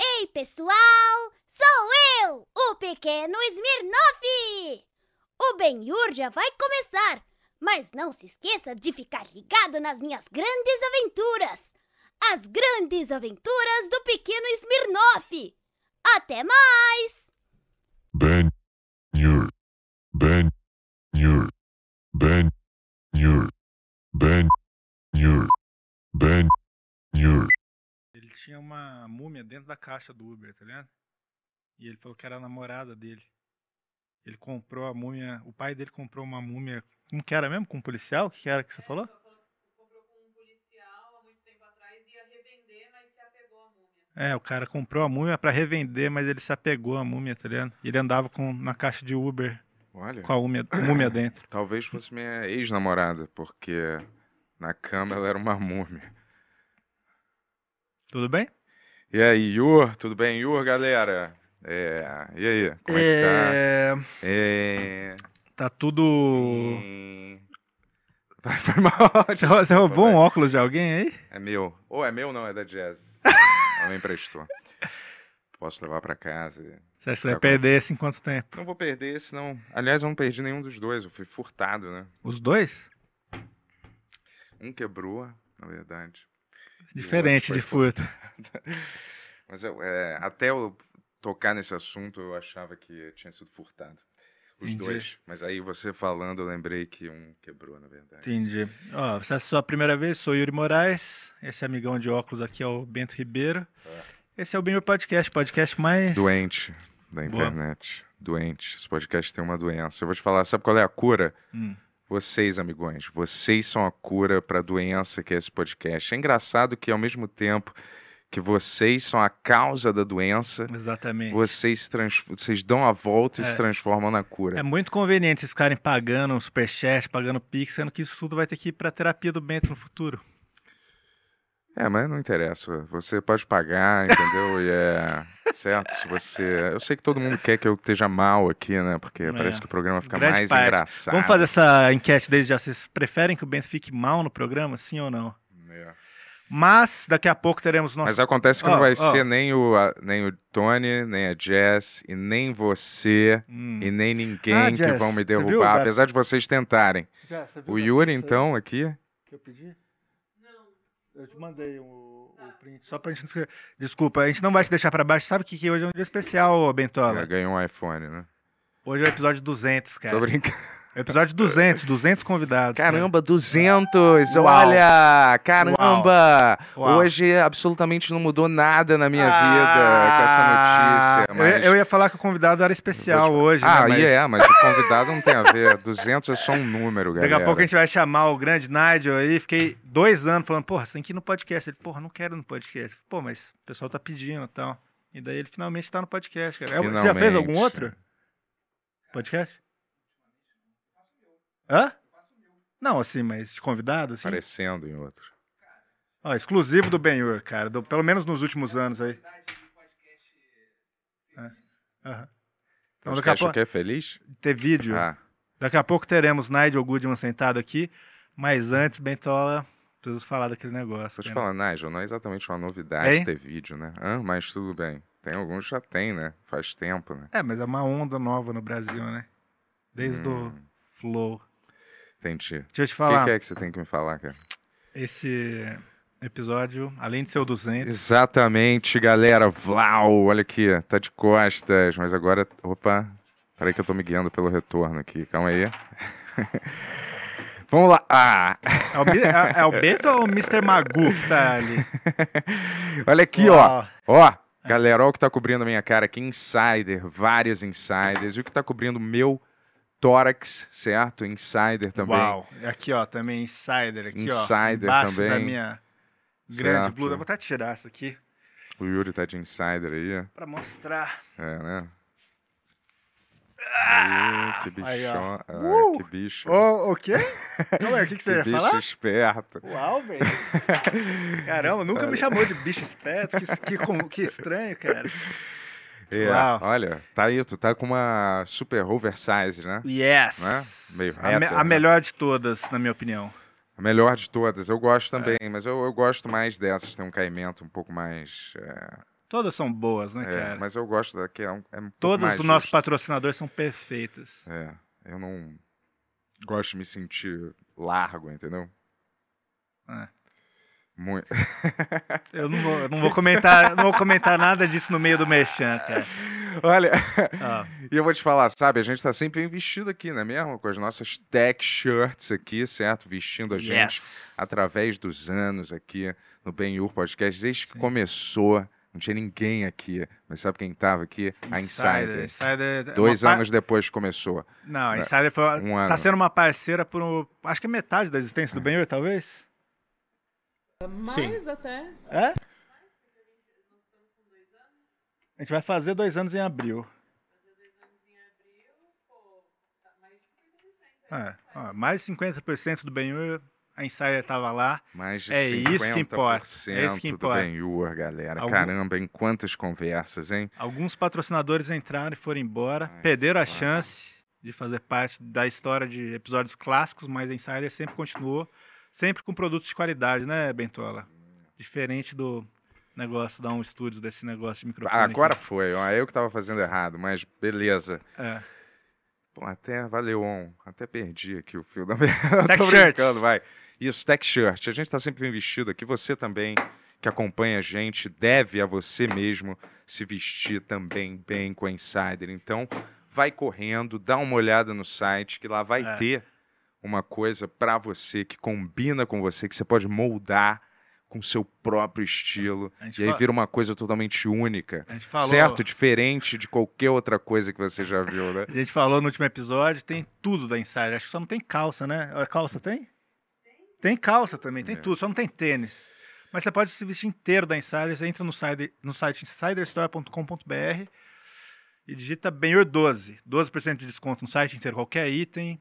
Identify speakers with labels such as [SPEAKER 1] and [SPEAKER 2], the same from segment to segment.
[SPEAKER 1] Oi, pessoal! Sou eu, o pequeno Smirnoff! O Benhur já vai começar, mas não se esqueça de ficar ligado nas minhas grandes aventuras! As grandes aventuras do pequeno Smirnoff! Até mais!
[SPEAKER 2] Ben Nur. Ben Nur. Ben Nur. Ben Nur. Ben Nur.
[SPEAKER 3] Ele tinha uma múmia dentro da caixa do Uber, tá ligado? E ele falou que era a namorada dele. Ele comprou a múmia. O pai dele comprou uma múmia. Como que era mesmo? Com um policial? O que que era
[SPEAKER 4] É,
[SPEAKER 3] que você falou?
[SPEAKER 4] Comprou com um policial há muito tempo atrás, ia revender, mas se apegou à múmia.
[SPEAKER 3] É, o cara comprou a múmia pra revender, mas ele se apegou à múmia, tá ligado? E Ele andava com, na caixa de Uber
[SPEAKER 5] Olha,
[SPEAKER 3] com a múmia, múmia dentro.
[SPEAKER 5] talvez fosse minha ex-namorada, porque na cama ela era uma múmia.
[SPEAKER 3] Tudo bem?
[SPEAKER 5] E aí, Yur, tudo bem, Yur, galera? É, e aí, como é que tá?
[SPEAKER 3] É,
[SPEAKER 5] É...
[SPEAKER 3] tá tudo.
[SPEAKER 5] hum. Vai, foi mal.
[SPEAKER 3] Você rou- Você roubou um óculos de alguém aí?
[SPEAKER 5] É meu. Ou é meu, não, é da Jazz. Ela me emprestou. Posso levar pra casa. e-
[SPEAKER 3] Você acha que vai perder esse em quanto tempo?
[SPEAKER 5] Não vou perder esse, não. Aliás, eu não perdi nenhum dos dois. Eu fui furtado, né?
[SPEAKER 3] Os dois?
[SPEAKER 5] Um quebrou, na verdade.
[SPEAKER 3] Diferente
[SPEAKER 5] foi
[SPEAKER 3] de furto.
[SPEAKER 5] Mas eu, é, até eu tocar nesse assunto, eu achava que tinha sido furtado. Os
[SPEAKER 3] Entendi.
[SPEAKER 5] dois. Mas aí você falando, eu lembrei que um quebrou, na verdade.
[SPEAKER 3] Entendi. Ó, se essa é a sua primeira vez, sou Yuri Moraes. Esse amigão de óculos aqui é o Bento Ribeiro. Esse é o Bem Meu Podcast, podcast mais.
[SPEAKER 5] Doente da
[SPEAKER 3] Boa.
[SPEAKER 5] internet. Doente. Esse podcast tem uma doença. Eu vou te falar, sabe qual é a cura?
[SPEAKER 3] Hum.
[SPEAKER 5] Vocês, amigões, vocês são a cura para a doença que é esse podcast. É engraçado que, ao mesmo tempo que vocês são a causa da doença,
[SPEAKER 3] Exatamente.
[SPEAKER 5] vocês, se trans- vocês dão a volta e
[SPEAKER 3] É.
[SPEAKER 5] se transformam na cura.
[SPEAKER 3] É muito conveniente vocês ficarem pagando um superchat, pagando pix, sendo que isso tudo vai ter que ir pra terapia do Bento no futuro.
[SPEAKER 5] É, mas não interessa. Você pode pagar, entendeu? E é certo. Se você, eu sei que todo mundo quer que eu esteja mal aqui, né? Porque
[SPEAKER 3] É.
[SPEAKER 5] parece que o programa fica
[SPEAKER 3] Grande
[SPEAKER 5] mais
[SPEAKER 3] parte.
[SPEAKER 5] engraçado.
[SPEAKER 3] Vamos fazer essa enquete desde já. Vocês preferem que o Bento fique mal no programa, sim ou não?
[SPEAKER 5] É.
[SPEAKER 3] Mas daqui a pouco teremos nosso.
[SPEAKER 5] Mas acontece que
[SPEAKER 3] Ó,
[SPEAKER 5] não vai
[SPEAKER 3] ó.
[SPEAKER 5] ser nem o a- nem o Tony, nem a Jess e nem você
[SPEAKER 3] Hum.
[SPEAKER 5] e nem ninguém
[SPEAKER 3] Ah,
[SPEAKER 5] que
[SPEAKER 3] Jess,
[SPEAKER 5] vão
[SPEAKER 3] você
[SPEAKER 5] me
[SPEAKER 3] viu,
[SPEAKER 5] derrubar,
[SPEAKER 3] cara?
[SPEAKER 5] apesar de vocês tentarem.
[SPEAKER 6] Já, você viu
[SPEAKER 5] O
[SPEAKER 6] da
[SPEAKER 5] Yuri
[SPEAKER 6] pizza
[SPEAKER 5] então aqui,
[SPEAKER 6] Que eu pedi?
[SPEAKER 4] Não,
[SPEAKER 6] Eu te mandei o, o print.
[SPEAKER 3] Só pra gente. não esque- Desculpa, a gente não vai te deixar pra baixo. Sabe que, que hoje é um dia especial, ô Bentola?
[SPEAKER 5] é, ganhou um iPhone, né?
[SPEAKER 3] Hoje é o episódio 200, cara.
[SPEAKER 5] Tô brincando.
[SPEAKER 3] É o episódio 200, 200 convidados. cara.
[SPEAKER 5] Caramba, 200!
[SPEAKER 3] Uau.
[SPEAKER 5] Olha! Caramba!
[SPEAKER 3] Uau. Ah.
[SPEAKER 5] Hoje absolutamente não mudou nada na minha vida com essa notícia.
[SPEAKER 3] Eu ia-
[SPEAKER 5] Mas...
[SPEAKER 3] Eu, ia falar que o convidado era especial
[SPEAKER 5] Vou
[SPEAKER 3] hoje.
[SPEAKER 5] Ah,
[SPEAKER 3] né, mas
[SPEAKER 5] e é, mas o convidado não tem a ver. 200 é só um número, galera.
[SPEAKER 3] Daqui a pouco é a gente vai chamar o grande Nigel aí. Fiquei dois anos falando, porra, você tem que ir no podcast. Ele, porra, não quero ir no podcast. Pô, mas o pessoal tá pedindo e tal. E daí ele finalmente tá no podcast, cara. É, Você já fez
[SPEAKER 5] Finalmente.
[SPEAKER 3] algum outro podcast? Hã? Não, assim, mas de convidado, assim.
[SPEAKER 5] Aparecendo em outro.
[SPEAKER 3] Ó, exclusivo do Benhur, cara. do- pelo menos nos últimos anos aí. É. Aham. Então,
[SPEAKER 5] Você
[SPEAKER 3] daqui a
[SPEAKER 5] acha
[SPEAKER 3] pouco
[SPEAKER 5] que é feliz?
[SPEAKER 3] ter vídeo.
[SPEAKER 5] Ah,
[SPEAKER 3] Daqui a pouco teremos Nigel Goodman sentado aqui. Mas antes, Bentola, preciso falar daquele negócio. né?
[SPEAKER 5] tô te
[SPEAKER 3] cara.
[SPEAKER 5] falando, Nigel, não é exatamente uma novidade
[SPEAKER 3] Hein?
[SPEAKER 5] ter vídeo, né? Ah, mas tudo bem. Tem alguns que já tem, né? Faz tempo, né?
[SPEAKER 3] É, mas é uma onda nova no Brasil, né? Desde o
[SPEAKER 5] Hum,
[SPEAKER 3] Flow.
[SPEAKER 5] Entendi.
[SPEAKER 3] Deixa eu te
[SPEAKER 5] O que,
[SPEAKER 3] falar,
[SPEAKER 5] que é que você tem que me falar, cara?
[SPEAKER 3] esse episódio, além de ser o 200,
[SPEAKER 5] Exatamente, galera. Vlau, olha aqui, tá de costas, mas agora. Opa, peraí que eu tô me guiando pelo retorno aqui, calma aí. Vamos lá. Ah.
[SPEAKER 3] é o, Mi- é- é o Bento ou o Mr. Magu que tá ali?
[SPEAKER 5] Olha aqui, ó.
[SPEAKER 3] Uau.
[SPEAKER 5] Ó, galera, olha o que tá cobrindo a minha cara aqui. Insider, várias insiders. E o que tá cobrindo o meu tórax, certo? Insider também.
[SPEAKER 3] Uau. É Aqui, ó, também Insider aqui, ó.
[SPEAKER 5] Insider
[SPEAKER 3] embaixo
[SPEAKER 5] também.
[SPEAKER 3] da minha grande
[SPEAKER 5] Certo.
[SPEAKER 3] blusa. Vou até tirar isso aqui
[SPEAKER 5] O Yuri tá de insider aí.
[SPEAKER 3] pra mostrar.
[SPEAKER 5] É, né? Ih, que
[SPEAKER 3] Aí,
[SPEAKER 5] bichão.
[SPEAKER 3] ó.
[SPEAKER 5] Ah,
[SPEAKER 3] Uh!
[SPEAKER 5] que bicho.
[SPEAKER 3] Ô, o quê? Não, é, o que, que você
[SPEAKER 5] que
[SPEAKER 3] ia
[SPEAKER 5] bicho
[SPEAKER 3] falar?
[SPEAKER 5] esperto.
[SPEAKER 3] Uau, velho. Caramba, nunca me chamou de bicho esperto. Que, que, com- que estranho, cara.
[SPEAKER 5] É,
[SPEAKER 3] Uau.
[SPEAKER 5] olha, tá aí, tu tá com uma super oversize, né?
[SPEAKER 3] Yes.
[SPEAKER 5] Né? Meio
[SPEAKER 3] a, me-
[SPEAKER 5] reta,
[SPEAKER 3] a
[SPEAKER 5] né?
[SPEAKER 3] melhor de todas, na minha opinião.
[SPEAKER 5] A melhor de todas. Eu gosto também, mas eu, eu gosto mais dessas. Tem um caimento um pouco mais é,
[SPEAKER 3] Todas são boas, né,
[SPEAKER 5] É,
[SPEAKER 3] cara?
[SPEAKER 5] mas eu gosto da que é, um, é um pouco
[SPEAKER 3] Todas
[SPEAKER 5] mais
[SPEAKER 3] do nosso
[SPEAKER 5] justa.
[SPEAKER 3] patrocinador são perfeitas.
[SPEAKER 5] É, eu não gosto de me sentir largo, entendeu?
[SPEAKER 3] É.
[SPEAKER 5] Muito.
[SPEAKER 3] Eu não vou, eu não vou comentar, não vou comentar nada disso no meio do merchan, cara.
[SPEAKER 5] Olha,
[SPEAKER 3] Ó,
[SPEAKER 5] e eu vou te falar, sabe? A gente tá sempre bem vestido aqui, não é mesmo? Com as nossas tech shirts aqui, certo? Vestindo a gente
[SPEAKER 3] yes.
[SPEAKER 5] através dos anos aqui no Ben Yur Podcast. Desde que
[SPEAKER 3] Sim.
[SPEAKER 5] começou, não tinha ninguém aqui. Mas sabe quem tava aqui? A Insider.
[SPEAKER 3] Insider é
[SPEAKER 5] Dois
[SPEAKER 3] uma par-
[SPEAKER 5] anos depois começou.
[SPEAKER 3] Não, a Insider foi, uma-
[SPEAKER 5] Um
[SPEAKER 3] tá
[SPEAKER 5] ano.
[SPEAKER 3] sendo uma parceira por um- acho que é metade da existência do Benhur, talvez.
[SPEAKER 7] Mais até.
[SPEAKER 3] É? A gente vai fazer dois anos em abril.
[SPEAKER 5] tá né?
[SPEAKER 3] É, ó, mais de 50% do Benhur, a Insider tava lá.
[SPEAKER 5] Mais de
[SPEAKER 3] É isso que importa, é isso que
[SPEAKER 5] 50%
[SPEAKER 3] importa.
[SPEAKER 5] do Ben Yur, galera.
[SPEAKER 3] Algum-
[SPEAKER 5] Caramba, em quantas conversas, hein?
[SPEAKER 3] Alguns patrocinadores entraram e foram embora,
[SPEAKER 5] Ai,
[SPEAKER 3] perderam a
[SPEAKER 5] saca.
[SPEAKER 3] chance de fazer parte da história de episódios clássicos, mas a Insider sempre continuou, sempre com produtos de qualidade, né, Bentola? Diferente do negócio da um estúdio desse negócio de microfone.
[SPEAKER 5] Ah,
[SPEAKER 3] aqui.
[SPEAKER 5] agora foi, ó. Eu que tava fazendo errado, mas beleza.
[SPEAKER 3] É.
[SPEAKER 5] Pô, até valeu, on. Até perdi aqui o fio da merda.
[SPEAKER 3] Tech
[SPEAKER 5] Tô
[SPEAKER 3] shirt.
[SPEAKER 5] brincando, vai. Isso, tech shirt. A gente tá sempre bem vestido aqui. Você também que acompanha a gente deve a você mesmo se vestir também bem com a Insider. Então, vai correndo, dá uma olhada no site que lá vai
[SPEAKER 3] É.
[SPEAKER 5] ter uma coisa pra você que combina com você, que você pode moldar com seu próprio estilo.
[SPEAKER 3] A gente
[SPEAKER 5] E aí
[SPEAKER 3] fa-
[SPEAKER 5] vira uma coisa totalmente única.
[SPEAKER 3] A gente falou,
[SPEAKER 5] Certo? Diferente de qualquer outra coisa que você já viu, né?
[SPEAKER 3] A gente falou no último episódio, tem tudo da Insider. Acho que só não tem calça, né? Ah, Calça tem? Tem calça também, tem
[SPEAKER 5] É.
[SPEAKER 3] tudo, só não tem tênis. Mas você pode se vestir inteiro da Insider, você entra no site, no site insiderstore.com.br e digita Benhor 12. 12% de desconto no site inteiro, qualquer item.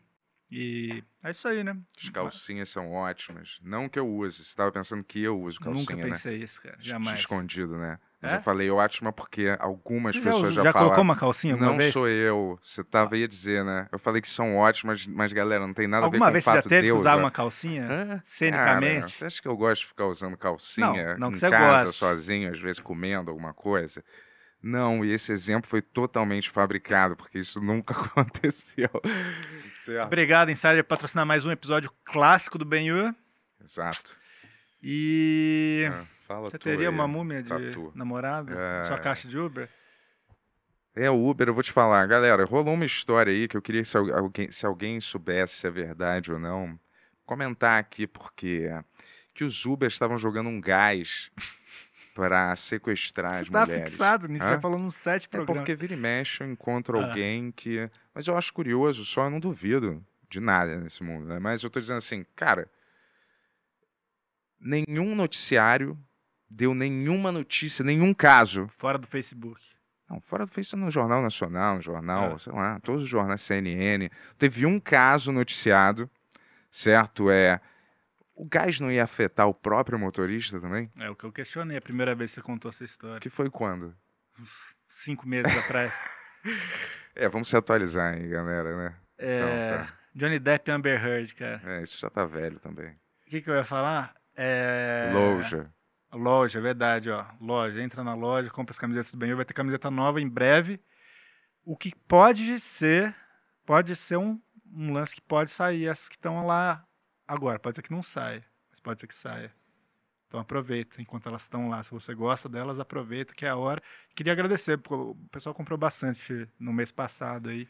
[SPEAKER 3] E é isso aí, né?
[SPEAKER 5] As calcinhas são ótimas. Não que eu use. Você tava pensando que eu uso calcinha,
[SPEAKER 3] Nunca
[SPEAKER 5] né?
[SPEAKER 3] pensei isso, cara. Jamais.
[SPEAKER 5] Escondido, né? Mas
[SPEAKER 3] É?
[SPEAKER 5] eu falei ótima porque algumas
[SPEAKER 3] Você já,
[SPEAKER 5] pessoas
[SPEAKER 3] usou-
[SPEAKER 5] já,
[SPEAKER 3] já
[SPEAKER 5] falaram.
[SPEAKER 3] colocou uma calcinha alguma
[SPEAKER 5] não
[SPEAKER 3] vez?
[SPEAKER 5] sou eu. Você tava ia dizer, né? Eu falei que são ótimas, mas galera, não tem nada
[SPEAKER 3] alguma
[SPEAKER 5] a ver
[SPEAKER 3] vez
[SPEAKER 5] com o
[SPEAKER 3] você já
[SPEAKER 5] fato
[SPEAKER 3] teve
[SPEAKER 5] de
[SPEAKER 3] que
[SPEAKER 5] eu
[SPEAKER 3] usar uma calcinha?
[SPEAKER 5] Hã? Cara,
[SPEAKER 3] Cenicamente?
[SPEAKER 5] você acha que eu gosto de ficar usando calcinha
[SPEAKER 3] Não, não
[SPEAKER 5] em
[SPEAKER 3] que você
[SPEAKER 5] casa,
[SPEAKER 3] goste.
[SPEAKER 5] sozinho, às vezes comendo alguma coisa? Não, e esse exemplo foi totalmente fabricado, porque isso nunca aconteceu. Certo?
[SPEAKER 3] Obrigado, Insider, por patrocinar mais um episódio clássico do Benhur.
[SPEAKER 5] Exato.
[SPEAKER 3] E
[SPEAKER 5] Ah, fala
[SPEAKER 3] você
[SPEAKER 5] tu
[SPEAKER 3] teria
[SPEAKER 5] aí.
[SPEAKER 3] uma múmia de
[SPEAKER 5] tatu.
[SPEAKER 3] namorada?
[SPEAKER 5] É.
[SPEAKER 3] Sua caixa de Uber?
[SPEAKER 5] É, o Uber, eu vou te falar, galera, rolou uma história aí que eu queria se al- alguém, se alguém soubesse se é verdade ou não, comentar aqui porque que os Uber estavam jogando um gás para sequestrar as
[SPEAKER 3] você tá
[SPEAKER 5] mulheres.
[SPEAKER 3] fixado nisso,
[SPEAKER 5] Hã?
[SPEAKER 3] já falou nos sete
[SPEAKER 5] É
[SPEAKER 3] programas.
[SPEAKER 5] porque vira e mexe eu encontro
[SPEAKER 3] Ah.
[SPEAKER 5] alguém que, mas eu acho curioso, só eu não duvido de nada nesse mundo, né? Mas eu tô dizendo assim, cara, nenhum noticiário deu nenhuma notícia, nenhum caso
[SPEAKER 3] Fora do Facebook.
[SPEAKER 5] não, fora do Facebook, no Jornal Nacional, no Jornal,
[SPEAKER 3] É.
[SPEAKER 5] sei lá, todos os jornais, CNN. Teve um caso noticiado, certo? É, o gás não ia afetar o próprio motorista também?
[SPEAKER 3] É o que eu questionei a primeira vez que você contou essa história.
[SPEAKER 5] Que foi quando?
[SPEAKER 3] Cinco meses atrás.
[SPEAKER 5] É, vamos se atualizar aí, galera, né?
[SPEAKER 3] É,
[SPEAKER 5] Então,
[SPEAKER 3] Johnny Depp e Amber Heard, cara.
[SPEAKER 5] É, isso já tá velho também.
[SPEAKER 3] O que, que eu ia falar? É...
[SPEAKER 5] Loja.
[SPEAKER 3] Loja, é verdade, ó. Loja, entra na loja, compra as camisetas do Benhur, vai ter camiseta nova em breve. O que pode ser, pode ser um, um lance que pode sair, essas que estão lá agora. Pode ser que não saia, mas pode ser que saia. Então aproveita enquanto elas estão lá. Se você gosta delas, aproveita que é a hora. Queria agradecer, porque o pessoal comprou bastante no mês passado aí.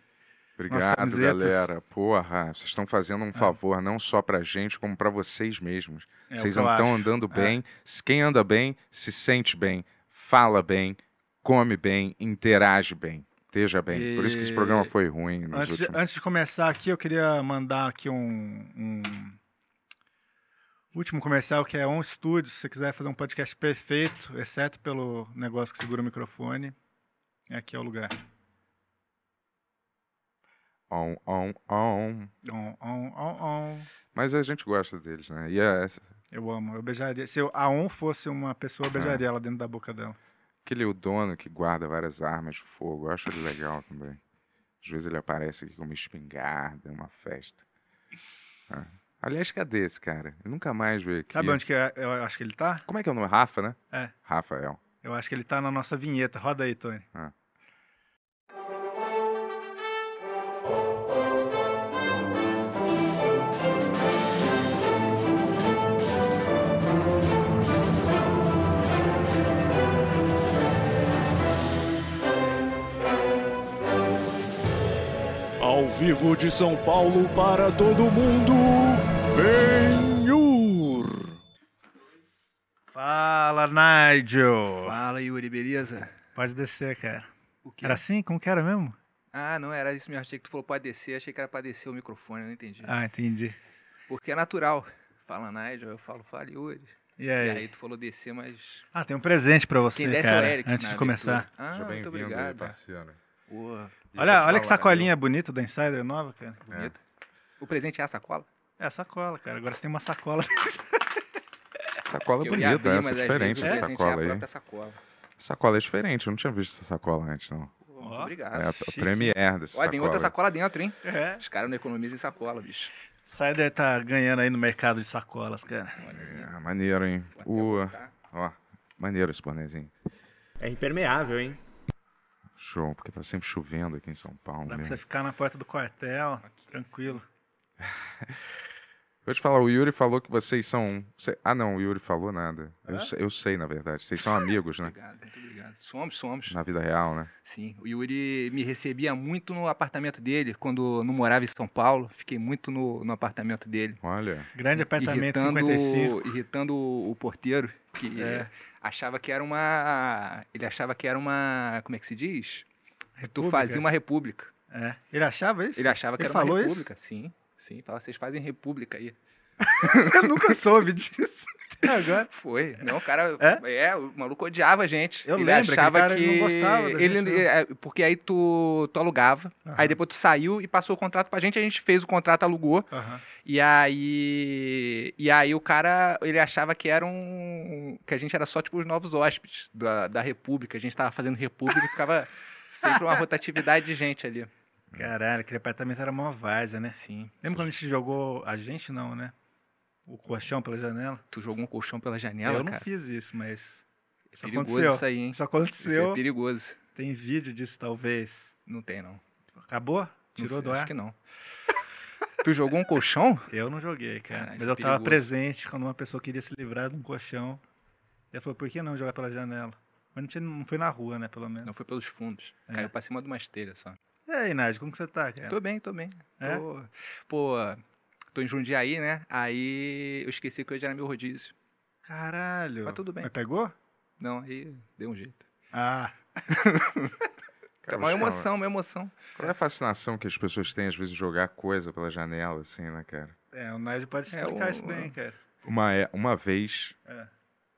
[SPEAKER 5] Obrigado,
[SPEAKER 3] camisetas.
[SPEAKER 5] galera. Porra, vocês estão fazendo um favor não só pra gente, como pra vocês mesmos.
[SPEAKER 3] É, o
[SPEAKER 5] vocês
[SPEAKER 3] que eu
[SPEAKER 5] não estão
[SPEAKER 3] acho.
[SPEAKER 5] andando
[SPEAKER 3] É.
[SPEAKER 5] bem. Se Quem anda bem, se sente bem, fala bem, come bem, interage bem. Esteja bem. Por isso que esse
[SPEAKER 3] E-
[SPEAKER 5] programa foi ruim nos
[SPEAKER 3] Antes de,
[SPEAKER 5] últimos.
[SPEAKER 3] antes de começar aqui, eu queria mandar aqui um, um último comercial que é On Studio. Se você quiser fazer um podcast perfeito, exceto pelo negócio que segura o microfone, aqui é o lugar.
[SPEAKER 5] On, on, on.
[SPEAKER 3] On, on, on, on.
[SPEAKER 5] Mas a gente gosta deles, né? E é
[SPEAKER 3] Eu amo, eu beijaria. Se eu- a On fosse uma pessoa, eu
[SPEAKER 5] É.
[SPEAKER 3] beijaria ela dentro da boca dela.
[SPEAKER 5] aquele o dono que guarda várias armas de fogo. Eu acho ele legal também. Às vezes ele aparece aqui com uma espingarda, uma festa. Ah. Aliás, cadê esse cara? Eu nunca mais veio aqui.
[SPEAKER 3] Sabe onde que é- eu acho que ele tá?
[SPEAKER 5] Como é que é o nome? Rafa, né?
[SPEAKER 3] É.
[SPEAKER 5] Rafael. Ah.
[SPEAKER 3] Eu acho que ele tá na nossa vinheta. Roda aí, Tony.
[SPEAKER 7] Ao vivo de São Paulo para todo mundo, Benhur.
[SPEAKER 3] Fala, Nigel.
[SPEAKER 8] Fala, Yuri, beleza?
[SPEAKER 3] Pode descer, cara.
[SPEAKER 8] O quê?
[SPEAKER 3] Era assim? Como que era mesmo?
[SPEAKER 8] Ah, não, era isso mesmo. Achei que tu falou pra descer, achei que era pra descer o microfone, eu não entendi.
[SPEAKER 3] Ah, entendi.
[SPEAKER 8] Porque é natural. Fala Nigel, eu falo, fala Yuri.
[SPEAKER 3] E
[SPEAKER 8] E
[SPEAKER 3] aí?
[SPEAKER 8] aí tu falou descer, mas.
[SPEAKER 3] Ah, tem um presente pra você,
[SPEAKER 8] Quem desce
[SPEAKER 3] cara.
[SPEAKER 8] é o Eric.
[SPEAKER 3] antes
[SPEAKER 8] na
[SPEAKER 3] de começar.
[SPEAKER 8] abertura. Ah,
[SPEAKER 5] Seja
[SPEAKER 8] muito
[SPEAKER 5] bem-vindo, É.
[SPEAKER 8] obrigado.
[SPEAKER 5] parceiro.
[SPEAKER 8] Boa,
[SPEAKER 5] E vou te
[SPEAKER 3] Olha, olha que
[SPEAKER 5] falar,
[SPEAKER 3] sacolinha bonita da Insider nova, cara.
[SPEAKER 5] É.
[SPEAKER 8] bonito. O presente é a sacola?
[SPEAKER 5] Tá
[SPEAKER 3] É a sacola, cara. Agora você tem uma sacola.
[SPEAKER 5] eu- Sacola
[SPEAKER 8] eu ia
[SPEAKER 5] bonita,
[SPEAKER 8] abrir, mas
[SPEAKER 5] essa é
[SPEAKER 8] às
[SPEAKER 5] diferente
[SPEAKER 8] vezes
[SPEAKER 5] essa
[SPEAKER 8] o presente é a
[SPEAKER 5] sacola aí.
[SPEAKER 8] própria sacola.
[SPEAKER 5] Sacola é diferente, eu não tinha visto essa sacola antes, não.
[SPEAKER 8] Pô, muito
[SPEAKER 3] Ó.
[SPEAKER 5] é
[SPEAKER 8] obrigado.
[SPEAKER 5] a
[SPEAKER 3] chique.
[SPEAKER 5] Premiere dessa
[SPEAKER 8] Ah, Olha,
[SPEAKER 5] sacola.
[SPEAKER 8] vem outra sacola dentro, hein?
[SPEAKER 3] É.
[SPEAKER 8] Os caras não economizam em sacola, bicho.
[SPEAKER 3] Insider tá ganhando aí no mercado de sacolas, cara.
[SPEAKER 5] É, maneiro, hein?
[SPEAKER 8] Vou até tá?
[SPEAKER 5] Ua,
[SPEAKER 8] botar.
[SPEAKER 5] ó, maneiro esse bonezinho.
[SPEAKER 7] É impermeável, hein?
[SPEAKER 5] Show, porque tá sempre chovendo aqui em São Paulo.
[SPEAKER 3] Dá pra
[SPEAKER 5] mesmo.
[SPEAKER 3] você ficar na porta do quartel, tranquilo.
[SPEAKER 5] Vou te falar, o Yuri falou que vocês são. cê- Ah, não, o Yuri falou nada. Eu, se- eu sei, na verdade. Vocês são amigos, né?
[SPEAKER 8] Obrigado, muito obrigado. Somos, somos.
[SPEAKER 5] Na vida real, né?
[SPEAKER 8] Sim, o Yuri me recebia muito no apartamento dele, quando eu não morava em São Paulo, fiquei muito no, no apartamento dele.
[SPEAKER 5] Olha.
[SPEAKER 3] Grande apartamento
[SPEAKER 8] irritando,
[SPEAKER 3] 55.
[SPEAKER 8] irritando o o porteiro, que
[SPEAKER 3] É.
[SPEAKER 8] achava que era uma. Ele achava que era uma. Como é que se diz? Tu
[SPEAKER 3] República.
[SPEAKER 8] fazia uma república.
[SPEAKER 3] É. Ele achava isso?
[SPEAKER 8] Ele achava que
[SPEAKER 3] Ele
[SPEAKER 8] era
[SPEAKER 3] falou
[SPEAKER 8] uma
[SPEAKER 3] isso?
[SPEAKER 8] república. Sim, sim. Fala, vocês fazem república aí. eu nunca soube disso.
[SPEAKER 3] Agora.
[SPEAKER 8] Foi. Não, o cara.
[SPEAKER 3] É?
[SPEAKER 8] É? o maluco odiava a gente.
[SPEAKER 3] Eu
[SPEAKER 8] ele
[SPEAKER 3] lembro, aquele
[SPEAKER 8] achava
[SPEAKER 3] cara,
[SPEAKER 8] que.
[SPEAKER 3] ele não gostava da
[SPEAKER 8] ele-
[SPEAKER 3] gente, não.
[SPEAKER 8] é, Porque aí tu, tu alugava.
[SPEAKER 3] Aham.
[SPEAKER 8] Aí depois tu saiu e passou o contrato pra gente. A gente fez o contrato, alugou.
[SPEAKER 3] Aham.
[SPEAKER 8] E aí. E aí o cara. Ele achava que era um. Que a gente era só tipo os novos hóspedes da, da República. A gente tava fazendo República e ficava sempre uma rotatividade de gente ali.
[SPEAKER 5] É.
[SPEAKER 3] Caralho, aquele apartamento era mó várzea, né?
[SPEAKER 8] Sim.
[SPEAKER 3] Lembra quando a gente jogou. A gente não, né? O colchão pela janela?
[SPEAKER 8] Tu jogou um colchão pela janela,
[SPEAKER 3] Eu não
[SPEAKER 8] cara.
[SPEAKER 3] fiz isso, mas.
[SPEAKER 8] É
[SPEAKER 3] Isso
[SPEAKER 8] perigoso
[SPEAKER 3] aconteceu.
[SPEAKER 8] isso aí, hein?
[SPEAKER 3] Isso
[SPEAKER 8] Isso é
[SPEAKER 3] aconteceu.
[SPEAKER 8] perigoso.
[SPEAKER 3] Tem vídeo disso, talvez.
[SPEAKER 8] Não tem, não. Não
[SPEAKER 3] Acabou? Tirou
[SPEAKER 8] sei,
[SPEAKER 3] do
[SPEAKER 8] Acho
[SPEAKER 3] ar?
[SPEAKER 8] que não. tu jogou um colchão?
[SPEAKER 3] Eu não joguei, cara.
[SPEAKER 8] Cara,
[SPEAKER 3] mas
[SPEAKER 8] isso
[SPEAKER 3] eu
[SPEAKER 8] é
[SPEAKER 3] tava
[SPEAKER 8] perigoso.
[SPEAKER 3] presente quando uma pessoa queria se livrar de um colchão. E ela falou, por que não jogar pela janela? Mas não, tinha, não foi na rua, né, pelo menos.
[SPEAKER 8] Não, foi pelos fundos.
[SPEAKER 3] É.
[SPEAKER 8] Caiu pra cima de uma esteira só.
[SPEAKER 3] E aí, Nádia, como que você tá, cara?
[SPEAKER 8] Tô bem, tô bem.
[SPEAKER 3] É?
[SPEAKER 8] Tô... Pô, tô em Jundiaí, né? Aí eu esqueci que hoje era meu rodízio.
[SPEAKER 3] Caralho.
[SPEAKER 8] Mas tudo bem.
[SPEAKER 3] Mas pegou?
[SPEAKER 8] Não, aí deu um jeito.
[SPEAKER 3] Ah,
[SPEAKER 5] Cara, vou
[SPEAKER 8] É uma
[SPEAKER 5] te falar,
[SPEAKER 8] emoção, uma emoção.
[SPEAKER 5] é Qual é a fascinação que as pessoas têm, às vezes, de jogar coisa pela janela, assim, né, cara?
[SPEAKER 3] é, o Nádio pode
[SPEAKER 8] É,
[SPEAKER 3] explicar
[SPEAKER 8] o-
[SPEAKER 3] isso bem, cara.
[SPEAKER 5] Uma, é- uma vez
[SPEAKER 3] É.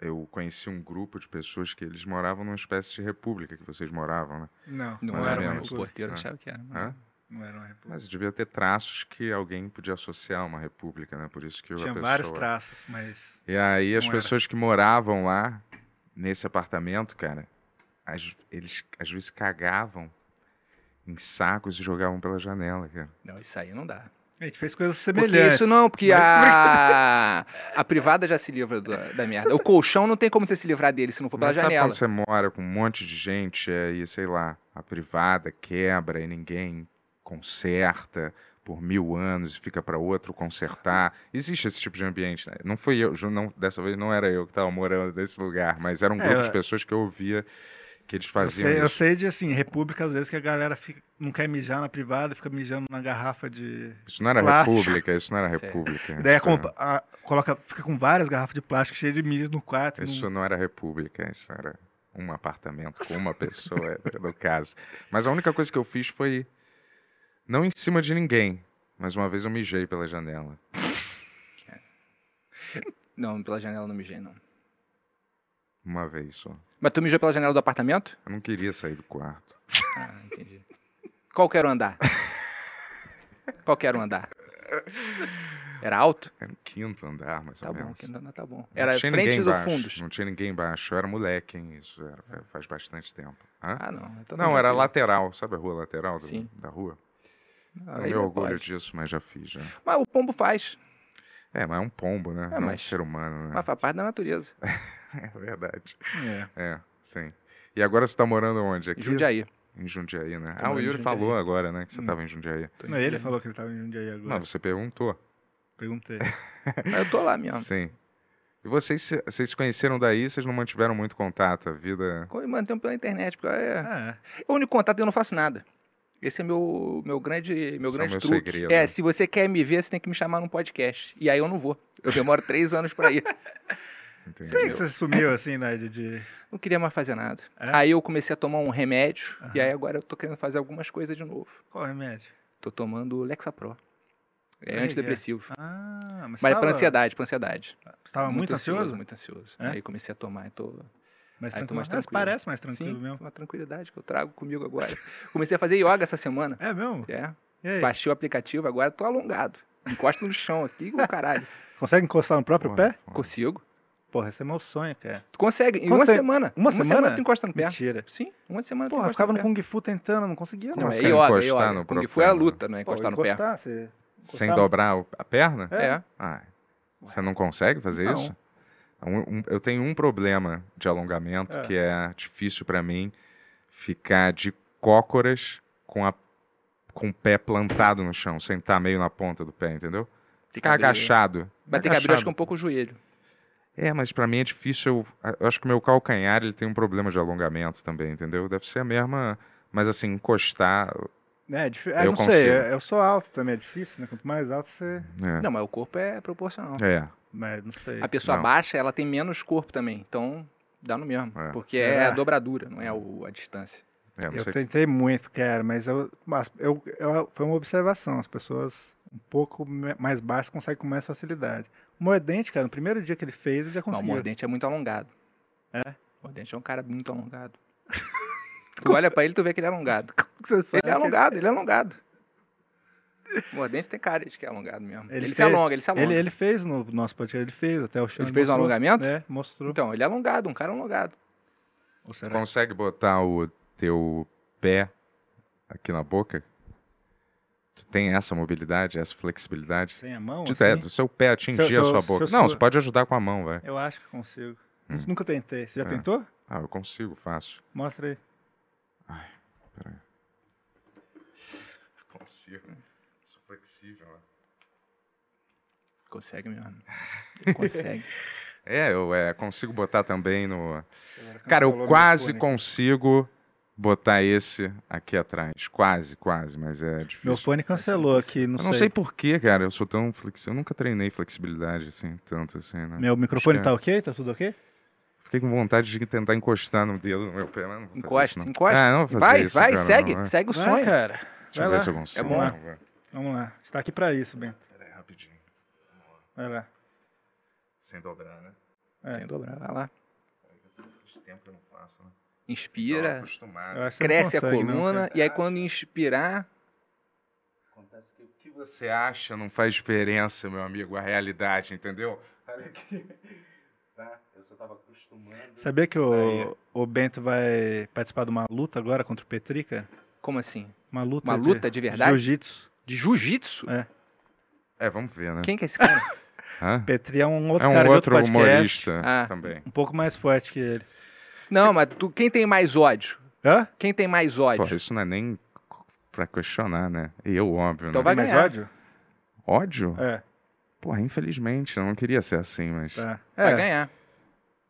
[SPEAKER 5] eu conheci um grupo de pessoas que eles moravam numa espécie de república que vocês moravam, né?
[SPEAKER 3] Não,
[SPEAKER 8] Não
[SPEAKER 5] Mais ou
[SPEAKER 8] era
[SPEAKER 3] uma
[SPEAKER 8] uma-
[SPEAKER 5] menos.
[SPEAKER 8] o
[SPEAKER 3] república.
[SPEAKER 8] porteiro
[SPEAKER 5] É.
[SPEAKER 8] achava que era.
[SPEAKER 3] Uhum.
[SPEAKER 8] mas-
[SPEAKER 5] Hã?
[SPEAKER 3] Não era um uma república.
[SPEAKER 5] Mas devia ter traços que alguém podia associar a uma república, né? Por isso que a
[SPEAKER 3] Tinha
[SPEAKER 5] pessoa...
[SPEAKER 3] vários traços, mas.
[SPEAKER 5] E aí as
[SPEAKER 3] Não era.
[SPEAKER 5] pessoas que moravam lá nesse apartamento, cara, às- eles às vezes cagavam em sacos e jogavam pela janela, cara.
[SPEAKER 8] Não, isso aí não dá.
[SPEAKER 3] A gente fez coisas
[SPEAKER 8] Porque
[SPEAKER 3] semelhantes.
[SPEAKER 8] isso não, porque
[SPEAKER 3] Mas-
[SPEAKER 8] a, a privada já se livra do- da merda. O colchão não tem como você se livrar dele se não for pela
[SPEAKER 5] Mas sabe
[SPEAKER 8] janela.
[SPEAKER 5] quando você mora com um monte de gente é, e, sei lá, a privada quebra e ninguém conserta por mil anos e fica pra outro consertar. Existe esse tipo de ambiente, né? Não fui eu, ju- não, dessa vez não era eu que tava morando nesse lugar, mas era um
[SPEAKER 3] É,
[SPEAKER 5] grupo
[SPEAKER 3] eu-
[SPEAKER 5] de pessoas que eu ouvia que eles
[SPEAKER 3] Eu
[SPEAKER 5] faziam
[SPEAKER 3] sei, eu
[SPEAKER 5] isso.
[SPEAKER 3] sei de assim, república às vezes que a galera fica- não quer mijar na privada, fica mijando na garrafa de.
[SPEAKER 5] Isso não era
[SPEAKER 3] Plástico.
[SPEAKER 5] república, isso não era
[SPEAKER 8] Isso é-
[SPEAKER 5] república.
[SPEAKER 3] Daí a
[SPEAKER 5] isso era-
[SPEAKER 3] compa- a- coloca, fica com várias garrafas de plástico cheias de mídia no quarto. e
[SPEAKER 8] Hum.
[SPEAKER 5] Isso
[SPEAKER 3] não-
[SPEAKER 5] não era república, isso era um apartamento com uma pessoa, no caso. Mas a única coisa que eu fiz foi. Não em cima de ninguém, mas uma vez eu mijei pela janela.
[SPEAKER 8] Não, pela janela eu não mijei, não.
[SPEAKER 5] Uma vez só.
[SPEAKER 8] Mas tu mijou pela janela do apartamento?
[SPEAKER 5] Eu não queria sair do quarto.
[SPEAKER 8] Ah, entendi. Qual que era o andar? Qual que era o andar? Era alto?
[SPEAKER 5] Era no quinto andar, mais
[SPEAKER 8] Tá
[SPEAKER 5] ou
[SPEAKER 8] bom,
[SPEAKER 5] menos.
[SPEAKER 8] que não tá bom.
[SPEAKER 5] Não
[SPEAKER 8] Era
[SPEAKER 5] tinha
[SPEAKER 8] frente
[SPEAKER 5] ninguém
[SPEAKER 8] do
[SPEAKER 5] embaixo,
[SPEAKER 8] fundos.
[SPEAKER 5] Não tinha ninguém embaixo. Eu era moleque, hein? Isso era, fa- faz bastante tempo. Hã?
[SPEAKER 8] Ah, não. então tá
[SPEAKER 5] é? não, era
[SPEAKER 8] tranquilo.
[SPEAKER 5] lateral. Sabe a rua lateral do-
[SPEAKER 8] Sim.
[SPEAKER 5] da rua?
[SPEAKER 8] Ah,
[SPEAKER 5] Eu
[SPEAKER 8] aí
[SPEAKER 5] meu orgulho tipo.
[SPEAKER 8] pode.
[SPEAKER 5] disso, mas já fiz. Já.
[SPEAKER 8] Mas o pombo faz.
[SPEAKER 5] É, mas é um pombo, né?
[SPEAKER 8] É,
[SPEAKER 5] não é um
[SPEAKER 8] mas-
[SPEAKER 5] ser humano, né?
[SPEAKER 8] Mas faz parte da natureza.
[SPEAKER 5] É verdade.
[SPEAKER 3] É.
[SPEAKER 5] É. Sim. E agora você tá morando onde?
[SPEAKER 8] Em
[SPEAKER 5] Aqui?
[SPEAKER 8] Jundiaí.
[SPEAKER 5] Em Jundiaí, né?
[SPEAKER 8] Tô
[SPEAKER 5] ah, o
[SPEAKER 8] morando
[SPEAKER 5] Yuri
[SPEAKER 8] em Jundiaí.
[SPEAKER 5] falou agora, né? Que você
[SPEAKER 3] Hum.
[SPEAKER 5] tava em Jundiaí.
[SPEAKER 8] Tô em
[SPEAKER 3] Não, ele
[SPEAKER 8] Jundiaí.
[SPEAKER 3] falou que ele tava em Jundiaí agora.
[SPEAKER 5] Mas você perguntou.
[SPEAKER 3] Perguntei.
[SPEAKER 8] Mas eu tô lá mesmo.
[SPEAKER 5] Sim. E vocês, se- vocês se conheceram daí, vocês não mantiveram muito contato, a vida...
[SPEAKER 8] Eu mantenho pela internet, porque é...
[SPEAKER 3] Ah, é.
[SPEAKER 8] O único contato é que eu não faço nada. Esse é meu, meu grande, meu
[SPEAKER 5] Esse é
[SPEAKER 8] grande
[SPEAKER 5] o meu
[SPEAKER 8] truque.
[SPEAKER 5] segredo.
[SPEAKER 8] É, se você quer me ver, você tem que me chamar num podcast. E aí eu não vou. Eu demoro três anos pra ir.
[SPEAKER 5] Entendi.
[SPEAKER 3] Por que que você sumiu assim, né? De, de...
[SPEAKER 8] Não queria mais fazer nada.
[SPEAKER 3] É?
[SPEAKER 8] Aí eu comecei a tomar um remédio. E
[SPEAKER 3] Aham.
[SPEAKER 8] aí agora eu tô querendo fazer algumas coisas de novo.
[SPEAKER 3] Qual é remédio?
[SPEAKER 8] Tô tomando Lexapro.
[SPEAKER 3] Aí,
[SPEAKER 8] É
[SPEAKER 3] é.
[SPEAKER 8] antidepressivo.
[SPEAKER 3] Ah, mas,
[SPEAKER 8] Mas
[SPEAKER 3] tava,
[SPEAKER 8] pra ansiedade, pra ansiedade.
[SPEAKER 3] Você tava muito, ansioso?
[SPEAKER 8] Muito ansioso.
[SPEAKER 3] É?
[SPEAKER 8] Aí comecei a tomar e tô...
[SPEAKER 3] Mas,
[SPEAKER 8] Aí
[SPEAKER 3] tranquilo,
[SPEAKER 8] tô mais
[SPEAKER 3] mas
[SPEAKER 8] tranquilo.
[SPEAKER 3] parece mais tranquilo
[SPEAKER 8] Sim,
[SPEAKER 3] mesmo.
[SPEAKER 8] uma tranquilidade que eu trago comigo agora. comecei a fazer yoga essa semana.
[SPEAKER 3] É mesmo?
[SPEAKER 8] É,
[SPEAKER 3] E aí?
[SPEAKER 8] Baixei o aplicativo, agora tô alongado. Encosto no chão aqui, o caralho.
[SPEAKER 3] Consegue encostar no próprio
[SPEAKER 5] Porra,
[SPEAKER 3] pé?
[SPEAKER 5] porra.
[SPEAKER 8] Consigo.
[SPEAKER 3] Porra, esse é meu sonho, cara.
[SPEAKER 8] Tu consegue, em uma
[SPEAKER 3] Consegue.
[SPEAKER 8] semana.
[SPEAKER 3] Uma semana?
[SPEAKER 8] tu encosta no pé.
[SPEAKER 3] Mentira.
[SPEAKER 8] Sim, uma semana
[SPEAKER 3] Porra,
[SPEAKER 8] tu
[SPEAKER 3] eu
[SPEAKER 8] encosta
[SPEAKER 3] ficava
[SPEAKER 8] no
[SPEAKER 3] no
[SPEAKER 8] pé.
[SPEAKER 3] Kung Fu tentando, não conseguia, não.
[SPEAKER 8] Não, é
[SPEAKER 5] Sem
[SPEAKER 8] yoga, é
[SPEAKER 5] encostar
[SPEAKER 8] yoga.
[SPEAKER 5] no
[SPEAKER 8] Kung
[SPEAKER 5] próprio
[SPEAKER 8] Fu é a
[SPEAKER 5] pé, né?
[SPEAKER 8] luta, não é
[SPEAKER 3] Pô,
[SPEAKER 8] encostar no pé.
[SPEAKER 3] encostar, você...
[SPEAKER 5] Sem
[SPEAKER 3] encostava.
[SPEAKER 5] dobrar o- a perna?
[SPEAKER 3] É.
[SPEAKER 8] É.
[SPEAKER 5] Ah, você não consegue fazer
[SPEAKER 8] Não.
[SPEAKER 5] isso? Um- um- eu tenho um problema de alongamento
[SPEAKER 3] É.
[SPEAKER 5] que é difícil pra mim ficar de cócoras com, a, com o pé plantado no chão, sentar meio na ponta do pé, entendeu?
[SPEAKER 8] Tem
[SPEAKER 3] né?
[SPEAKER 8] que
[SPEAKER 5] Ficar
[SPEAKER 8] abrir-
[SPEAKER 5] agachado.
[SPEAKER 8] Vai ter que abrir, acho que
[SPEAKER 5] agachado.
[SPEAKER 8] um pouco o joelho.
[SPEAKER 5] É, mas pra mim é difícil. Eu, eu acho que o meu calcanhar ele tem um problema de alongamento também, entendeu? Deve ser a mesma. Mas assim, encostar.
[SPEAKER 3] É, é difí- ah,
[SPEAKER 5] Eu
[SPEAKER 3] não
[SPEAKER 5] consigo.
[SPEAKER 3] sei, eu, eu sou alto também, é difícil, né? Quanto mais alto você...
[SPEAKER 5] né?
[SPEAKER 8] Não, mas o corpo é proporcional.
[SPEAKER 5] É.
[SPEAKER 3] Mas não sei.
[SPEAKER 8] A pessoa
[SPEAKER 5] Não.
[SPEAKER 8] baixa, ela tem menos corpo também. Então, dá no mesmo.
[SPEAKER 5] É.
[SPEAKER 8] Porque é
[SPEAKER 3] Será?
[SPEAKER 8] a dobradura, não é
[SPEAKER 3] Hum.
[SPEAKER 8] o- a distância.
[SPEAKER 5] é, não
[SPEAKER 3] Eu
[SPEAKER 5] sei se-
[SPEAKER 3] tentei muito, cara, mas eu, mas eu, eu- foi uma observação. As pessoas um pouco me- mais baixas conseguem com mais facilidade. O mordente, cara, no primeiro dia que ele fez, ele já
[SPEAKER 8] Não, o
[SPEAKER 3] conseguiu.
[SPEAKER 8] mordente é muito alongado. É? O mordente é um cara muito alongado. tu olha pra ele, tu vê que ele é alongado.
[SPEAKER 3] Você sabe
[SPEAKER 8] Ele é alongado, ele é alongado. O mordente tem cara de que é alongado mesmo. Ele,
[SPEAKER 3] Ele
[SPEAKER 8] se
[SPEAKER 3] fez-
[SPEAKER 8] alonga, ele se
[SPEAKER 3] que-
[SPEAKER 8] alonga.
[SPEAKER 3] Ele, ele fez no nosso podcast, ele fez até o chão.
[SPEAKER 8] tá Ele fez um
[SPEAKER 3] mostrou,
[SPEAKER 8] alongamento?
[SPEAKER 3] É, mostrou.
[SPEAKER 8] Então, ele é alongado, um cara alongado.
[SPEAKER 3] Ou será que-
[SPEAKER 5] Consegue botar o teu pé aqui na boca? Tu tem essa mobilidade, essa flexibilidade?
[SPEAKER 3] sem a mão?
[SPEAKER 5] De
[SPEAKER 3] assim?
[SPEAKER 5] do seu pé atingir
[SPEAKER 3] Se eu-
[SPEAKER 5] a
[SPEAKER 3] se eu-
[SPEAKER 5] sua
[SPEAKER 3] se
[SPEAKER 5] boca.
[SPEAKER 3] eu um
[SPEAKER 5] Não,
[SPEAKER 3] seguro-
[SPEAKER 5] você pode ajudar com a mão, velho.
[SPEAKER 3] Eu acho que consigo.
[SPEAKER 5] Hum.
[SPEAKER 3] Nunca tentei. Você já
[SPEAKER 5] É.
[SPEAKER 3] tentou?
[SPEAKER 5] Ah, eu consigo, fácil.
[SPEAKER 3] Mostra aí.
[SPEAKER 5] Consigo. Sou flexível, né?
[SPEAKER 8] Consegue mesmo. Ele Consegue.
[SPEAKER 5] É, eu é, consigo botar também no.
[SPEAKER 3] Agora que
[SPEAKER 5] Cara,
[SPEAKER 3] falou
[SPEAKER 5] eu
[SPEAKER 3] meu
[SPEAKER 5] quase
[SPEAKER 3] fone.
[SPEAKER 5] consigo botar esse aqui atrás. Quase, quase, mas é difícil.
[SPEAKER 3] Meu fone cancelou aqui, não,
[SPEAKER 5] eu não sei porquê, cara. Eu sou tão flexível. Eu nunca treinei flexibilidade assim, tanto assim, né?
[SPEAKER 3] Meu microfone
[SPEAKER 5] que é.
[SPEAKER 3] tá ok? Tá tudo ok?
[SPEAKER 5] Fiquei com vontade de tentar encostar no dedo no meu pé, mas não vou fazer
[SPEAKER 8] Encosta,
[SPEAKER 5] isso, não.
[SPEAKER 8] encosta.
[SPEAKER 5] Ah, não vou fazer
[SPEAKER 8] vai,
[SPEAKER 5] isso,
[SPEAKER 8] vai,
[SPEAKER 5] cara,
[SPEAKER 8] segue,
[SPEAKER 5] não, vai.
[SPEAKER 8] segue o
[SPEAKER 3] Vai,
[SPEAKER 8] sonho.
[SPEAKER 3] cara.
[SPEAKER 5] Deixa eu
[SPEAKER 3] Vai
[SPEAKER 5] ver
[SPEAKER 3] lá.
[SPEAKER 5] se eu consigo.
[SPEAKER 3] É bom.
[SPEAKER 5] Não, vai.
[SPEAKER 3] Vamos lá. A gente tá aqui pra isso, Bento.
[SPEAKER 5] Pera aí, rapidinho.
[SPEAKER 3] Vai lá.
[SPEAKER 5] Sem dobrar, né?
[SPEAKER 3] É.
[SPEAKER 8] Sem dobrar, vai lá.
[SPEAKER 5] Faz tempo que eu não faço, né? Tava
[SPEAKER 8] Inspira,
[SPEAKER 5] acostumado.
[SPEAKER 3] Eu acho que você não
[SPEAKER 8] cresce a
[SPEAKER 3] consegue, não,
[SPEAKER 8] coluna,
[SPEAKER 3] cara.
[SPEAKER 8] e aí quando inspirar,
[SPEAKER 5] Acontece que o que você acha não faz diferença, meu amigo, a realidade, entendeu? Olha aqui. Tá? Eu só tava acostumando.
[SPEAKER 3] Sabia que
[SPEAKER 5] Aí.
[SPEAKER 3] o, o Bento vai participar de uma luta agora contra o Petri, cara?
[SPEAKER 8] como assim?
[SPEAKER 3] Uma luta.
[SPEAKER 8] Uma
[SPEAKER 3] de
[SPEAKER 8] luta de verdade?
[SPEAKER 3] Jiu-jitsu.
[SPEAKER 8] De jiu-jitsu?
[SPEAKER 5] É, vamos ver, né?
[SPEAKER 8] Quem que é esse cara?
[SPEAKER 5] Hã?
[SPEAKER 3] Petri é um outro
[SPEAKER 5] É
[SPEAKER 3] cara
[SPEAKER 5] um
[SPEAKER 3] de outro
[SPEAKER 5] outro
[SPEAKER 3] podcast.
[SPEAKER 5] humorista
[SPEAKER 8] Ah.
[SPEAKER 5] também.
[SPEAKER 3] Um pouco mais forte que ele.
[SPEAKER 8] Não, mas tu, quem tem mais ódio?
[SPEAKER 3] Hã?
[SPEAKER 8] Quem tem mais ódio?
[SPEAKER 5] Porra, isso não é nem pra questionar, né? Eu, óbvio,
[SPEAKER 8] Então
[SPEAKER 5] né?
[SPEAKER 8] vai
[SPEAKER 3] Tem mais
[SPEAKER 8] ganhar.
[SPEAKER 3] ódio?
[SPEAKER 5] Ódio?
[SPEAKER 3] É,
[SPEAKER 5] Porra, infelizmente, eu não queria ser assim, mas...
[SPEAKER 3] tá.
[SPEAKER 8] Vai
[SPEAKER 3] É,
[SPEAKER 8] ganhar.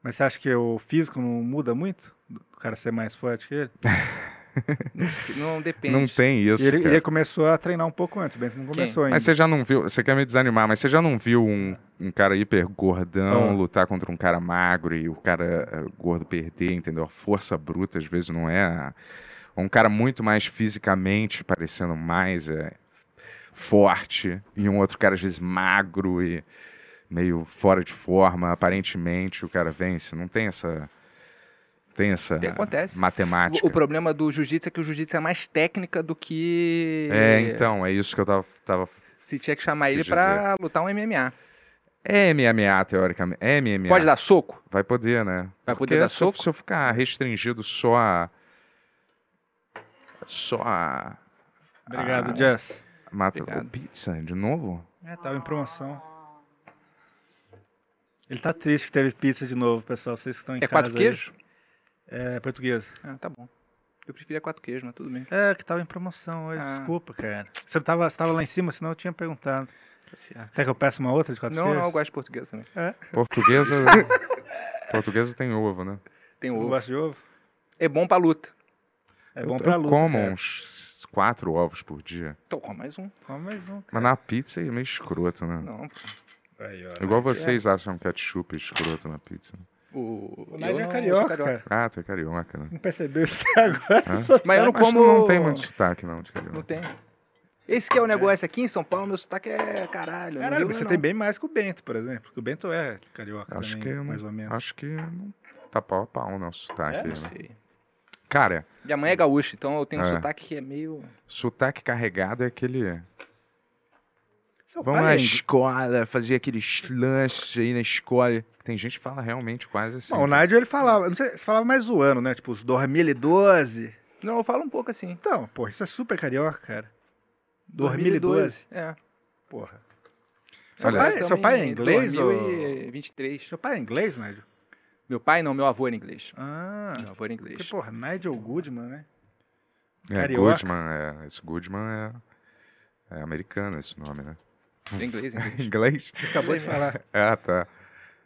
[SPEAKER 3] mas você acha que o físico não muda muito? O cara ser mais forte que ele?
[SPEAKER 8] Não, se- não depende.
[SPEAKER 5] Não tem isso,
[SPEAKER 3] E ele,
[SPEAKER 5] cara.
[SPEAKER 3] ele começou a treinar um pouco antes, o Bento não começou ainda.
[SPEAKER 5] Mas você já não viu, você quer me desanimar, mas você já não viu um, um cara hiper gordão
[SPEAKER 3] Ah.
[SPEAKER 5] lutar contra um cara magro e o cara eh, gordo perder, entendeu? A força bruta às vezes não é. a- Um cara muito mais fisicamente parecendo mais eh, forte e um outro cara às vezes magro e meio fora de forma, aparentemente o cara vence. Não tem essa. Tem essa
[SPEAKER 8] Tem- acontece.
[SPEAKER 5] matemática.
[SPEAKER 8] O, o problema do jiu-jitsu é que o jiu-jitsu é mais técnica do que.
[SPEAKER 5] É, então, é isso que eu tava, tava
[SPEAKER 8] Se tinha que chamar ele
[SPEAKER 5] Quis
[SPEAKER 8] pra lutar um MMA.
[SPEAKER 5] É MMA, teoricamente. É MMA.
[SPEAKER 8] Pode dar soco?
[SPEAKER 5] Vai poder, né?
[SPEAKER 8] Vai
[SPEAKER 5] Porque
[SPEAKER 8] poder dar
[SPEAKER 5] se eu,
[SPEAKER 8] soco?
[SPEAKER 5] se eu ficar restringido só a. Só a.
[SPEAKER 3] Obrigado,
[SPEAKER 5] Ah.
[SPEAKER 3] Jess.
[SPEAKER 5] Mata
[SPEAKER 8] Obrigado.
[SPEAKER 5] o pizza de novo?
[SPEAKER 3] É, tava em promoção. Ele tá triste que teve pizza de novo, pessoal. Vocês que estão em
[SPEAKER 8] É
[SPEAKER 3] casa.
[SPEAKER 8] quatro
[SPEAKER 3] aí.
[SPEAKER 8] queijos?
[SPEAKER 3] É, portuguesa.
[SPEAKER 8] Ah, tá bom. Eu preferia quatro queijos, mas tudo bem.
[SPEAKER 3] É, que tava em promoção hoje.
[SPEAKER 8] Ah.
[SPEAKER 3] Desculpa, cara. Você tava, você tava lá em cima, senão eu tinha perguntado.
[SPEAKER 8] Tá certo.
[SPEAKER 3] Quer que eu peça uma outra de quatro
[SPEAKER 8] Não, não, eu
[SPEAKER 3] queijos?
[SPEAKER 8] gosto de português também.
[SPEAKER 5] Portuguesa. Portuguesa tem ovo, né?
[SPEAKER 8] Tem
[SPEAKER 3] Eu
[SPEAKER 8] ovo.
[SPEAKER 3] gosto de ovo.
[SPEAKER 8] É bom pra luta.
[SPEAKER 3] É bom
[SPEAKER 5] eu,
[SPEAKER 3] pra
[SPEAKER 5] eu
[SPEAKER 3] luta.
[SPEAKER 5] como um.
[SPEAKER 3] cara.
[SPEAKER 5] uns quatro ovos por dia.
[SPEAKER 8] Então, com mais um.
[SPEAKER 3] Come mais um.
[SPEAKER 5] Mas na pizza é meio escroto, né?
[SPEAKER 8] Não, é
[SPEAKER 3] Aí, ó.
[SPEAKER 5] Igual vocês acham é ketchup escroto na pizza.
[SPEAKER 8] o...
[SPEAKER 3] O
[SPEAKER 8] eu
[SPEAKER 3] Nádio é
[SPEAKER 8] não sou
[SPEAKER 3] carioca, cara.
[SPEAKER 5] Ah, tu é carioca, né?
[SPEAKER 3] Não percebeu isso até agora.
[SPEAKER 5] Hã?
[SPEAKER 3] Só-
[SPEAKER 8] Mas eu não
[SPEAKER 5] Mas tu
[SPEAKER 8] como...
[SPEAKER 5] não tem muito sotaque, não, de carioca.
[SPEAKER 8] Não tem. Esse que é o negócio aqui em São Paulo, meu sotaque é caralho. no
[SPEAKER 3] Caralho,
[SPEAKER 8] Rio
[SPEAKER 3] você
[SPEAKER 8] não.
[SPEAKER 3] tem bem mais que o Bento, por exemplo. Porque o Bento é carioca
[SPEAKER 5] Acho
[SPEAKER 3] também,
[SPEAKER 5] que eu não-
[SPEAKER 3] mais ou menos.
[SPEAKER 5] Acho que não tá pau a pau, não, sotaque.
[SPEAKER 3] É?
[SPEAKER 5] né?
[SPEAKER 8] Não sei.
[SPEAKER 5] Cara,
[SPEAKER 8] Minha mãe é gaúcha, então eu tenho um
[SPEAKER 5] É.
[SPEAKER 8] sotaque que é meio...
[SPEAKER 5] sotaque carregado é aquele.
[SPEAKER 3] Seu
[SPEAKER 5] Vamos
[SPEAKER 3] pai
[SPEAKER 5] na
[SPEAKER 3] é inglês.
[SPEAKER 5] escola, fazer aqueles lanches aí na escola. Tem gente que fala realmente quase assim.
[SPEAKER 3] Bom, o Nádio, ele falava, não sei, você falava mais zoando, né? Tipo, os 2012.
[SPEAKER 8] Não, eu falo um pouco assim.
[SPEAKER 3] Então, pô, isso é super carioca, cara. 2012.
[SPEAKER 8] 2012. É.
[SPEAKER 3] Porra. Seu,
[SPEAKER 5] Olha,
[SPEAKER 3] pai, seu pai é inglês ou...
[SPEAKER 8] 2023.
[SPEAKER 3] Seu pai é inglês, Nádio?
[SPEAKER 8] Meu pai não, meu avô era inglês.
[SPEAKER 3] Ah,
[SPEAKER 8] Meu avô era
[SPEAKER 3] porque,
[SPEAKER 8] inglês.
[SPEAKER 3] porra, Nigel Goodman, né?
[SPEAKER 5] É,
[SPEAKER 3] Carioca.
[SPEAKER 5] Goodman, é, esse Goodman é, é americano esse nome, né?
[SPEAKER 8] Inglês, inglês.
[SPEAKER 5] Inglês?
[SPEAKER 3] Acabou de falar.
[SPEAKER 5] Ah, tá.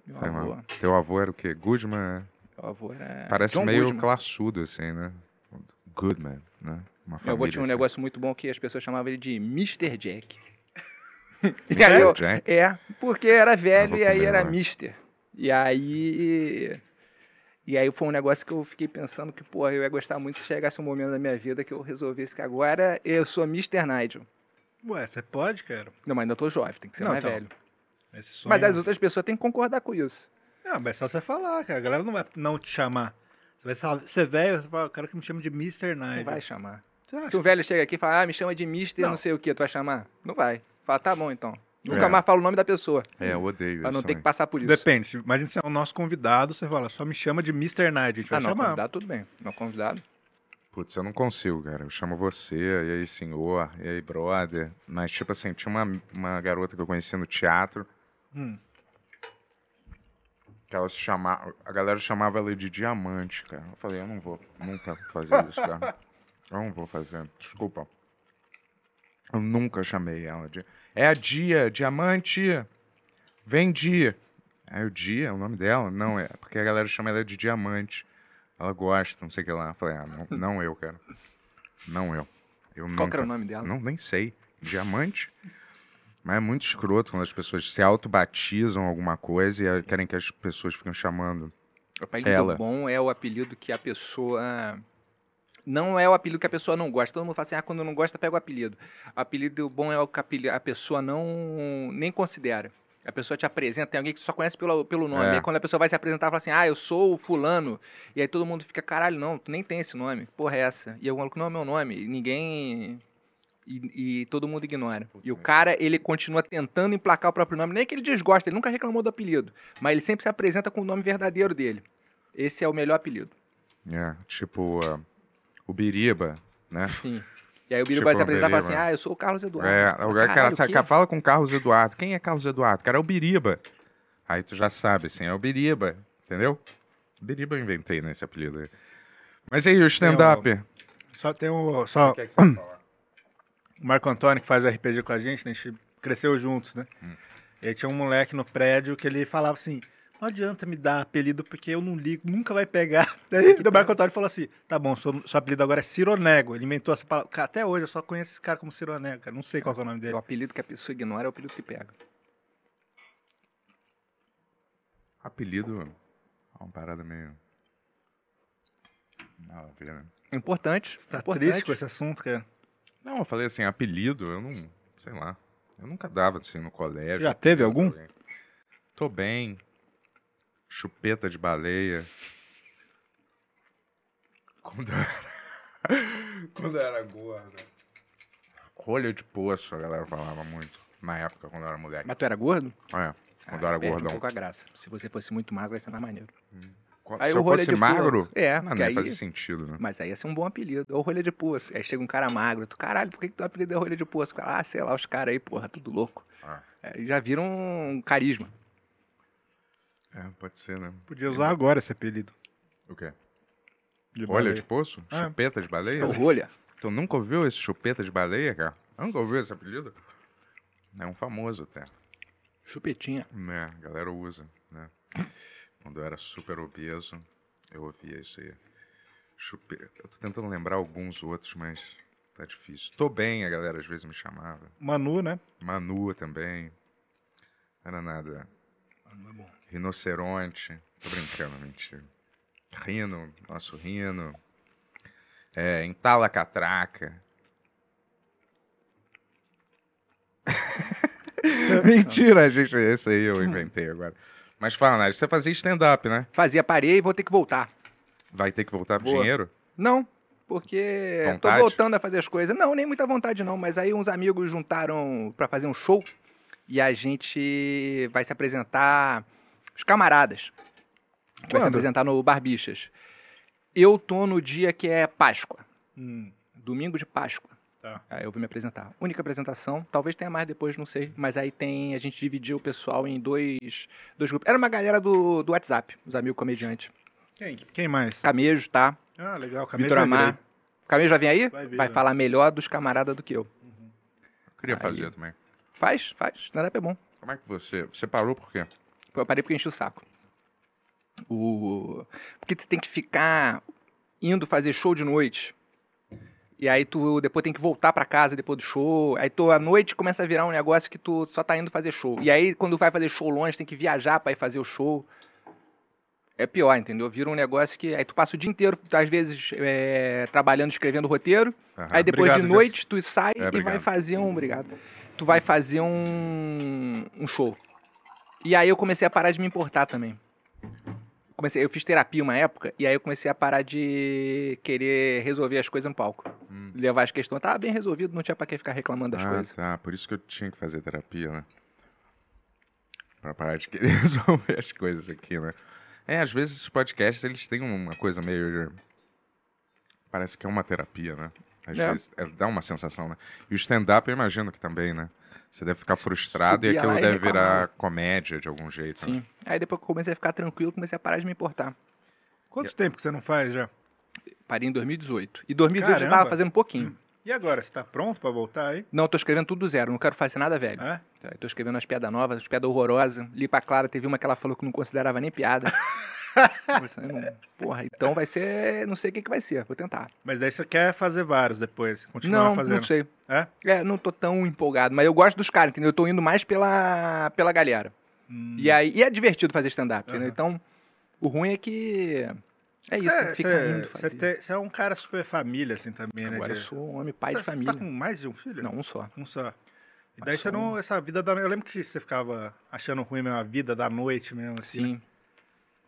[SPEAKER 8] Meu
[SPEAKER 5] Foi
[SPEAKER 8] avô.
[SPEAKER 5] mal. Teu avô era o quê? Goodman? né?
[SPEAKER 8] Meu avô era.
[SPEAKER 5] Parece
[SPEAKER 8] É, John
[SPEAKER 5] meio
[SPEAKER 8] Goodman.
[SPEAKER 5] classudo, assim, né? Goodman, né? Uma
[SPEAKER 8] Meu avô tinha um
[SPEAKER 5] assim.
[SPEAKER 8] negócio muito bom que as pessoas chamavam ele de Mr. Jack. e aí eu,
[SPEAKER 5] Mr. Jack.
[SPEAKER 8] é, porque era velho
[SPEAKER 5] Eu vou
[SPEAKER 8] e aí
[SPEAKER 5] comer
[SPEAKER 8] era
[SPEAKER 5] agora.
[SPEAKER 8] Mr. E aí. E aí foi um negócio que eu fiquei pensando que, porra, eu ia gostar muito se chegasse um momento da minha vida que eu resolvesse que agora eu sou Mr. Nigel.
[SPEAKER 3] Ué, você pode, cara.
[SPEAKER 8] Não, mas ainda tô jovem, tem que ser
[SPEAKER 3] Não,
[SPEAKER 8] mais
[SPEAKER 3] então,
[SPEAKER 8] velho.
[SPEAKER 3] Esse sonho...
[SPEAKER 8] Mas as outras pessoas têm que concordar com isso.
[SPEAKER 3] Não, mas é só você falar, cara. A galera não vai não te chamar. Você vai sa- ser velho, você fala, eu quero que me chame de Mr.
[SPEAKER 8] Não
[SPEAKER 3] Nigel.
[SPEAKER 8] vai chamar.
[SPEAKER 3] Você acha?
[SPEAKER 8] Se um velho chega aqui e fala, ah, me chama de Mister, não.
[SPEAKER 3] Não.
[SPEAKER 8] sei o que, tu vai chamar? Não vai. Fala, tá bom então. Nunca
[SPEAKER 5] É.
[SPEAKER 8] mais fala o nome da pessoa,
[SPEAKER 5] É, eu odeio
[SPEAKER 8] pra
[SPEAKER 5] isso.
[SPEAKER 8] não ter que
[SPEAKER 5] né?
[SPEAKER 8] passar por isso.
[SPEAKER 3] Depende. se- Imagina se é o nosso convidado, você fala, só me chama de Mr. Nigel. A gente vai
[SPEAKER 8] Ah, não,
[SPEAKER 3] chamar.
[SPEAKER 8] convidado, tudo bem. Não convidado.
[SPEAKER 5] Putz, eu não consigo, cara. Eu chamo você, e aí senhor, e aí brother. Mas, tipo assim, tinha uma, uma garota que eu conheci no teatro,
[SPEAKER 3] Hum.
[SPEAKER 5] que ela se chamava... A galera chamava ela de diamante, cara. Eu falei, eu não vou nunca fazer isso, cara. Eu não vou fazer. Desculpa. Eu nunca chamei ela de... É a Dia, diamante! Vem, Dia! Aí o Dia, é o nome dela? Não, é porque a galera chama ela de diamante. Ela gosta, não sei o que lá. Eu falei, ah, não, não eu, cara. Não eu. Eu
[SPEAKER 8] Qual que
[SPEAKER 5] nunca.
[SPEAKER 8] era o nome dela?
[SPEAKER 5] Ah, Não, nem sei. Diamante? Mas é muito escroto quando as pessoas se autobatizam alguma coisa e eh, querem que as pessoas fiquem chamando.
[SPEAKER 8] O apelido
[SPEAKER 5] Ela.
[SPEAKER 8] bom é o apelido que a pessoa. Não é o apelido que a pessoa não gosta. Todo mundo fala assim, ah, quando não gosta, pega o apelido. O apelido bom é o que a apeli- a pessoa não nem considera. A pessoa te apresenta, tem alguém que só conhece pelo, pelo nome.
[SPEAKER 5] É.
[SPEAKER 8] Aí quando a pessoa vai se apresentar, fala assim, ah, eu sou o fulano. E aí todo mundo fica, caralho, não, tu nem tem esse nome. que Porra, é essa. E eu falo, não é meu nome. E ninguém... E, e todo mundo ignora. E o cara, ele continua tentando emplacar o próprio nome. Nem é que ele desgosta, ele nunca reclamou do apelido. Mas ele sempre se apresenta com o nome verdadeiro dele. Esse é o melhor apelido.
[SPEAKER 5] É, tipo, ah, o Biriba, né?
[SPEAKER 8] Sim. E aí o Biriba vai
[SPEAKER 5] Tipo,
[SPEAKER 8] se apresentar e fala assim,
[SPEAKER 5] beleza.
[SPEAKER 8] ah, eu sou o Carlos Eduardo.
[SPEAKER 5] É,
[SPEAKER 8] Fala,
[SPEAKER 5] o cara,
[SPEAKER 8] "Caralho, o
[SPEAKER 5] sa-
[SPEAKER 8] quê?"
[SPEAKER 5] cara fala com Carlos Eduardo. Quem é Carlos Eduardo? Cara, é o Biriba. Aí tu já sabe, assim, é o Biriba, entendeu? Biriba eu inventei nesse apelido aí. Mas e aí, o stand-up? Tá.
[SPEAKER 3] Só tem o. Só
[SPEAKER 5] um- que é que você fala?
[SPEAKER 3] o Marco Antônio que faz o RPG com a gente, né? A gente cresceu juntos, né? E aí tinha um moleque no prédio que ele falava assim: não adianta me dar apelido porque eu não ligo, nunca vai pegar. Daí o Marco Antônio falou assim: tá bom, seu, seu apelido agora é Cironego. Ele inventou essa palavra. Cara, até hoje eu só conheço esse cara como Cironego, cara. Não sei qual que é o nome
[SPEAKER 8] O
[SPEAKER 3] dele.
[SPEAKER 8] apelido que a pessoa ignora é o apelido que pega.
[SPEAKER 5] Apelido é uma parada meio... Não, né?
[SPEAKER 8] É Importante.
[SPEAKER 3] Tá
[SPEAKER 8] importante.
[SPEAKER 3] triste com esse assunto, cara.
[SPEAKER 5] Não, eu falei assim, apelido, eu não. Sei lá. Eu nunca dava assim no colégio.
[SPEAKER 3] Já teve
[SPEAKER 5] apelido
[SPEAKER 3] algum?
[SPEAKER 5] pra alguém. Tô bem. Chupeta de baleia. Quando eu era. quando eu era gorda. Rolha de poço, a galera falava muito. Na época, quando eu era moleque.
[SPEAKER 8] Mas tu era gordo?
[SPEAKER 5] É, quando eu
[SPEAKER 8] Ah,
[SPEAKER 5] era
[SPEAKER 8] perde
[SPEAKER 5] gordão.
[SPEAKER 8] Um pouco a graça. Se você fosse muito magro, ia ser mais maneiro.
[SPEAKER 5] Co-
[SPEAKER 8] Aí
[SPEAKER 5] Se
[SPEAKER 8] o
[SPEAKER 5] eu
[SPEAKER 8] rolê
[SPEAKER 5] fosse
[SPEAKER 8] de porco.
[SPEAKER 5] magro,
[SPEAKER 8] É,
[SPEAKER 5] não,
[SPEAKER 8] porque
[SPEAKER 5] não
[SPEAKER 8] aí-
[SPEAKER 5] ia fazer sentido, né?
[SPEAKER 8] Mas aí ia ser um bom apelido. Ou rolha de poço. Aí chega um cara magro. Tu, caralho, por que, que tu apelido é rolha de poço? Cara, ah, sei lá, os caras aí, porra, tudo louco.
[SPEAKER 5] Ah.
[SPEAKER 8] É, já viram um carisma.
[SPEAKER 5] É, pode ser, né?
[SPEAKER 3] Podia usar agora esse apelido.
[SPEAKER 5] O quê?
[SPEAKER 9] De
[SPEAKER 5] Olha de
[SPEAKER 3] tipo-
[SPEAKER 9] baleia.
[SPEAKER 5] poço?
[SPEAKER 9] É.
[SPEAKER 8] Ah.
[SPEAKER 5] Chupeta de baleia?
[SPEAKER 8] Rolha.
[SPEAKER 5] Tu nunca ouviu esse chupeta de baleia, cara? Nunca ouviu esse apelido? É um famoso até.
[SPEAKER 8] Chupetinha.
[SPEAKER 5] Né, a galera usa, né? Quando eu era super obeso, eu ouvia isso aí. Chupe... Eu tô tentando lembrar alguns outros, mas tá difícil. Tô bem, a galera às vezes me chamava.
[SPEAKER 9] Manu, né?
[SPEAKER 5] Manu também. Não era nada.
[SPEAKER 3] Manu é bom.
[SPEAKER 5] Rinoceronte. Tô brincando, mentira. Rino, nosso rino. É, entala catraca. mentira, gente. Esse aí eu inventei agora. Mas fala, Nádia, você fazia stand-up, né?
[SPEAKER 8] Fazia, parei e vou ter que voltar.
[SPEAKER 5] Vai ter que voltar pro
[SPEAKER 8] Boa.
[SPEAKER 5] dinheiro?
[SPEAKER 8] Não, porque
[SPEAKER 5] Vontade?
[SPEAKER 8] tô voltando a fazer as coisas. Não, nem muita vontade não, mas aí uns amigos juntaram pra fazer um show e a gente vai se apresentar os camaradas. Vai se
[SPEAKER 5] Quando?
[SPEAKER 8] apresentar no Barbichas. Eu tô no dia que é Páscoa,
[SPEAKER 9] Hum,
[SPEAKER 8] domingo de Páscoa.
[SPEAKER 9] Tá.
[SPEAKER 8] Aí eu vou me apresentar. Única apresentação, talvez tenha mais depois, não sei. Mas aí tem. A gente dividiu o pessoal em dois, dois grupos. Era uma galera do, do WhatsApp, os amigos comediantes.
[SPEAKER 9] Quem, quem mais?
[SPEAKER 8] Camejo, tá?
[SPEAKER 9] Ah, legal. Camisa
[SPEAKER 8] Vitor Amar. Caminho já vem aí?
[SPEAKER 9] Vai
[SPEAKER 8] Vai,
[SPEAKER 9] vir, né?
[SPEAKER 8] falar melhor dos camaradas do que eu.
[SPEAKER 5] Eu queria
[SPEAKER 8] Aí.
[SPEAKER 5] fazer também.
[SPEAKER 8] Faz, faz. Stand-up é bom.
[SPEAKER 5] Como é que você. Você parou por quê?
[SPEAKER 8] Eu parei porque enchi o saco. O... Porque tu tem que ficar indo fazer show de noite. E aí tu depois tem que voltar pra casa depois do show. Aí tu à noite começa a virar um negócio que tu só tá indo fazer show. E aí quando vai fazer show longe, tem que viajar pra ir fazer o show. É pior, entendeu? Vira um negócio que aí tu passa o dia inteiro, às vezes, é, trabalhando, escrevendo roteiro.
[SPEAKER 5] Aham.
[SPEAKER 8] Aí depois
[SPEAKER 9] Obrigado,
[SPEAKER 8] de
[SPEAKER 9] Jeff.
[SPEAKER 8] noite tu sai
[SPEAKER 5] Ah, É,
[SPEAKER 8] e
[SPEAKER 5] obrigado.
[SPEAKER 8] vai fazer um. Obrigado. Tu vai fazer um. um show. E aí eu comecei a parar de me importar também. Comecei, eu fiz terapia uma época, e aí eu comecei a parar de querer resolver as coisas no palco.
[SPEAKER 5] Hum.
[SPEAKER 8] Levar as questões. Tava bem resolvido, não tinha pra que ficar reclamando das
[SPEAKER 5] ah,
[SPEAKER 8] coisas.
[SPEAKER 5] tá. Por isso que eu tinha que fazer terapia, né? Pra parar de querer resolver as coisas aqui, né? É, às vezes os podcasts, eles têm uma coisa meio... de- Parece que é uma terapia, né? Às
[SPEAKER 8] É.
[SPEAKER 5] vezes é, dá uma sensação, né? E o stand-up, eu imagino que também, né? Você deve ficar frustrado e
[SPEAKER 8] Subia
[SPEAKER 5] aquilo
[SPEAKER 8] lá e
[SPEAKER 5] deve virar
[SPEAKER 8] reclamava.
[SPEAKER 5] comédia de algum jeito, né?
[SPEAKER 8] Sim. Aí depois que eu comecei a ficar tranquilo, comecei a parar de me importar.
[SPEAKER 9] Quanto tempo que você não faz já?
[SPEAKER 8] Parei em 2018. E 2018 eu já
[SPEAKER 9] Caramba.
[SPEAKER 8] tava fazendo um
[SPEAKER 5] Hum.
[SPEAKER 8] pouquinho.
[SPEAKER 9] E agora, você tá pronto pra voltar aí?
[SPEAKER 8] Não, eu tô escrevendo tudo do zero, não quero fazer nada velho.
[SPEAKER 9] É?
[SPEAKER 8] Tá, eu tô escrevendo umas piadas novas, umas piadas horrorosas. Li pra Clara, teve uma que ela falou que não considerava nem piada. Puta, eu não- Porra, então vai ser. Não sei o que, que vai ser, vou tentar.
[SPEAKER 9] Mas daí você quer fazer vários depois, continuar
[SPEAKER 8] não,
[SPEAKER 9] fazendo.
[SPEAKER 8] não sei.
[SPEAKER 9] É?
[SPEAKER 8] É, não tô tão empolgado, mas eu gosto dos caras, entendeu? Eu tô indo mais pela, pela galera.
[SPEAKER 9] Hum.
[SPEAKER 8] E, aí, e é divertido fazer stand-up, entendeu?
[SPEAKER 9] Aham.
[SPEAKER 8] Então, o ruim é que. É isso,
[SPEAKER 9] Você-
[SPEAKER 8] né? fica
[SPEAKER 9] você-
[SPEAKER 8] indo
[SPEAKER 9] você
[SPEAKER 8] fazer.
[SPEAKER 9] tem- você é um cara super família, assim, também, né?
[SPEAKER 8] Agora eu
[SPEAKER 9] de-
[SPEAKER 8] sou um homem pai
[SPEAKER 9] Você-
[SPEAKER 8] de família.
[SPEAKER 9] Você tá com mais de um filho?
[SPEAKER 8] Não, um só.
[SPEAKER 9] Um só. E
[SPEAKER 8] Mas um.
[SPEAKER 9] daí você
[SPEAKER 8] só
[SPEAKER 9] não. Essa vida da. Eu lembro que você ficava achando ruim mesmo a vida da noite mesmo, assim. né?
[SPEAKER 8] Sim.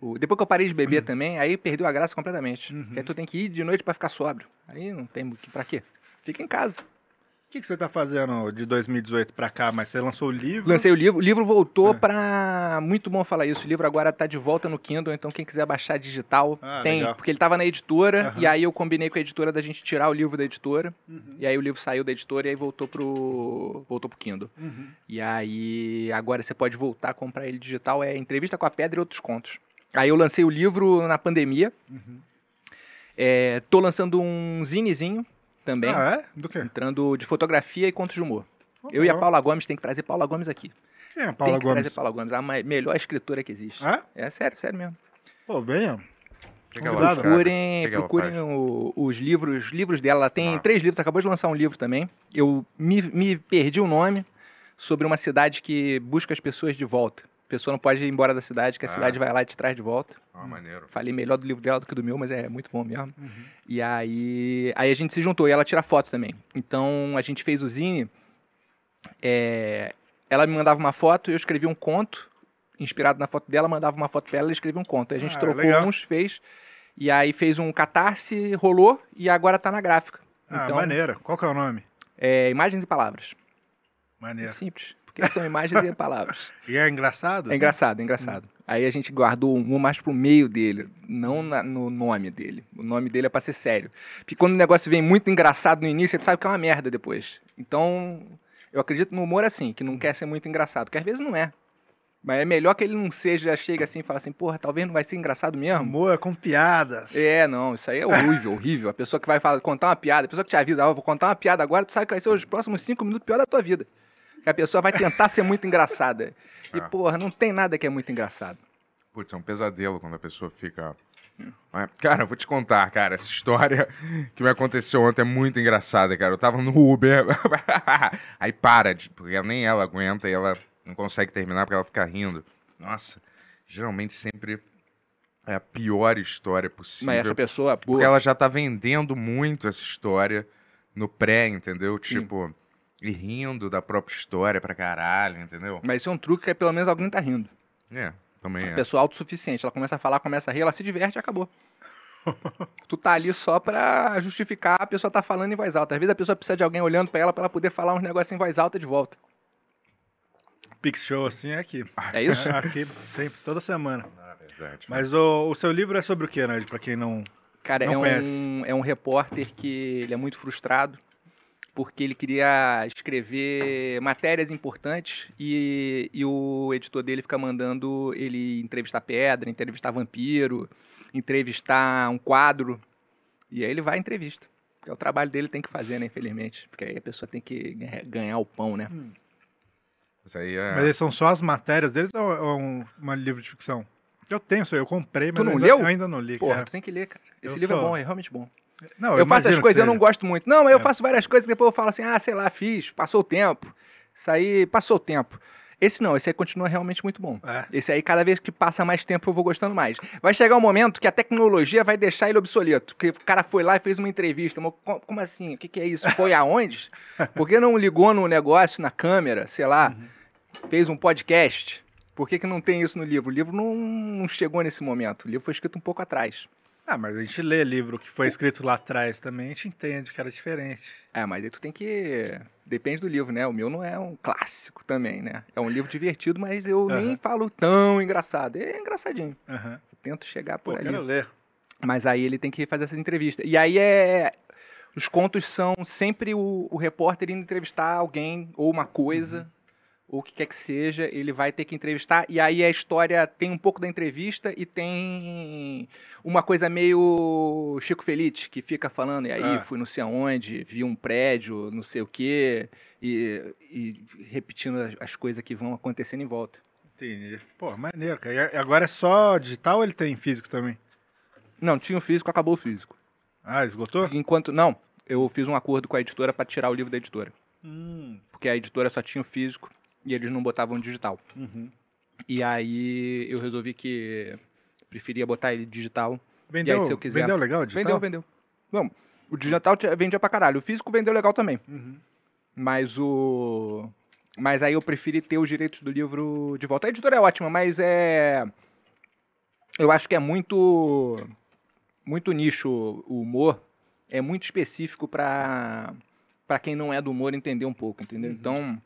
[SPEAKER 8] O- Depois que eu parei de beber também, aí perdeu a graça completamente.
[SPEAKER 9] Uhum.
[SPEAKER 8] Porque aí tu tem que ir de noite pra ficar sóbrio. Aí não tem mu- que- pra quê? Fica em casa.
[SPEAKER 9] O que, que você tá fazendo de 2018 pra cá? Mas você lançou o livro?
[SPEAKER 8] Lancei o livro, o livro voltou
[SPEAKER 9] Uhum. É.
[SPEAKER 8] pra. Muito bom falar isso. O livro agora tá de volta no Kindle, então quem quiser baixar digital,
[SPEAKER 9] Ah,
[SPEAKER 8] tem.
[SPEAKER 9] legal.
[SPEAKER 8] Porque ele tava na editora,
[SPEAKER 9] Aham.
[SPEAKER 8] e aí eu combinei com a editora da gente tirar o livro da editora.
[SPEAKER 9] Uhum.
[SPEAKER 8] E aí o livro saiu da editora e aí voltou pro. voltou pro Kindle.
[SPEAKER 9] Uhum.
[SPEAKER 8] E aí, agora você pode voltar a comprar ele digital, é Entrevista com a Pedra e outros contos. Aí eu lancei o livro na pandemia.
[SPEAKER 9] Uhum.
[SPEAKER 8] É, tô lançando um zinezinho também,
[SPEAKER 9] Ah, é? Do quê? Tá
[SPEAKER 8] entrando de fotografia e contos de humor. Eu e a Paula Gomes, tem que trazer Paula Gomes aqui.
[SPEAKER 9] Quem é a
[SPEAKER 8] tem
[SPEAKER 9] Paula
[SPEAKER 8] que trazer
[SPEAKER 9] Gomes?
[SPEAKER 8] Paula Gomes, a mai- melhor escritora que existe.
[SPEAKER 9] Ah,
[SPEAKER 8] É sério, sério mesmo.
[SPEAKER 9] pô, venha.
[SPEAKER 5] O que que ela
[SPEAKER 9] Convidado.
[SPEAKER 5] escreve?
[SPEAKER 8] Procurem,
[SPEAKER 5] O que que ela
[SPEAKER 8] procurem
[SPEAKER 5] faz?
[SPEAKER 8] o- os livros, livros dela. Ela tem
[SPEAKER 5] Ah.
[SPEAKER 8] três livros, acabou de lançar um livro também. Eu me, me perdi o nome sobre uma cidade que busca as pessoas de volta. A pessoa não pode ir embora da cidade, que a
[SPEAKER 5] Ah.
[SPEAKER 8] cidade vai lá e te traz de volta.
[SPEAKER 5] Ah, maneiro.
[SPEAKER 8] Falei melhor do livro dela do que do meu, mas é muito bom mesmo.
[SPEAKER 9] Uhum.
[SPEAKER 8] E aí, aí a gente se juntou e ela tira foto também. Então a gente fez o Zine. é, ela me mandava uma foto, eu escrevia um conto, inspirado na foto dela, mandava uma foto pra ela, ela escrevia um conto. Aí a gente
[SPEAKER 9] Ah,
[SPEAKER 8] trocou
[SPEAKER 9] legal.
[SPEAKER 8] uns, fez. E aí fez um catarse, rolou e agora tá na gráfica.
[SPEAKER 9] Ah,
[SPEAKER 8] então,
[SPEAKER 9] maneira. Qual que é o nome?
[SPEAKER 8] é, imagens e palavras. É
[SPEAKER 9] Maneira.
[SPEAKER 8] simples. Porque são imagens e palavras.
[SPEAKER 9] E é engraçado?
[SPEAKER 3] assim?
[SPEAKER 8] É engraçado, é engraçado. Aí a gente guardou um mais pro meio dele, não na- no nome dele. O nome dele é pra ser sério. Porque quando o negócio vem muito engraçado no início, tu sabe que é uma merda depois. Então, eu acredito no humor assim, que não quer ser muito engraçado, que às vezes não é. Mas é melhor que ele não seja, chega assim e fala assim, porra, talvez não vai ser engraçado mesmo.
[SPEAKER 3] Amor, com piadas.
[SPEAKER 8] É, não, isso aí é horrível, horrível. A pessoa que vai falar, contar uma piada, a pessoa que te avisa, ó, vou contar uma piada agora, tu sabe que vai ser os próximos cinco minutos pior da tua vida. Que a pessoa vai tentar ser muito engraçada. E,
[SPEAKER 5] É.
[SPEAKER 8] porra, não tem nada que é muito engraçado.
[SPEAKER 5] Putz, é um pesadelo quando a pessoa fica. Mas, Cara, eu vou te contar, cara, essa história que me aconteceu ontem é muito engraçada, cara. Eu tava no Uber, aí para, de- porque nem ela aguenta e ela não consegue terminar porque ela fica rindo. Nossa, geralmente sempre é a pior história possível.
[SPEAKER 8] Mas essa pessoa,
[SPEAKER 5] Porque
[SPEAKER 8] boa,
[SPEAKER 5] ela já tá vendendo muito essa história no pré, entendeu?
[SPEAKER 8] Sim.
[SPEAKER 5] Tipo, e rindo da própria história pra caralho, entendeu?
[SPEAKER 8] mas isso é um truque que pelo menos alguém tá rindo.
[SPEAKER 5] É, também
[SPEAKER 8] A
[SPEAKER 5] é.
[SPEAKER 8] pessoa é autossuficiente. Ela começa a falar, começa a rir, ela se diverte e acabou. tu tá ali só pra justificar a pessoa tá falando em voz alta. Às vezes a pessoa precisa de alguém olhando pra ela pra ela poder falar uns negócios em voz alta de volta.
[SPEAKER 3] Pix Show, assim, é aqui.
[SPEAKER 5] Ah,
[SPEAKER 8] É isso?
[SPEAKER 3] É aqui, sempre, toda semana.
[SPEAKER 5] Na verdade. né?
[SPEAKER 3] Mas o, o seu livro é sobre o que, Nerd? Pra quem não...
[SPEAKER 8] Cara,
[SPEAKER 3] Não
[SPEAKER 8] é, um,
[SPEAKER 3] conhece.
[SPEAKER 8] é um repórter que ele é muito frustrado porque ele queria escrever matérias importantes e, e o editor dele fica mandando ele entrevistar pedra, entrevistar vampiro, entrevistar um quadro. E aí ele vai e entrevista. Porque é o trabalho dele tem que fazer, né, infelizmente. Porque aí a pessoa tem que ganha- ganhar o pão, né?
[SPEAKER 3] Hum.
[SPEAKER 5] Isso aí é.
[SPEAKER 3] Mas eles são só as matérias deles ou é um uma livro de ficção? Eu tenho, sou eu. comprei, mas
[SPEAKER 8] Tu não
[SPEAKER 3] eu ainda,
[SPEAKER 8] leu?
[SPEAKER 3] eu ainda não li,
[SPEAKER 8] Porra,
[SPEAKER 3] cara.
[SPEAKER 8] tu tem que ler, cara. Esse
[SPEAKER 3] Eu
[SPEAKER 8] livro é
[SPEAKER 3] sou-
[SPEAKER 8] bom, é realmente bom.
[SPEAKER 3] Não,
[SPEAKER 8] Eu, faço
[SPEAKER 3] imagino
[SPEAKER 8] as
[SPEAKER 3] que
[SPEAKER 8] coisas, eu não
[SPEAKER 3] seja.
[SPEAKER 8] gosto muito. Não, eu
[SPEAKER 3] É.
[SPEAKER 8] faço várias coisas que depois eu falo assim, ah, sei lá, fiz, passou o tempo. Isso aí, passou o tempo. Esse não, esse aí continua realmente muito bom.
[SPEAKER 3] É.
[SPEAKER 8] Esse aí, cada vez que passa mais tempo, eu vou gostando mais. Vai chegar um momento que a tecnologia vai deixar ele obsoleto. Porque o cara foi lá e fez uma entrevista. Mas co- como assim? O que, que é isso? Foi aonde? Por que não ligou no negócio, na câmera, sei lá,
[SPEAKER 3] Uhum.
[SPEAKER 8] fez um podcast? Por que, que não tem isso no livro? O livro não, não chegou nesse momento. O livro foi escrito um pouco atrás.
[SPEAKER 3] Ah, mas a gente lê livro que foi escrito lá atrás também, a gente entende que era diferente.
[SPEAKER 8] É, mas aí tu tem que. Depende do livro, né? O meu não é um clássico também, né? É um livro divertido, mas eu nem
[SPEAKER 3] Aham.
[SPEAKER 8] falo tão engraçado. Ele é engraçadinho.
[SPEAKER 3] Aham.
[SPEAKER 8] Eu tento chegar
[SPEAKER 3] Pô,
[SPEAKER 8] por ali.
[SPEAKER 3] quero ler.
[SPEAKER 8] Mas aí ele tem que fazer essas entrevistas. E aí é. Os contos são sempre o, o repórter indo entrevistar alguém ou uma coisa.
[SPEAKER 3] Uhum.
[SPEAKER 8] Ou o que quer que seja, ele vai ter que entrevistar. E aí a história tem um pouco da entrevista e tem uma coisa meio Chico Feliz, que fica falando, e aí
[SPEAKER 3] Ah.
[SPEAKER 8] fui não sei aonde, vi um prédio, não sei o quê, e, e repetindo as, as coisas que vão acontecendo em volta.
[SPEAKER 3] Entendi. Pô, maneiro, cara. E agora é só digital ou ele tem físico também?
[SPEAKER 8] Não, tinha o físico, acabou o físico.
[SPEAKER 3] Ah, esgotou?
[SPEAKER 8] Enquanto. Não, eu fiz um acordo com a editora pra tirar o livro da editora.
[SPEAKER 3] Hum.
[SPEAKER 8] Porque a editora só tinha o físico e eles não botavam o digital.
[SPEAKER 3] Uhum.
[SPEAKER 8] E aí eu resolvi que preferia botar ele digital.
[SPEAKER 3] Vendeu,
[SPEAKER 8] se eu quiser-
[SPEAKER 3] vendeu legal o digital?
[SPEAKER 8] Vendeu, vendeu. Não, o digital tinha- vendia pra caralho. O físico vendeu legal também.
[SPEAKER 3] Uhum.
[SPEAKER 8] Mas o. Mas aí eu preferi ter os direitos do livro de volta. A editora é ótima, mas é. Eu acho que é muito. Muito nicho o humor. É muito específico pra. Pra quem não é do humor entender um pouco, entendeu? Então.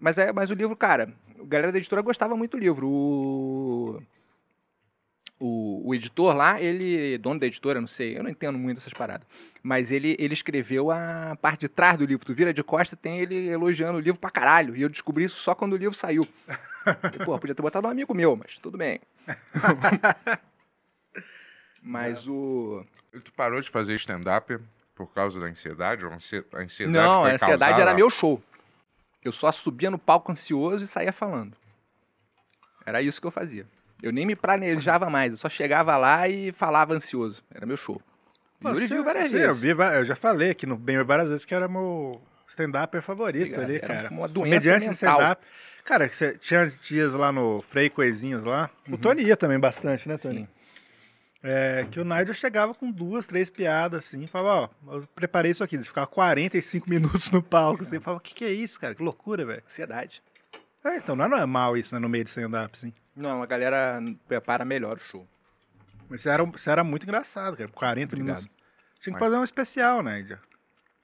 [SPEAKER 8] Mas, é, mas o livro, cara, a galera da editora gostava muito do livro. O, o, o editor lá, ele, dono da editora, não sei, eu não entendo muito essas paradas. Mas ele, ele escreveu a parte de trás do livro. Tu vira de costa, tem ele elogiando o livro pra caralho. E eu descobri isso só quando o livro saiu. E, Pô, podia ter botado um amigo meu, mas tudo bem. mas o.
[SPEAKER 5] E Tu parou de fazer stand-up por causa da ansiedade? Ou a ansie- a
[SPEAKER 3] É.
[SPEAKER 5] ansiedade
[SPEAKER 8] Não,
[SPEAKER 5] foi
[SPEAKER 8] a ansiedade
[SPEAKER 5] causada?
[SPEAKER 8] era meu show. Eu só subia no palco ansioso e saía falando. Era isso que eu fazia. Eu nem me planejava mais, eu só chegava lá e falava ansioso. Era meu show. E
[SPEAKER 3] Pô,
[SPEAKER 8] Yuri
[SPEAKER 3] você-
[SPEAKER 8] viu várias
[SPEAKER 3] você- é Eu,
[SPEAKER 8] vezes.
[SPEAKER 3] vi va- eu já falei aqui no Bem várias vezes que era meu stand-upper favorito
[SPEAKER 8] Obrigado.
[SPEAKER 3] ali,
[SPEAKER 8] Era
[SPEAKER 3] cara.
[SPEAKER 8] uma doença
[SPEAKER 3] Comediante de
[SPEAKER 8] mental.
[SPEAKER 3] stand-up. Cara, que você tinha dias lá no Frei Coisinhas lá.
[SPEAKER 8] Uhum.
[SPEAKER 3] O Tony ia também bastante, né, Tony?
[SPEAKER 8] Sim.
[SPEAKER 3] É que o Nigel chegava com duas, três piadas assim, e falava, ó, eu preparei isso aqui, Ele ficava 45 minutos no palco, assim, eu falava, o que, que é isso, cara? Que loucura, velho.
[SPEAKER 8] Ansiedade.
[SPEAKER 3] É, então não é normal isso, né, no meio de stand-up, assim.
[SPEAKER 8] Não, a galera prepara melhor o show.
[SPEAKER 3] Mas você era, um- você era muito engraçado, cara, 40
[SPEAKER 8] Obrigado.
[SPEAKER 3] minutos. Tinha que
[SPEAKER 5] Mas-
[SPEAKER 3] fazer um especial, Nigel.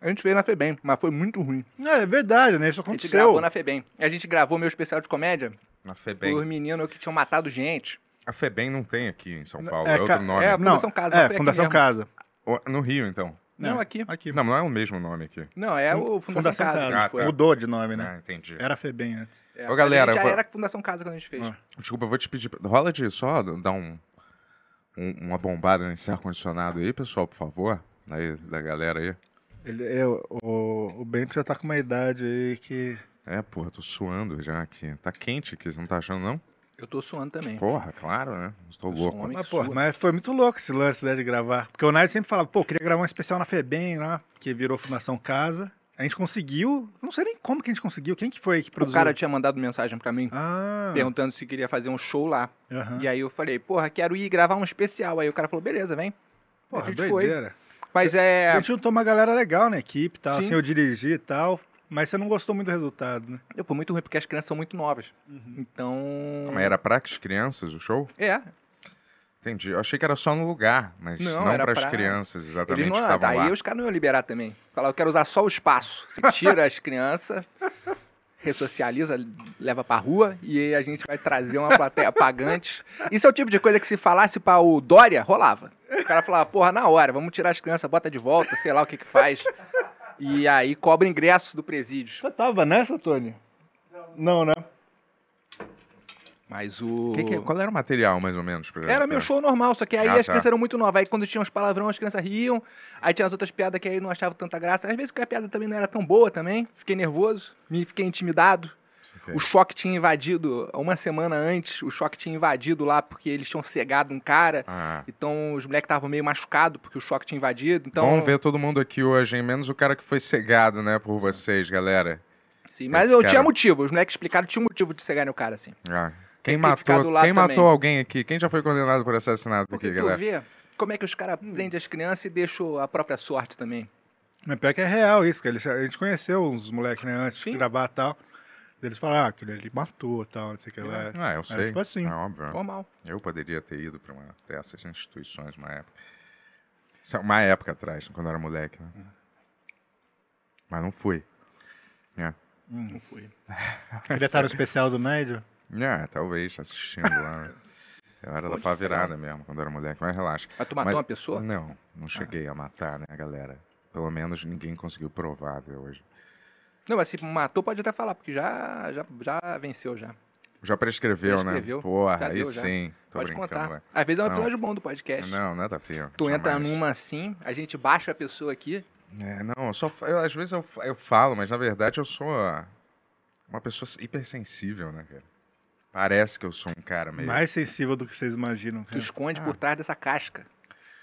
[SPEAKER 8] A gente veio na Febem, mas foi muito ruim.
[SPEAKER 3] Não, é verdade, né, isso
[SPEAKER 8] A gente
[SPEAKER 3] aconteceu.
[SPEAKER 8] gravou na Febem. A gente gravou meu especial de comédia
[SPEAKER 5] Na Febem.
[SPEAKER 8] por menino que tinham matado gente.
[SPEAKER 5] A Febem não tem aqui em São Paulo,
[SPEAKER 3] É,
[SPEAKER 5] é outro
[SPEAKER 3] ca-
[SPEAKER 5] nome.
[SPEAKER 8] é,
[SPEAKER 3] Não,
[SPEAKER 8] Fundação Casa, mas
[SPEAKER 3] é,
[SPEAKER 8] foi aqui
[SPEAKER 3] Fundação
[SPEAKER 8] mesmo.
[SPEAKER 3] Casa.
[SPEAKER 5] O- No Rio, então.
[SPEAKER 8] Não,
[SPEAKER 9] É.
[SPEAKER 8] aqui.
[SPEAKER 9] Aqui.
[SPEAKER 5] Não, não é o mesmo nome aqui.
[SPEAKER 8] Não, é
[SPEAKER 9] Fun-
[SPEAKER 8] o Fundação, Casa. que a gente
[SPEAKER 5] Casa.
[SPEAKER 8] foi.
[SPEAKER 5] Ah, tá.
[SPEAKER 9] Mudou de nome, né?
[SPEAKER 5] Ah, entendi.
[SPEAKER 9] Era Febem antes.
[SPEAKER 8] É,
[SPEAKER 5] Ô,
[SPEAKER 8] mas
[SPEAKER 5] galera,
[SPEAKER 8] a gente
[SPEAKER 5] pô-
[SPEAKER 8] já era Fundação Casa quando a gente fez.
[SPEAKER 9] Ah.
[SPEAKER 5] Desculpa, eu vou te pedir. Rola de só dar um, um- uma bombada nesse ar-condicionado aí, pessoal, por favor. Aí, da galera aí.
[SPEAKER 9] Ele, é, o- o, o Bento já tá com uma idade aí que.
[SPEAKER 5] É, porra, tô suando já aqui. Tá quente aqui, você não tá achando, não?
[SPEAKER 8] Eu tô suando também.
[SPEAKER 5] Porra, claro, né? Estou
[SPEAKER 8] Eu sou um
[SPEAKER 5] louco.
[SPEAKER 8] homem.
[SPEAKER 9] Mas,
[SPEAKER 8] que
[SPEAKER 9] pô,
[SPEAKER 8] sua.
[SPEAKER 9] mas foi muito louco esse lance né, de gravar. Porque o Nair sempre falava, pô, eu queria gravar um especial na Febem lá, que virou Fundação Casa. A gente conseguiu. Não sei nem como que a gente conseguiu. Quem que foi que
[SPEAKER 8] o
[SPEAKER 9] produziu?
[SPEAKER 8] cara tinha mandado mensagem pra mim
[SPEAKER 9] Ah,
[SPEAKER 8] perguntando se queria fazer um show lá.
[SPEAKER 3] Ah.
[SPEAKER 9] aham.
[SPEAKER 8] E aí eu falei, porra, quero ir gravar um especial. Aí o cara falou, beleza, vem.
[SPEAKER 9] Porra,
[SPEAKER 8] a gente
[SPEAKER 9] doideira.
[SPEAKER 8] foi. Mas é.
[SPEAKER 9] A gente juntou uma galera legal na equipe e tal.
[SPEAKER 8] Sim.
[SPEAKER 9] Assim, eu dirigi e tal. Mas você não gostou muito do resultado, né?
[SPEAKER 8] Eu fui muito ruim porque as crianças são muito novas. Então.
[SPEAKER 5] Mas era pra as crianças o show?
[SPEAKER 8] É.
[SPEAKER 5] Entendi. Eu achei que era só no lugar, mas não,
[SPEAKER 8] Não,
[SPEAKER 5] para
[SPEAKER 8] era
[SPEAKER 5] pras
[SPEAKER 8] pra-
[SPEAKER 5] crianças exatamente
[SPEAKER 8] Eles não, é, tá,
[SPEAKER 5] que estavam
[SPEAKER 8] aí
[SPEAKER 5] lá.
[SPEAKER 8] os caras não iam liberar também. Falaram, eu quero usar só o espaço. Você tira as crianças, ressocializa, leva pra rua e aí a gente vai trazer uma plateia pagante. Isso é o tipo de coisa que se falasse pra o Dória, rolava. O cara falava, porra, na hora, vamos tirar as crianças, bota de volta, sei lá o que que faz. E aí cobra ingresso do presídio.
[SPEAKER 3] Você tava nessa, Tony? Não, né?
[SPEAKER 8] Mas o...
[SPEAKER 5] Que é? que- qual era o material, mais ou menos? pra-
[SPEAKER 8] Era meu
[SPEAKER 5] pra-
[SPEAKER 8] show normal, só que aí
[SPEAKER 5] É, Ah,
[SPEAKER 8] as
[SPEAKER 5] tá.
[SPEAKER 8] crianças eram muito novas. Aí quando tinha uns palavrão, as crianças riam. Aí tinha as outras piadas que aí não achavam tanta graça. Às vezes que a piada também não era tão boa também. Fiquei nervoso, me fiquei intimidado.
[SPEAKER 5] Ok.
[SPEAKER 8] O choque tinha invadido, uma semana antes, o choque tinha invadido lá porque eles tinham cegado um cara.
[SPEAKER 5] Ah.
[SPEAKER 8] Então os moleques estavam meio machucados porque o choque tinha invadido. Então,
[SPEAKER 5] Bom ver todo mundo aqui hoje, hein? Menos o cara que foi cegado, né, por vocês, galera.
[SPEAKER 8] Sim, mas
[SPEAKER 5] esse
[SPEAKER 8] eu
[SPEAKER 5] cara-
[SPEAKER 8] tinha motivo. Os moleques explicaram, tinha um motivo de cegarem o cara, assim.
[SPEAKER 5] Ah.
[SPEAKER 8] Tem
[SPEAKER 5] Quem,
[SPEAKER 8] que ficar do
[SPEAKER 5] matou,
[SPEAKER 8] lado
[SPEAKER 5] quem
[SPEAKER 8] também.
[SPEAKER 5] matou alguém aqui? Quem já foi condenado por assassinato
[SPEAKER 8] Porque
[SPEAKER 5] aqui,
[SPEAKER 8] tu
[SPEAKER 5] galera?
[SPEAKER 8] vê como é que os caras prendem as crianças e deixam a própria sorte também.
[SPEAKER 9] Mas pior que é real isso, que eles- a gente conheceu uns moleques, né, antes
[SPEAKER 8] Sim.
[SPEAKER 9] de gravar e tal. Eles falaram, ah, aquele ali matou e tal, não sei o que
[SPEAKER 8] né?
[SPEAKER 9] lá.
[SPEAKER 5] Ah, eu sei.
[SPEAKER 9] tipo assim.
[SPEAKER 5] É óbvio.
[SPEAKER 8] Normal.
[SPEAKER 5] Eu poderia ter ido para uma dessas instituições uma época. Isso é Uma época atrás, quando eu era moleque, né?
[SPEAKER 8] Hum.
[SPEAKER 5] Mas não fui.
[SPEAKER 9] Hum.
[SPEAKER 8] foi.
[SPEAKER 9] Queria estar no especial do médio?
[SPEAKER 5] Ah, talvez, assistindo lá. né? Eu era da
[SPEAKER 8] Pode
[SPEAKER 5] pá virada mesmo, quando eu era moleque. Mas relaxa.
[SPEAKER 8] Mas tu matou
[SPEAKER 5] Mas-
[SPEAKER 8] uma pessoa?
[SPEAKER 5] Não,
[SPEAKER 8] Ah.
[SPEAKER 5] não cheguei a matar, né, galera? Pelo menos ninguém conseguiu provar até hoje.
[SPEAKER 8] Não, mas se matou, pode até falar, porque já, já, já venceu já.
[SPEAKER 5] Já prescreveu,
[SPEAKER 8] Prescreveu.
[SPEAKER 5] né? Porra,
[SPEAKER 8] Já
[SPEAKER 5] aí
[SPEAKER 8] deu, já.
[SPEAKER 5] sim. Tô
[SPEAKER 8] pode
[SPEAKER 5] brincando.
[SPEAKER 8] contar.
[SPEAKER 5] né?
[SPEAKER 8] Às vezes é um
[SPEAKER 5] Não.
[SPEAKER 8] episódio bom do podcast.
[SPEAKER 5] Não, nada a ver.
[SPEAKER 8] Tu entra
[SPEAKER 5] jamais.
[SPEAKER 8] numa assim, a gente baixa a pessoa aqui.
[SPEAKER 5] É, não, eu só. fa- eu- às vezes eu, fa- eu falo, mas na verdade eu sou uma pessoa hipersensível, né, cara? Parece que eu sou um cara
[SPEAKER 8] É.
[SPEAKER 5] meio.
[SPEAKER 9] Mais sensível do que vocês imaginam.
[SPEAKER 8] Tu
[SPEAKER 9] Cara.
[SPEAKER 8] esconde
[SPEAKER 5] Ah.
[SPEAKER 8] por trás dessa casca.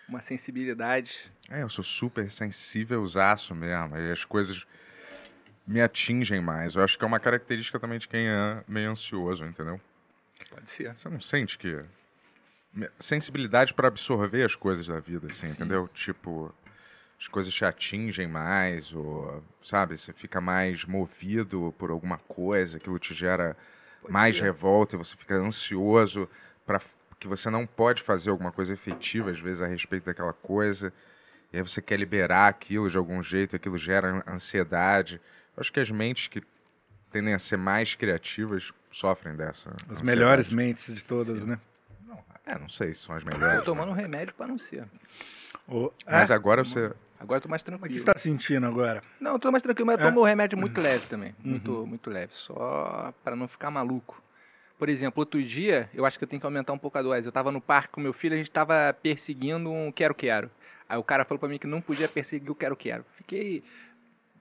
[SPEAKER 8] Uma sensibilidade.
[SPEAKER 5] É, eu sou super sensível aço mesmo. E as coisas me atingem mais. Eu acho que é uma característica também de quem é meio ansioso, entendeu?
[SPEAKER 8] Pode ser.
[SPEAKER 5] Você não sente que. me- Sensibilidade pra absorver as coisas da vida, assim,
[SPEAKER 8] Sim.
[SPEAKER 5] entendeu? Tipo, as coisas te atingem mais, ou, sabe? Você fica mais movido por alguma coisa, aquilo te gera
[SPEAKER 8] Pode
[SPEAKER 5] mais
[SPEAKER 8] ser.
[SPEAKER 5] revolta e você fica ansioso para que você não pode fazer alguma coisa efetiva, às vezes, a respeito daquela coisa. E aí você quer liberar aquilo de algum jeito, aquilo gera ansiedade. Eu acho que as mentes que tendem a ser mais criativas sofrem dessa.
[SPEAKER 9] As
[SPEAKER 5] ansiedade.
[SPEAKER 9] melhores mentes de todas, né?
[SPEAKER 5] Não, é, não sei se são as melhores.
[SPEAKER 8] Tô tomando um
[SPEAKER 5] né?
[SPEAKER 8] remédio pra não ser.
[SPEAKER 9] O...
[SPEAKER 5] Mas
[SPEAKER 9] é?
[SPEAKER 5] agora você.
[SPEAKER 8] Agora eu tô
[SPEAKER 9] Mas
[SPEAKER 8] mais
[SPEAKER 9] o
[SPEAKER 8] tranquilo.
[SPEAKER 9] que você tá sentindo agora?
[SPEAKER 8] Não, eu tô mais tranquilo, mas eu
[SPEAKER 9] É?
[SPEAKER 8] tomo um remédio muito leve também. Muito, muito leve. Só pra não ficar maluco. Por exemplo, outro dia, eu acho que eu tenho que aumentar um pouco a dose. Eu tava no parque com meu filho, a gente tava perseguindo um quero-quero. Aí o cara falou pra mim que não podia perseguir o quero-quero. Fiquei.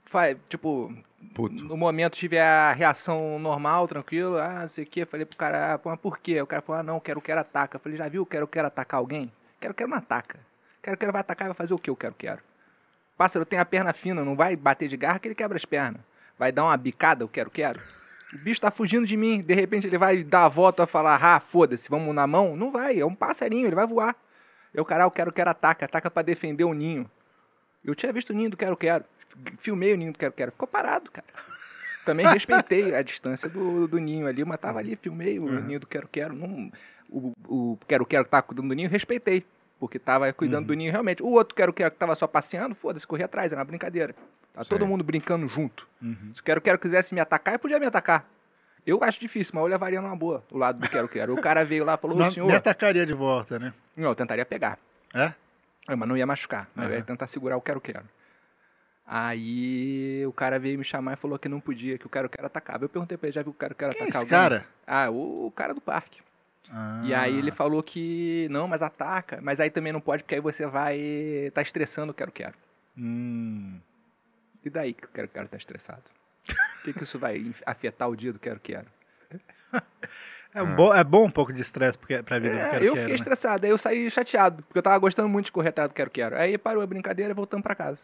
[SPEAKER 8] fa- Tipo,
[SPEAKER 5] Puto.
[SPEAKER 8] no momento tive a reação normal, tranquilo, ah, não sei o quê. Falei pro cara, ah, pô, mas por quê? O cara falou, ah, não, quero-quero ataca. Eu falei, já viu o quero-quero atacar alguém? Quero-quero não ataca. Quero-quero vai atacar, vai fazer o que eu quero-quero? Pássaro tem a perna fina, não vai bater de garra que ele quebra as pernas. Vai dar uma bicada, eu quero, quero. O bicho tá fugindo de mim, de repente ele vai dar a volta e falar, ah, foda-se, vamos na mão. Não vai, é um passarinho, ele vai voar. Eu, cara, eu quero, quero, ataca, ataca pra defender o ninho. Eu tinha visto o ninho do quero, quero. Filmei o ninho do quero, quero. Ficou parado, cara. Também respeitei a distância do, do ninho ali, mas tava ali, filmei o
[SPEAKER 9] Uhum.
[SPEAKER 8] ninho do quero, quero. Não, o, o quero, quero que tava cuidando do ninho, respeitei. Porque tava cuidando
[SPEAKER 9] Uhum.
[SPEAKER 8] do ninho realmente. O outro quero quero que tava só passeando, foda-se, corria atrás, era uma brincadeira. Tá todo
[SPEAKER 5] Sim.
[SPEAKER 8] mundo brincando junto. Se o quero quero quisesse me atacar, ele podia me atacar. Eu acho difícil, mas eu levaria numa boa o lado do quero quero. O cara veio lá e falou,
[SPEAKER 9] Não-
[SPEAKER 8] ô senhor.
[SPEAKER 9] Me atacaria de volta, né?
[SPEAKER 8] Não, eu tentaria pegar.
[SPEAKER 9] É?
[SPEAKER 8] É, mas não ia machucar. Mas eu ia
[SPEAKER 9] Aham.
[SPEAKER 8] tentar segurar o quero-quero. Aí o cara veio me chamar e falou que não podia, que o quero-quero atacava. Eu perguntei pra ele, já viu que o quero-quero
[SPEAKER 3] Quem é
[SPEAKER 8] atacava?
[SPEAKER 3] esse cara? Ah.
[SPEAKER 8] Ah, o, o cara do parque. E aí
[SPEAKER 9] Ah,
[SPEAKER 8] ele falou que não, mas ataca. Mas aí também não pode, porque aí você vai tá estressando o quero-quero.
[SPEAKER 9] Hum.
[SPEAKER 8] E daí que o quero-quero tá estressado? O que, que isso vai afetar o dia do quero-quero?
[SPEAKER 9] É, bo- é bom um pouco de estresse porque- pra vida
[SPEAKER 8] Ah. É,
[SPEAKER 9] do quero né?
[SPEAKER 8] eu fiquei estressado, aí eu saí chateado, porque eu tava gostando muito de correr atrás do Quero Quero. Aí parou a brincadeira e voltamos pra casa.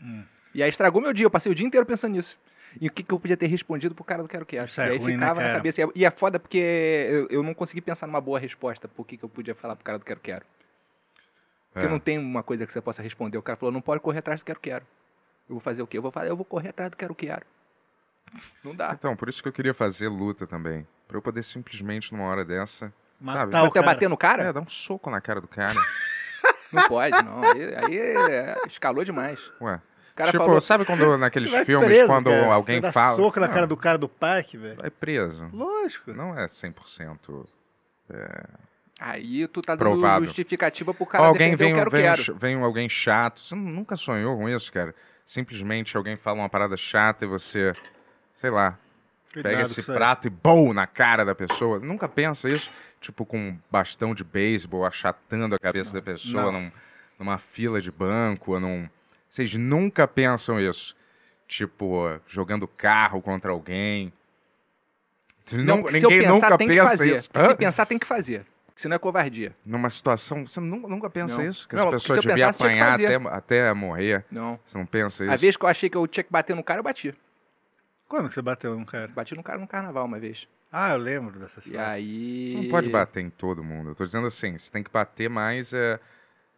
[SPEAKER 9] Hum.
[SPEAKER 8] E aí estragou meu dia, eu passei o dia inteiro pensando nisso. E o que, que eu podia ter respondido pro cara do Quero Quero?
[SPEAKER 9] Isso é
[SPEAKER 8] e aí
[SPEAKER 9] ruim, né,
[SPEAKER 8] ficava na
[SPEAKER 9] cara?
[SPEAKER 8] cabeça. E é- E é foda porque eu, eu não consegui pensar numa boa resposta pro que, que eu podia falar pro cara do Quero Quero. Porque
[SPEAKER 5] É.
[SPEAKER 8] não tem uma coisa que você possa responder. O cara falou, não pode correr atrás do Quero Quero. Eu vou fazer o quê? Eu vou falar, eu vou correr atrás do Quero Quero. Não dá.
[SPEAKER 5] Então, por isso que eu queria fazer luta também. Pra eu poder simplesmente, numa hora dessa,
[SPEAKER 9] Matar
[SPEAKER 5] sabe?
[SPEAKER 9] Ah, o
[SPEAKER 8] Até
[SPEAKER 9] cara.
[SPEAKER 8] bater tá no cara?
[SPEAKER 5] é, dar um soco na cara do cara.
[SPEAKER 8] Não pode, não. Aí, aí é, escalou demais.
[SPEAKER 5] Ué.
[SPEAKER 8] O cara
[SPEAKER 5] tipo,
[SPEAKER 8] falou,
[SPEAKER 5] sabe quando naqueles
[SPEAKER 9] Você vai
[SPEAKER 5] filmes,
[SPEAKER 9] preso,
[SPEAKER 5] quando
[SPEAKER 9] cara.
[SPEAKER 5] alguém
[SPEAKER 9] Você dá
[SPEAKER 5] fala.
[SPEAKER 9] soco na
[SPEAKER 5] Não,
[SPEAKER 9] cara do cara do parque, velho.
[SPEAKER 5] Vai É preso.
[SPEAKER 9] Lógico.
[SPEAKER 5] Não é 100%.
[SPEAKER 8] Aí tu tá dando
[SPEAKER 5] Provado.
[SPEAKER 8] justificativa pro cara
[SPEAKER 5] alguém
[SPEAKER 8] defender
[SPEAKER 5] vem,
[SPEAKER 8] o quero,
[SPEAKER 5] vem, um
[SPEAKER 8] quero.
[SPEAKER 5] ch- vem um alguém chato. Você nu- nunca sonhou com isso, cara? Simplesmente alguém fala uma parada chata e você, sei lá,
[SPEAKER 9] Cuidado
[SPEAKER 5] pega
[SPEAKER 9] com
[SPEAKER 5] esse
[SPEAKER 9] isso aí.
[SPEAKER 5] prato e bom na cara da pessoa. Nunca pensa isso? Tipo, com um bastão de beisebol achatando a cabeça da pessoa
[SPEAKER 9] não.
[SPEAKER 5] num- numa fila de banco. ou Num... Vocês nunca pensam isso. Tipo, jogando carro contra alguém.
[SPEAKER 8] Não,
[SPEAKER 5] Nun-
[SPEAKER 8] se eu pensar, tem que fazer.
[SPEAKER 5] isso. Hã?
[SPEAKER 8] Se pensar, tem que fazer. Se não é covardia.
[SPEAKER 5] numa situação. Você nunca, nunca pensa
[SPEAKER 8] Não.
[SPEAKER 5] isso? Que
[SPEAKER 8] Não,
[SPEAKER 5] as
[SPEAKER 8] porque
[SPEAKER 5] pessoas
[SPEAKER 8] se eu
[SPEAKER 5] deviam
[SPEAKER 8] pensasse, tinha que
[SPEAKER 5] apanhar
[SPEAKER 8] fazer.
[SPEAKER 5] até, até morrer.
[SPEAKER 8] Não.
[SPEAKER 5] Você não pensa
[SPEAKER 8] A
[SPEAKER 5] isso?
[SPEAKER 8] vez que eu achei que eu tinha que bater no cara, eu bati.
[SPEAKER 9] Quando que você bateu no cara?
[SPEAKER 8] Bati no cara no carnaval uma vez.
[SPEAKER 9] Ah, eu lembro dessa
[SPEAKER 8] E
[SPEAKER 9] história.
[SPEAKER 8] aí.
[SPEAKER 5] Você não pode bater em todo mundo. Eu tô dizendo assim, você tem que bater mais. é,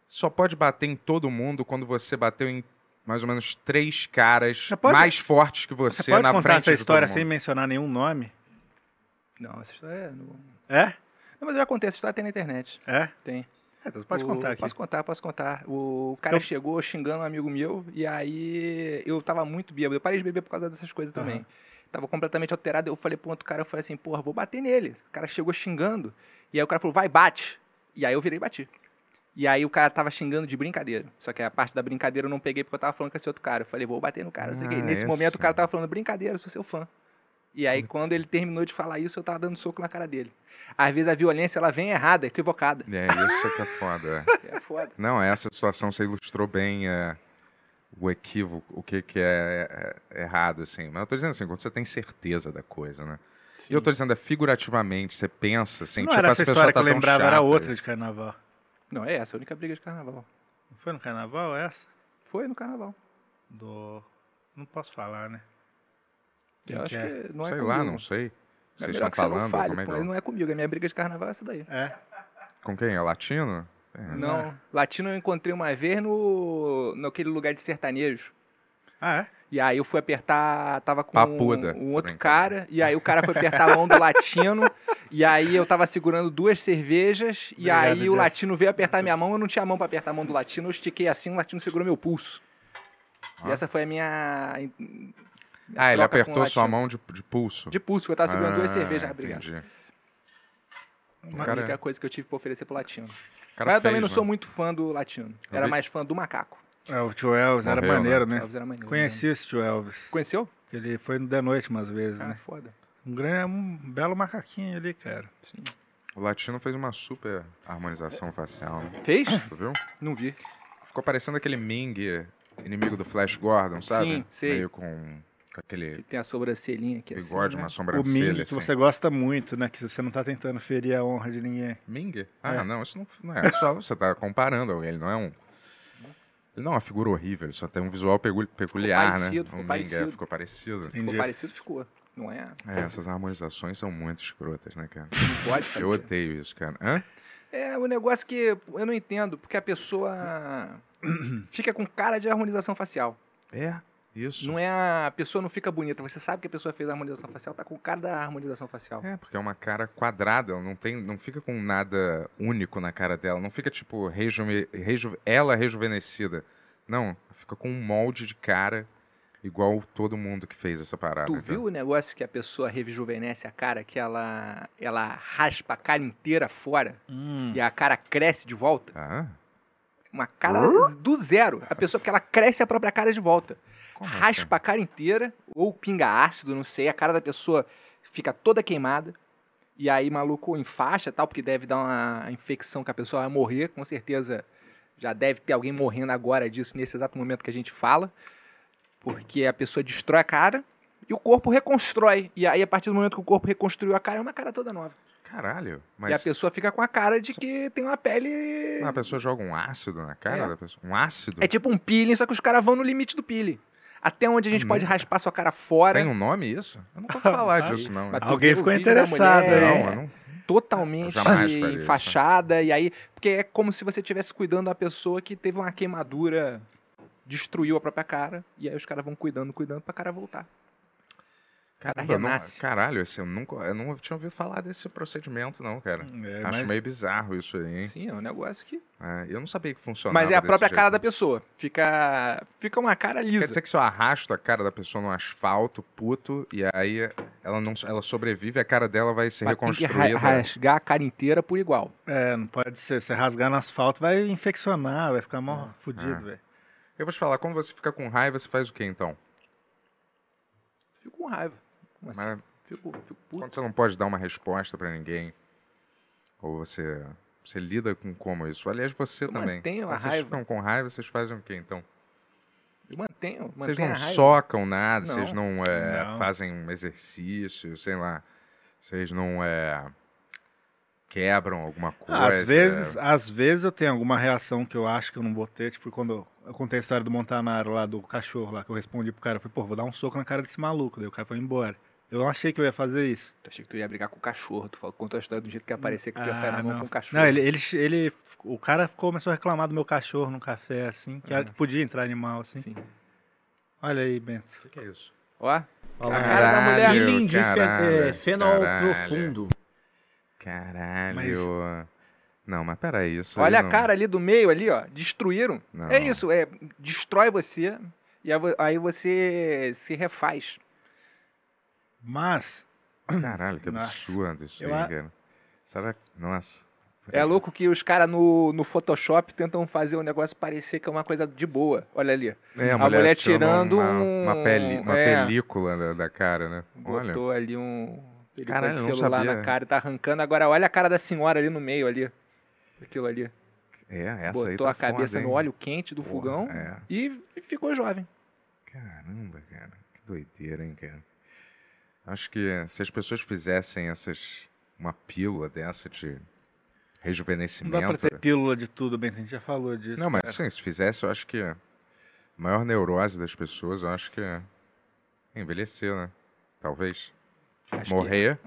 [SPEAKER 5] Só pode bater em todo mundo quando você bateu em mais ou menos três caras
[SPEAKER 9] Você pode-
[SPEAKER 5] mais fortes que você,
[SPEAKER 9] Você pode
[SPEAKER 5] na
[SPEAKER 9] contar
[SPEAKER 5] frente
[SPEAKER 9] essa
[SPEAKER 5] de todo
[SPEAKER 9] história
[SPEAKER 5] mundo.
[SPEAKER 9] sem mencionar nenhum nome?
[SPEAKER 8] Não, essa história. é- Não, não,
[SPEAKER 9] É?
[SPEAKER 8] mas eu já contei, essa história tem na internet.
[SPEAKER 9] É?
[SPEAKER 8] Tem.
[SPEAKER 9] É, então você pode
[SPEAKER 8] O-
[SPEAKER 9] contar aqui.
[SPEAKER 8] Posso contar, posso contar. O cara
[SPEAKER 9] Eu-
[SPEAKER 8] chegou xingando um amigo meu e aí eu tava muito bêbado. Eu parei de beber por causa dessas coisas também.
[SPEAKER 9] Aham.
[SPEAKER 8] Tava completamente alterado. Eu falei pro outro cara, eu falei assim, porra, vou bater nele. O cara chegou xingando. E aí o cara falou, vai, bate. E aí eu virei e bati. E aí o cara tava xingando de brincadeira. Só que a parte da brincadeira eu não peguei porque eu tava falando com esse outro cara. Eu falei, vou bater no cara. não sei o quê.
[SPEAKER 5] Ah,
[SPEAKER 8] Nesse
[SPEAKER 5] essa.
[SPEAKER 8] momento o cara tava falando, brincadeira, eu sou seu fã. E aí
[SPEAKER 5] Putz.
[SPEAKER 8] quando ele terminou de falar isso, eu tava dando soco na cara dele. Às vezes a violência, ela vem errada, equivocada.
[SPEAKER 5] É, isso que é foda. é.
[SPEAKER 8] É foda.
[SPEAKER 5] Não, essa situação você ilustrou bem é, o equívoco, o que, que é, é, errado, assim. Mas eu tô dizendo assim, quando você tem certeza da coisa, né? E eu tô dizendo é figurativamente, você pensa assim,
[SPEAKER 9] não
[SPEAKER 5] tipo,
[SPEAKER 9] era
[SPEAKER 5] essa
[SPEAKER 9] essa
[SPEAKER 5] pessoa
[SPEAKER 9] história
[SPEAKER 5] tá
[SPEAKER 9] que eu
[SPEAKER 5] tão
[SPEAKER 9] lembrava,
[SPEAKER 5] chata.
[SPEAKER 9] era outra de carnaval.
[SPEAKER 8] Não, é essa, a única briga de carnaval.
[SPEAKER 9] Não foi no carnaval essa?
[SPEAKER 8] Foi no carnaval.
[SPEAKER 9] Do. Não posso falar, né? Quem
[SPEAKER 8] eu acho
[SPEAKER 9] que é?
[SPEAKER 8] que não é
[SPEAKER 5] sei
[SPEAKER 8] comigo.
[SPEAKER 5] lá, não sei.
[SPEAKER 8] É
[SPEAKER 5] Vocês
[SPEAKER 8] melhor
[SPEAKER 5] estão
[SPEAKER 8] que você
[SPEAKER 5] falando?
[SPEAKER 8] não fale,
[SPEAKER 5] como é que
[SPEAKER 8] pô,
[SPEAKER 5] eu-
[SPEAKER 8] não é comigo, a minha briga de carnaval é essa daí.
[SPEAKER 9] É.
[SPEAKER 5] Com quem? É latino? É,
[SPEAKER 8] não, latino eu encontrei uma vez no naquele lugar de sertanejo.
[SPEAKER 9] Ah, é?
[SPEAKER 8] E aí eu fui apertar, tava com
[SPEAKER 5] Papuda,
[SPEAKER 8] um, um
[SPEAKER 5] tô
[SPEAKER 8] outro
[SPEAKER 5] brincando.
[SPEAKER 8] cara, e aí o cara foi apertar a mão do latino, e aí eu tava segurando duas cervejas, e
[SPEAKER 9] Obrigado,
[SPEAKER 8] aí o
[SPEAKER 9] Jeff.
[SPEAKER 8] latino veio apertar minha mão, eu não tinha mão pra apertar a mão do latino, eu estiquei assim, o latino segurou meu pulso. E
[SPEAKER 5] Ah.
[SPEAKER 8] essa foi a minha... minha
[SPEAKER 5] Ah, ele
[SPEAKER 8] troca com o
[SPEAKER 5] apertou sua
[SPEAKER 8] latino.
[SPEAKER 5] mão de, de pulso.
[SPEAKER 8] De pulso, porque eu tava segurando duas
[SPEAKER 5] Ah,
[SPEAKER 8] cervejas, ah, obrigado.
[SPEAKER 5] entendi.
[SPEAKER 8] Uma
[SPEAKER 5] Cara- é-
[SPEAKER 8] única coisa que eu tive pra oferecer pro latino.
[SPEAKER 5] O cara
[SPEAKER 8] Mas eu
[SPEAKER 5] fez,
[SPEAKER 8] também não sou
[SPEAKER 5] né?
[SPEAKER 8] muito fã do latino.
[SPEAKER 5] Eu
[SPEAKER 8] Era
[SPEAKER 5] vi-
[SPEAKER 8] mais fã do macaco.
[SPEAKER 9] É, o tio Elvis era
[SPEAKER 5] Morreu,
[SPEAKER 9] maneiro, né?
[SPEAKER 8] Elvis era maneiro,
[SPEAKER 9] Conheci esse tio Elvis.
[SPEAKER 8] né? Conheceu?
[SPEAKER 9] que Ele foi no The Noite umas vezes,
[SPEAKER 8] Ah,
[SPEAKER 9] né?
[SPEAKER 8] foda.
[SPEAKER 9] Um, grande, um belo macaquinho ali, cara.
[SPEAKER 8] Sim.
[SPEAKER 5] O latino fez uma super harmonização facial, né?
[SPEAKER 8] Fez?
[SPEAKER 5] Tu viu?
[SPEAKER 8] Não vi.
[SPEAKER 5] Ficou parecendo aquele Ming, inimigo do Flash Gordon, sabe?
[SPEAKER 8] Sim, sei.
[SPEAKER 5] Meio com, com
[SPEAKER 8] Ele
[SPEAKER 5] aquele
[SPEAKER 8] tem a sobrancelhinha aqui assim,
[SPEAKER 5] bigode,
[SPEAKER 8] né?
[SPEAKER 5] uma
[SPEAKER 9] o
[SPEAKER 5] sobrancelha.
[SPEAKER 9] Ming, que
[SPEAKER 5] assim.
[SPEAKER 9] você gosta muito, né? Que você não tá tentando ferir a honra de ninguém.
[SPEAKER 5] Ming? Ah,
[SPEAKER 9] É.
[SPEAKER 5] não, isso não, não é. Só você tá comparando alguém, ele não é um. Ele não é uma figura horrível, ele só tem um visual pegu- peculiar, né?
[SPEAKER 8] parecido, ficou
[SPEAKER 5] O Ming
[SPEAKER 8] parecido.
[SPEAKER 5] É, ficou parecido.
[SPEAKER 8] Ficou
[SPEAKER 9] Entendi.
[SPEAKER 8] parecido, ficou. Não é?
[SPEAKER 5] É, essas harmonizações são muito escrotas, né, cara?
[SPEAKER 8] Não pode
[SPEAKER 5] Eu
[SPEAKER 8] parecer.
[SPEAKER 5] odeio isso, cara. Hã?
[SPEAKER 8] É um negócio que eu não entendo, porque a pessoa fica com cara de harmonização facial.
[SPEAKER 5] É, isso.
[SPEAKER 8] Não é a... a pessoa não fica bonita. Você sabe que a pessoa fez a harmonização facial, tá com cara da harmonização facial.
[SPEAKER 5] É, porque é uma cara quadrada, ela não tem, não fica com nada único na cara dela, não fica tipo rejuve, reju- ela rejuvenescida. Não, fica com um molde de cara igual todo mundo que fez essa parada.
[SPEAKER 8] Tu
[SPEAKER 5] entendeu?
[SPEAKER 8] viu o negócio que a pessoa rejuvenesce a cara, que ela, ela raspa a cara inteira fora
[SPEAKER 9] Hum.
[SPEAKER 8] e a cara cresce de volta?
[SPEAKER 5] Ah,
[SPEAKER 8] Uma cara do zero. A pessoa, porque ela cresce a própria cara de volta.
[SPEAKER 5] Como assim?
[SPEAKER 8] Raspa a cara inteira, ou pinga ácido, não sei. A cara da pessoa fica toda queimada. E aí, maluco, enfaixa e tal, porque deve dar uma infecção que a pessoa vai morrer. Com certeza já deve ter alguém morrendo agora disso, nesse exato momento que a gente fala. Porque a pessoa destrói a cara e o corpo reconstrói. E aí, a partir do momento que o corpo reconstruiu a cara, é uma cara toda nova.
[SPEAKER 5] Caralho.
[SPEAKER 8] E a
[SPEAKER 5] Mas
[SPEAKER 8] pessoa fica com a cara de que tem uma pele.
[SPEAKER 5] a pessoa joga um ácido na cara
[SPEAKER 8] É.
[SPEAKER 5] da pessoa? Um ácido?
[SPEAKER 8] É tipo um peeling, só que os caras vão no limite do peeling. Até onde a gente
[SPEAKER 5] Ah,
[SPEAKER 8] pode
[SPEAKER 5] nunca.
[SPEAKER 8] raspar sua cara fora.
[SPEAKER 5] Tem um nome isso? Eu não vou falar disso, não.
[SPEAKER 8] Mas é. tu
[SPEAKER 3] Alguém
[SPEAKER 8] vê o
[SPEAKER 3] ficou
[SPEAKER 8] vídeo da
[SPEAKER 3] interessado
[SPEAKER 8] mulher
[SPEAKER 3] aí.
[SPEAKER 5] Não, eu não. Eu
[SPEAKER 8] Totalmente
[SPEAKER 5] jamais faria isso. né?
[SPEAKER 8] enfaixada. E aí. Porque é como se você estivesse cuidando da pessoa que teve uma queimadura, destruiu a própria cara. E aí os caras vão cuidando, cuidando pra cara voltar.
[SPEAKER 5] Caramba, eu não-
[SPEAKER 8] renasce.
[SPEAKER 5] caralho, assim, eu, nunca, eu não tinha ouvido falar desse procedimento, não, cara.
[SPEAKER 8] Hum,
[SPEAKER 9] É,
[SPEAKER 5] Acho
[SPEAKER 9] mas-
[SPEAKER 5] meio bizarro isso aí, hein?
[SPEAKER 8] Sim, é um negócio que.
[SPEAKER 5] É, eu não sabia que funcionava.
[SPEAKER 8] Mas é a
[SPEAKER 5] desse
[SPEAKER 8] própria
[SPEAKER 5] jeito. né?
[SPEAKER 8] cara da pessoa. Fica. Fica uma cara lisa.
[SPEAKER 5] Quer dizer que se eu arrasto a cara da pessoa no asfalto, puto, e aí ela não ela sobrevive, a cara dela vai ser
[SPEAKER 8] Mas tem que ra-
[SPEAKER 5] reconstruída.
[SPEAKER 8] rasgar a cara inteira por igual.
[SPEAKER 9] É, não pode ser. Se rasgar no asfalto, vai infeccionar, vai ficar mal fudido,
[SPEAKER 5] ah.
[SPEAKER 9] velho.
[SPEAKER 5] Eu vou te falar, quando você fica com raiva, você faz o quê então?
[SPEAKER 8] Fico com raiva. Como assim?
[SPEAKER 5] Mas
[SPEAKER 8] Fico, fico puto.
[SPEAKER 5] quando você não pode dar uma resposta pra ninguém, ou você você lida com como isso? Aliás, você
[SPEAKER 8] Eu
[SPEAKER 5] também.
[SPEAKER 8] mantenho a
[SPEAKER 5] Quando vocês
[SPEAKER 8] raiva.
[SPEAKER 5] ficam com raiva, vocês fazem o quê então?
[SPEAKER 8] Eu mantenho, mantenho
[SPEAKER 5] Vocês não
[SPEAKER 8] a raiva.
[SPEAKER 5] socam nada, vocês não, é,
[SPEAKER 9] Não.
[SPEAKER 5] fazem um exercício, sei lá. Vocês não é, quebram alguma
[SPEAKER 8] Ah,
[SPEAKER 5] coisa.
[SPEAKER 9] Ah,
[SPEAKER 5] é.
[SPEAKER 9] Às vezes, às vezes eu tenho alguma reação que eu acho que eu não vou ter. Tipo, quando eu contei a história do Montanaro lá, do cachorro lá, que eu respondi pro cara, eu falei, pô, vou dar um soco na cara desse maluco. Daí o cara foi embora. Eu não achei que eu ia fazer isso.
[SPEAKER 8] Tu achei que tu ia brigar com o cachorro. Tu falou, contou a história do jeito que ia aparecer que tu ia
[SPEAKER 9] Ah,
[SPEAKER 8] sair na mão
[SPEAKER 9] não.
[SPEAKER 8] com o cachorro.
[SPEAKER 9] Não, ele, ele, ele- O cara começou a reclamar do meu cachorro no café, assim, que, era-
[SPEAKER 8] Ah.
[SPEAKER 9] que podia entrar animal, assim.
[SPEAKER 8] Sim.
[SPEAKER 9] Olha aí, Bento.
[SPEAKER 5] O que que é isso?
[SPEAKER 8] Ó,
[SPEAKER 7] Olha
[SPEAKER 8] A
[SPEAKER 7] lá.
[SPEAKER 8] cara da mulher.
[SPEAKER 7] Milindí fe-
[SPEAKER 5] caralho,
[SPEAKER 7] é, fenol
[SPEAKER 5] caralho.
[SPEAKER 7] profundo.
[SPEAKER 5] Caralho. Não, mas peraí, isso.
[SPEAKER 8] olha
[SPEAKER 5] aí
[SPEAKER 8] a
[SPEAKER 5] não-
[SPEAKER 8] cara ali do meio ali, ó. Destruíram.
[SPEAKER 5] não.
[SPEAKER 8] É isso, é. Destrói você e aí vo- aí você se refaz. É
[SPEAKER 9] Mas,
[SPEAKER 5] Caralho, que
[SPEAKER 9] Nossa.
[SPEAKER 5] absurdo isso
[SPEAKER 9] Eu
[SPEAKER 5] aí,
[SPEAKER 9] a-
[SPEAKER 5] cara. Será que. Nossa.
[SPEAKER 8] É louco que os caras no, no Photoshop tentam fazer o negócio parecer que é uma coisa de boa. Olha ali.
[SPEAKER 5] É,
[SPEAKER 8] a mulher
[SPEAKER 5] tirou
[SPEAKER 8] tirando
[SPEAKER 5] uma,
[SPEAKER 8] um-
[SPEAKER 5] uma, peli- uma
[SPEAKER 8] é.
[SPEAKER 5] película da, da cara, né? Olha.
[SPEAKER 8] Botou ali um película
[SPEAKER 5] Caralho,
[SPEAKER 8] de
[SPEAKER 5] eu não
[SPEAKER 8] celular
[SPEAKER 5] sabia.
[SPEAKER 8] na cara e tá arrancando. Agora olha a cara da senhora ali no meio ali. Aquilo ali.
[SPEAKER 5] É, essa aí.
[SPEAKER 8] Botou
[SPEAKER 5] tá
[SPEAKER 8] a cabeça
[SPEAKER 5] foda,
[SPEAKER 8] no
[SPEAKER 5] hein?
[SPEAKER 8] óleo quente do
[SPEAKER 5] Porra,
[SPEAKER 8] fogão
[SPEAKER 5] É.
[SPEAKER 8] e e ficou jovem.
[SPEAKER 5] Caramba, cara. Que doideira, hein, cara. Acho que eh, se as pessoas fizessem essas. Uma pílula dessa de
[SPEAKER 9] não dá pra
[SPEAKER 5] rejuvenescimento.
[SPEAKER 9] ter pílula de tudo, Bento. A gente já falou disso.
[SPEAKER 5] Não, mas
[SPEAKER 9] cara.
[SPEAKER 5] sim, se fizesse, eu acho que a maior neurose das pessoas, eu acho que é envelhecer, né? Talvez.
[SPEAKER 8] Acho
[SPEAKER 5] Morrer.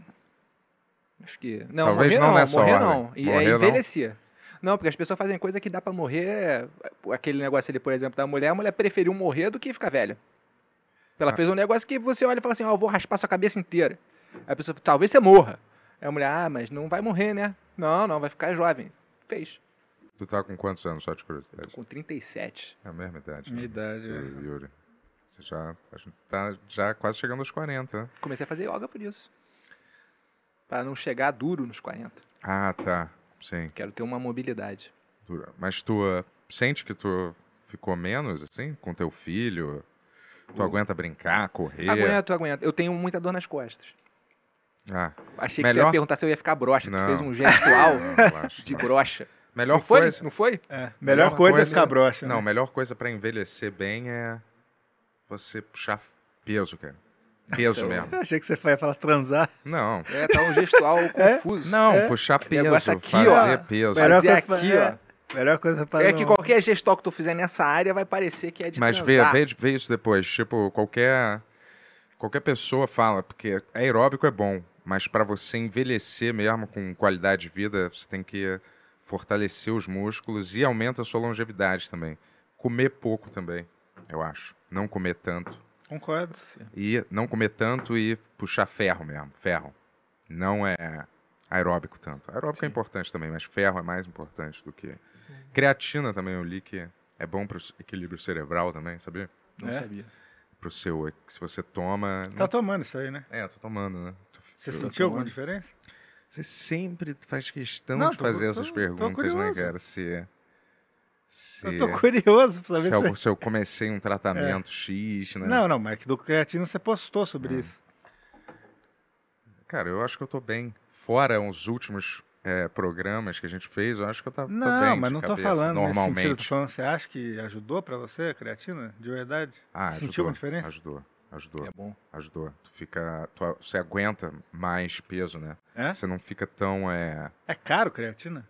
[SPEAKER 8] Que, acho que. Não,
[SPEAKER 5] Talvez
[SPEAKER 8] morrer
[SPEAKER 5] não
[SPEAKER 8] não,
[SPEAKER 5] nessa
[SPEAKER 8] morrer
[SPEAKER 5] ordem.
[SPEAKER 8] não. E
[SPEAKER 5] Morrer
[SPEAKER 8] é
[SPEAKER 5] não.
[SPEAKER 8] envelhecer. Não. porque as pessoas fazem coisa que dá pra morrer. é, Aquele negócio ali, por exemplo, da mulher, a mulher preferiu morrer do que ficar velha. Ela
[SPEAKER 5] Ah.
[SPEAKER 8] fez um negócio que você olha e fala assim, ó, eu vou raspar sua cabeça inteira. Aí a pessoa, talvez você morra. Aí a mulher, ah, mas não vai morrer, né? Não, não, vai ficar jovem. Fez.
[SPEAKER 5] Tu tá com quantos anos, só de
[SPEAKER 8] Tô
[SPEAKER 5] curiosidade?
[SPEAKER 8] com 37.
[SPEAKER 5] É a mesma idade.
[SPEAKER 9] Minha
[SPEAKER 5] né?
[SPEAKER 9] idade.
[SPEAKER 5] E,
[SPEAKER 9] é.
[SPEAKER 5] Yuri. Você já tá já quase chegando aos 40, né?
[SPEAKER 8] Comecei a fazer yoga por isso. Pra não chegar duro nos 40.
[SPEAKER 5] Ah, tá. Sim.
[SPEAKER 8] Quero ter uma mobilidade.
[SPEAKER 5] Tu- Mas tu ah, sente que tu ficou menos, assim, com teu filho? Tu
[SPEAKER 8] Eu-
[SPEAKER 5] aguenta brincar, correr?
[SPEAKER 8] Aguento, aguento. Eu tenho muita dor nas costas.
[SPEAKER 5] Ah,
[SPEAKER 8] Achei que tu
[SPEAKER 5] Melhor-
[SPEAKER 8] ia perguntar se eu ia ficar broxa. Tu
[SPEAKER 5] Não.
[SPEAKER 8] fez um gestual
[SPEAKER 5] não, relaxa,
[SPEAKER 8] de
[SPEAKER 5] relaxa.
[SPEAKER 8] broxa.
[SPEAKER 5] né? Melhor
[SPEAKER 8] não Tipo, foi?
[SPEAKER 5] coisa...
[SPEAKER 8] Não foi?
[SPEAKER 9] É, melhor,
[SPEAKER 5] Melhor
[SPEAKER 9] coisa, é
[SPEAKER 5] coisa-
[SPEAKER 9] ficar broxa.
[SPEAKER 5] Não, a
[SPEAKER 9] né?
[SPEAKER 5] melhor coisa pra envelhecer bem é você puxar peso, cara. Peso
[SPEAKER 8] Sei lá.
[SPEAKER 5] mesmo.
[SPEAKER 9] Eu achei que você ia falar transar.
[SPEAKER 5] Não.
[SPEAKER 8] É, tá um gestual confuso.
[SPEAKER 5] Não,
[SPEAKER 8] é.
[SPEAKER 5] puxar peso,
[SPEAKER 8] negócio aqui,
[SPEAKER 5] fazer
[SPEAKER 8] ó.
[SPEAKER 5] peso.
[SPEAKER 8] Fazer
[SPEAKER 9] Melhor coisa pra-
[SPEAKER 8] aqui,
[SPEAKER 9] é. Melhor coisa
[SPEAKER 8] ó.
[SPEAKER 9] para
[SPEAKER 8] É que qualquer gestual que tu fizer nessa área vai parecer que é de
[SPEAKER 5] Mas vê,
[SPEAKER 8] transar.
[SPEAKER 5] vê, vê isso depois. Tipo, qualquer qualquer pessoa fala, porque aeróbico é bom, mas pra você envelhecer mesmo com qualidade de vida, você tem que fortalecer os músculos e aumenta a sua longevidade também. Comer pouco também, eu acho. Não comer tanto.
[SPEAKER 9] Concordo.
[SPEAKER 5] E não comer tanto e puxar ferro mesmo, ferro. Não é aeróbico tanto. Aeróbico é importante também, mas ferro é mais importante do
[SPEAKER 8] Uhum.
[SPEAKER 5] que. Creatina também, eu li que é bom para equilíbrio cerebral também, sabia?
[SPEAKER 8] Não
[SPEAKER 9] É.
[SPEAKER 8] sabia.
[SPEAKER 5] Pro seu. é Se você toma.
[SPEAKER 9] Tá tomando isso aí, né?
[SPEAKER 5] É, tô tomando, né? Tu-
[SPEAKER 9] Você
[SPEAKER 5] eu-
[SPEAKER 9] sentiu alguma
[SPEAKER 8] tomando.
[SPEAKER 9] diferença?
[SPEAKER 5] Você sempre faz questão
[SPEAKER 9] Não,
[SPEAKER 5] de
[SPEAKER 9] tô-
[SPEAKER 5] fazer
[SPEAKER 9] tô-
[SPEAKER 5] essas
[SPEAKER 9] tô
[SPEAKER 5] perguntas, né,
[SPEAKER 9] curioso.
[SPEAKER 5] cara? Se, Se, é,
[SPEAKER 9] Eu tô curioso pra
[SPEAKER 5] se,
[SPEAKER 9] saber se. É.
[SPEAKER 5] eu, se eu comecei um tratamento X, né? É.
[SPEAKER 9] Não, não, mas é que do creatino você postou sobre isso.
[SPEAKER 5] Cara, eu acho que eu tô bem. Fora os últimos é, programas que a gente fez, eu acho que eu tava tô
[SPEAKER 9] Não,
[SPEAKER 5] Tá bem
[SPEAKER 9] mas
[SPEAKER 5] de
[SPEAKER 9] não tô
[SPEAKER 5] cabeça,
[SPEAKER 9] falando nesse sentido.
[SPEAKER 5] normalmente.
[SPEAKER 9] Tô falando, você acha que ajudou pra você a creatina? De verdade?
[SPEAKER 5] ah,
[SPEAKER 9] Sentiu
[SPEAKER 5] ajudou,
[SPEAKER 9] uma diferença?
[SPEAKER 5] Ajudou, ajudou,
[SPEAKER 8] É bom.
[SPEAKER 5] ajudou. Tu fica, tu- você aguenta mais peso, né?
[SPEAKER 9] É?
[SPEAKER 5] Você não fica tão é,
[SPEAKER 9] É caro creatina?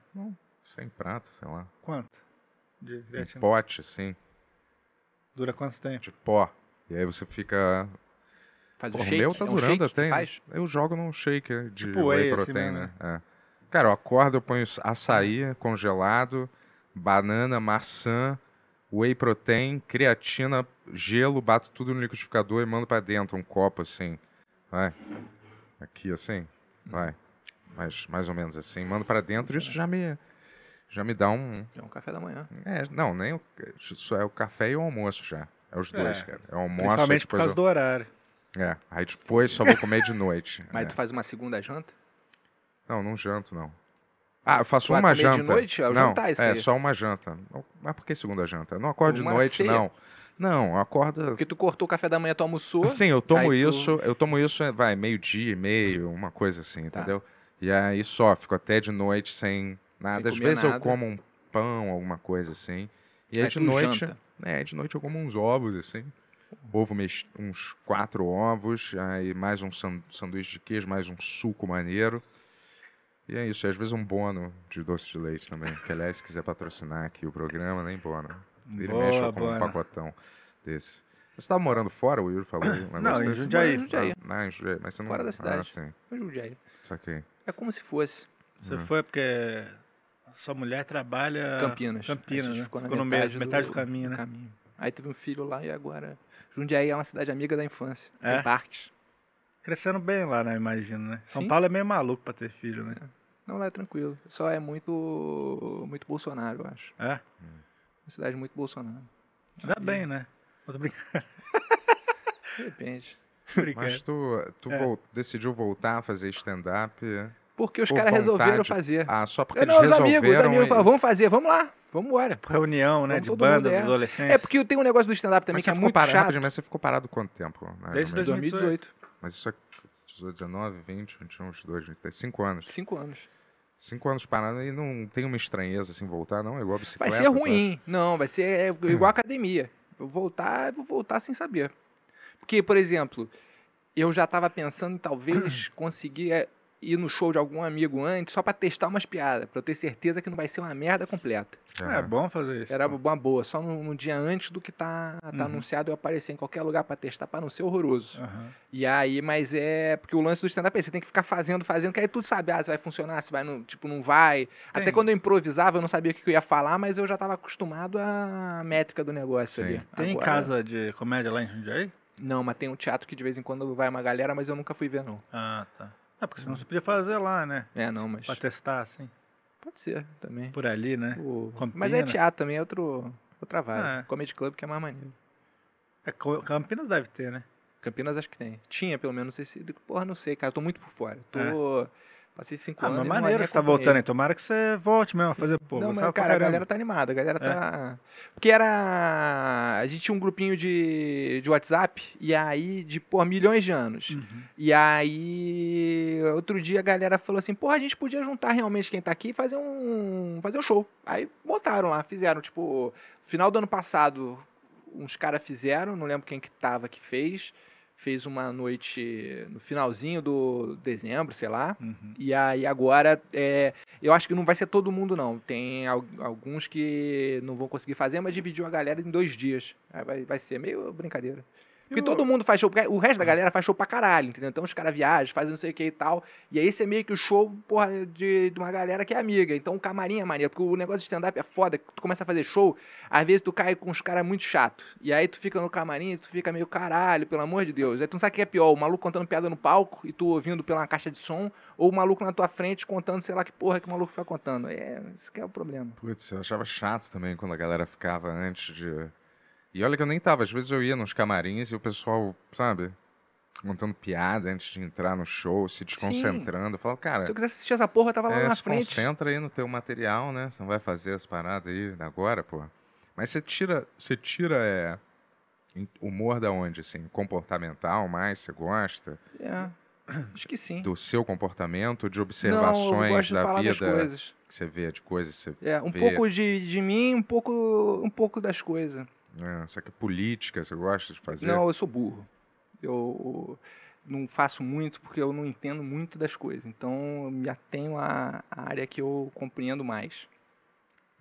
[SPEAKER 5] sem prato, sei lá,
[SPEAKER 9] Quanto? De
[SPEAKER 5] em
[SPEAKER 9] creatina?
[SPEAKER 5] pote assim,
[SPEAKER 9] Dura quanto tempo?
[SPEAKER 5] de pó. Tipo, E aí você fica,
[SPEAKER 8] Faz
[SPEAKER 5] Pô,
[SPEAKER 8] o
[SPEAKER 5] o
[SPEAKER 8] shake.
[SPEAKER 5] meu
[SPEAKER 8] é
[SPEAKER 5] tá
[SPEAKER 8] um
[SPEAKER 5] durando
[SPEAKER 8] shake que
[SPEAKER 5] até, né?
[SPEAKER 8] Faz.
[SPEAKER 5] eu jogo num shake de
[SPEAKER 9] Tipo whey,
[SPEAKER 5] whey
[SPEAKER 9] assim
[SPEAKER 5] protein,
[SPEAKER 9] mesmo, É.
[SPEAKER 5] né? É. Cara, eu acordo, eu ponho açaí congelado, banana, maçã, whey protein, creatina, gelo, bato tudo no liquidificador e mando pra dentro, um copo assim. Vai. Aqui
[SPEAKER 8] Hum.
[SPEAKER 5] assim. Vai. Mas mais ou menos assim, mando pra dentro, isso já me já me dá um,
[SPEAKER 8] É um café da manhã.
[SPEAKER 5] é, não, nem o, isso é o café e o almoço já. É os dois,
[SPEAKER 9] É.
[SPEAKER 5] cara. É o almoço
[SPEAKER 9] Principalmente por
[SPEAKER 5] depois
[SPEAKER 9] causa
[SPEAKER 5] eu-
[SPEAKER 9] do horário.
[SPEAKER 5] É, aí depois só vou comer de noite.
[SPEAKER 8] Mas
[SPEAKER 5] é.
[SPEAKER 8] tu faz uma segunda janta?
[SPEAKER 5] Não, não janto, não. Ah, eu faço
[SPEAKER 8] Tu vai
[SPEAKER 5] uma
[SPEAKER 8] comer de
[SPEAKER 5] janta.
[SPEAKER 8] noite? É o
[SPEAKER 5] não,
[SPEAKER 8] jantar isso
[SPEAKER 5] é,
[SPEAKER 8] aí.
[SPEAKER 5] só uma janta. Não- Mas por que segunda janta? Eu não acordo de
[SPEAKER 8] Uma
[SPEAKER 5] noite,
[SPEAKER 8] ceia.
[SPEAKER 5] não. Não, eu acordo...
[SPEAKER 8] Porque tu cortou o café da manhã, tu almoçou.
[SPEAKER 5] Sim, eu tomo
[SPEAKER 8] aí tu-
[SPEAKER 5] isso, eu tomo isso, é, vai, meio-dia e meio, uma coisa assim,
[SPEAKER 8] Tá.
[SPEAKER 5] entendeu? E aí só, fico até de noite sem nada. Às
[SPEAKER 8] comer
[SPEAKER 5] vezes eu
[SPEAKER 8] nada.
[SPEAKER 5] como um pão, alguma coisa assim. E aí,
[SPEAKER 8] aí
[SPEAKER 5] de
[SPEAKER 8] tu
[SPEAKER 5] noite...
[SPEAKER 8] janta.
[SPEAKER 5] É, de noite eu como uns ovos, assim. Ovo, mex- uns quatro ovos, aí mais um san- sanduíche de queijo, mais um suco maneiro. E é isso, e às vezes um bono de doce de leite também. Que, aliás, se quiser patrocinar aqui o programa, nem bono. Ele
[SPEAKER 9] Boa, né?
[SPEAKER 5] mexe com um
[SPEAKER 9] Bono.
[SPEAKER 5] pacotão desse. Você estava morando fora, o Yuri falou? aí, Um
[SPEAKER 9] Não,
[SPEAKER 5] negócio
[SPEAKER 9] em
[SPEAKER 5] desse?
[SPEAKER 9] Jundiaí.
[SPEAKER 8] Mas- Jundiaí.
[SPEAKER 5] Ah, em Jundiaí, mas você não...
[SPEAKER 8] Fora da
[SPEAKER 5] Ah,
[SPEAKER 8] cidade.
[SPEAKER 5] sim,
[SPEAKER 8] Mas Jundiaí.
[SPEAKER 5] saquei.
[SPEAKER 8] É como se fosse
[SPEAKER 9] Você
[SPEAKER 5] Uhum.
[SPEAKER 9] foi porque sua mulher trabalha.
[SPEAKER 8] Campinas.
[SPEAKER 9] É, Campinas,
[SPEAKER 8] A gente
[SPEAKER 9] né?
[SPEAKER 8] Ficou, na
[SPEAKER 9] Ficou no meio-
[SPEAKER 8] metade,
[SPEAKER 9] metade do caminho, né?
[SPEAKER 8] Aí teve um filho lá e agora... Jundiaí é uma cidade amiga da infância.
[SPEAKER 9] É?
[SPEAKER 8] Tem parques.
[SPEAKER 9] Crescendo bem lá, né? Imagino, né? São
[SPEAKER 8] Sim.
[SPEAKER 9] Paulo é meio maluco pra ter filho, né?
[SPEAKER 8] Não, lá é tranquilo. Só é muito... Muito Bolsonaro, eu acho.
[SPEAKER 9] É?
[SPEAKER 8] Uma cidade muito Bolsonaro.
[SPEAKER 9] Ainda
[SPEAKER 8] Aí,
[SPEAKER 9] bem, né? Eu tô brincando.
[SPEAKER 8] De repente.
[SPEAKER 5] Mas tu, tu
[SPEAKER 9] É.
[SPEAKER 5] vol- decidiu voltar a fazer stand-up?
[SPEAKER 8] Porque os
[SPEAKER 5] Por
[SPEAKER 8] caras resolveram
[SPEAKER 5] vontade.
[SPEAKER 8] fazer.
[SPEAKER 5] Ah, só porque
[SPEAKER 8] É. Eu não,
[SPEAKER 5] eles
[SPEAKER 8] os amigos, os
[SPEAKER 5] resolveram...
[SPEAKER 8] amigos
[SPEAKER 5] e-
[SPEAKER 8] falaram, vamos fazer, vamos lá, vamos embora.
[SPEAKER 9] Reunião, né?
[SPEAKER 8] Vamos
[SPEAKER 9] De
[SPEAKER 8] todo
[SPEAKER 9] banda,
[SPEAKER 8] mundo,
[SPEAKER 9] de
[SPEAKER 8] é.
[SPEAKER 9] adolescente.
[SPEAKER 8] É porque tem um negócio do stand-up também
[SPEAKER 5] Mas
[SPEAKER 8] que
[SPEAKER 5] você né,
[SPEAKER 8] é
[SPEAKER 5] ficou
[SPEAKER 8] muito
[SPEAKER 5] parado,
[SPEAKER 8] chato.
[SPEAKER 5] mas você ficou parado quanto tempo? mais
[SPEAKER 9] Desde
[SPEAKER 5] ou
[SPEAKER 8] De
[SPEAKER 5] menos?
[SPEAKER 8] 2018,
[SPEAKER 5] Mas isso é 18, 19, 20, 21, 22, 23, 5 anos.
[SPEAKER 8] cinco anos.
[SPEAKER 5] 5 anos parado e não tem uma estranheza assim voltar, não? É igual a
[SPEAKER 8] Vai
[SPEAKER 5] bicicleta.
[SPEAKER 8] ser
[SPEAKER 5] tu
[SPEAKER 8] ruim. Não, vai ser é, igual
[SPEAKER 9] Hum.
[SPEAKER 8] a academia. Eu voltar, eu vou voltar sem saber. Porque, por exemplo, eu já tava pensando em talvez conseguir é, ir no show de algum amigo antes só pra testar umas piadas, pra eu ter certeza que não vai ser uma merda completa.
[SPEAKER 5] acha?
[SPEAKER 9] É bom fazer isso.
[SPEAKER 8] Era
[SPEAKER 9] pô.
[SPEAKER 8] uma boa, só no, no dia antes do que tá, tá
[SPEAKER 9] Uhum. É.
[SPEAKER 8] anunciado eu aparecer em qualquer lugar pra testar, pra não ser horroroso.
[SPEAKER 9] Aham.
[SPEAKER 8] E aí, mas é. Porque o lance do stand-up é você tem que ficar fazendo, fazendo, que aí tudo sabe, ah, se vai funcionar, se vai, não, tipo, não vai. Até
[SPEAKER 9] Tem.
[SPEAKER 8] quando eu improvisava, eu não sabia o que que eu ia falar, mas eu já tava acostumado à métrica do negócio
[SPEAKER 5] Sim.
[SPEAKER 8] ali.
[SPEAKER 9] Tem
[SPEAKER 8] Agora-
[SPEAKER 9] casa de comédia lá em Jundiaí?
[SPEAKER 8] Não, mas tem um teatro que de vez em quando vai uma galera, mas eu nunca fui ver, não.
[SPEAKER 9] Ah, tá. Ah, porque
[SPEAKER 8] Uhum.
[SPEAKER 9] senão você podia fazer lá, né?
[SPEAKER 8] É, não, mas.
[SPEAKER 9] Pra testar, assim.
[SPEAKER 8] Pode ser também.
[SPEAKER 9] Por ali, né?
[SPEAKER 8] O-
[SPEAKER 9] Campinas.
[SPEAKER 8] Mas é teatro também, é outro, outra vibe.
[SPEAKER 9] Ah, é.
[SPEAKER 8] Comedy Club que é mais maneiro.
[SPEAKER 9] É, Co- Campinas deve ter, né?
[SPEAKER 8] Campinas acho que tem. Tinha, pelo menos, não sei se. Porra, não sei, cara. Eu tô muito por fora. Tô. Passei cinco
[SPEAKER 9] É. Ah,
[SPEAKER 8] anos.
[SPEAKER 9] mas
[SPEAKER 8] e não
[SPEAKER 9] maneiro
[SPEAKER 8] nem
[SPEAKER 9] que você tá
[SPEAKER 8] acompanhei.
[SPEAKER 9] voltando aí. Tomara que você volte mesmo a
[SPEAKER 8] Sim.
[SPEAKER 9] fazer pô.
[SPEAKER 8] não, mas,
[SPEAKER 9] sabe pra
[SPEAKER 8] cara, a
[SPEAKER 9] caramba. É.
[SPEAKER 8] galera tá animada, a galera tá. Porque era. A gente tinha um grupinho de, de WhatsApp, e aí, de, pô, milhões de anos.
[SPEAKER 9] Uhum.
[SPEAKER 8] E aí, outro dia a galera falou assim: porra, a gente podia juntar realmente quem tá aqui e fazer um, fazer um show. Aí botaram lá, fizeram, tipo, final do ano passado, uns caras fizeram, não lembro quem que tava que fez. Fez uma noite no finalzinho do dezembro, sei lá.
[SPEAKER 9] Uhum.
[SPEAKER 8] E aí agora, é, eu acho que não vai ser todo mundo, não. Tem al- alguns que não vão conseguir fazer, mas dividiu a galera em dois dias. Aí vai, vai ser meio brincadeira. Porque
[SPEAKER 9] Eu-
[SPEAKER 8] todo mundo faz show, porque o resto da galera faz show pra caralho, entendeu? Então os caras viajam, fazem não sei o que e tal. E aí esse é meio que o show, porra, de, de uma galera que é amiga. Então o camarim é maneiro, porque o negócio de stand-up é foda, que tu começa a fazer show, às vezes tu cai com os caras muito chato. E aí tu fica no camarim, tu fica meio caralho, pelo amor de Deus. Aí tu não sabe o que é pior, o maluco contando piada no palco e tu ouvindo pela caixa de som, ou o maluco na tua frente contando, sei lá que porra que o maluco foi contando. É, isso que é o problema.
[SPEAKER 5] Putz, eu achava chato também quando a galera ficava antes de. E olha que eu nem tava, às vezes eu ia nos camarins e o pessoal, sabe? contando piada antes de entrar no show, se desconcentrando. Eu falava, cara,
[SPEAKER 8] Se eu quisesse assistir essa porra, eu tava lá
[SPEAKER 5] é,
[SPEAKER 8] na
[SPEAKER 5] se
[SPEAKER 8] frente.
[SPEAKER 5] concentra aí no teu material, né? Você não vai fazer as paradas aí agora, pô. Mas você tira, você tira é, em- humor da onde, assim? Comportamental mais, você gosta?
[SPEAKER 8] É. Acho que sim.
[SPEAKER 5] Do seu comportamento, de
[SPEAKER 8] não, eu
[SPEAKER 5] observações
[SPEAKER 8] gosto de
[SPEAKER 5] da
[SPEAKER 8] falar das
[SPEAKER 5] vida
[SPEAKER 8] coisas.
[SPEAKER 5] que você vê, de coisas que você
[SPEAKER 8] É, um
[SPEAKER 5] vê.
[SPEAKER 8] pouco de, de mim, um pouco, um pouco das coisas.
[SPEAKER 5] É, só que política, você gosta de fazer?
[SPEAKER 8] Não, eu sou burro. Eu não faço muito porque eu não entendo muito das coisas. Então eu me atenho à à área que eu compreendo mais.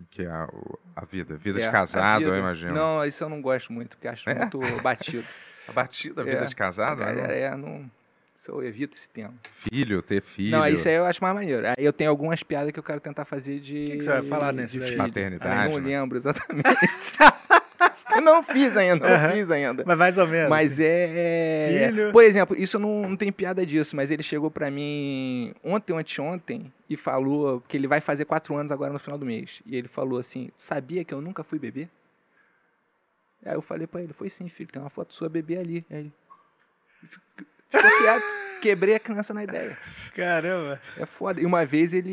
[SPEAKER 5] Que é a, o- a vida. Vida
[SPEAKER 8] É,
[SPEAKER 5] de
[SPEAKER 8] a
[SPEAKER 5] casado,
[SPEAKER 8] vida.
[SPEAKER 5] eu imagino.
[SPEAKER 8] Não, isso eu não gosto muito, porque acho
[SPEAKER 5] É?
[SPEAKER 8] muito batido.
[SPEAKER 5] A batida, a vida
[SPEAKER 8] É.
[SPEAKER 5] de casado, né?
[SPEAKER 8] Galera, é, não. Isso eu evito esse tema.
[SPEAKER 5] Filho, ter filho.
[SPEAKER 8] Não, é isso aí eu acho mais maneiro. Aí eu tenho algumas piadas que eu quero tentar fazer de.
[SPEAKER 3] que que você vai falar nesse
[SPEAKER 8] de
[SPEAKER 3] daí?
[SPEAKER 8] filho.
[SPEAKER 5] Paternidade,
[SPEAKER 8] Ah, não
[SPEAKER 5] né?
[SPEAKER 8] lembro exatamente. eu não fiz ainda, não
[SPEAKER 3] Aham.
[SPEAKER 8] fiz ainda.
[SPEAKER 3] Mas mais ou menos.
[SPEAKER 8] Mas é.
[SPEAKER 3] Filho.
[SPEAKER 8] Por exemplo, isso não, não tem piada disso, mas ele chegou pra mim ontem, anteontem, e falou que ele vai fazer quatro anos agora no final do mês. E ele falou assim: Sabia que eu nunca fui bebê? Aí eu falei pra ele: Foi sim, filho, tem uma foto sua bebê ali. Aí ele. Ficou quieto. Quebrei a criança na ideia.
[SPEAKER 3] Caramba.
[SPEAKER 8] É foda. E uma vez ele,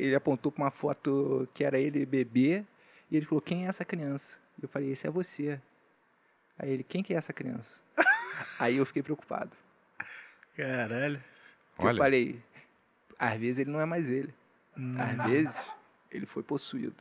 [SPEAKER 8] ele apontou pra uma foto que era ele bebê e ele falou: Quem é essa criança? E eu falei: Esse é você. Aí ele: Quem que é essa criança? Aí eu fiquei preocupado.
[SPEAKER 3] Caralho.
[SPEAKER 8] Porque
[SPEAKER 5] Olha,
[SPEAKER 8] Eu falei: Às vezes ele não é mais ele.
[SPEAKER 3] Hum.
[SPEAKER 8] Às vezes ele foi possuído.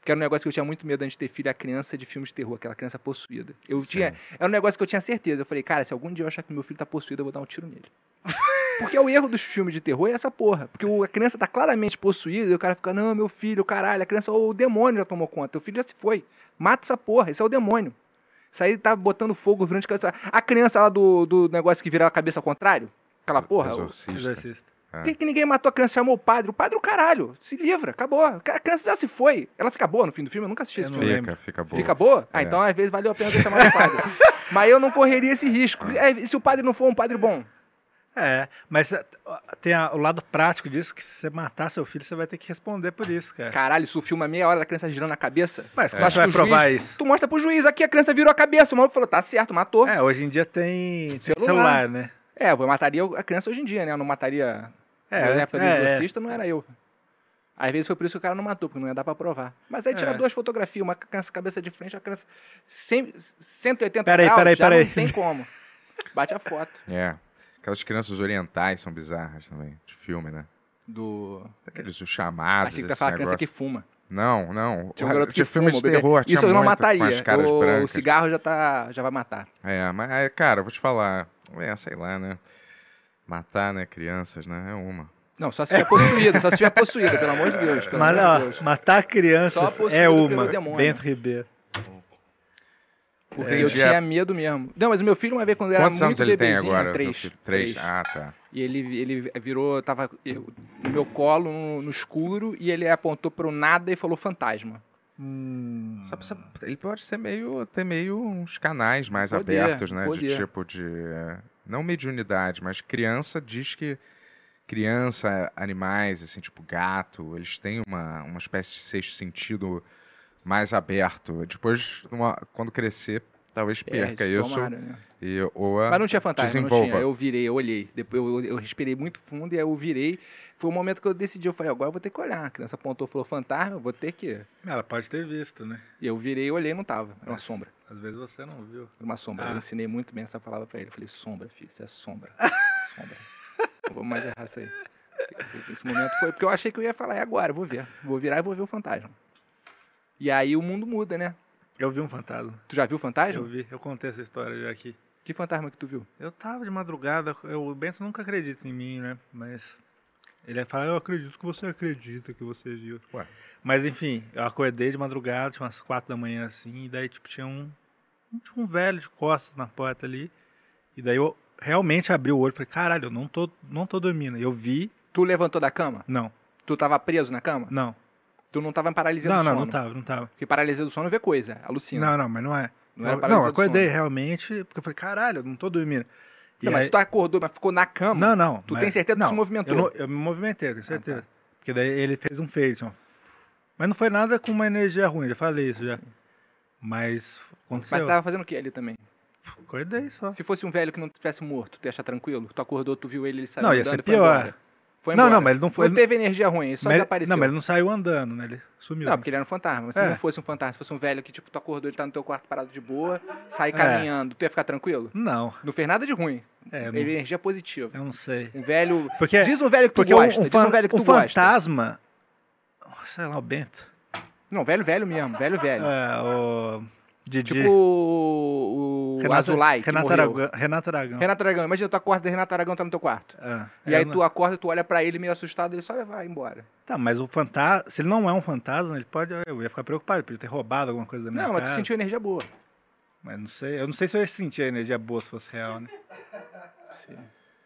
[SPEAKER 8] Porque era um negócio que eu tinha muito medo antes de ter filho, a criança de filmes de terror, aquela criança possuída. Eu
[SPEAKER 5] Sim.
[SPEAKER 8] tinha, era um negócio que eu tinha certeza. Eu falei, cara, se algum dia eu achar que meu filho tá possuído, eu vou dar um tiro nele. Porque é o erro dos filmes de terror é essa porra. Porque o- a criança tá claramente possuída e o cara fica, não, meu filho, caralho, a criança, ou o demônio já tomou conta, teu filho já se foi. Mata essa porra, esse é o demônio. Isso aí tá botando fogo durante a criança. A criança lá do, do negócio que vira a cabeça ao contrário, aquela porra, o-
[SPEAKER 5] Exorcista.
[SPEAKER 3] Exorcista.
[SPEAKER 5] É.
[SPEAKER 8] por que, que ninguém matou a criança e chamou o padre? O padre, é o caralho, se livra, acabou. A criança já se foi. Ela fica boa no fim do filme? Eu nunca assisti
[SPEAKER 3] Eu
[SPEAKER 8] esse
[SPEAKER 3] não
[SPEAKER 8] filme.
[SPEAKER 5] Fica,
[SPEAKER 3] lembro.
[SPEAKER 5] fica bom.
[SPEAKER 8] Fica boa? Ah,
[SPEAKER 5] É.
[SPEAKER 8] então às vezes valeu a pena ter chamado o padre. Mas eu não correria esse risco. É, se o padre não for um padre bom.
[SPEAKER 3] É, mas eh, tem a- o lado prático disso, que se você matar seu filho, você vai ter que responder por isso, cara.
[SPEAKER 8] Caralho, se o filme é meia hora da criança girando a cabeça,
[SPEAKER 3] Mas como
[SPEAKER 8] É.
[SPEAKER 3] é. você vai
[SPEAKER 8] Acho que o
[SPEAKER 3] provar isso?
[SPEAKER 8] tu mostra pro juiz, aqui a criança virou a cabeça. O maluco falou, tá certo, matou. É,
[SPEAKER 3] É, hoje em dia tem tem
[SPEAKER 8] Celular.
[SPEAKER 3] celular, né?
[SPEAKER 8] eu mataria a criança hoje em dia, né? Eu não mataria...
[SPEAKER 3] É,
[SPEAKER 8] na época do
[SPEAKER 3] é, é.
[SPEAKER 8] exorcista, não era eu. Às vezes foi por isso que o cara não matou, porque não ia dar pra provar. Mas aí tira
[SPEAKER 3] É.
[SPEAKER 8] duas fotografias, uma com a criança cabeça de frente, a criança cem- 180
[SPEAKER 3] Peraí,
[SPEAKER 8] graus,
[SPEAKER 3] peraí,
[SPEAKER 8] já
[SPEAKER 3] peraí.
[SPEAKER 8] não tem como. Bate a foto
[SPEAKER 5] É. Aquelas crianças orientais são bizarras também, de filme, né?
[SPEAKER 8] do...
[SPEAKER 5] Aqueles os
[SPEAKER 3] Ah,
[SPEAKER 5] chamados,
[SPEAKER 8] Achei que tu ia
[SPEAKER 5] esse
[SPEAKER 8] falar a criança
[SPEAKER 5] negócio.
[SPEAKER 8] que fuma.
[SPEAKER 5] Não, não.
[SPEAKER 8] Tinha um garoto que
[SPEAKER 5] Tinha filme
[SPEAKER 8] fuma,
[SPEAKER 5] de
[SPEAKER 8] bebê.
[SPEAKER 5] terror, tinha
[SPEAKER 8] Isso eu não
[SPEAKER 5] muito,
[SPEAKER 8] mataria.
[SPEAKER 5] Com as caras
[SPEAKER 8] o, o
[SPEAKER 5] brancas.
[SPEAKER 8] cigarro já, tá, já vai matar.
[SPEAKER 5] É, mas, é, cara, vou te falar. É, sei lá, né? Matar, né, crianças, né? É uma.
[SPEAKER 8] Não, só se tiver possuído, só se tiver possuído, pelo amor de Deus. Pelo
[SPEAKER 3] Mas,
[SPEAKER 8] amor de
[SPEAKER 3] ó,
[SPEAKER 8] né? Deus.
[SPEAKER 3] matar
[SPEAKER 8] Só
[SPEAKER 3] crianças
[SPEAKER 8] possuído
[SPEAKER 3] é
[SPEAKER 8] pelo
[SPEAKER 3] uma.
[SPEAKER 8] demônio.
[SPEAKER 3] Bento Ribeiro.
[SPEAKER 8] Porque
[SPEAKER 5] é,
[SPEAKER 8] eu
[SPEAKER 5] dia-
[SPEAKER 8] tinha medo mesmo. Não, mas o meu filho uma vez quando ele
[SPEAKER 5] Quantos
[SPEAKER 8] era
[SPEAKER 5] anos
[SPEAKER 8] muito
[SPEAKER 5] ele tem
[SPEAKER 8] bebezinho, né?
[SPEAKER 5] agora?
[SPEAKER 8] Três.
[SPEAKER 5] Teu filho? Três. Ah, tá.
[SPEAKER 8] E ele, ele virou, tava eu- no meu colo, no, no escuro, e ele apontou pro nada e falou fantasma.
[SPEAKER 3] Hum.
[SPEAKER 5] Sabe- sabe, ele pode ser meio, ter meio uns canais mais
[SPEAKER 8] Poder,
[SPEAKER 5] abertos, né?
[SPEAKER 8] poder.
[SPEAKER 5] De tipo de. eh, Não mediunidade, mas criança diz que. Criança, animais, assim, tipo gato, eles têm uma, uma espécie de sexto sentido mais aberto. Depois, numa- quando crescer, talvez perca
[SPEAKER 8] É, eles
[SPEAKER 5] isso.
[SPEAKER 8] tomaram, né?
[SPEAKER 5] E, ou a
[SPEAKER 8] Mas não tinha fantasma, não
[SPEAKER 5] desenvolva.
[SPEAKER 8] tinha. Eu virei, eu olhei. Depois eu, eu respirei muito fundo e aí eu virei. Foi o momento que eu decidi, eu falei, agora eu vou ter que olhar. A criança apontou, falou fantasma, eu vou ter que...
[SPEAKER 3] Ela pode ter visto, né?
[SPEAKER 8] E eu virei, olhei e não tava. Era uma sombra.
[SPEAKER 3] Às vezes você não viu.
[SPEAKER 8] Era uma sombra.
[SPEAKER 3] Ah.
[SPEAKER 8] Eu ensinei muito bem essa palavra pra ele. Eu falei, sombra, filho, isso é sombra. sombra. Não vou mais errar isso aí. Esse, esse momento foi porque eu achei que eu ia falar, é agora, eu vou ver. Vou virar e vou ver o fantasma. E aí o mundo muda, né?
[SPEAKER 3] Eu vi um fantasma.
[SPEAKER 8] Tu já viu o fantasma?
[SPEAKER 3] Eu vi, eu contei essa história já aqui.
[SPEAKER 8] Que fantasma que tu viu?
[SPEAKER 3] Eu tava de madrugada, eu, o Bento nunca acredita em mim, né? Mas ele fala, eu acredito que você acredita que você viu.
[SPEAKER 5] Ué.
[SPEAKER 3] Mas enfim, eu acordei de madrugada, tinha umas quatro da manhã assim, e daí tipo tinha um, um- tipo, um velho de costas na porta ali. E daí eu realmente abri o olho e falei, caralho, eu não tô, não tô dormindo. Eu vi,
[SPEAKER 8] Tu levantou da cama?
[SPEAKER 3] não,
[SPEAKER 8] Tu tava preso na cama?
[SPEAKER 3] não,
[SPEAKER 8] Tu não tava em paralisia
[SPEAKER 3] não,
[SPEAKER 8] do
[SPEAKER 3] não,
[SPEAKER 8] sono?
[SPEAKER 3] não tava, não tava.
[SPEAKER 8] Porque paralisia do sono vê coisa, alucina.
[SPEAKER 3] Não, não, mas não é.
[SPEAKER 8] Não era
[SPEAKER 3] Eu-
[SPEAKER 8] paralisia do
[SPEAKER 3] acordei
[SPEAKER 8] sono.
[SPEAKER 3] realmente, porque eu falei, caralho, eu não tô dormindo. E
[SPEAKER 8] Não, mas
[SPEAKER 3] aí-
[SPEAKER 8] tu acordou, mas ficou na cama?
[SPEAKER 3] Não, não.
[SPEAKER 8] Tu tem certeza que tu
[SPEAKER 3] não,
[SPEAKER 8] se movimentou?
[SPEAKER 3] Eu, não- eu me movimentei, eu
[SPEAKER 8] Ah,
[SPEAKER 3] tenho certeza.
[SPEAKER 8] tá.
[SPEAKER 3] Porque daí ele fez um feito. ó. Mas não foi nada com uma energia ruim, já falei isso já. Mas
[SPEAKER 8] Mas tá-
[SPEAKER 3] aconteceu.
[SPEAKER 8] tava fazendo o que ali também?
[SPEAKER 3] Acordei só.
[SPEAKER 8] Se fosse um velho que não tivesse morto, tu ia achar tranquilo? Tu acordou, tu viu ele, ele saiu
[SPEAKER 3] Não, ia
[SPEAKER 8] tá andando
[SPEAKER 3] ser
[SPEAKER 8] e foi embora.
[SPEAKER 3] pior.
[SPEAKER 8] Foi
[SPEAKER 3] Não,
[SPEAKER 8] embora.
[SPEAKER 3] não, mas ele não foi.
[SPEAKER 8] Não
[SPEAKER 3] ele
[SPEAKER 8] teve energia ruim, ele só
[SPEAKER 3] mas ele-
[SPEAKER 8] desapareceu.
[SPEAKER 3] Não, mas ele não saiu andando, né? Ele sumiu.
[SPEAKER 8] Não, porque ele era um fantasma. Se
[SPEAKER 3] É.
[SPEAKER 8] não fosse um fantasma, se fosse um velho que, tipo, tu acordou, ele tá no teu quarto parado de boa, sai
[SPEAKER 3] É.
[SPEAKER 8] caminhando, tu ia ficar tranquilo?
[SPEAKER 3] Não,
[SPEAKER 8] Não fez nada de ruim.
[SPEAKER 3] é, eu
[SPEAKER 8] Ele
[SPEAKER 3] não,
[SPEAKER 8] é energia positiva.
[SPEAKER 3] eu não sei.
[SPEAKER 8] Um velho.
[SPEAKER 3] Porque,
[SPEAKER 8] Diz um velho que tu
[SPEAKER 3] porque
[SPEAKER 8] gosta.
[SPEAKER 3] um, um,
[SPEAKER 8] diz um
[SPEAKER 3] fan-
[SPEAKER 8] velho que
[SPEAKER 3] um
[SPEAKER 8] tu gosta.
[SPEAKER 3] fantasma. Sei lá, o Bento.
[SPEAKER 8] Não, velho, velho mesmo. Velho, velho.
[SPEAKER 3] É, o. Didi.
[SPEAKER 8] Tipo o, o Azulay. que
[SPEAKER 3] Renato
[SPEAKER 8] morreu.
[SPEAKER 3] Aragão. Renato Aragão.
[SPEAKER 8] Renato Aragão. Imagina, tu acorda, Renato Aragão tá no teu quarto.
[SPEAKER 3] Ah,
[SPEAKER 8] E aí
[SPEAKER 3] eu não-
[SPEAKER 8] tu acorda, tu olha pra ele meio assustado, ele só vai embora.
[SPEAKER 3] Tá, mas o fantasma. Se ele não é um fantasma, ele pode. Eu ia ficar preocupado, ele podia ter roubado alguma coisa da minha
[SPEAKER 8] Não, mas
[SPEAKER 3] casa.
[SPEAKER 8] tu sentiu energia boa.
[SPEAKER 3] Mas não sei. Eu não sei se eu ia sentir a energia boa se fosse real, né?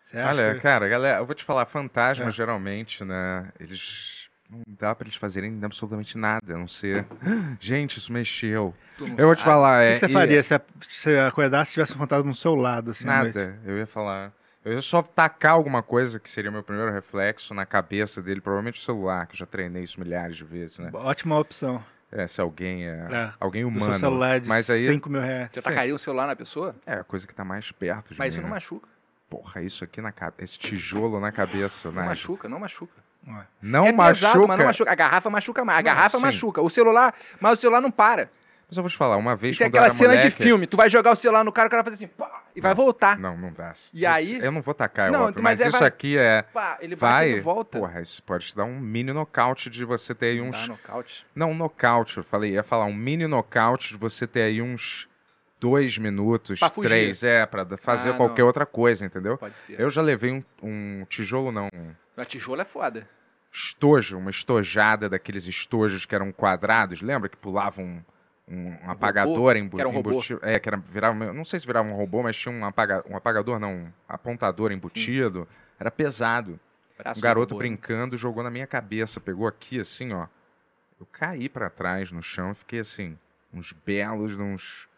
[SPEAKER 3] Você acha?
[SPEAKER 5] Olha,
[SPEAKER 3] que-
[SPEAKER 5] cara, galera, eu vou te falar, fantasmas
[SPEAKER 3] É.
[SPEAKER 5] geralmente, né? Eles. Não dá pra eles fazerem absolutamente nada, a não ser. Gente, isso mexeu.
[SPEAKER 8] Tu não
[SPEAKER 5] Eu vou te
[SPEAKER 8] sabe.
[SPEAKER 5] falar,
[SPEAKER 3] O
[SPEAKER 5] é.
[SPEAKER 3] que, que você
[SPEAKER 5] e-
[SPEAKER 3] faria se, a- se acordasse e tivesse um fantasma do seu lado, assim? à noite?
[SPEAKER 5] Nada, eu ia falar. Eu ia só tacar alguma coisa, que seria o meu primeiro reflexo, na cabeça dele, provavelmente o celular, que eu já treinei isso milhares de vezes, né?
[SPEAKER 3] Ótima opção.
[SPEAKER 5] É, se alguém é.
[SPEAKER 3] Pra-
[SPEAKER 5] Alguém
[SPEAKER 3] Do
[SPEAKER 5] humano.
[SPEAKER 3] seu celular de
[SPEAKER 5] mas aí
[SPEAKER 3] 5 mil reais.
[SPEAKER 8] Já tacaria tá o celular na pessoa?
[SPEAKER 5] é a coisa que tá mais perto de
[SPEAKER 8] Mas
[SPEAKER 5] mim.
[SPEAKER 8] isso não
[SPEAKER 5] né?
[SPEAKER 8] machuca.
[SPEAKER 5] Porra, isso aqui na cabeça. Esse tijolo na cabeça,
[SPEAKER 8] Não
[SPEAKER 5] né?
[SPEAKER 8] machuca, não machuca.
[SPEAKER 3] Ué.
[SPEAKER 5] Não
[SPEAKER 8] é
[SPEAKER 5] machuca.
[SPEAKER 8] pesado, mas não machuca. A garrafa machuca mais. A
[SPEAKER 5] Não,
[SPEAKER 8] garrafa
[SPEAKER 5] sim.
[SPEAKER 8] machuca. O celular, mas o celular não para.
[SPEAKER 5] Mas eu vou te falar, uma vez
[SPEAKER 8] Isso é
[SPEAKER 5] quando eu
[SPEAKER 8] aquela
[SPEAKER 5] era
[SPEAKER 8] cena de
[SPEAKER 5] moleque-
[SPEAKER 8] filme. Tu vai jogar o celular no cara, o cara vai fazer assim, pá, e vai voltar.
[SPEAKER 5] Não, não dá.
[SPEAKER 8] E aí-
[SPEAKER 5] Eu não vou tacar,
[SPEAKER 8] Não,
[SPEAKER 5] não, óbvio,
[SPEAKER 8] mas
[SPEAKER 5] mas,
[SPEAKER 8] é
[SPEAKER 5] isso
[SPEAKER 8] vai-
[SPEAKER 5] aqui é...
[SPEAKER 8] Pá, ele vai,
[SPEAKER 5] Vai,
[SPEAKER 8] e volta.
[SPEAKER 5] Porra, isso pode te dar um mini nocaute de você ter aí um
[SPEAKER 8] Não
[SPEAKER 5] uns...
[SPEAKER 8] dá nocaute.
[SPEAKER 5] Não, um nocaute, eu falei, ia falar um mini nocaute de você ter aí uns dois minutos,
[SPEAKER 8] Pra fugir.
[SPEAKER 5] três, é, pra d- fazer
[SPEAKER 8] Ah,
[SPEAKER 5] qualquer
[SPEAKER 8] não.
[SPEAKER 5] outra coisa, entendeu?
[SPEAKER 8] Pode ser.
[SPEAKER 5] Eu já levei um, um tijolo, não, um
[SPEAKER 8] A tijolo é foda.
[SPEAKER 5] estojo, uma estojada daqueles estojos que eram quadrados, lembra? Que pulavam um, um apagador embu-
[SPEAKER 8] que era um robô.
[SPEAKER 5] embutido. É, que era, virava, meio- não sei se virava um robô, mas tinha um, apaga, um apagador, não, um apontador embutido. Era pesado.
[SPEAKER 8] Braço
[SPEAKER 5] Um
[SPEAKER 8] do
[SPEAKER 5] garoto
[SPEAKER 8] robô, né?
[SPEAKER 5] brincando jogou na minha cabeça, pegou aqui assim, ó. Eu caí pra trás no chão e fiquei assim, uns belos, uns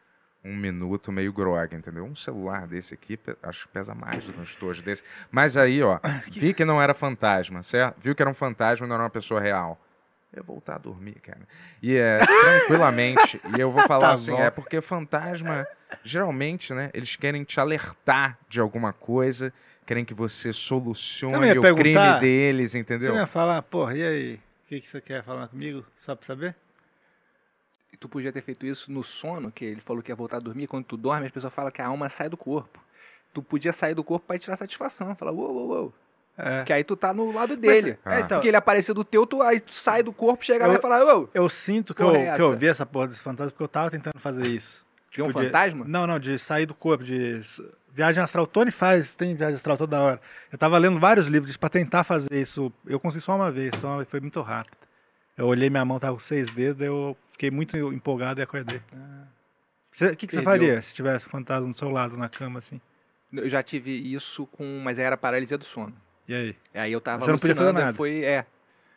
[SPEAKER 5] um minuto meio grog, entendeu? Um celular desse aqui, pe- acho que pesa mais do que um estojo desse. Mas aí, ó, vi que não era fantasma, certo? Viu que era um fantasma, não era uma pessoa real. Eu ia voltar a dormir, cara. E é, tranquilamente. e eu vou falar
[SPEAKER 3] Tá
[SPEAKER 5] assim,
[SPEAKER 3] bom.
[SPEAKER 5] é porque fantasma, geralmente, né? Eles querem te alertar de alguma coisa, querem que
[SPEAKER 3] Você
[SPEAKER 5] você
[SPEAKER 3] não
[SPEAKER 5] solucione
[SPEAKER 3] ia
[SPEAKER 5] o crime
[SPEAKER 3] perguntar?
[SPEAKER 5] deles,
[SPEAKER 3] Você não
[SPEAKER 5] entendeu?
[SPEAKER 3] ia falar, porra, e aí? O que, que você quer falar comigo? Só pra saber?
[SPEAKER 8] E tu podia ter feito isso no sono, que ele falou que ia voltar a dormir. Quando tu dorme, as pessoas falam que a alma sai do corpo. Tu podia sair do corpo pra tirar satisfação. Falar, uou, uou, uou.
[SPEAKER 3] É.
[SPEAKER 8] Que aí tu tá no lado dele.
[SPEAKER 5] Ah.
[SPEAKER 3] É, então,
[SPEAKER 8] Porque ele apareceu do teu, tu, aí tu sai do corpo, chega lá
[SPEAKER 3] Eu-
[SPEAKER 8] e fala, uou,
[SPEAKER 3] eu sinto que eu,
[SPEAKER 8] Porra, é
[SPEAKER 3] que eu
[SPEAKER 8] essa?
[SPEAKER 3] vi essa porra desse fantasma porque eu tava tentando fazer isso.
[SPEAKER 8] tinha um
[SPEAKER 3] Podia-
[SPEAKER 8] fantasma?
[SPEAKER 3] Não, não, de sair do corpo, de s- viagem astral. Tony faz, tem viagem astral toda hora. Eu tava lendo vários livros pra tentar fazer isso. Eu consegui só uma vez, só uma vez, foi muito rápido. Eu olhei minha mão, tava com seis dedos, daí eu fiquei muito empolgado e acordei. Cê- O que, que você
[SPEAKER 8] Perdeu.
[SPEAKER 3] faria se tivesse um fantasma do seu lado na cama, assim?
[SPEAKER 8] Eu já tive isso com. Mas aí era paralisia do sono.
[SPEAKER 3] E aí?
[SPEAKER 8] Aí eu tava
[SPEAKER 3] Você não podia fazer
[SPEAKER 8] alucinando,
[SPEAKER 3] nada.
[SPEAKER 8] e foi. É.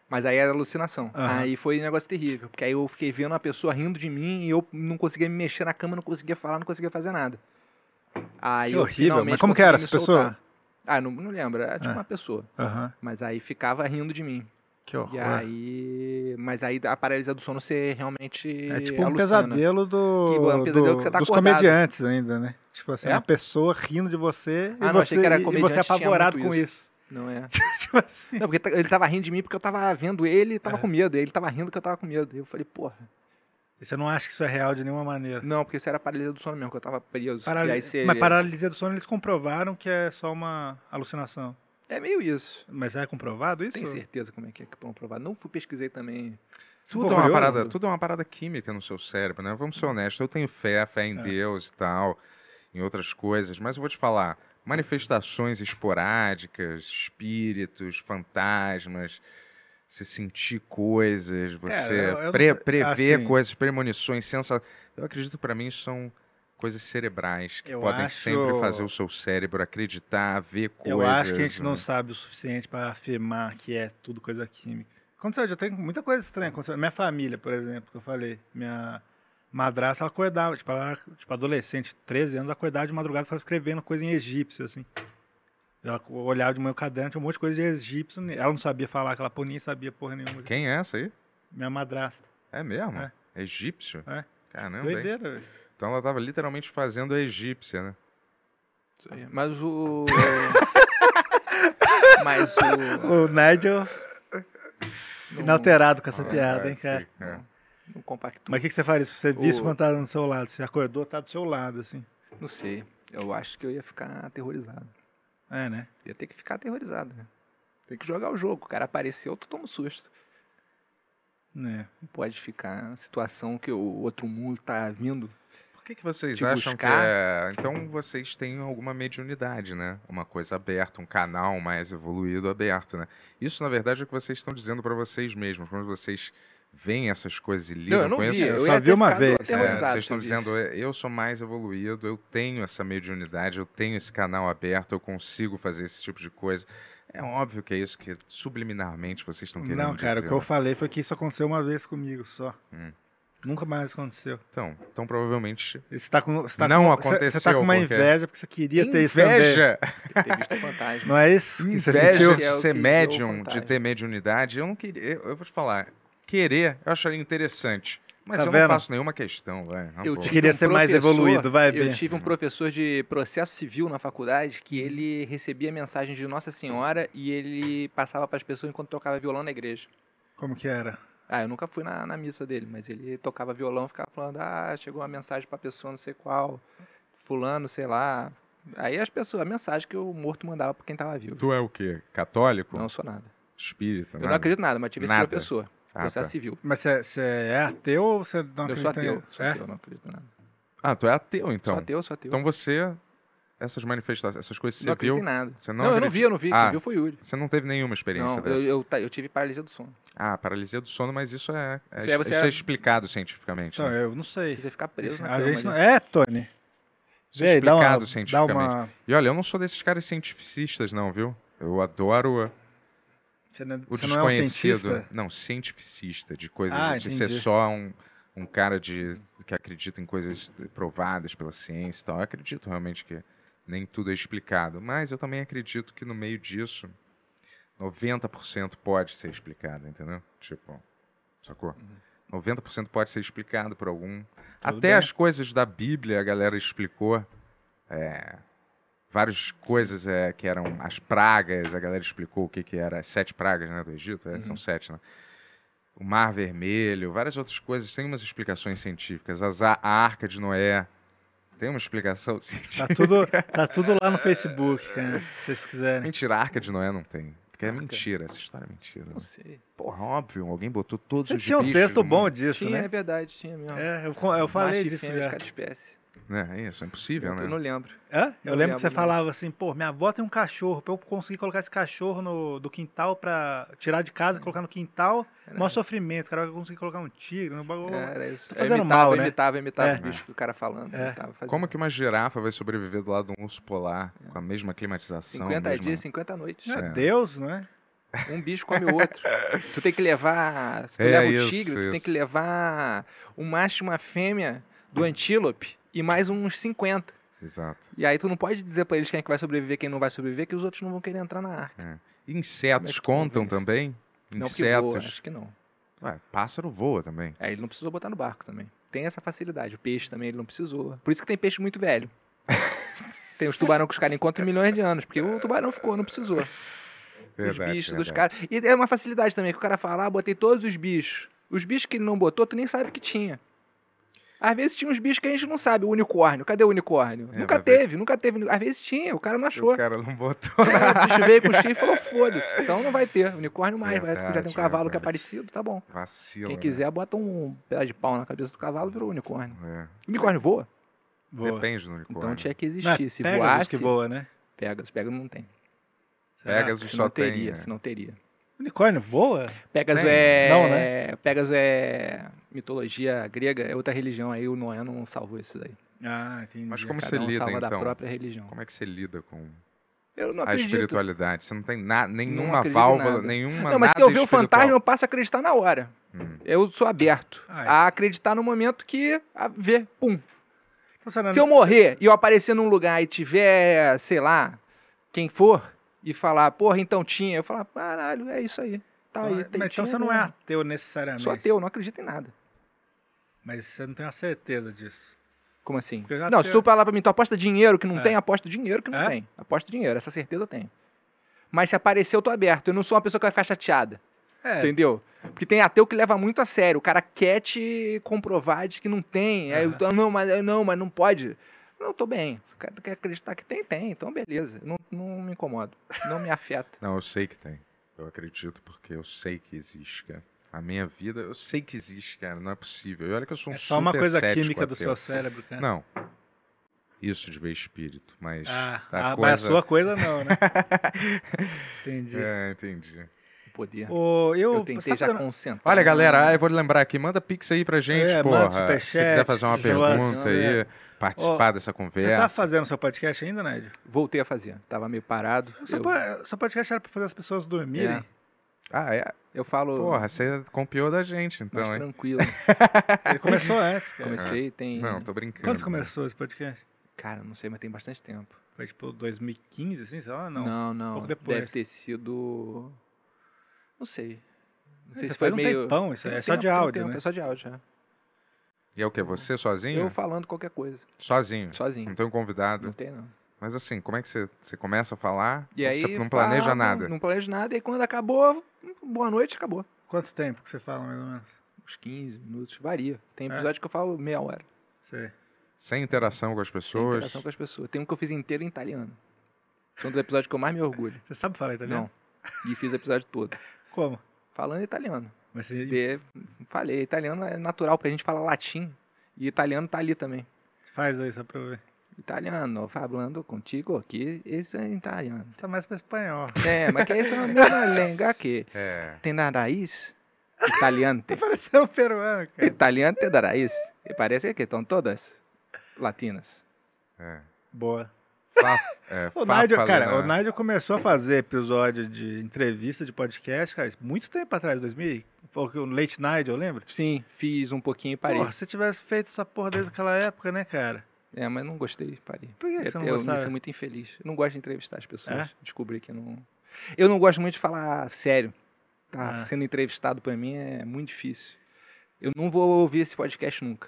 [SPEAKER 8] Mas aí era alucinação.
[SPEAKER 3] Aham.
[SPEAKER 8] Aí foi um negócio terrível. Porque aí eu fiquei vendo a pessoa rindo de mim e eu não conseguia me mexer na cama, não conseguia falar, não conseguia fazer nada. Aí
[SPEAKER 3] Que
[SPEAKER 8] eu
[SPEAKER 3] horrível,
[SPEAKER 8] finalmente
[SPEAKER 3] mas como que era
[SPEAKER 8] consegui
[SPEAKER 3] essa
[SPEAKER 8] me
[SPEAKER 3] pessoa?
[SPEAKER 8] soltar. Ah, não, não lembro. Era tipo
[SPEAKER 3] Ah.
[SPEAKER 8] uma pessoa.
[SPEAKER 3] Aham.
[SPEAKER 8] Mas aí ficava rindo de mim.
[SPEAKER 3] Que horror.
[SPEAKER 8] E aí. Mas aí a paralisia do sono você realmente.
[SPEAKER 3] É tipo um
[SPEAKER 8] alucina.
[SPEAKER 3] pesadelo do.
[SPEAKER 8] Que é um pesadelo
[SPEAKER 3] do-
[SPEAKER 8] que você tá
[SPEAKER 3] dos
[SPEAKER 8] acordado.
[SPEAKER 3] comediantes ainda, né? Tipo assim,
[SPEAKER 8] É?
[SPEAKER 3] uma pessoa rindo de você,
[SPEAKER 8] Ah,
[SPEAKER 3] e,
[SPEAKER 8] não,
[SPEAKER 3] você
[SPEAKER 8] achei que era
[SPEAKER 3] e- e
[SPEAKER 8] comediante,
[SPEAKER 3] você é
[SPEAKER 8] tinha
[SPEAKER 3] apavorado
[SPEAKER 8] muito
[SPEAKER 3] com isso.
[SPEAKER 8] Não é?
[SPEAKER 3] tipo assim.
[SPEAKER 8] Não, porque ta- ele tava rindo de mim porque eu tava vendo ele e tava
[SPEAKER 3] É.
[SPEAKER 8] com medo. Ele tava rindo que eu tava com medo. Eu falei, porra.
[SPEAKER 3] E Você não acha que isso é real de nenhuma maneira.
[SPEAKER 8] Não, porque isso era paralisia do sono mesmo, que eu tava preso.
[SPEAKER 3] Parali-
[SPEAKER 8] E aí você...
[SPEAKER 3] Mas paralisia do sono eles comprovaram que é só uma alucinação.
[SPEAKER 8] É meio isso.
[SPEAKER 3] Mas é comprovado isso?
[SPEAKER 8] Tem certeza como é que é que provar. Não fui pesquisei também.
[SPEAKER 5] Tudo é, uma parada, tudo é uma parada química no seu cérebro, né? Vamos ser honestos, eu tenho fé, fé em
[SPEAKER 3] É.
[SPEAKER 5] Deus e tal, em outras coisas, mas eu vou te falar, manifestações esporádicas, espíritos, fantasmas, você sentir coisas, você
[SPEAKER 3] É, eu- eu-
[SPEAKER 5] pre- prever
[SPEAKER 3] assim-
[SPEAKER 5] coisas, premonições, sensa... Eu acredito pra mim são coisas cerebrais que
[SPEAKER 3] Eu
[SPEAKER 5] podem
[SPEAKER 3] acho-
[SPEAKER 5] sempre fazer o seu cérebro acreditar, ver coisas.
[SPEAKER 3] Eu acho que a gente não
[SPEAKER 5] né?
[SPEAKER 3] sabe o suficiente para afirmar que é tudo coisa química. Aconteceu, já tem muita coisa estranha. Aconteceu. Minha família, por exemplo, que eu falei, minha madrasta, ela acordava, tipo, ela era, tipo, adolescente, 13 anos, acordava de madrugada e ficava escrevendo coisa em egípcio, assim. Ela olhava de manhã o caderno, tinha um monte de coisa de egípcio. ne- Ela não sabia falar aquela porra, nem sabia porra nenhuma.
[SPEAKER 5] Quem é essa aí?
[SPEAKER 3] Minha madrasta.
[SPEAKER 5] É mesmo?
[SPEAKER 3] É.
[SPEAKER 5] Egípcio?
[SPEAKER 3] É.
[SPEAKER 5] Caramba, hein?
[SPEAKER 3] Doideira, velho.
[SPEAKER 5] Então ela tava literalmente fazendo a egípcia, né?
[SPEAKER 8] Isso
[SPEAKER 3] Tá.
[SPEAKER 8] aí. Mas o. é, Mas o.
[SPEAKER 3] O Nigel
[SPEAKER 8] não-
[SPEAKER 3] inalterado com essa
[SPEAKER 5] Ah,
[SPEAKER 3] piada, hein, cara.
[SPEAKER 5] sim, é.
[SPEAKER 8] Não compactua.
[SPEAKER 3] Mas o que, que você faria se você visse
[SPEAKER 8] O-
[SPEAKER 3] o fantasma do seu lado? Você acordou, tá do seu lado, assim.
[SPEAKER 8] Não sei. Eu acho que eu ia ficar aterrorizado.
[SPEAKER 3] É, né?
[SPEAKER 8] Ia ter que ficar aterrorizado, né? Tem que jogar o jogo. O cara apareceu, tu toma um susto.
[SPEAKER 3] É.
[SPEAKER 8] Não pode ficar na situação que o outro mundo tá vindo.
[SPEAKER 5] Por que, que vocês
[SPEAKER 8] Te
[SPEAKER 5] acham
[SPEAKER 8] buscar.
[SPEAKER 5] que é... Então vocês têm alguma mediunidade, né? Uma coisa aberta, um canal mais evoluído aberto, né? Isso, na verdade, é o que vocês estão dizendo pra vocês mesmos. Quando vocês veem essas coisas e lidam
[SPEAKER 8] Não, eu não
[SPEAKER 5] com isso...
[SPEAKER 8] vi. Eu
[SPEAKER 3] só
[SPEAKER 8] ia
[SPEAKER 3] vi
[SPEAKER 8] ter um
[SPEAKER 3] uma
[SPEAKER 8] ficado
[SPEAKER 3] vez.
[SPEAKER 5] É,
[SPEAKER 8] aterrorizado
[SPEAKER 5] vocês estão
[SPEAKER 8] se eu visse.
[SPEAKER 5] dizendo, eu sou mais evoluído, eu tenho essa mediunidade, eu tenho esse canal aberto, eu consigo fazer esse tipo de coisa. É óbvio que é isso que subliminarmente vocês estão querendo
[SPEAKER 3] Não, cara,
[SPEAKER 5] dizer,
[SPEAKER 3] o que eu
[SPEAKER 5] né?
[SPEAKER 3] falei foi que isso aconteceu uma vez comigo só.
[SPEAKER 5] Hum.
[SPEAKER 3] Nunca mais aconteceu.
[SPEAKER 5] Então, então provavelmente
[SPEAKER 3] E Você tá com, você tá
[SPEAKER 5] Não
[SPEAKER 3] com,
[SPEAKER 5] aconteceu,
[SPEAKER 3] Você, você tá com uma
[SPEAKER 5] porque-
[SPEAKER 3] inveja porque você queria ter isso também.
[SPEAKER 5] inveja,
[SPEAKER 8] Ter ter visto fantasma.
[SPEAKER 3] Não é isso? que você
[SPEAKER 5] inveja
[SPEAKER 3] sentiu?
[SPEAKER 8] Que é o
[SPEAKER 5] de
[SPEAKER 8] que
[SPEAKER 5] ser
[SPEAKER 8] deu o
[SPEAKER 5] médium, de
[SPEAKER 8] fantasma.
[SPEAKER 5] ter mediunidade. Eu não queria, eu, eu vou te falar, querer, eu acharia interessante, mas
[SPEAKER 3] Tá
[SPEAKER 5] eu
[SPEAKER 3] vendo?
[SPEAKER 5] não faço nenhuma questão, vai. na
[SPEAKER 8] Eu
[SPEAKER 5] é boa.
[SPEAKER 8] tive
[SPEAKER 3] queria
[SPEAKER 8] um
[SPEAKER 3] ser mais
[SPEAKER 8] professor-
[SPEAKER 3] evoluído, vai,
[SPEAKER 8] Eu
[SPEAKER 3] Ben.
[SPEAKER 8] tive um professor de processo civil na faculdade que ele recebia mensagens de Nossa Senhora e ele passava para as pessoas enquanto tocava violão na igreja.
[SPEAKER 3] Como que era?
[SPEAKER 8] Ah, eu nunca fui na, na missa dele, mas ele tocava violão e ficava falando: ah, chegou uma mensagem para pessoa não sei qual, fulano, sei lá. Aí as pessoas, a mensagem que o morto mandava para quem tava vivo.
[SPEAKER 5] Tu é o quê? Católico?
[SPEAKER 8] Não sou nada.
[SPEAKER 5] Espírita?
[SPEAKER 8] Eu
[SPEAKER 5] nada?
[SPEAKER 8] não acredito é nada, mas tive esse
[SPEAKER 5] Nada.
[SPEAKER 8] professor,
[SPEAKER 5] Ah,
[SPEAKER 8] processo
[SPEAKER 5] tá.
[SPEAKER 8] civil.
[SPEAKER 3] Mas você, você é ateu ou você não
[SPEAKER 8] eu sou
[SPEAKER 3] acredita em-
[SPEAKER 8] ateu, sou
[SPEAKER 3] é?
[SPEAKER 8] ateu, não acredito em nada.
[SPEAKER 5] Ah, tu é ateu então.
[SPEAKER 8] sou ateu, sou ateu.
[SPEAKER 5] Então você, essas manifestações, essas coisas que
[SPEAKER 8] não
[SPEAKER 5] você
[SPEAKER 8] acredito
[SPEAKER 5] viu,
[SPEAKER 8] em nada.
[SPEAKER 5] você
[SPEAKER 8] Não,
[SPEAKER 5] não
[SPEAKER 8] eu não vi, eu não vi. Quem
[SPEAKER 5] Ah.
[SPEAKER 8] viu foi o Yuri.
[SPEAKER 5] você não teve nenhuma experiência
[SPEAKER 8] Não, eu,
[SPEAKER 5] dessa.
[SPEAKER 8] eu, tá, eu tive paralisia do sono.
[SPEAKER 5] Ah, paralisia do sono, mas isso é, é-
[SPEAKER 8] Isso é você-
[SPEAKER 5] isso é explicado cientificamente.
[SPEAKER 3] Então,
[SPEAKER 5] né?
[SPEAKER 3] eu não sei.
[SPEAKER 8] Se você ficar preso na
[SPEAKER 3] A
[SPEAKER 8] cama,
[SPEAKER 3] gente não...
[SPEAKER 8] né?
[SPEAKER 3] É, Tony.
[SPEAKER 5] Isso
[SPEAKER 3] Vê
[SPEAKER 5] é
[SPEAKER 3] aí, dá
[SPEAKER 5] explicado
[SPEAKER 3] uma, dá
[SPEAKER 5] cientificamente.
[SPEAKER 3] uma...
[SPEAKER 5] E olha, eu não sou desses caras cientificistas não, viu? Eu adoro
[SPEAKER 3] Você não,
[SPEAKER 5] o
[SPEAKER 3] você não é um
[SPEAKER 5] desconhecido.
[SPEAKER 3] cientista?
[SPEAKER 5] não, cientificista, de coisas,
[SPEAKER 3] Ah,
[SPEAKER 5] de ser
[SPEAKER 3] entendi.
[SPEAKER 5] só um, um cara de, que acredita em coisas provadas pela ciência e tal. Eu acredito realmente que nem tudo é explicado, mas eu também acredito que no meio disso, 90% pode ser explicado, entendeu? Tipo, sacou? 90% pode ser explicado por algum. Até
[SPEAKER 3] Uhum. bem.
[SPEAKER 5] as coisas da Bíblia a galera explicou. é, várias coisas é, que eram as pragas, a galera explicou o que, que era. As sete pragas né, do Egito, é,
[SPEAKER 3] Uhum.
[SPEAKER 5] são sete, né? O Mar Vermelho, várias outras coisas. Tem umas explicações científicas. As, a a Arca de Noé. Tem uma explicação científica.
[SPEAKER 3] Tá tudo, tá tudo lá no Facebook, cara, se vocês quiserem.
[SPEAKER 5] Mentira, a Arca de Noé não tem. Porque é
[SPEAKER 8] Arca.
[SPEAKER 5] mentira, essa história é mentira. né?
[SPEAKER 8] Não sei.
[SPEAKER 5] Porra, óbvio, alguém botou todos
[SPEAKER 3] Você
[SPEAKER 5] os
[SPEAKER 3] tinha um
[SPEAKER 5] bichos
[SPEAKER 3] texto
[SPEAKER 5] do
[SPEAKER 3] bom
[SPEAKER 5] mundo.
[SPEAKER 3] disso,
[SPEAKER 8] tinha, é
[SPEAKER 3] né?
[SPEAKER 8] verdade, tinha mesmo.
[SPEAKER 3] É, eu, co- eu falei
[SPEAKER 8] Macho e
[SPEAKER 3] disso
[SPEAKER 8] fêmea de
[SPEAKER 3] já.
[SPEAKER 8] cada espécie.
[SPEAKER 5] É, isso, é impossível,
[SPEAKER 8] Eu
[SPEAKER 5] né?
[SPEAKER 8] não lembro.
[SPEAKER 3] Hã? Eu
[SPEAKER 8] Eu
[SPEAKER 3] lembro que você
[SPEAKER 8] lembro
[SPEAKER 3] falava assim, pô, minha avó tem um cachorro, pra eu conseguir colocar esse cachorro no, do quintal pra tirar de casa, colocar no quintal,
[SPEAKER 8] Era, É.
[SPEAKER 3] maior sofrimento, cara, eu consegui colocar um tigre, um bagulho.
[SPEAKER 8] era isso.
[SPEAKER 3] Tô
[SPEAKER 8] Eu
[SPEAKER 3] fazendo
[SPEAKER 8] imitava,
[SPEAKER 3] mal,
[SPEAKER 8] eu
[SPEAKER 3] né?
[SPEAKER 8] imitava, eu imitava
[SPEAKER 3] É.
[SPEAKER 8] o bicho que o cara falando.
[SPEAKER 3] É.
[SPEAKER 8] imitava, fazia.
[SPEAKER 5] Como que uma girafa vai sobreviver do lado de um urso polar com a mesma climatização?
[SPEAKER 8] 50
[SPEAKER 5] mesma...
[SPEAKER 8] dias, 50 noites.
[SPEAKER 3] Meu
[SPEAKER 5] É.
[SPEAKER 3] Deus, né?
[SPEAKER 8] Um bicho come o outro. tu tem que levar. Se tu
[SPEAKER 5] É,
[SPEAKER 8] leva um
[SPEAKER 5] isso,
[SPEAKER 8] tigre, tu tem
[SPEAKER 5] isso.
[SPEAKER 8] que levar um macho e uma fêmea do antílope e mais uns 50.
[SPEAKER 5] Exato.
[SPEAKER 8] E aí tu não pode dizer pra eles quem é que vai sobreviver, quem não vai sobreviver, que os outros não vão querer entrar na arca. Como é
[SPEAKER 5] Insetos
[SPEAKER 8] que tu
[SPEAKER 5] contam
[SPEAKER 8] vê isso?
[SPEAKER 5] também?
[SPEAKER 8] Não porque voa,
[SPEAKER 5] Insetos.
[SPEAKER 8] acho que não.
[SPEAKER 5] Ué, pássaro voa também.
[SPEAKER 8] Aí ele não precisou botar no barco também. Tem essa facilidade. O peixe também ele não precisou. Por isso que tem peixe muito velho. tem os tubarão que os caras encontram em milhões de anos, porque o tubarão ficou, não precisou. os bichos dos caras. E é uma facilidade também, que o cara fala, ah, botei todos os bichos. Os bichos que ele não botou, tu nem sabe que tinha. Às vezes tinha uns bichos que a gente não sabe. O unicórnio, cadê o unicórnio?
[SPEAKER 5] É,
[SPEAKER 8] nunca
[SPEAKER 5] vai ver.
[SPEAKER 8] teve, nunca teve. unicórnio. Às vezes tinha, o cara não achou.
[SPEAKER 5] O cara não botou.
[SPEAKER 8] É, o bicho veio com o chifre e falou, foda-se, então não vai ter. Unicórnio mais, vai,
[SPEAKER 5] Verdade,
[SPEAKER 8] já tem um cavalo que é
[SPEAKER 5] verdade.
[SPEAKER 8] parecido, tá bom.
[SPEAKER 5] Vacilo.
[SPEAKER 8] Quem
[SPEAKER 5] né?
[SPEAKER 8] quiser, bota um pedaço de pau na cabeça do cavalo, virou unicórnio.
[SPEAKER 5] É.
[SPEAKER 8] Unicórnio voa?
[SPEAKER 3] Voa.
[SPEAKER 5] Depende do unicórnio.
[SPEAKER 8] Então tinha que
[SPEAKER 3] Não,
[SPEAKER 8] existir. Se
[SPEAKER 3] Pegasus
[SPEAKER 8] voasse,
[SPEAKER 3] que voa, né?
[SPEAKER 8] Pegasus, Pegasus não tem.
[SPEAKER 3] Será?
[SPEAKER 5] Pegasus
[SPEAKER 8] Se ah, não
[SPEAKER 5] só tem.
[SPEAKER 8] teria,
[SPEAKER 5] é.
[SPEAKER 8] se não teria.
[SPEAKER 3] Unicórnio voa?
[SPEAKER 8] Pegasus
[SPEAKER 5] Tem.
[SPEAKER 8] é...
[SPEAKER 3] Não, né?
[SPEAKER 8] Pegasus é mitologia grega, é outra religião, aí o Noé não salvou isso daí.
[SPEAKER 3] Ah, entendi.
[SPEAKER 5] Mas como
[SPEAKER 8] Cada
[SPEAKER 5] você
[SPEAKER 8] um
[SPEAKER 5] lida,
[SPEAKER 8] salva da
[SPEAKER 5] então?
[SPEAKER 8] própria religião.
[SPEAKER 5] Como é que você lida com
[SPEAKER 8] Eu não
[SPEAKER 5] a
[SPEAKER 8] acredito.
[SPEAKER 5] espiritualidade? Você não tem na... nenhuma
[SPEAKER 8] acredito em
[SPEAKER 5] válvula,
[SPEAKER 8] nada.
[SPEAKER 5] nenhuma
[SPEAKER 8] Não, mas
[SPEAKER 5] nada
[SPEAKER 8] se eu ver o
[SPEAKER 5] espiritual.
[SPEAKER 8] fantasma, eu passo a acreditar na hora.
[SPEAKER 5] Hum.
[SPEAKER 8] Eu sou aberto
[SPEAKER 3] Ah, é.
[SPEAKER 8] a acreditar no momento que a ver, pum.
[SPEAKER 3] Então, você não-
[SPEAKER 8] Se eu morrer e eu aparecer num lugar e tiver, sei lá, quem for, e falar, porra, então tinha, eu falar, caralho, é isso aí. Tá aí, tem, né?
[SPEAKER 3] Mas então
[SPEAKER 8] tinha
[SPEAKER 3] você não é
[SPEAKER 8] mesmo."
[SPEAKER 3] ateu necessariamente.
[SPEAKER 8] Sou ateu, não acredito em nada.
[SPEAKER 3] Mas você não tem a certeza disso.
[SPEAKER 8] Como assim?
[SPEAKER 3] Porque já
[SPEAKER 8] Não,
[SPEAKER 3] tem-
[SPEAKER 8] se tu falar pra mim, tu aposta dinheiro que não
[SPEAKER 3] É.
[SPEAKER 8] tem, aposta dinheiro que não
[SPEAKER 3] É?
[SPEAKER 8] tem. Aposta dinheiro, essa certeza eu tenho. Mas se aparecer, eu tô aberto. Eu não sou uma pessoa que vai ficar chateada.
[SPEAKER 10] É.
[SPEAKER 8] Entendeu? Porque tem ateu que leva muito a sério. O cara quer te comprovar de que não tem. Aí eu
[SPEAKER 3] Aham.
[SPEAKER 8] tô, não, mas não, mas não pode. Não, tô bem. O cara quer acreditar que tem, tem. Então, beleza. Não, não me incomodo. Não me afeta.
[SPEAKER 5] Não, eu sei que tem. Eu acredito porque eu sei que existe, cara. A minha vida, eu sei que existe, cara. Não é possível. E olha que eu sou um
[SPEAKER 3] É só uma
[SPEAKER 5] super
[SPEAKER 3] coisa
[SPEAKER 5] cético
[SPEAKER 3] química do
[SPEAKER 5] ateu.
[SPEAKER 3] seu cérebro, cara.
[SPEAKER 5] Não. Isso de ver espírito, mas
[SPEAKER 3] Ah,
[SPEAKER 5] a
[SPEAKER 3] a, mas
[SPEAKER 5] tá coisa...
[SPEAKER 3] a sua coisa não, né? Entendi.
[SPEAKER 5] É, entendi.
[SPEAKER 8] O poder.
[SPEAKER 3] Ô, eu,
[SPEAKER 8] eu,
[SPEAKER 3] você
[SPEAKER 8] tentei
[SPEAKER 3] tá
[SPEAKER 8] já
[SPEAKER 3] fazendo-
[SPEAKER 8] concentrar.
[SPEAKER 5] Olha, galera, ah, eu vou lembrar aqui, manda pix aí pra gente,
[SPEAKER 3] né? É, manda
[SPEAKER 5] porra.
[SPEAKER 3] superchat,
[SPEAKER 5] Se quiser fazer uma
[SPEAKER 3] se
[SPEAKER 5] pergunta
[SPEAKER 3] relaciona,
[SPEAKER 5] aí, participar dessa
[SPEAKER 3] Você tá
[SPEAKER 5] conversa.
[SPEAKER 3] fazendo seu podcast ainda, Ned?
[SPEAKER 8] Voltei a fazer. Tava meio parado.
[SPEAKER 3] Seu,
[SPEAKER 8] eu,
[SPEAKER 3] po- seu podcast era pra fazer as pessoas dormirem?
[SPEAKER 8] É.
[SPEAKER 5] Ah, é?
[SPEAKER 8] eu falo
[SPEAKER 5] Porra, você copiou da gente, então,
[SPEAKER 8] mais
[SPEAKER 5] hein?
[SPEAKER 8] tranquilo.
[SPEAKER 5] É.
[SPEAKER 3] Ele começou antes, cara.
[SPEAKER 8] Comecei, tem...
[SPEAKER 5] Não, tô brincando.
[SPEAKER 3] né? Quando começou esse podcast?
[SPEAKER 8] Cara, não sei, mas tem bastante tempo.
[SPEAKER 3] Foi tipo 2015, assim, sei lá, não.
[SPEAKER 8] Não, não.
[SPEAKER 3] pouco depois.
[SPEAKER 8] Deve ter sido. Não sei. Não sei
[SPEAKER 3] Isso
[SPEAKER 8] se foi
[SPEAKER 3] faz um
[SPEAKER 8] meio.
[SPEAKER 3] tempão, isso aí,
[SPEAKER 8] Tem
[SPEAKER 3] é só
[SPEAKER 8] tempo,
[SPEAKER 3] de
[SPEAKER 8] tem um
[SPEAKER 3] áudio,
[SPEAKER 8] tempo,
[SPEAKER 3] né? é.
[SPEAKER 8] É só de áudio, já.
[SPEAKER 5] E é o quê? Você sozinho?
[SPEAKER 8] Eu falando qualquer coisa,
[SPEAKER 5] Sozinho. Não
[SPEAKER 8] sozinho.
[SPEAKER 5] tem um convidado.
[SPEAKER 8] Não tem, não.
[SPEAKER 5] Mas assim, como é que você, você começa a falar?
[SPEAKER 8] E aí.
[SPEAKER 5] você não planeja
[SPEAKER 8] falo,
[SPEAKER 5] nada.
[SPEAKER 8] Não planeja nada, e aí quando acabou, boa noite, acabou.
[SPEAKER 3] Quanto tempo que você fala, mais ou menos?
[SPEAKER 8] Uns 15 minutos, varia. Tem
[SPEAKER 3] É?
[SPEAKER 8] episódio que eu falo meia hora.
[SPEAKER 3] Sei.
[SPEAKER 5] Sem interação com as
[SPEAKER 8] Tem
[SPEAKER 5] pessoas.
[SPEAKER 8] interação com as pessoas. Tem um que eu fiz inteiro em italiano. São dos episódios que eu mais me orgulho.
[SPEAKER 3] Você sabe falar italiano?
[SPEAKER 8] Não. E fiz o episódio todo.
[SPEAKER 3] Como?
[SPEAKER 8] Falando italiano.
[SPEAKER 3] Mas você...
[SPEAKER 8] Porque, falei, italiano é natural, porque a gente fala latim. E italiano tá ali também.
[SPEAKER 3] Faz aí só pra eu ver.
[SPEAKER 8] Italiano, falando contigo aqui, isso é italiano.
[SPEAKER 3] Você tá mais pra espanhol.
[SPEAKER 8] É, mas que isso é a mesma língua aqui.
[SPEAKER 5] É.
[SPEAKER 8] Tem na raiz, italiante.
[SPEAKER 3] Você é um peruano, cara.
[SPEAKER 8] Italiante da raiz. E parece que estão todas latinas.
[SPEAKER 5] É.
[SPEAKER 3] Boa.
[SPEAKER 5] Fa- é,
[SPEAKER 3] O
[SPEAKER 5] fa-
[SPEAKER 3] Nigel,
[SPEAKER 5] fala
[SPEAKER 3] cara,
[SPEAKER 8] né?
[SPEAKER 5] na-
[SPEAKER 3] o Nigel começou a fazer episódio de entrevista de podcast, cara, muito tempo atrás, 2000, ou que o Late Nigel, lembra?
[SPEAKER 8] Sim, fiz um pouquinho e parei.
[SPEAKER 3] Porra, se você tivesse feito essa porra desde aquela época, né, cara?
[SPEAKER 8] É, mas não gostei, parei.
[SPEAKER 3] Por que, que você
[SPEAKER 8] eu,
[SPEAKER 3] não
[SPEAKER 8] eu,
[SPEAKER 3] gostava?
[SPEAKER 8] isso é muito infeliz. Eu não gosto de entrevistar as pessoas.
[SPEAKER 3] É?
[SPEAKER 8] Descobri que não. Eu não gosto muito de falar sério. Tá
[SPEAKER 3] Ah.
[SPEAKER 8] sendo entrevistado pra mim é muito difícil. Eu não vou ouvir esse podcast nunca.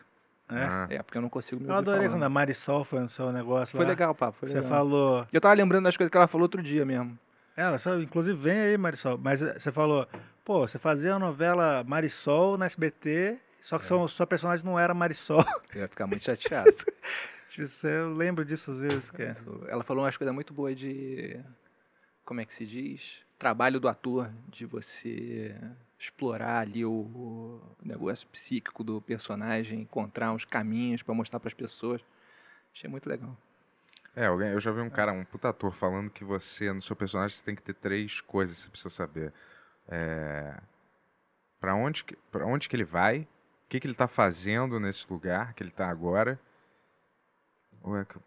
[SPEAKER 3] É?
[SPEAKER 5] Ah,
[SPEAKER 8] É, porque eu não consigo me
[SPEAKER 3] Eu
[SPEAKER 8] ouvir
[SPEAKER 3] adorei
[SPEAKER 8] falando.
[SPEAKER 3] quando a Marisol foi no seu negócio
[SPEAKER 8] Foi
[SPEAKER 3] lá.
[SPEAKER 8] legal, papo. Foi
[SPEAKER 3] Você
[SPEAKER 8] legal.
[SPEAKER 3] falou.
[SPEAKER 8] Eu tava lembrando das coisas que ela falou outro dia mesmo.
[SPEAKER 3] Ela só, inclusive, vem aí, Marisol. Mas eh, você falou, pô, você fazia a novela Marisol na SBT, só
[SPEAKER 8] É.
[SPEAKER 3] que sua, sua personagem não era Marisol.
[SPEAKER 8] Eu ia ficar muito chateado.
[SPEAKER 3] Tipo, você lembra disso às vezes,
[SPEAKER 5] É.
[SPEAKER 3] cara.
[SPEAKER 8] ela falou umas coisas muito boas de. Como é que se diz? Trabalho do ator, de você explorar ali o, o negócio psíquico do personagem, encontrar uns caminhos pra mostrar pras pessoas. Achei muito legal.
[SPEAKER 5] é, alguém, eu já vi um cara, um puta ator, falando que você, no seu personagem, você tem que ter três coisas que você precisa saber. É, pra, onde que, pra onde que ele vai, o que, que ele tá fazendo nesse lugar que ele tá agora. Ou é que.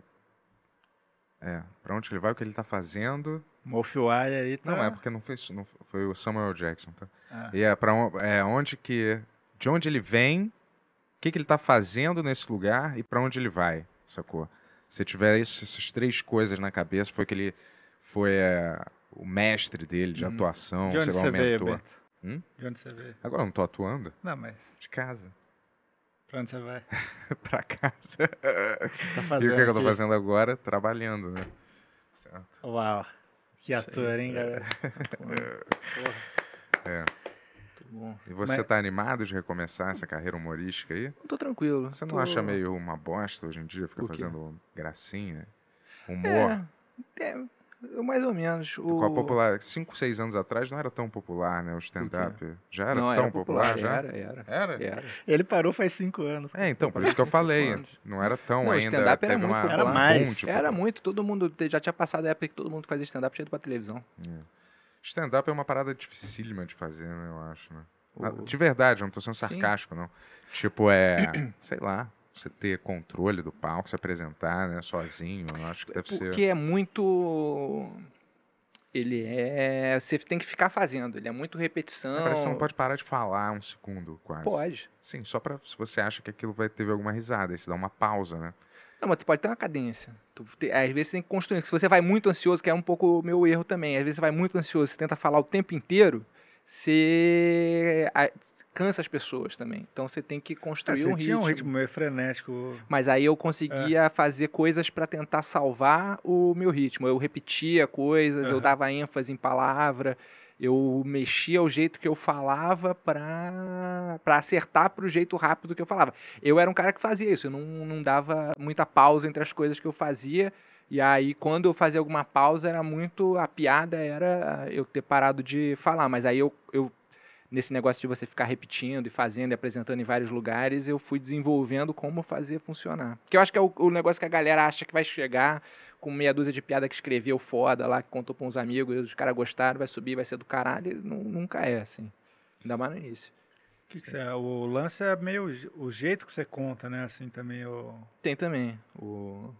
[SPEAKER 5] É, pra onde que ele vai, o que ele tá fazendo.
[SPEAKER 3] Mofiuai aí tá.
[SPEAKER 5] Não, é porque não foi, isso, não foi- foi o Samuel Jackson, tá?
[SPEAKER 3] Ah.
[SPEAKER 5] E é para é, onde que de onde ele vem, o que que ele tá fazendo nesse lugar e para onde ele vai, sacou? Se tiver isso- essas três coisas na cabeça, foi que ele foi é, o mestre dele de
[SPEAKER 8] Uhum.
[SPEAKER 5] atuação,
[SPEAKER 3] De onde
[SPEAKER 5] sei lá,
[SPEAKER 3] você
[SPEAKER 5] o
[SPEAKER 3] veio,
[SPEAKER 5] mentor.
[SPEAKER 3] Bento?
[SPEAKER 5] Hum?
[SPEAKER 3] De onde você veio?
[SPEAKER 5] Agora eu não tô atuando,
[SPEAKER 3] Não, mas
[SPEAKER 5] de casa,
[SPEAKER 3] pra onde você vai? O que
[SPEAKER 5] pra casa.
[SPEAKER 3] você Tá
[SPEAKER 5] e o que, que eu tô
[SPEAKER 3] aqui?
[SPEAKER 5] fazendo agora? Trabalhando, né? Certo.
[SPEAKER 3] Uau. Que
[SPEAKER 8] Isso aí.
[SPEAKER 3] ator,
[SPEAKER 9] é.
[SPEAKER 3] hein, galera?
[SPEAKER 5] É.
[SPEAKER 8] Muito bom.
[SPEAKER 5] E você
[SPEAKER 3] Mas-
[SPEAKER 5] tá animado de recomeçar essa carreira humorística aí?
[SPEAKER 8] Eu tô tranquilo.
[SPEAKER 5] Você não
[SPEAKER 8] tô-
[SPEAKER 5] acha meio uma bosta hoje em dia ficar
[SPEAKER 8] O quê?
[SPEAKER 5] fazendo gracinha? Humor?
[SPEAKER 8] É, é, eu mais ou menos. O...
[SPEAKER 5] Tipo, Com a popular... Cinco, seis anos atrás não era tão popular, né? O stand-up. Já era tão
[SPEAKER 8] não, era popular,
[SPEAKER 5] já? É,
[SPEAKER 8] Era, É. era.
[SPEAKER 5] Era?
[SPEAKER 8] era.
[SPEAKER 3] Ele parou faz cinco anos.
[SPEAKER 5] É, então, por isso que eu
[SPEAKER 8] Cinco
[SPEAKER 5] falei.
[SPEAKER 8] anos.
[SPEAKER 5] Não era tão
[SPEAKER 8] Não, o
[SPEAKER 5] ainda.
[SPEAKER 8] stand-up era
[SPEAKER 5] teve
[SPEAKER 8] muito
[SPEAKER 5] uma,
[SPEAKER 8] popular.
[SPEAKER 5] um
[SPEAKER 3] Era mais.
[SPEAKER 5] boom de
[SPEAKER 8] Era
[SPEAKER 5] popular-
[SPEAKER 8] muito, todo mundo te- já tinha passado a época que todo mundo fazia stand-up tinha ido pra televisão.
[SPEAKER 5] Stand-up é uma parada dificílima de fazer, né? Eu acho, né?
[SPEAKER 8] O-
[SPEAKER 5] De verdade, eu não tô sendo sarcástico, não. Tipo, é... sei lá. Você ter controle do palco, se apresentar, né? Sozinho. Eu acho que deve ser...
[SPEAKER 8] Porque é muito. Ele é. Você tem que ficar fazendo. Ele é muito repetição.
[SPEAKER 5] Parece que você não pode parar de falar um segundo, quase.
[SPEAKER 8] Pode.
[SPEAKER 5] Sim, só pra se você acha que aquilo vai ter alguma risada, aí você dá uma pausa, né?
[SPEAKER 8] Não, mas tu pode ter uma cadência. Tu te- às vezes você tem que construir. Se você vai muito ansioso, que é um pouco o meu erro também. Às vezes você vai muito ansioso, você tenta falar o tempo inteiro. você a- cansa as pessoas também. Então você tem que
[SPEAKER 5] É,
[SPEAKER 8] construir
[SPEAKER 9] você
[SPEAKER 8] um,
[SPEAKER 9] tinha
[SPEAKER 8] ritmo.
[SPEAKER 9] um ritmo meio frenético.
[SPEAKER 8] Mas aí eu conseguia fazer coisas para tentar salvar o meu ritmo. Eu repetia coisas, eu
[SPEAKER 9] Aham.
[SPEAKER 8] dava ênfase em palavra, eu mexia o jeito que eu falava pra, pra acertar pro jeito rápido que eu falava. Eu era um cara que fazia isso, eu não, não dava muita pausa entre as coisas que eu fazia. E aí, quando eu fazia alguma pausa, era muito. A piada era eu ter parado de falar. Mas aí eu- eu nesse negócio de você ficar repetindo e fazendo e apresentando em vários lugares, eu fui desenvolvendo como fazer funcionar. Que eu acho que é o, o negócio que a galera acha que vai chegar com meia dúzia de piada que escreveu foda lá, que contou pra uns amigos, os caras gostaram, vai subir, vai ser do caralho. E nu- nunca é assim. Ainda mais no início.
[SPEAKER 9] Que que você- o lance é meio o je- o jeito que você conta, né? Assim também. O...
[SPEAKER 8] Tem também o.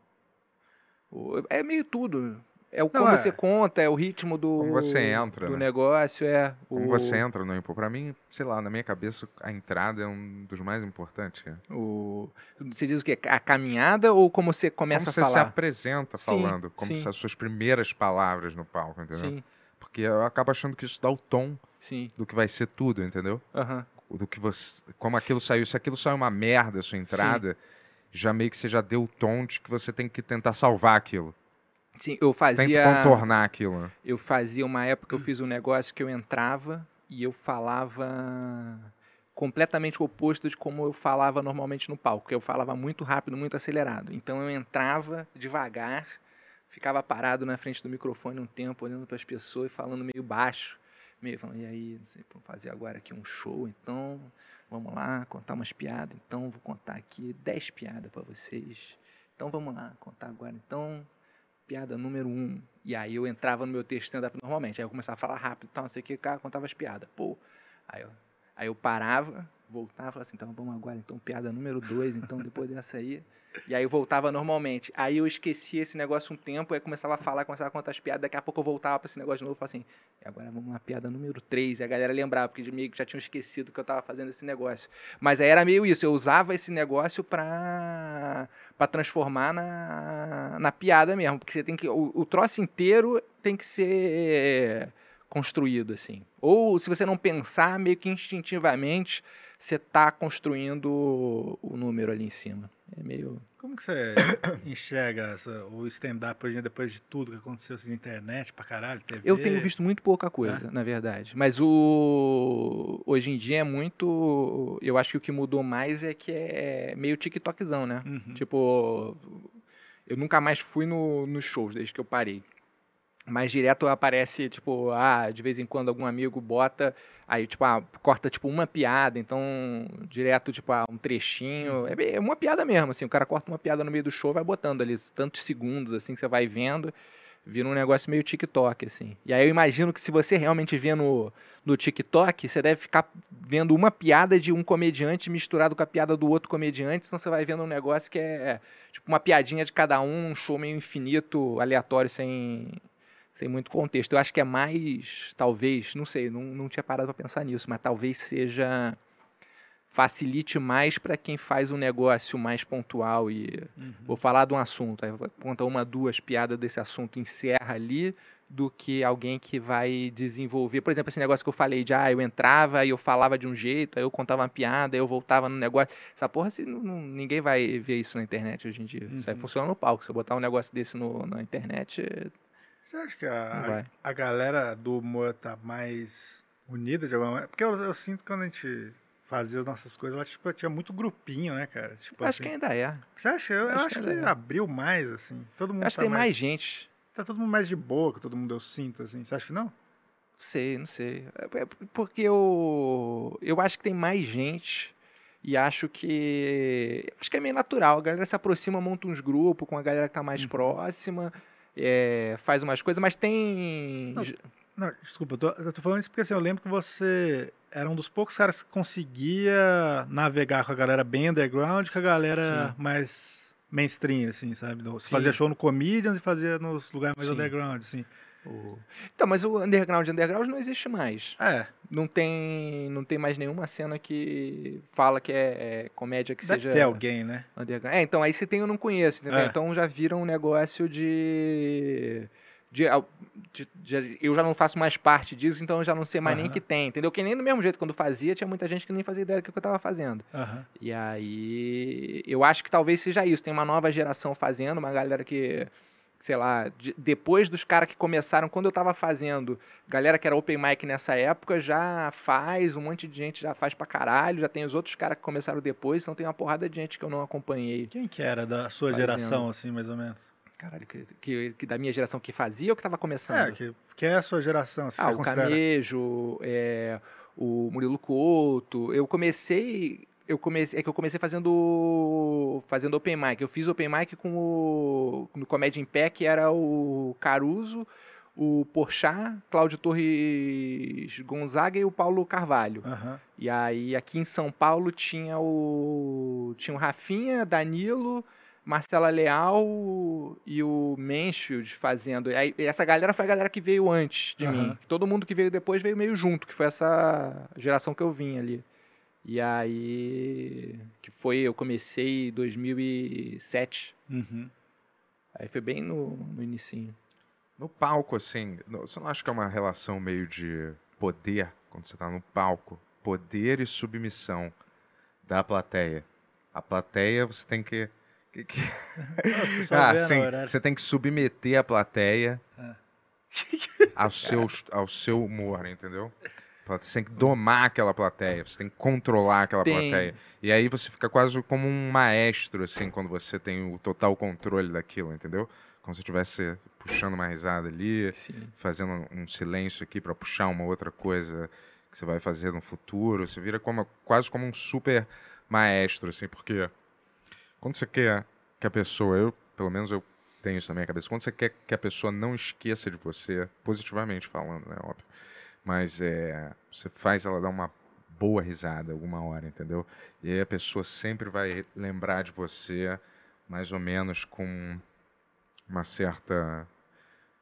[SPEAKER 8] o- é meio tudo. É o
[SPEAKER 9] Não,
[SPEAKER 8] como
[SPEAKER 9] é.
[SPEAKER 8] você conta, é o ritmo do.
[SPEAKER 5] Como você entra,
[SPEAKER 8] Do
[SPEAKER 5] né?
[SPEAKER 8] negócio, é. O,
[SPEAKER 5] Como você entra no Impô? Pra mim, sei lá, na minha cabeça, a entrada é um dos mais importantes. É cara.
[SPEAKER 8] o- você diz o quê? A caminhada ou como você começa
[SPEAKER 5] como você
[SPEAKER 8] a
[SPEAKER 5] se
[SPEAKER 8] falar?
[SPEAKER 5] apresenta
[SPEAKER 8] Sim,
[SPEAKER 5] falando, como
[SPEAKER 8] sim.
[SPEAKER 5] se as suas primeiras palavras no palco, entendeu?
[SPEAKER 8] Sim,
[SPEAKER 5] Porque eu acabo achando que isso dá o tom
[SPEAKER 8] sim.
[SPEAKER 5] do que vai ser tudo, entendeu?
[SPEAKER 8] Aham.
[SPEAKER 5] Do que você. Como aquilo saiu. Se aquilo saiu uma merda, a sua entrada, já meio que você já deu o tom de que você tem que tentar salvar aquilo.
[SPEAKER 8] Sim,
[SPEAKER 5] Tem
[SPEAKER 8] eu
[SPEAKER 5] que
[SPEAKER 8] fazia.
[SPEAKER 5] contornar aquilo. né?
[SPEAKER 8] Eu fazia uma época, eu fiz um negócio que eu entrava e eu falava completamente o oposto de como eu falava normalmente no palco. Eu falava muito rápido, muito acelerado. Então eu entrava devagar, ficava parado na frente do microfone um tempo, olhando para as pessoas e falando meio baixo. Meio falando, e aí, não sei, vamos fazer agora aqui um show, então vamos lá, contar umas piadas. Então vou contar aqui 10 piadas para vocês. Então vamos lá, contar agora. Então, piada número um. E aí eu entrava no meu texto stand-up normalmente. Aí eu começava a falar rápido, tal, não sei o que, cara, contava as piadas. Pô. Aí eu, aí eu parava, voltava, falava assim, então vamos agora, então piada número dois, então depois dessa aí. E aí eu voltava normalmente. Aí eu esquecia esse negócio um tempo, aí começava a falar, começava a contar as piadas, daqui a pouco eu voltava pra esse negócio de novo e falava assim, e agora vamos lá, piada número três. E a galera lembrava, porque de meio que já tinham esquecido que eu tava fazendo esse negócio. Mas aí era meio isso, eu usava esse negócio pra Pra transformar na, na piada mesmo, porque você tem que o, o troço inteiro tem que ser construído assim. Ou se você não pensar meio que instintivamente, você tá construindo o- o número ali em cima. É meio
[SPEAKER 9] Como que você enxerga essa- o stand-up hoje em dia, depois de tudo que aconteceu assim, na internet pra caralho? TV,
[SPEAKER 8] Eu tenho visto muito pouca coisa, na verdade. Mas o hoje em dia é muito, eu acho que o que mudou mais é que é meio TikTokzão, né?
[SPEAKER 9] Uhum.
[SPEAKER 8] Tipo, eu nunca mais fui no, nos shows desde que eu parei. Mas direto aparece, tipo, ah, de vez em quando algum amigo bota, aí, tipo, ah, corta, tipo, uma piada, então, direto, tipo, ah, um trechinho. É bem- É uma piada mesmo, assim, o cara corta uma piada no meio do show, vai botando ali tantos segundos, assim, que você vai vendo, vira um negócio meio TikTok, assim. E aí eu imagino que se você realmente vê no, no TikTok, você deve ficar vendo uma piada de um comediante misturado com a piada do outro comediante, senão você vai vendo um negócio que é tipo uma piadinha de cada um, um show meio infinito, aleatório, sem, sem muito contexto. Eu acho que é mais, talvez, não sei, não, não tinha parado pra pensar nisso, mas talvez seja facilite mais pra quem faz um negócio mais pontual e
[SPEAKER 9] uhum.
[SPEAKER 8] vou falar de um assunto, aí conta uma, duas piadas desse assunto, encerra ali, do que alguém que vai desenvolver. Por exemplo, esse negócio que eu falei de, ah, eu entrava e eu falava de um jeito, aí eu contava uma piada, aí eu voltava no negócio. Essa porra, assim, não- não- ninguém vai ver isso na internet hoje em dia. Isso aí
[SPEAKER 9] Uhum.
[SPEAKER 8] funciona no palco. Se eu botar um negócio desse no, na internet,
[SPEAKER 9] Você acha que
[SPEAKER 8] não
[SPEAKER 9] a,
[SPEAKER 8] vai.
[SPEAKER 9] a galera do humor tá mais unida de alguma maneira? Porque eu, eu sinto que quando a gente fazia as nossas coisas lá, tipo, tinha muito grupinho, né, cara? Tipo,
[SPEAKER 8] Acho que
[SPEAKER 9] assim,
[SPEAKER 8] ainda é.
[SPEAKER 9] Você acha? Eu eu
[SPEAKER 8] acho
[SPEAKER 9] acho,
[SPEAKER 8] que
[SPEAKER 9] que,
[SPEAKER 8] é.
[SPEAKER 9] abriu mais, assim. Todo mundo
[SPEAKER 8] Acho que
[SPEAKER 9] tá
[SPEAKER 8] tem mais gente.
[SPEAKER 9] Tá todo mundo mais de boa que todo mundo, eu sinto, assim. Você acha que não?
[SPEAKER 8] Não sei, não sei. É- é porque eu, eu acho que tem mais gente e acho que. Acho que é meio natural. A galera se aproxima, monta uns grupos com a galera que tá mais próxima, é, faz umas coisas, mas tem.
[SPEAKER 9] Não, Não, desculpa, eu tô, eu tô falando isso porque assim, eu lembro que você era um dos poucos caras que conseguia navegar com a galera bem underground, com a galera mais mainstream, assim, sabe? No- Você
[SPEAKER 8] Sim.
[SPEAKER 9] fazia show no Comedians e fazia nos lugares mais
[SPEAKER 8] Sim.
[SPEAKER 9] underground, assim.
[SPEAKER 8] o- Então, mas o underground underground não existe mais.
[SPEAKER 9] É,
[SPEAKER 8] Não tem, não tem mais nenhuma cena que fala que é, é comédia que
[SPEAKER 9] deve
[SPEAKER 8] seja.
[SPEAKER 9] ter alguém, né?
[SPEAKER 8] Então, Underground. É, então aí se tem eu não conheço, entendeu?
[SPEAKER 9] É.
[SPEAKER 8] Então já vira um negócio de de- de- de- eu já não faço mais parte disso, então eu já não sei mais nem
[SPEAKER 3] Aham.
[SPEAKER 8] que tem, entendeu? Que nem do mesmo jeito, quando fazia, tinha muita gente que nem fazia ideia do que eu tava fazendo.
[SPEAKER 3] Aham.
[SPEAKER 8] E aí, eu acho que talvez seja isso. Tem uma nova geração fazendo, uma galera que, sei lá, de- depois dos caras que começaram, quando eu tava fazendo, galera que era open mic nessa época já faz, um monte de gente já faz pra caralho, já tem os outros caras que começaram depois, então tem uma porrada de gente que eu não acompanhei.
[SPEAKER 3] Quem que era da sua
[SPEAKER 8] Fazendo.
[SPEAKER 3] geração, assim, mais ou menos?
[SPEAKER 8] Caralho, que, que, que da minha geração que fazia ou que tava começando?
[SPEAKER 3] É, que, que é a sua geração, assim,
[SPEAKER 8] Ah,
[SPEAKER 3] você
[SPEAKER 8] o
[SPEAKER 3] considera?
[SPEAKER 8] Canejo, é, o Murilo Couto. Eu comecei. Eu comecei, é que eu comecei fazendo fazendo open mic. Eu fiz open mic com o no Comédia em Pé, que era o Caruso, o Porchat, Cláudio Torres Gonzaga e o Paulo Carvalho.
[SPEAKER 3] Aham.
[SPEAKER 8] E aí aqui em São Paulo tinha o tinha o Rafinha, Danilo, Marcela Leal e o Mansfield fazendo. E aí, essa galera foi a galera que veio antes de
[SPEAKER 3] Aham.
[SPEAKER 8] mim. Todo mundo que veio depois veio meio junto, que foi essa geração que eu vim ali. E aí que foi, eu comecei em 2007.
[SPEAKER 3] Uhum.
[SPEAKER 8] Aí foi bem no, no inicinho.
[SPEAKER 5] No palco, assim, no- você não acha que é uma relação meio de poder, quando você tá no palco? Poder e submissão da plateia. A plateia, você tem que. que- que- Ah, sim. Você tem que submeter a plateia
[SPEAKER 3] Ah.
[SPEAKER 5] ao, seu, ao seu humor, entendeu? Você tem que domar aquela plateia, você tem que controlar aquela
[SPEAKER 8] Tem.
[SPEAKER 5] plateia. E aí você fica quase como um maestro, assim, quando você tem o total controle daquilo, entendeu? Como se estivesse puxando uma risada ali,
[SPEAKER 8] Sim.
[SPEAKER 5] fazendo um silêncio aqui para puxar uma outra coisa que você vai fazer no futuro. Você vira como- quase como um super maestro, assim, porque quando você quer que a pessoa, eu, pelo menos eu tenho isso na minha cabeça, quando você quer que a pessoa não esqueça de você, positivamente falando, né, óbvio, mas é, você faz ela dar uma boa risada alguma hora, entendeu? E aí a pessoa sempre vai lembrar de você, mais ou menos com uma certa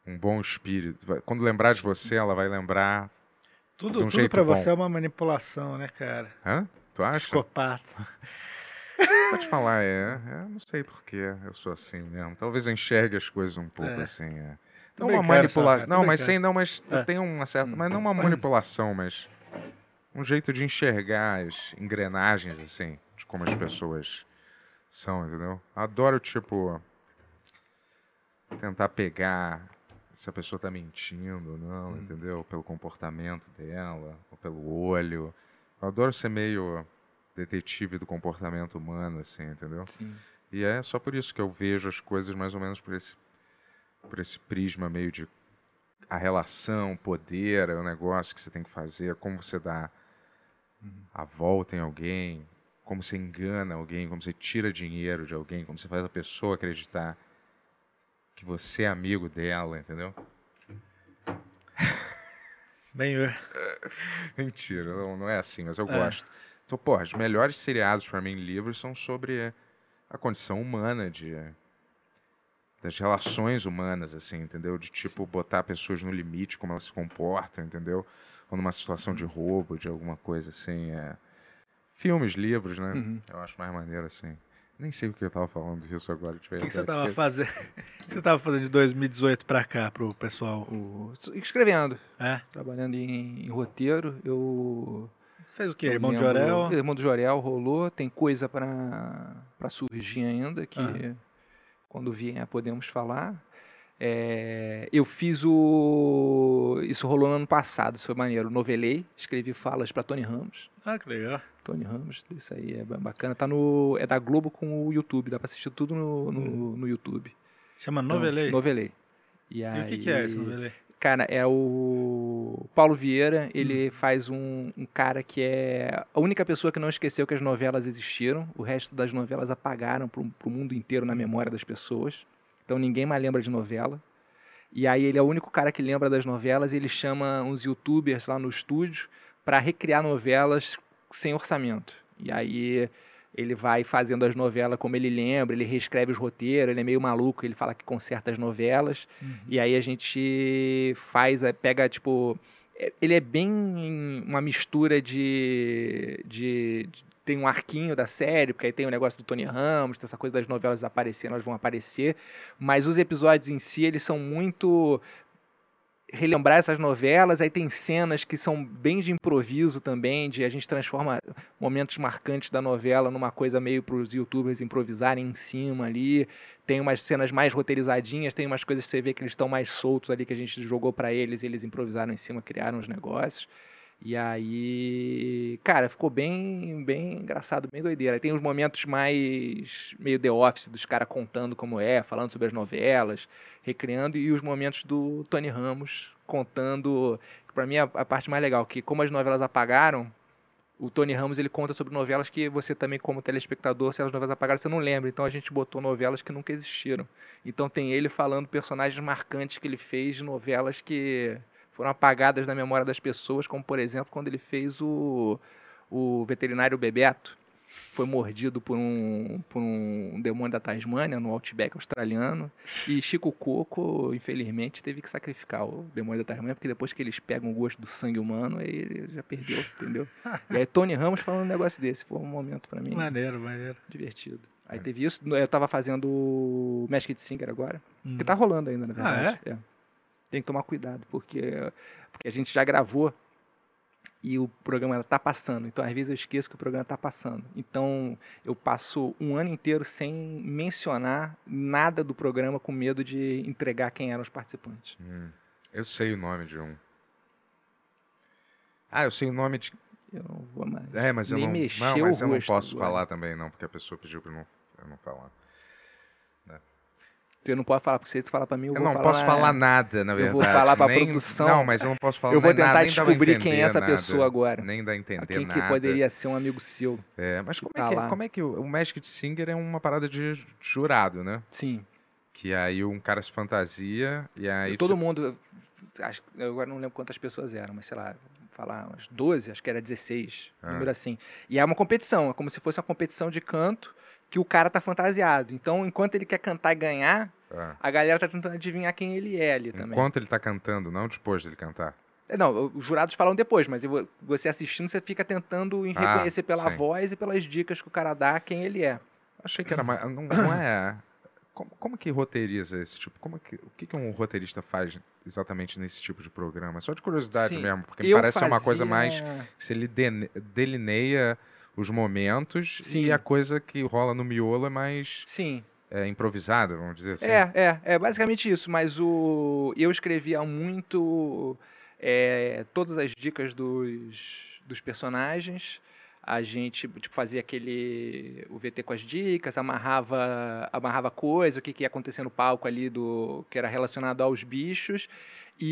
[SPEAKER 5] um bom espírito. Vai- Quando lembrar de você, ela vai lembrar.
[SPEAKER 3] Tudo,
[SPEAKER 5] de um
[SPEAKER 3] tudo
[SPEAKER 5] jeito
[SPEAKER 3] pra
[SPEAKER 5] bom.
[SPEAKER 3] você é uma manipulação, né, cara?
[SPEAKER 5] Hã? Tu acha?
[SPEAKER 3] Psicopata.
[SPEAKER 5] Pode falar, é. é, não sei porquê eu sou assim mesmo. Talvez eu enxergue as coisas um pouco
[SPEAKER 3] É.
[SPEAKER 5] assim. É.
[SPEAKER 3] Tô
[SPEAKER 5] Não
[SPEAKER 3] brincando, só,
[SPEAKER 5] uma manipulação.
[SPEAKER 3] cara, tô
[SPEAKER 5] Não, mas
[SPEAKER 3] brincando.
[SPEAKER 5] sem, não, mas
[SPEAKER 3] É.
[SPEAKER 5] tem uma certa.
[SPEAKER 8] Hum.
[SPEAKER 5] Mas não uma manipulação, mas. Um jeito de enxergar as engrenagens, assim, de como as pessoas são, entendeu? Adoro, tipo. Tentar pegar se a pessoa tá mentindo ou
[SPEAKER 3] Hum.
[SPEAKER 5] não, entendeu? Pelo comportamento dela, ou pelo olho. Eu adoro ser meio detetive do comportamento humano, assim, entendeu?
[SPEAKER 8] Sim.
[SPEAKER 5] E é só por isso que eu vejo as coisas mais ou menos por esse, por esse prisma meio de a relação, o poder, é o negócio que você tem que fazer, como você dá a volta em alguém, como você engana alguém, como você tira dinheiro de alguém, como você faz a pessoa acreditar que você é amigo dela, entendeu?
[SPEAKER 3] Bem,
[SPEAKER 5] Mentira, não, não é assim, mas eu
[SPEAKER 3] É.
[SPEAKER 5] gosto. Então, pô, os melhores seriados pra mim, livros, são sobre a condição humana de das relações humanas, assim, entendeu? De tipo botar pessoas no limite, como elas se comportam, entendeu? Ou numa situação
[SPEAKER 3] Uhum.
[SPEAKER 5] de roubo, de alguma coisa assim. é. Filmes, livros, né?
[SPEAKER 8] Uhum.
[SPEAKER 5] Eu acho mais maneiro assim. Nem sei o que eu tava falando disso agora, de
[SPEAKER 3] o que,
[SPEAKER 5] verdade.
[SPEAKER 3] que você tava
[SPEAKER 5] porque-
[SPEAKER 3] fazendo? O que você tava fazendo de 2018 pra cá, pro pessoal?
[SPEAKER 8] O- escrevendo,
[SPEAKER 3] É?
[SPEAKER 8] trabalhando em- em roteiro, eu
[SPEAKER 3] Fez o quê?
[SPEAKER 8] Eu
[SPEAKER 3] Irmão de
[SPEAKER 8] lembro-
[SPEAKER 3] Orel?
[SPEAKER 8] Irmão de Jorel rolou. Tem coisa pra pra surgir ainda que
[SPEAKER 3] Aham.
[SPEAKER 8] quando vier podemos falar. É, eu fiz o. Isso rolou no ano passado, isso foi maneiro. Novelei, escrevi falas pra Tony Ramos.
[SPEAKER 3] Ah, que legal.
[SPEAKER 8] Tony Ramos, isso aí é ba- bacana. Tá no, é da Globo com o YouTube, dá pra assistir tudo no, no, no YouTube.
[SPEAKER 3] Chama
[SPEAKER 8] Então,
[SPEAKER 3] Uhum. Novelei.
[SPEAKER 8] Novelei. E,
[SPEAKER 3] E
[SPEAKER 8] aí,
[SPEAKER 3] o que, que é esse Novelei?
[SPEAKER 8] Cara, é o Paulo Vieira, ele faz um, um cara que é a única pessoa que não esqueceu que as novelas existiram. O resto das novelas apagaram pro, pro mundo inteiro na memória das pessoas. Então ninguém mais lembra de novela. E aí ele é o único cara que lembra das novelas e ele chama uns youtubers lá no estúdio pra recriar novelas sem orçamento. E aí ele vai fazendo as novelas como ele lembra, ele reescreve os roteiros, ele é meio maluco, ele fala que conserta as novelas.
[SPEAKER 5] Uhum.
[SPEAKER 8] E aí a gente faz, eh, pega é, tipo. eh, Ele é bem uma mistura de, de, de tem um arquinho da série, porque aí tem o negócio do Tony Ramos, tem essa coisa das novelas aparecendo, elas vão aparecer. Mas os episódios em si, eles são muito relembrar essas novelas, aí tem cenas que são bem de improviso também, de a gente transforma momentos marcantes da novela numa coisa meio para os youtubers improvisarem em cima ali. Tem umas cenas mais roteirizadinhas, tem umas coisas que você vê que eles estão mais soltos ali que a gente jogou para eles, e eles improvisaram em cima, criaram os negócios. E aí, cara, ficou bem, bem engraçado, bem doideira. Aí tem uns momentos mais meio The Office dos caras contando como é, falando sobre as novelas, recriando e os momentos do Tony Ramos contando, que para mim é a parte mais legal, que como as novelas apagaram, o Tony Ramos ele conta sobre novelas que você também como telespectador, se as novelas apagaram, você não lembra. Então a gente botou novelas que nunca existiram. Então tem ele falando personagens marcantes que ele fez de novelas que foram apagadas da memória das pessoas, como por exemplo quando ele fez o, o veterinário Bebeto, foi mordido por um, por um demônio da Tasmânia no Outback australiano. E Chico Coco, infelizmente, teve que sacrificar o demônio da Tasmânia, porque depois que eles pegam o gosto do sangue humano, aí ele já perdeu, entendeu? E aí Tony Ramos falando um negócio desse, foi um momento pra mim
[SPEAKER 3] Maneiro, maneiro.
[SPEAKER 8] divertido. Aí teve isso, eu tava fazendo o Masked Singer agora,
[SPEAKER 3] Uhum.
[SPEAKER 8] que tá rolando ainda, na
[SPEAKER 5] Ah,
[SPEAKER 8] verdade. É. Tem que tomar cuidado, porque, porque a gente já gravou e o programa tá passando. Então, às vezes, eu esqueço que o programa tá passando. Então, eu passo um ano inteiro sem mencionar nada do programa com medo de entregar quem eram os participantes.
[SPEAKER 5] Hum, eu sei o nome de um. Ah, eu sei o nome de.
[SPEAKER 8] Eu não vou mais.
[SPEAKER 5] É, mas eu
[SPEAKER 8] Nem
[SPEAKER 5] não.
[SPEAKER 8] mexer
[SPEAKER 5] Não,
[SPEAKER 8] o
[SPEAKER 5] mas eu não
[SPEAKER 8] rosto
[SPEAKER 5] posso
[SPEAKER 8] agora.
[SPEAKER 5] falar também, não, porque a pessoa pediu pra eu não, eu não falar.
[SPEAKER 8] Você não pode falar, porque se você falar pra mim, eu,
[SPEAKER 5] Eu, não
[SPEAKER 8] vou falar.
[SPEAKER 5] posso falar nada,
[SPEAKER 8] nada.
[SPEAKER 5] na
[SPEAKER 8] eu
[SPEAKER 5] verdade.
[SPEAKER 8] vou falar pra
[SPEAKER 5] nem,
[SPEAKER 8] produção.
[SPEAKER 5] Não, mas eu não posso falar
[SPEAKER 8] Eu vou
[SPEAKER 5] nem nada,
[SPEAKER 8] tentar
[SPEAKER 5] nem dá pra
[SPEAKER 8] descobrir quem é
[SPEAKER 5] entender
[SPEAKER 8] essa
[SPEAKER 5] nada,
[SPEAKER 8] pessoa agora.
[SPEAKER 5] Nem dá a entender
[SPEAKER 8] Quem
[SPEAKER 5] nada.
[SPEAKER 8] que poderia ser um amigo seu?
[SPEAKER 5] É, mas como,
[SPEAKER 8] tá
[SPEAKER 5] é que,
[SPEAKER 8] lá.
[SPEAKER 5] como é que o o Masked Singer é uma parada de jurado, né?
[SPEAKER 8] Sim.
[SPEAKER 5] Que aí um cara se fantasia e aí.
[SPEAKER 8] E todo
[SPEAKER 5] você-
[SPEAKER 8] mundo, acho, eu agora não lembro quantas pessoas eram, mas sei lá, falar umas 12, acho que era 16,
[SPEAKER 5] Ah.
[SPEAKER 8] número assim. E é uma competição, é como se fosse uma competição de canto que o cara tá fantasiado. Então, enquanto ele quer cantar e ganhar,
[SPEAKER 5] Ah.
[SPEAKER 8] a galera tá tentando adivinhar quem ele é ali também.
[SPEAKER 5] Enquanto ele tá cantando, não depois dele cantar.
[SPEAKER 8] É, Não, os jurados falam depois, mas eu vou- você assistindo, você fica tentando em-
[SPEAKER 5] Ah,
[SPEAKER 8] reconhecer pela
[SPEAKER 5] sim.
[SPEAKER 8] voz e pelas dicas que o cara dá quem ele é.
[SPEAKER 5] Achei que era mais. Não, não é. Como, como que roteiriza esse tipo? Como que, o que, que um roteirista faz exatamente nesse tipo de programa? Só de curiosidade
[SPEAKER 8] Sim,
[SPEAKER 5] mesmo, porque me
[SPEAKER 8] Eu
[SPEAKER 5] parece ser uma coisa
[SPEAKER 8] fazia-
[SPEAKER 5] mais. que Se ele dene- delineia os momentos
[SPEAKER 8] Sim.
[SPEAKER 5] e a coisa que rola no miolo é mais
[SPEAKER 8] Sim,
[SPEAKER 5] é, improvisada, vamos dizer assim.
[SPEAKER 8] É, é, é basicamente isso, mas o eu escrevia muito é, todas as dicas dos, dos personagens. A gente tipo, fazia aquele o VT com as dicas, amarrava amarrava coisa, o que, que ia acontecer no palco ali do que era relacionado aos bichos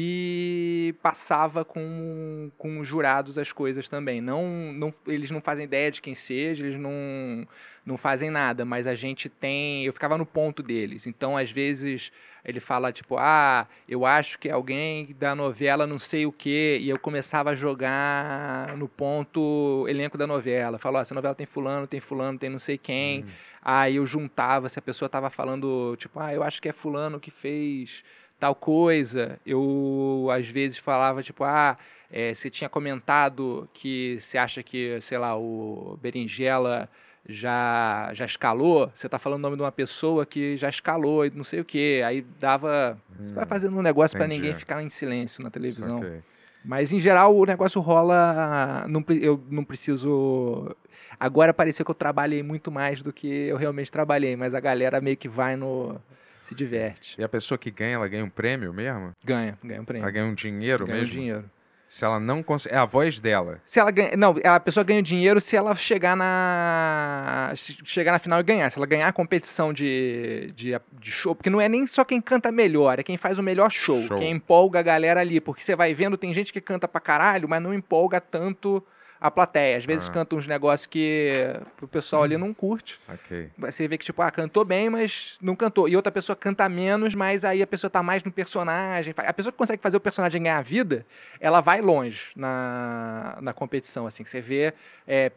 [SPEAKER 8] e passava com, com os jurados as coisas também. Não, não eles não fazem ideia de quem seja, eles não não fazem nada, mas a gente tem. Eu ficava no ponto deles. Então, às vezes, ele fala, tipo, ah, eu acho que é alguém da novela não sei o quê, e eu começava a jogar no ponto elenco da novela. Falou, ah, essa novela tem fulano, tem fulano, tem não sei quem.
[SPEAKER 5] Hum.
[SPEAKER 8] Aí eu juntava, se a pessoa tava falando, tipo, ah, eu acho que é fulano que fez tal coisa, eu às vezes falava, tipo, ah, é, você tinha comentado que você acha que, sei lá, o Berinjela já, já escalou, você tá falando o nome de uma pessoa que já escalou e não sei o quê, aí dava... Você vai
[SPEAKER 5] Hum,
[SPEAKER 8] fazendo um negócio pra
[SPEAKER 5] entendi.
[SPEAKER 8] ninguém ficar em silêncio na televisão.
[SPEAKER 5] saquei.
[SPEAKER 8] Mas em geral o negócio rola. Não, pre- eu não preciso. Agora pareceu que eu trabalhei muito mais do que eu realmente trabalhei, mas a galera meio que vai no. se diverte.
[SPEAKER 5] E a pessoa que ganha, ela ganha um prêmio mesmo?
[SPEAKER 8] Ganha, ganha um prêmio.
[SPEAKER 5] Ela ganha um dinheiro
[SPEAKER 8] ganha um
[SPEAKER 5] mesmo?
[SPEAKER 8] dinheiro.
[SPEAKER 5] Se ela não consegue. É a voz dela.
[SPEAKER 8] Se ela ganha. Não, a pessoa ganha o dinheiro se ela chegar na. se chegar na final e ganhar. Se ela ganhar a competição de, de, de show, porque não é nem só quem canta melhor, é quem faz o melhor show,
[SPEAKER 5] Show.
[SPEAKER 8] Quem empolga a galera ali. Porque você vai vendo, tem gente que canta pra caralho, mas não empolga tanto a plateia. Às vezes
[SPEAKER 5] Ah.
[SPEAKER 8] canta uns negócios que o pessoal ali não curte.
[SPEAKER 5] Saquei.
[SPEAKER 8] Você vê que, tipo, ah, cantou bem, mas não cantou. E outra pessoa canta menos, mas aí a pessoa tá mais no personagem. A pessoa que consegue fazer o personagem ganhar vida, ela vai longe na, na competição, assim. Que você vê é,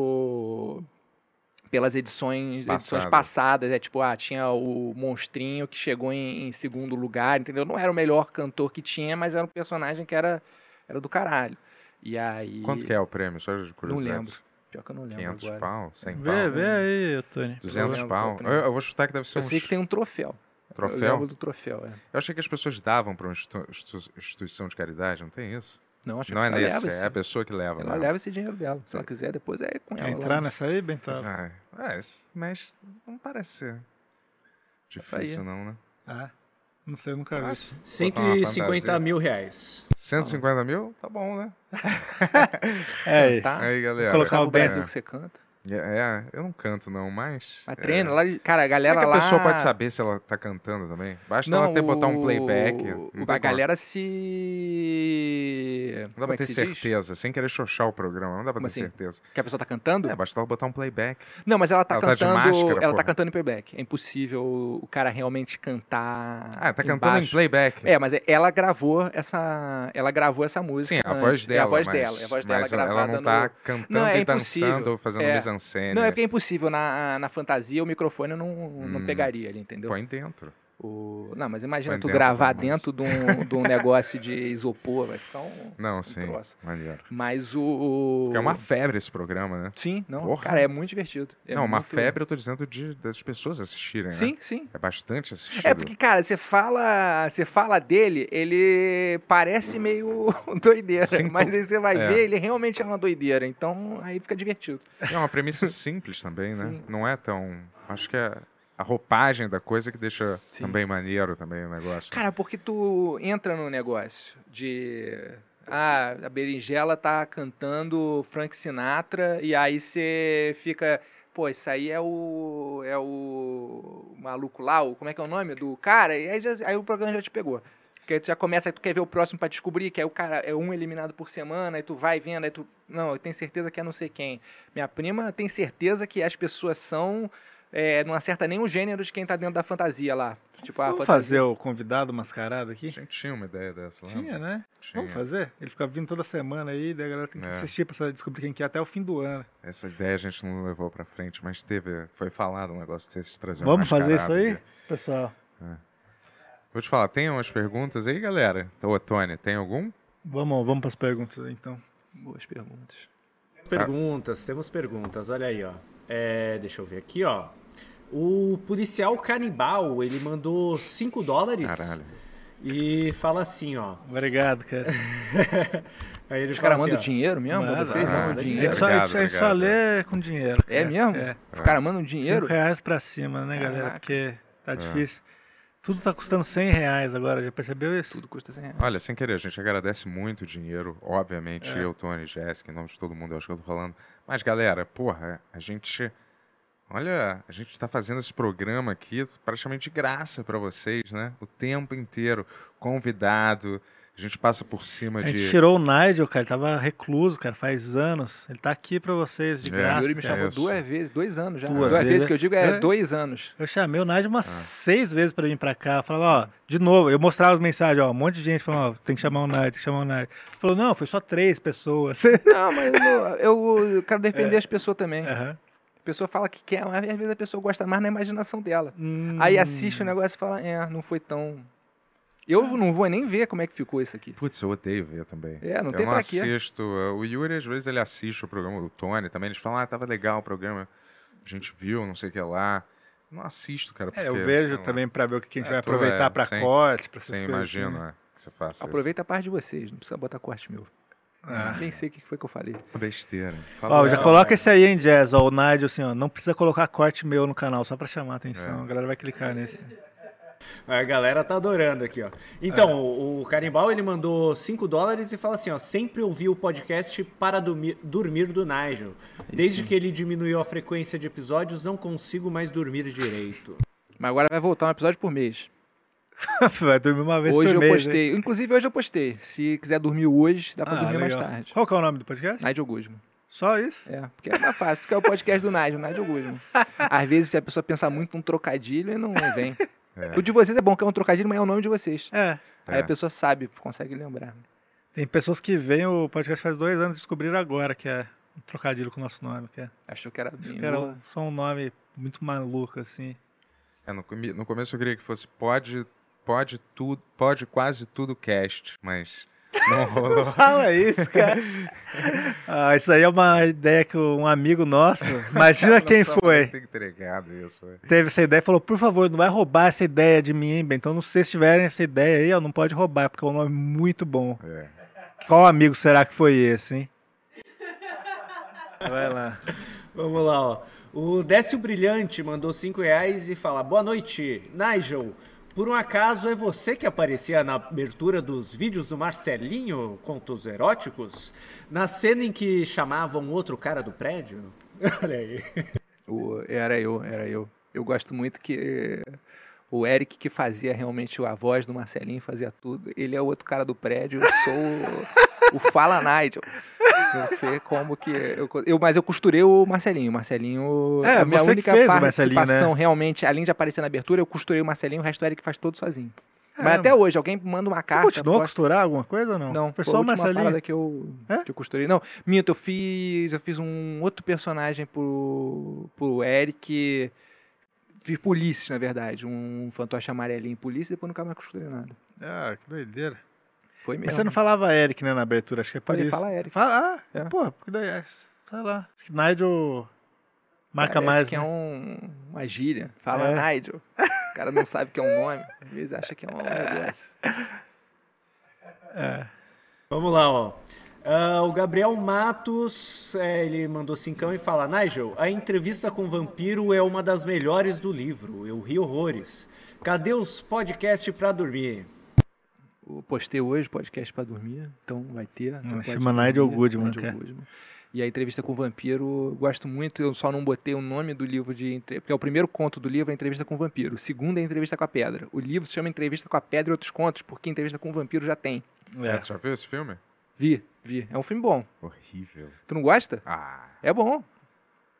[SPEAKER 8] pelo... Pelas edições, edições
[SPEAKER 5] Passada.
[SPEAKER 8] passadas, é tipo, ah, tinha o Monstrinho que chegou em, em segundo lugar, entendeu? Não era o melhor cantor que tinha, mas era um personagem que era, era do caralho. E aí.
[SPEAKER 5] Quanto que é o prêmio? Só de
[SPEAKER 8] Não
[SPEAKER 5] curiosidade.
[SPEAKER 8] lembro. Pior que eu não lembro
[SPEAKER 5] 500
[SPEAKER 8] agora.
[SPEAKER 5] pau? 100 pau?
[SPEAKER 3] Vê, vê aí, Tony.
[SPEAKER 5] 200
[SPEAKER 8] Eu
[SPEAKER 5] pau?
[SPEAKER 8] lembro,
[SPEAKER 5] Eu, eu vou chutar que deve ser
[SPEAKER 8] um né? Eu
[SPEAKER 5] um
[SPEAKER 8] sei que tem um troféu. Eu
[SPEAKER 5] troféu.
[SPEAKER 8] lembro do troféu, é.
[SPEAKER 5] Eu achei que as pessoas davam para uma institu- institu- instituição de caridade, não tem isso?
[SPEAKER 8] Não, acho
[SPEAKER 5] não
[SPEAKER 8] que
[SPEAKER 5] é
[SPEAKER 8] ela
[SPEAKER 5] nesse,
[SPEAKER 8] leva
[SPEAKER 5] é
[SPEAKER 8] esse.
[SPEAKER 5] a pessoa que leva.
[SPEAKER 8] Ela
[SPEAKER 5] né?
[SPEAKER 8] leva esse dinheiro dela. Se ela quiser, depois é com
[SPEAKER 3] Quer
[SPEAKER 8] ela. lá
[SPEAKER 3] entrar
[SPEAKER 8] no-
[SPEAKER 3] nessa aí, Bentala?
[SPEAKER 5] Ah, é, isso- mas não parece
[SPEAKER 8] Tá
[SPEAKER 5] ser difícil, não, né?
[SPEAKER 3] Ah, não sei, nunca vi.
[SPEAKER 5] Acho. fantasia.
[SPEAKER 7] 150 mil reais.
[SPEAKER 5] 150 mil? Tá bom, né?
[SPEAKER 3] É aí.
[SPEAKER 8] Tá?
[SPEAKER 5] Aí, galera.
[SPEAKER 3] Vou colocar
[SPEAKER 8] Sabe
[SPEAKER 3] o
[SPEAKER 8] o Brasil
[SPEAKER 5] é.
[SPEAKER 8] que você canta.
[SPEAKER 5] É, é, eu não canto, não, mas.
[SPEAKER 8] Mas
[SPEAKER 5] é,
[SPEAKER 8] treina lá. Cara, a
[SPEAKER 5] Como
[SPEAKER 8] galera
[SPEAKER 5] é que
[SPEAKER 8] lá.
[SPEAKER 5] a pessoa pode saber se ela tá cantando também? Basta ela até botar um playback. não
[SPEAKER 8] o-
[SPEAKER 5] tem
[SPEAKER 8] A
[SPEAKER 5] como-
[SPEAKER 8] galera se.
[SPEAKER 5] Não dá
[SPEAKER 8] Como
[SPEAKER 5] pra
[SPEAKER 8] é que
[SPEAKER 5] ter
[SPEAKER 8] se diz?
[SPEAKER 5] certeza, sem querer xoxar o programa, não dá pra
[SPEAKER 8] Como
[SPEAKER 5] ter
[SPEAKER 8] assim?
[SPEAKER 5] certeza.
[SPEAKER 8] Que a pessoa tá cantando?
[SPEAKER 5] É, basta ela botar um playback.
[SPEAKER 8] Não, mas ela tá
[SPEAKER 5] Ela tá de
[SPEAKER 8] cantando.
[SPEAKER 5] máscara,
[SPEAKER 8] ela
[SPEAKER 5] porra.
[SPEAKER 8] tá cantando em playback. É impossível o cara realmente cantar.
[SPEAKER 5] Ah, tá cantando em
[SPEAKER 8] embaixo.
[SPEAKER 5] playback.
[SPEAKER 8] É, mas é- ela gravou essa. Ela gravou essa música.
[SPEAKER 5] Sim, a
[SPEAKER 8] antes.
[SPEAKER 5] voz dela.
[SPEAKER 8] É a voz
[SPEAKER 5] mas,
[SPEAKER 8] dela. É a voz dela
[SPEAKER 5] mas
[SPEAKER 8] gravada
[SPEAKER 5] ela não
[SPEAKER 8] no-
[SPEAKER 5] tá cantando
[SPEAKER 8] Não, é
[SPEAKER 5] e dançando
[SPEAKER 8] impossível.
[SPEAKER 5] ou fazendo
[SPEAKER 8] É.
[SPEAKER 5] mise-en-scène.
[SPEAKER 8] Não, é porque é impossível. Na, na fantasia, o microfone não, não
[SPEAKER 5] né? Hum.
[SPEAKER 8] pegaria ali, entendeu?
[SPEAKER 5] Põe dentro.
[SPEAKER 8] O... Não, mas imagina
[SPEAKER 5] Põe
[SPEAKER 8] tu
[SPEAKER 5] dentro
[SPEAKER 8] gravar
[SPEAKER 5] da
[SPEAKER 8] dentro de um, de um negócio de isopor, vai ficar um.
[SPEAKER 5] Não, sim.
[SPEAKER 8] troço.
[SPEAKER 5] Maneiro.
[SPEAKER 8] Mas o.
[SPEAKER 5] Porque é uma febre esse programa, né?
[SPEAKER 8] Sim, não.
[SPEAKER 5] Porra.
[SPEAKER 8] Cara, é muito divertido. É
[SPEAKER 5] não, uma
[SPEAKER 8] muito-
[SPEAKER 5] febre eu tô dizendo de, das pessoas assistirem, né?
[SPEAKER 8] Sim, sim.
[SPEAKER 5] É bastante assistido.
[SPEAKER 8] É porque, cara, você fala, você fala dele, ele parece meio doideira,
[SPEAKER 5] Sim,
[SPEAKER 8] mas
[SPEAKER 5] pô.
[SPEAKER 8] aí você vai
[SPEAKER 5] É.
[SPEAKER 8] ver, ele realmente é uma doideira, então aí fica divertido.
[SPEAKER 5] É uma premissa simples também, né?
[SPEAKER 8] Sim.
[SPEAKER 5] Não é tão. Acho que é a roupagem da coisa que deixa
[SPEAKER 8] Sim.
[SPEAKER 5] também maneiro também o negócio.
[SPEAKER 8] Cara, porque tu entra no negócio de ah, a berinjela tá cantando Frank Sinatra e aí você fica, pô, isso aí é o é o maluco lá, o, como é que é o nome do cara? E aí, já- aí o programa já te pegou. Porque aí tu já começa, aí tu quer ver o próximo pra descobrir, que aí o cara é um eliminado por semana, aí tu vai vendo, aí tu. Não, eu tenho certeza que é não sei quem. Minha prima tem certeza que as pessoas são. é, não acerta nem o gênero de quem tá dentro da fantasia lá. Tipo, a
[SPEAKER 3] Vamos
[SPEAKER 8] fantasia-
[SPEAKER 3] fazer o convidado mascarado aqui?
[SPEAKER 5] A gente tinha uma ideia dessa, lembra?
[SPEAKER 3] Tinha, né?
[SPEAKER 5] Tinha.
[SPEAKER 3] Vamos fazer? Ele fica vindo toda semana aí, daí a galera tem que
[SPEAKER 5] É.
[SPEAKER 3] assistir pra saber- descobrir quem que é até o fim do ano.
[SPEAKER 5] Essa ideia a gente não levou pra frente, mas teve. Foi falado um negócio desse trazer um
[SPEAKER 3] Vamos fazer isso
[SPEAKER 5] mascarado
[SPEAKER 3] aí,
[SPEAKER 5] aqui.
[SPEAKER 3] pessoal?
[SPEAKER 5] Vou te falar, tem umas perguntas aí, galera? Ô, Tony, tem algum?
[SPEAKER 3] Vamos, vamos pras perguntas aí, então.
[SPEAKER 8] Boas perguntas.
[SPEAKER 5] Ah.
[SPEAKER 7] Perguntas, temos perguntas, olha aí, ó. É, deixa eu ver aqui, ó. O policial canibal, ele mandou 5 dólares
[SPEAKER 5] Caralho.
[SPEAKER 7] e fala assim, ó.
[SPEAKER 3] Obrigado, cara.
[SPEAKER 7] Aí ele
[SPEAKER 8] Os
[SPEAKER 7] fala
[SPEAKER 5] um
[SPEAKER 7] assim,
[SPEAKER 8] caras mandam
[SPEAKER 7] ó,
[SPEAKER 8] dinheiro mesmo pra
[SPEAKER 3] Manda,
[SPEAKER 8] vocês?
[SPEAKER 5] manda,
[SPEAKER 8] Mandam
[SPEAKER 5] manda
[SPEAKER 3] É
[SPEAKER 8] dinheiro.
[SPEAKER 3] só,
[SPEAKER 5] Obrigado,
[SPEAKER 3] é só- é só
[SPEAKER 5] obrigado.
[SPEAKER 3] ler com dinheiro.
[SPEAKER 8] É
[SPEAKER 3] cara.
[SPEAKER 8] mesmo?
[SPEAKER 3] É.
[SPEAKER 8] Os caras mandam dinheiro?
[SPEAKER 3] 5 reais pra cima, né, galera?
[SPEAKER 8] Caraca.
[SPEAKER 3] Porque tá difícil. Tudo tá custando 100 reais agora, já percebeu isso?
[SPEAKER 8] Tudo custa 100 reais.
[SPEAKER 5] Olha, sem querer, a gente agradece muito o dinheiro, obviamente,
[SPEAKER 3] É.
[SPEAKER 5] eu, Tony, Jéssica, em nome de todo mundo, eu acho que eu tô falando. Mas, galera, porra, a gente. Olha, a gente tá fazendo esse programa aqui praticamente de graça pra vocês, né? O tempo inteiro, convidado, a gente passa por cima
[SPEAKER 3] A gente
[SPEAKER 5] de.
[SPEAKER 3] tirou o Nigel, cara, ele tava recluso, cara, faz anos. Ele tá aqui pra vocês, de
[SPEAKER 5] É.
[SPEAKER 8] O
[SPEAKER 3] graça.
[SPEAKER 8] Yuri me
[SPEAKER 3] cara.
[SPEAKER 8] chamou
[SPEAKER 5] isso.
[SPEAKER 8] duas vezes, dois anos já.
[SPEAKER 3] Duas
[SPEAKER 8] Duas, vezes,
[SPEAKER 3] vezes,
[SPEAKER 8] que eu digo é,
[SPEAKER 5] É?
[SPEAKER 8] dois anos.
[SPEAKER 3] Eu chamei o Nigel umas
[SPEAKER 5] Ah.
[SPEAKER 3] seis vezes pra vir pra cá. Falava, ó, de novo, eu mostrava as mensagens, ó, um monte de gente falando, ó, tem que chamar o Nigel, tem que chamar o Nigel. Ele Falou, não, foi só três pessoas.
[SPEAKER 8] Não, mas eu, eu quero defender as pessoas também.
[SPEAKER 3] Aham.
[SPEAKER 8] A pessoa fala que quer, mas às vezes a pessoa gosta mais na imaginação dela.
[SPEAKER 3] Hum.
[SPEAKER 8] Aí assiste o negócio e fala, é, não foi tão... Eu não vou nem ver como é que ficou isso aqui.
[SPEAKER 5] Putz, eu odeio ver também.
[SPEAKER 8] É, não
[SPEAKER 5] eu
[SPEAKER 8] tem
[SPEAKER 5] não
[SPEAKER 8] pra quê.
[SPEAKER 5] assisto. eh, O Yuri, às vezes, ele assiste o programa, o Tony também, eles falam, ah, tava legal o programa, a gente viu, não sei o que lá. Não assisto, cara.
[SPEAKER 3] É, eu
[SPEAKER 5] porque, sei
[SPEAKER 3] vejo
[SPEAKER 5] lá.
[SPEAKER 3] também pra ver o que que a gente
[SPEAKER 5] É,
[SPEAKER 3] vai
[SPEAKER 5] tu é,
[SPEAKER 3] aproveitar pra
[SPEAKER 5] sim.
[SPEAKER 3] corte, pra essas
[SPEAKER 5] Você
[SPEAKER 3] coisas.
[SPEAKER 5] imagina
[SPEAKER 3] assim, né?
[SPEAKER 5] né, que você faça isso.
[SPEAKER 8] Aproveita a parte de vocês, não precisa botar corte meu.
[SPEAKER 3] Ah.
[SPEAKER 8] Nem sei o que foi que eu falei.
[SPEAKER 5] Besteira. Fala
[SPEAKER 3] Ó, já
[SPEAKER 5] aí.
[SPEAKER 3] coloca esse aí, hein, Jazz, ó, o Nigel, assim, ó, não precisa colocar corte meu no canal, só pra chamar a atenção,
[SPEAKER 5] É.
[SPEAKER 3] a galera vai clicar nesse.
[SPEAKER 7] A galera tá adorando aqui, ó. Então, o, o Carimbal, ele mandou 5 dólares e fala assim, ó. Sempre ouvi o podcast Para Dormir, dormir do Nigel. Desde que ele diminuiu a frequência de episódios, não consigo mais dormir direito.
[SPEAKER 8] Mas agora vai voltar um episódio por mês.
[SPEAKER 3] vai dormir uma vez
[SPEAKER 8] Hoje
[SPEAKER 3] por
[SPEAKER 8] eu
[SPEAKER 3] mês. hein?
[SPEAKER 8] postei. Inclusive, hoje eu postei. Se quiser dormir hoje, dá pra
[SPEAKER 3] Ah,
[SPEAKER 8] dormir
[SPEAKER 3] legal.
[SPEAKER 8] mais tarde.
[SPEAKER 3] Qual que é o nome do podcast?
[SPEAKER 8] Nigel Guzman.
[SPEAKER 3] Só isso?
[SPEAKER 8] É, porque é mais fácil. que é o podcast do Nigel, Nigel Guzman. Às vezes, se a pessoa pensar muito num trocadilho, e não vem.
[SPEAKER 5] É.
[SPEAKER 8] O de vocês é bom, que é um trocadilho, mas é o nome de vocês.
[SPEAKER 3] É.
[SPEAKER 8] Aí
[SPEAKER 5] É.
[SPEAKER 8] a pessoa sabe, consegue lembrar.
[SPEAKER 3] Tem pessoas que veem o podcast faz dois anos e descobriram agora que é um trocadilho com o nosso nome, que é
[SPEAKER 8] Achou que era bem.
[SPEAKER 3] que era
[SPEAKER 8] boa.
[SPEAKER 3] só um nome muito maluco, assim.
[SPEAKER 5] É, no, comi- no começo eu queria que fosse pode, pode tudo, pode quase tudo cast, mas Não rolou.
[SPEAKER 3] Fala isso, cara. Ah, isso aí é uma ideia que um amigo nosso, imagina quem
[SPEAKER 5] Nossa,
[SPEAKER 3] foi,
[SPEAKER 5] Ter entregado isso. é.
[SPEAKER 3] teve essa ideia e falou: por favor, não vai roubar essa ideia de mim, hein, Ben? Então, se vocês tiverem essa ideia aí, ó, não pode roubar, porque é um nome muito bom.
[SPEAKER 5] É.
[SPEAKER 3] Qual amigo será que foi esse, hein? Vai lá.
[SPEAKER 7] Vamos lá, ó. O Décio Brilhante mandou 5 reais e fala: Boa noite, Nigel. Por um acaso é você que aparecia na abertura dos vídeos do Marcelinho, contos eróticos? Na cena em que chamavam outro cara do prédio? Olha aí.
[SPEAKER 8] O- era eu, era eu. Eu gosto muito que o Eric, que fazia realmente a voz do Marcelinho, fazia tudo. Ele é o outro cara do prédio, eu sou o- o, Fala Nigel. Não sei como que. Eu, co- eu- mas eu costurei o Marcelinho. O Marcelinho.
[SPEAKER 3] É,
[SPEAKER 8] a minha
[SPEAKER 3] você que
[SPEAKER 8] única
[SPEAKER 3] fez o Marcelinho, né?
[SPEAKER 8] participação realmente, além de aparecer na abertura, eu costurei o Marcelinho, o resto o Eric faz todo sozinho. Mas
[SPEAKER 3] Caramba.
[SPEAKER 8] até hoje, alguém manda uma
[SPEAKER 3] É. Você
[SPEAKER 8] carta.
[SPEAKER 3] continuou a
[SPEAKER 8] posta-
[SPEAKER 3] costurar alguma coisa ou não?
[SPEAKER 8] não,
[SPEAKER 3] Foi
[SPEAKER 8] foi a
[SPEAKER 3] só o
[SPEAKER 8] última
[SPEAKER 3] Marcelinho.
[SPEAKER 8] parada que eu,
[SPEAKER 3] É?
[SPEAKER 8] que eu costurei. Não, minto, eu fiz, eu fiz um outro personagem pro, pro Eric. Fiz polícia, na verdade. Um fantoche amarelinho em polícia e depois nunca mais costurei nada.
[SPEAKER 9] Ah, que doideira.
[SPEAKER 8] Foi mesmo.
[SPEAKER 3] Mas você não falava Eric, né, na abertura, acho que é por
[SPEAKER 8] Falei,
[SPEAKER 3] isso.
[SPEAKER 8] fala Eric.
[SPEAKER 3] Fala, ah,
[SPEAKER 8] É.
[SPEAKER 3] porra, porque daí, é, sei lá, acho que Nigel marca
[SPEAKER 8] Parece
[SPEAKER 3] mais,
[SPEAKER 8] que
[SPEAKER 3] né?
[SPEAKER 8] é um, uma gíria. Fala
[SPEAKER 3] É.
[SPEAKER 8] Nigel. O cara não sabe que é um nome. Às vezes acha que é um negócio.
[SPEAKER 3] É.
[SPEAKER 7] Vamos lá, ó. Ah, o Gabriel Matos, é, ele mandou cincão e fala: Nigel, a entrevista com o vampiro é uma das melhores do livro. Eu ri horrores. Cadê os podcasts pra dormir?
[SPEAKER 8] Eu postei hoje o podcast pra dormir, então vai ter. você
[SPEAKER 3] Hum,
[SPEAKER 8] pode
[SPEAKER 3] chama
[SPEAKER 8] dormir,
[SPEAKER 3] Nigel Goodman, cara.
[SPEAKER 8] Goodman. E a entrevista com o vampiro, eu gosto muito, eu só não botei o nome do livro de entre- porque é o primeiro conto do livro é a entrevista com o vampiro, o segundo é a entrevista com a pedra. O livro se chama Entrevista com a Pedra e outros contos, porque entrevista com o vampiro já tem.
[SPEAKER 5] É, tu já viu esse filme?
[SPEAKER 8] Vi, vi. É um filme bom.
[SPEAKER 5] Horrível.
[SPEAKER 8] Tu não gosta?
[SPEAKER 5] Ah,
[SPEAKER 8] É bom.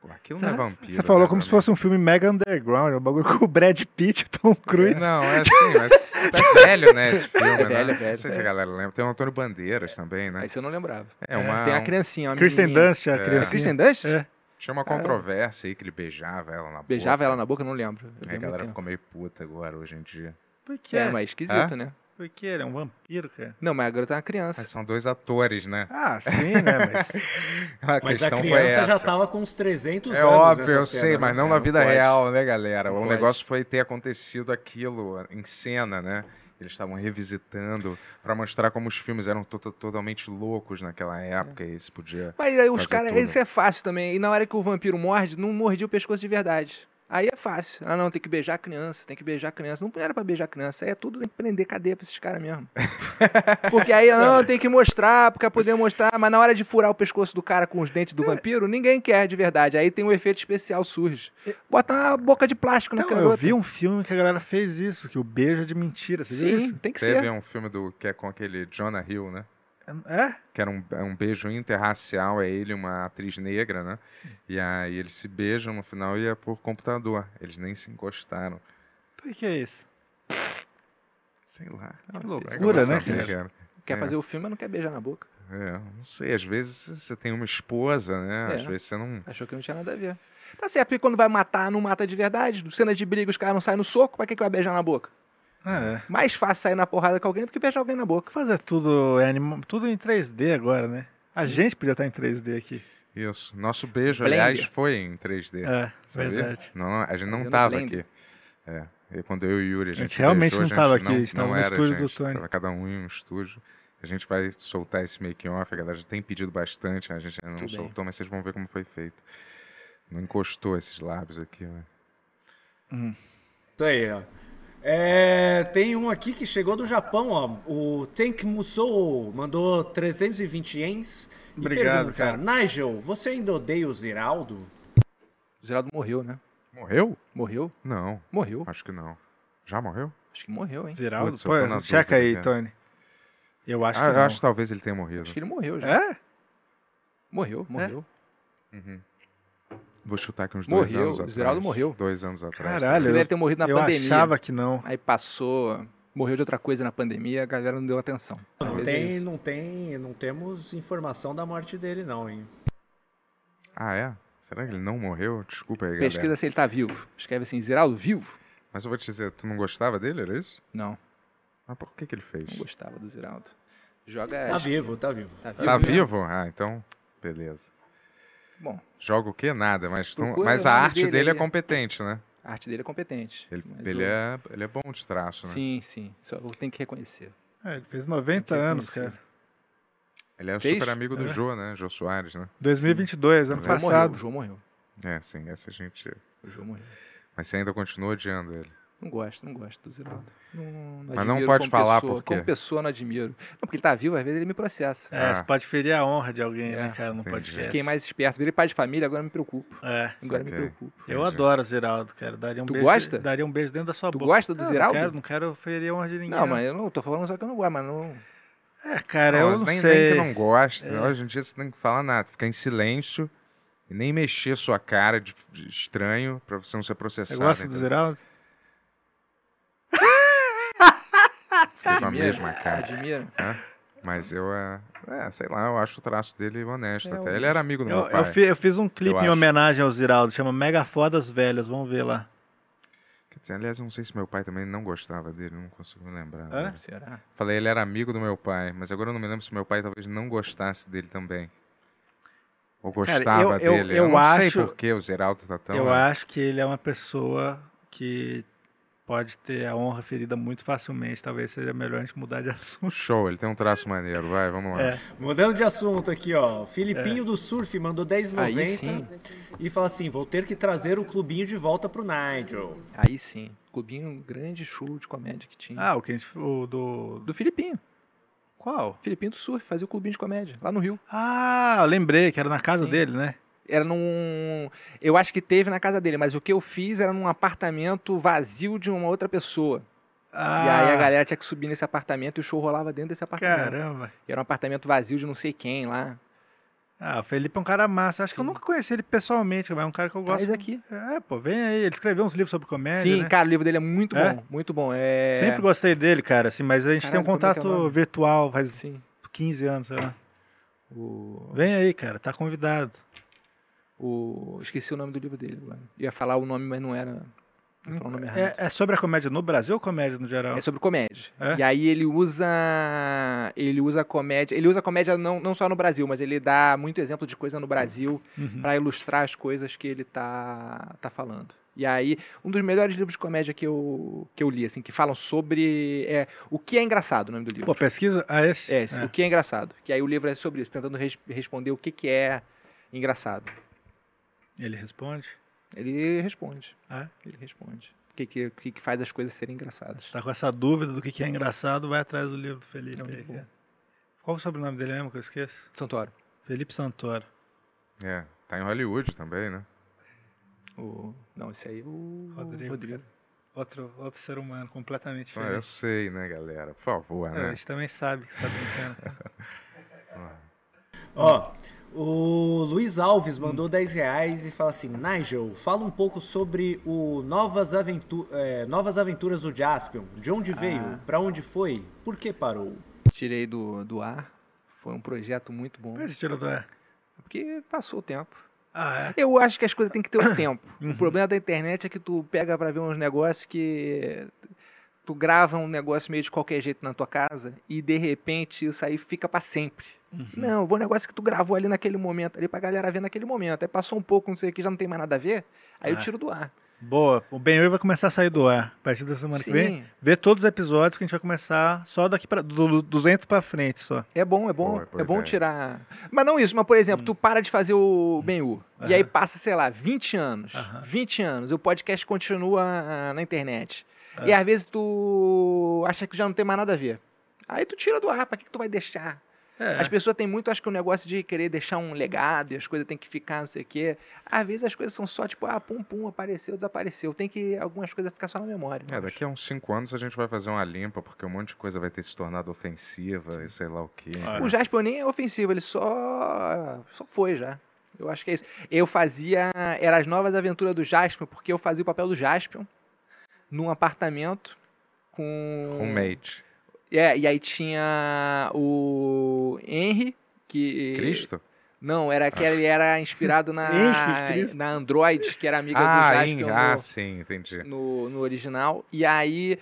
[SPEAKER 5] pô, aquilo não é vampiro.
[SPEAKER 3] Você falou
[SPEAKER 5] né,
[SPEAKER 3] como
[SPEAKER 5] pra
[SPEAKER 3] se
[SPEAKER 5] mim.
[SPEAKER 3] fosse um filme mega underground, é um bagulho com o Brad Pitt e o Tom Cruise.
[SPEAKER 5] Não, é assim, mas tá velho, né, esse filme, né?
[SPEAKER 8] velho, velho,
[SPEAKER 5] Não sei se a galera lembra. Tem o Antônio Bandeiras também, né?
[SPEAKER 8] Aí você não lembrava.
[SPEAKER 5] É uma...
[SPEAKER 8] Tem a
[SPEAKER 5] um-
[SPEAKER 8] criancinha, uma
[SPEAKER 3] Kristen
[SPEAKER 8] menininha.
[SPEAKER 3] Dunst, a
[SPEAKER 5] É.
[SPEAKER 3] criança.
[SPEAKER 8] Kristen Dunst?
[SPEAKER 3] É.
[SPEAKER 5] Tinha uma controvérsia aí que ele beijava ela na boca.
[SPEAKER 8] Beijava ela na boca, eu não lembro. Eu vi
[SPEAKER 5] Aí É, a
[SPEAKER 8] há muito
[SPEAKER 5] galera
[SPEAKER 8] tempo.
[SPEAKER 5] ficou meio puta agora, hoje em dia.
[SPEAKER 9] Por que?
[SPEAKER 8] É, mas esquisito,
[SPEAKER 5] Hã?
[SPEAKER 8] né?
[SPEAKER 9] Por que? Ele é um vampiro, cara.
[SPEAKER 8] Não, mas a garota é uma criança.
[SPEAKER 5] Mas são dois atores, né?
[SPEAKER 3] Ah, sim, né, mas...
[SPEAKER 5] A
[SPEAKER 7] Mas a
[SPEAKER 5] questão foi
[SPEAKER 7] criança já
[SPEAKER 5] essa.
[SPEAKER 7] tava com uns 300
[SPEAKER 5] É
[SPEAKER 7] anos.
[SPEAKER 5] óbvio,
[SPEAKER 7] nessa
[SPEAKER 5] eu
[SPEAKER 7] cena,
[SPEAKER 5] sei,
[SPEAKER 7] né,
[SPEAKER 5] mas não
[SPEAKER 7] cara?
[SPEAKER 5] na vida
[SPEAKER 8] Não pode.
[SPEAKER 5] real, né, galera?
[SPEAKER 8] Não
[SPEAKER 5] o
[SPEAKER 8] pode.
[SPEAKER 5] negócio foi ter acontecido aquilo em cena, né? Eles estavam revisitando pra mostrar como os filmes eram to- to- totalmente loucos naquela
[SPEAKER 8] É.
[SPEAKER 5] época e isso podia.
[SPEAKER 8] Mas aí os
[SPEAKER 5] Fazer
[SPEAKER 8] caras,
[SPEAKER 5] tudo.
[SPEAKER 8] isso é fácil também. E na hora que o vampiro morde, não mordia o pescoço de verdade. Aí é fácil. Ah, não, tem que beijar a criança, tem que beijar a criança. Não era pra beijar a criança, aí é tudo tem que prender cadeia pra esses caras mesmo. Porque aí, ah,
[SPEAKER 3] É.
[SPEAKER 8] não, tem que mostrar, porque poder mostrar, mas na hora de furar o pescoço do cara com os dentes
[SPEAKER 3] É.
[SPEAKER 8] do vampiro, ninguém quer de verdade. Aí tem um efeito especial surge. Bota uma boca de plástico na
[SPEAKER 3] Então,
[SPEAKER 8] garota.
[SPEAKER 3] eu vi um filme que a galera fez isso, que o beijo é de mentira, você viu
[SPEAKER 8] Sim,
[SPEAKER 3] isso?
[SPEAKER 8] tem que
[SPEAKER 5] Teve
[SPEAKER 8] ser.
[SPEAKER 5] um filme do que é com aquele Jonah Hill, né?
[SPEAKER 3] É?
[SPEAKER 5] Que era um, é um beijo interracial, é ele e uma atriz negra, né? E aí eles se beijam no final e é por computador. Eles nem se encostaram.
[SPEAKER 3] Por que é isso?
[SPEAKER 5] Sei lá.
[SPEAKER 8] Que
[SPEAKER 3] loucura, né,
[SPEAKER 5] Como é
[SPEAKER 3] cara?
[SPEAKER 5] que era?
[SPEAKER 8] Quer fazer o filme, mas não quer beijar na boca.
[SPEAKER 5] É, não sei, às vezes você tem uma esposa, né?
[SPEAKER 8] É.
[SPEAKER 5] Às vezes você não.
[SPEAKER 8] Achou que não tinha nada a ver. Tá certo, porque quando vai matar, não mata de verdade. Cena de briga, os caras não saem no soco, pra que, que vai beijar na boca?
[SPEAKER 3] Ah, é.
[SPEAKER 8] Mais fácil sair na porrada com alguém do que beijar alguém na boca.
[SPEAKER 3] Fazer tudo, é anima- tudo em 3D agora, né? A gente podia estar em 3D aqui.
[SPEAKER 5] Isso. Nosso beijo,
[SPEAKER 8] Blender.
[SPEAKER 5] aliás, foi em 3D.
[SPEAKER 3] É,
[SPEAKER 5] sabia?
[SPEAKER 3] verdade.
[SPEAKER 5] Não, a gente não
[SPEAKER 8] Fazendo
[SPEAKER 5] tava
[SPEAKER 8] Blender.
[SPEAKER 5] aqui. É. E quando eu e o Yuri, a gente,
[SPEAKER 3] gente realmente
[SPEAKER 5] beijou,
[SPEAKER 3] não
[SPEAKER 5] a gente
[SPEAKER 3] tava aqui, a
[SPEAKER 5] não,
[SPEAKER 3] gente tava
[SPEAKER 5] não
[SPEAKER 3] no
[SPEAKER 5] era,
[SPEAKER 3] estúdio do
[SPEAKER 5] gente,
[SPEAKER 3] Tony.
[SPEAKER 5] Tava cada um em um estúdio. A gente vai soltar esse making-off, a galera já tem pedido bastante, a gente ainda não
[SPEAKER 8] Tudo bem.
[SPEAKER 5] soltou, mas vocês vão ver como foi feito. Não encostou esses lábios aqui, né?
[SPEAKER 7] Isso aí, ó. É, tem um aqui que chegou do Japão, ó. O Tank Musou mandou 320 yens. e
[SPEAKER 3] Obrigado,
[SPEAKER 7] pergunta, Nigel, você ainda odeia o Ziraldo?
[SPEAKER 8] O Geraldo morreu, né?
[SPEAKER 5] Morreu?
[SPEAKER 8] Morreu?
[SPEAKER 5] Não,
[SPEAKER 8] Morreu.
[SPEAKER 5] acho que não. Já morreu?
[SPEAKER 8] Acho que morreu, hein?
[SPEAKER 3] Ziraldo,
[SPEAKER 5] Putz, eu
[SPEAKER 3] pô,
[SPEAKER 5] tô na
[SPEAKER 3] checa
[SPEAKER 5] dúvida,
[SPEAKER 3] aí,
[SPEAKER 5] cara.
[SPEAKER 3] Tony. Eu acho
[SPEAKER 5] Ah,
[SPEAKER 3] que
[SPEAKER 5] eu
[SPEAKER 3] não.
[SPEAKER 5] acho que talvez ele tenha morrido.
[SPEAKER 8] Acho que tá ele morreu já.
[SPEAKER 3] É?
[SPEAKER 8] Morreu,
[SPEAKER 5] É?
[SPEAKER 8] morreu.
[SPEAKER 5] Uhum. Vou chutar que uns
[SPEAKER 8] Morreu,
[SPEAKER 5] dois anos
[SPEAKER 8] o
[SPEAKER 5] atrás.
[SPEAKER 8] Ziraldo morreu.
[SPEAKER 5] Dois anos atrás. né?
[SPEAKER 3] Caralho,
[SPEAKER 8] Ele
[SPEAKER 3] eu-
[SPEAKER 8] deve ter morrido na
[SPEAKER 3] eu
[SPEAKER 8] pandemia.
[SPEAKER 3] achava que não.
[SPEAKER 8] Aí passou, morreu de outra coisa na pandemia, a galera não deu atenção.
[SPEAKER 7] Não
[SPEAKER 8] Talvez é
[SPEAKER 7] tem,
[SPEAKER 8] isso.
[SPEAKER 7] não tem, não temos informação da morte dele não, hein?
[SPEAKER 5] Ah, é? Será que ele não morreu? Desculpa aí, galera.
[SPEAKER 8] Pesquisa se ele tá vivo. Escreve assim, Geraldo vivo?
[SPEAKER 5] Mas eu vou te dizer, tu não gostava dele, era isso?
[SPEAKER 8] Não,
[SPEAKER 5] Mas por que que ele fez?
[SPEAKER 8] não gostava do Geraldo. Joga.
[SPEAKER 7] Tá vivo, tá vivo.
[SPEAKER 8] Tá
[SPEAKER 5] Tá vivo? Ah, então, beleza.
[SPEAKER 8] Bom,
[SPEAKER 5] Joga o quê? Nada, mas, tu-
[SPEAKER 8] Procura
[SPEAKER 5] mas
[SPEAKER 8] o
[SPEAKER 5] a
[SPEAKER 8] nome
[SPEAKER 5] arte
[SPEAKER 8] dele
[SPEAKER 5] dele é
[SPEAKER 8] aí.
[SPEAKER 5] competente, né?
[SPEAKER 8] a arte dele é competente.
[SPEAKER 5] Ele,
[SPEAKER 8] mas
[SPEAKER 5] ele
[SPEAKER 8] o-
[SPEAKER 5] é, ele é bom de traço, né?
[SPEAKER 8] Sim, sim. Só eu tenho que reconhecer.
[SPEAKER 3] É, ele fez 90
[SPEAKER 8] Tem que
[SPEAKER 3] anos,
[SPEAKER 8] conhecer.
[SPEAKER 3] cara.
[SPEAKER 5] Ele é o
[SPEAKER 8] Fez?
[SPEAKER 5] super amigo do Jô, né? Jô Soares, né?
[SPEAKER 3] 2022, ano
[SPEAKER 5] Ele
[SPEAKER 8] O João morreu. O
[SPEAKER 3] passado.
[SPEAKER 8] João morreu.
[SPEAKER 5] É, sim, essa gente.
[SPEAKER 8] O João morreu.
[SPEAKER 5] Mas você ainda continua odiando ele.
[SPEAKER 8] Não gosto, não gosto do Ziraldo. Não, não,
[SPEAKER 5] Mas não
[SPEAKER 8] admiro
[SPEAKER 5] pode
[SPEAKER 8] como
[SPEAKER 5] falar
[SPEAKER 8] pessoa,
[SPEAKER 5] por quê?
[SPEAKER 8] Como pessoa, não admiro. Não, porque ele tá vivo, às vezes ele me processa.
[SPEAKER 3] É,
[SPEAKER 5] Ah.
[SPEAKER 3] você pode ferir a honra de alguém, né,
[SPEAKER 8] É,
[SPEAKER 3] cara, no
[SPEAKER 5] entendi.
[SPEAKER 3] podcast.
[SPEAKER 8] Fiquei mais esperto. Virei pai de família, agora eu me preocupo.
[SPEAKER 3] É.
[SPEAKER 8] Agora eu
[SPEAKER 5] Saquei.
[SPEAKER 8] me preocupo.
[SPEAKER 3] Eu
[SPEAKER 5] Entendi.
[SPEAKER 3] adoro o Ziraldo, cara. Daria um
[SPEAKER 8] Tu
[SPEAKER 3] beijo,
[SPEAKER 8] gosta?
[SPEAKER 3] Daria um beijo dentro da sua
[SPEAKER 8] Tu
[SPEAKER 3] boca.
[SPEAKER 8] gosta do
[SPEAKER 3] Ah,
[SPEAKER 8] Ziraldo?
[SPEAKER 3] Não quero, não quero ferir a honra de ninguém.
[SPEAKER 8] Não, mas eu não tô falando só que eu não gosto, mas não.
[SPEAKER 3] É, cara, eu
[SPEAKER 5] mas
[SPEAKER 3] não
[SPEAKER 5] nem, nem
[SPEAKER 3] sei.
[SPEAKER 5] que não gosta.
[SPEAKER 8] É.
[SPEAKER 5] Hoje em dia você não tem que falar nada. Ficar em silêncio e nem mexer sua cara de, de estranho pra você não ser
[SPEAKER 3] Você
[SPEAKER 5] processado.
[SPEAKER 3] gosta do
[SPEAKER 5] entendeu?
[SPEAKER 3] Ziraldo?
[SPEAKER 5] Fica com a
[SPEAKER 8] Admiro,
[SPEAKER 5] mesma cara.
[SPEAKER 8] Admiro.
[SPEAKER 5] né? Mas eu, é, é, sei lá, eu acho o traço dele honesto
[SPEAKER 8] É,
[SPEAKER 5] até.
[SPEAKER 8] honesto.
[SPEAKER 5] Ele era amigo do
[SPEAKER 3] Eu,
[SPEAKER 5] meu
[SPEAKER 3] eu
[SPEAKER 5] pai.
[SPEAKER 3] fi- eu fiz um clipe em
[SPEAKER 5] acho.
[SPEAKER 3] homenagem ao Ziraldo, chama Mega Fodas Velhas, vamos ver lá.
[SPEAKER 5] Quer dizer, aliás, eu não sei se meu pai também não gostava dele, não consigo me lembrar.
[SPEAKER 8] Ah,
[SPEAKER 3] Hã?
[SPEAKER 5] agora.
[SPEAKER 8] Será?
[SPEAKER 5] Falei, ele era amigo do meu pai, mas agora eu não me lembro se meu pai talvez não gostasse dele também. Ou gostava
[SPEAKER 3] eu-
[SPEAKER 5] dele.
[SPEAKER 3] eu
[SPEAKER 5] não sei
[SPEAKER 3] acho-
[SPEAKER 5] por que o Geraldo tá tão.
[SPEAKER 8] Então,
[SPEAKER 3] eu acho que ele é uma pessoa que pode ter a honra ferida muito facilmente, talvez seja melhor a gente mudar de assunto.
[SPEAKER 5] Show, ele tem um traço maneiro, vai, vamos lá.
[SPEAKER 3] É.
[SPEAKER 7] Mudando de assunto aqui, ó. Filipinho do Surf mandou
[SPEAKER 8] Aí sim.
[SPEAKER 7] 10,90 e fala assim: vou ter que trazer o clubinho de volta pro Nigel.
[SPEAKER 8] Aí sim. Clubinho, grande show de comédia que tinha.
[SPEAKER 3] Ah, o que a gente o do
[SPEAKER 8] Do Filipinho.
[SPEAKER 3] qual?
[SPEAKER 8] Filipinho do Surf, fazia o clubinho de comédia, lá no Rio.
[SPEAKER 3] Ah, eu lembrei que era na casa
[SPEAKER 8] Sim.
[SPEAKER 3] dele, né?
[SPEAKER 8] Era num. Eu acho que teve na casa dele, mas o que eu fiz era num apartamento vazio de uma outra pessoa.
[SPEAKER 3] Ah,
[SPEAKER 8] E aí a galera tinha que subir nesse apartamento e o show rolava dentro desse apartamento.
[SPEAKER 3] caramba.
[SPEAKER 8] E era um apartamento vazio de não sei quem lá.
[SPEAKER 3] Ah, o Felipe é um cara massa. Acho que eu
[SPEAKER 8] Sim.
[SPEAKER 3] nunca conheci ele pessoalmente, mas é um cara que eu gosto.
[SPEAKER 8] Traz aqui.
[SPEAKER 3] É, pô, vem aí. Ele escreveu uns livros sobre comédia.
[SPEAKER 8] Sim,
[SPEAKER 3] né?
[SPEAKER 8] cara, o livro dele é muito
[SPEAKER 3] É?
[SPEAKER 8] bom, muito bom. É...
[SPEAKER 3] Sempre gostei dele, cara, assim, mas a gente
[SPEAKER 8] Caralho,
[SPEAKER 3] tem um
[SPEAKER 8] como é que é o
[SPEAKER 3] contato
[SPEAKER 8] nome?
[SPEAKER 3] virtual faz
[SPEAKER 8] Sim.
[SPEAKER 3] 15 anos, sei lá.
[SPEAKER 8] O...
[SPEAKER 3] Vem aí, cara, tá convidado.
[SPEAKER 8] o- Esqueci o nome do livro dele agora. Ia falar o nome, mas não era. Ia falar o nome errado.
[SPEAKER 3] É, é sobre a comédia no Brasil ou comédia no geral?
[SPEAKER 8] É sobre comédia.
[SPEAKER 3] É?
[SPEAKER 8] E aí ele usa. Ele usa comédia. Ele usa comédia não, não só no Brasil, mas ele dá muito exemplo de coisa no Brasil
[SPEAKER 3] Uhum.
[SPEAKER 8] pra ilustrar as coisas que ele tá, tá falando. E aí, um dos melhores livros de comédia que eu, que eu li, assim, que falam sobre. é, o que é engraçado, o nome do livro.
[SPEAKER 3] Pô, pesquisa? Ah, esse?
[SPEAKER 8] É, o que é engraçado. Que aí o livro é sobre isso, tentando res- responder o que, que é engraçado.
[SPEAKER 3] Ele responde?
[SPEAKER 8] Ele responde.
[SPEAKER 3] É?
[SPEAKER 8] Ele responde. O que, que, o que, que faz as coisas serem engraçadas.
[SPEAKER 3] Você tá com essa dúvida do que que é engraçado, vai atrás do livro do Felipe.
[SPEAKER 8] É um
[SPEAKER 3] aí,
[SPEAKER 8] livro bom.
[SPEAKER 3] cara. Qual o sobrenome dele mesmo que eu esqueço?
[SPEAKER 8] Santoro.
[SPEAKER 3] Felipe Santoro.
[SPEAKER 5] É, tá em Hollywood também, né?
[SPEAKER 8] O... Não, esse aí é o.
[SPEAKER 3] Rodrigo.
[SPEAKER 8] Rodrigo.
[SPEAKER 3] Outro, outro ser humano, completamente
[SPEAKER 5] Então, eu
[SPEAKER 3] diferente.
[SPEAKER 5] sei, né, galera? Por favor,
[SPEAKER 3] É, a
[SPEAKER 5] né? É
[SPEAKER 3] gente também sabe que você tá brincando.
[SPEAKER 7] Ó, o Luiz Alves mandou 10 reais e fala assim: Nigel, fala um pouco sobre o Novas, Aventu é, Novas Aventuras do Jaspion. De onde veio?
[SPEAKER 8] Ah.
[SPEAKER 7] Pra onde foi? Por que parou?
[SPEAKER 8] Tirei do, do ar. Foi um projeto muito bom.
[SPEAKER 3] Por que você tirou do ar? é.
[SPEAKER 8] Porque passou o tempo.
[SPEAKER 3] Ah, é?
[SPEAKER 8] Eu acho que as coisas têm que ter um tempo.
[SPEAKER 3] Uhum.
[SPEAKER 8] O problema da internet é que tu pega pra ver uns negócios que. Tu grava um negócio meio de qualquer jeito na tua casa e de repente isso aí fica pra sempre.
[SPEAKER 3] é? Uhum.
[SPEAKER 8] Não, foi um negócio que tu gravou ali naquele momento, ali pra galera ver naquele momento. Aí passou um pouco, não sei o que, já não tem mais nada a ver.
[SPEAKER 3] Ah.
[SPEAKER 8] Aí eu tiro do ar.
[SPEAKER 3] Boa. O Ben vai começar a sair do ar a partir da semana que vem.
[SPEAKER 8] Sim,
[SPEAKER 3] Vê todos os episódios que a gente vai começar só daqui para do, do 200 pra frente só.
[SPEAKER 8] é bom, é bom.
[SPEAKER 5] Boa, boa
[SPEAKER 8] é bom
[SPEAKER 5] ideia.
[SPEAKER 8] tirar. Mas não isso, mas por exemplo, tu para de fazer o ben E aí
[SPEAKER 3] Aham.
[SPEAKER 8] passa, sei lá, 20 anos.
[SPEAKER 3] Aham.
[SPEAKER 8] 20 anos. E o podcast continua ah, na internet.
[SPEAKER 3] Ah.
[SPEAKER 8] E às vezes tu acha que já não tem mais nada a ver. Aí tu tira do ar, pra que, que tu vai deixar?
[SPEAKER 3] É.
[SPEAKER 8] As pessoas têm muito, acho que o negócio de querer deixar um legado e as coisas têm que ficar, não sei o quê. Às vezes as coisas são só tipo, ah, pum, pum, apareceu, desapareceu. Tem que algumas coisas ficar só na memória. né?
[SPEAKER 5] É, daqui a uns 5 anos a gente vai fazer uma limpa, porque um monte de coisa vai ter se tornado ofensiva e sei lá o quê.
[SPEAKER 3] Ah,
[SPEAKER 8] O Jasper nem é ofensivo, ele só só foi já. Eu acho que é isso. Eu fazia era as novas aventuras do Jasper, porque eu fazia o papel do Jasper num apartamento com
[SPEAKER 5] Roommate.
[SPEAKER 8] É, e aí tinha o Henry que
[SPEAKER 5] Cristo?
[SPEAKER 8] Não, era que ele era inspirado na,
[SPEAKER 3] Henry Cristo.
[SPEAKER 8] na Android, que era amiga do
[SPEAKER 5] Ah,
[SPEAKER 8] Jaspion
[SPEAKER 5] em-
[SPEAKER 8] no-
[SPEAKER 5] ah, sim, entendi.
[SPEAKER 8] no, no original. E aí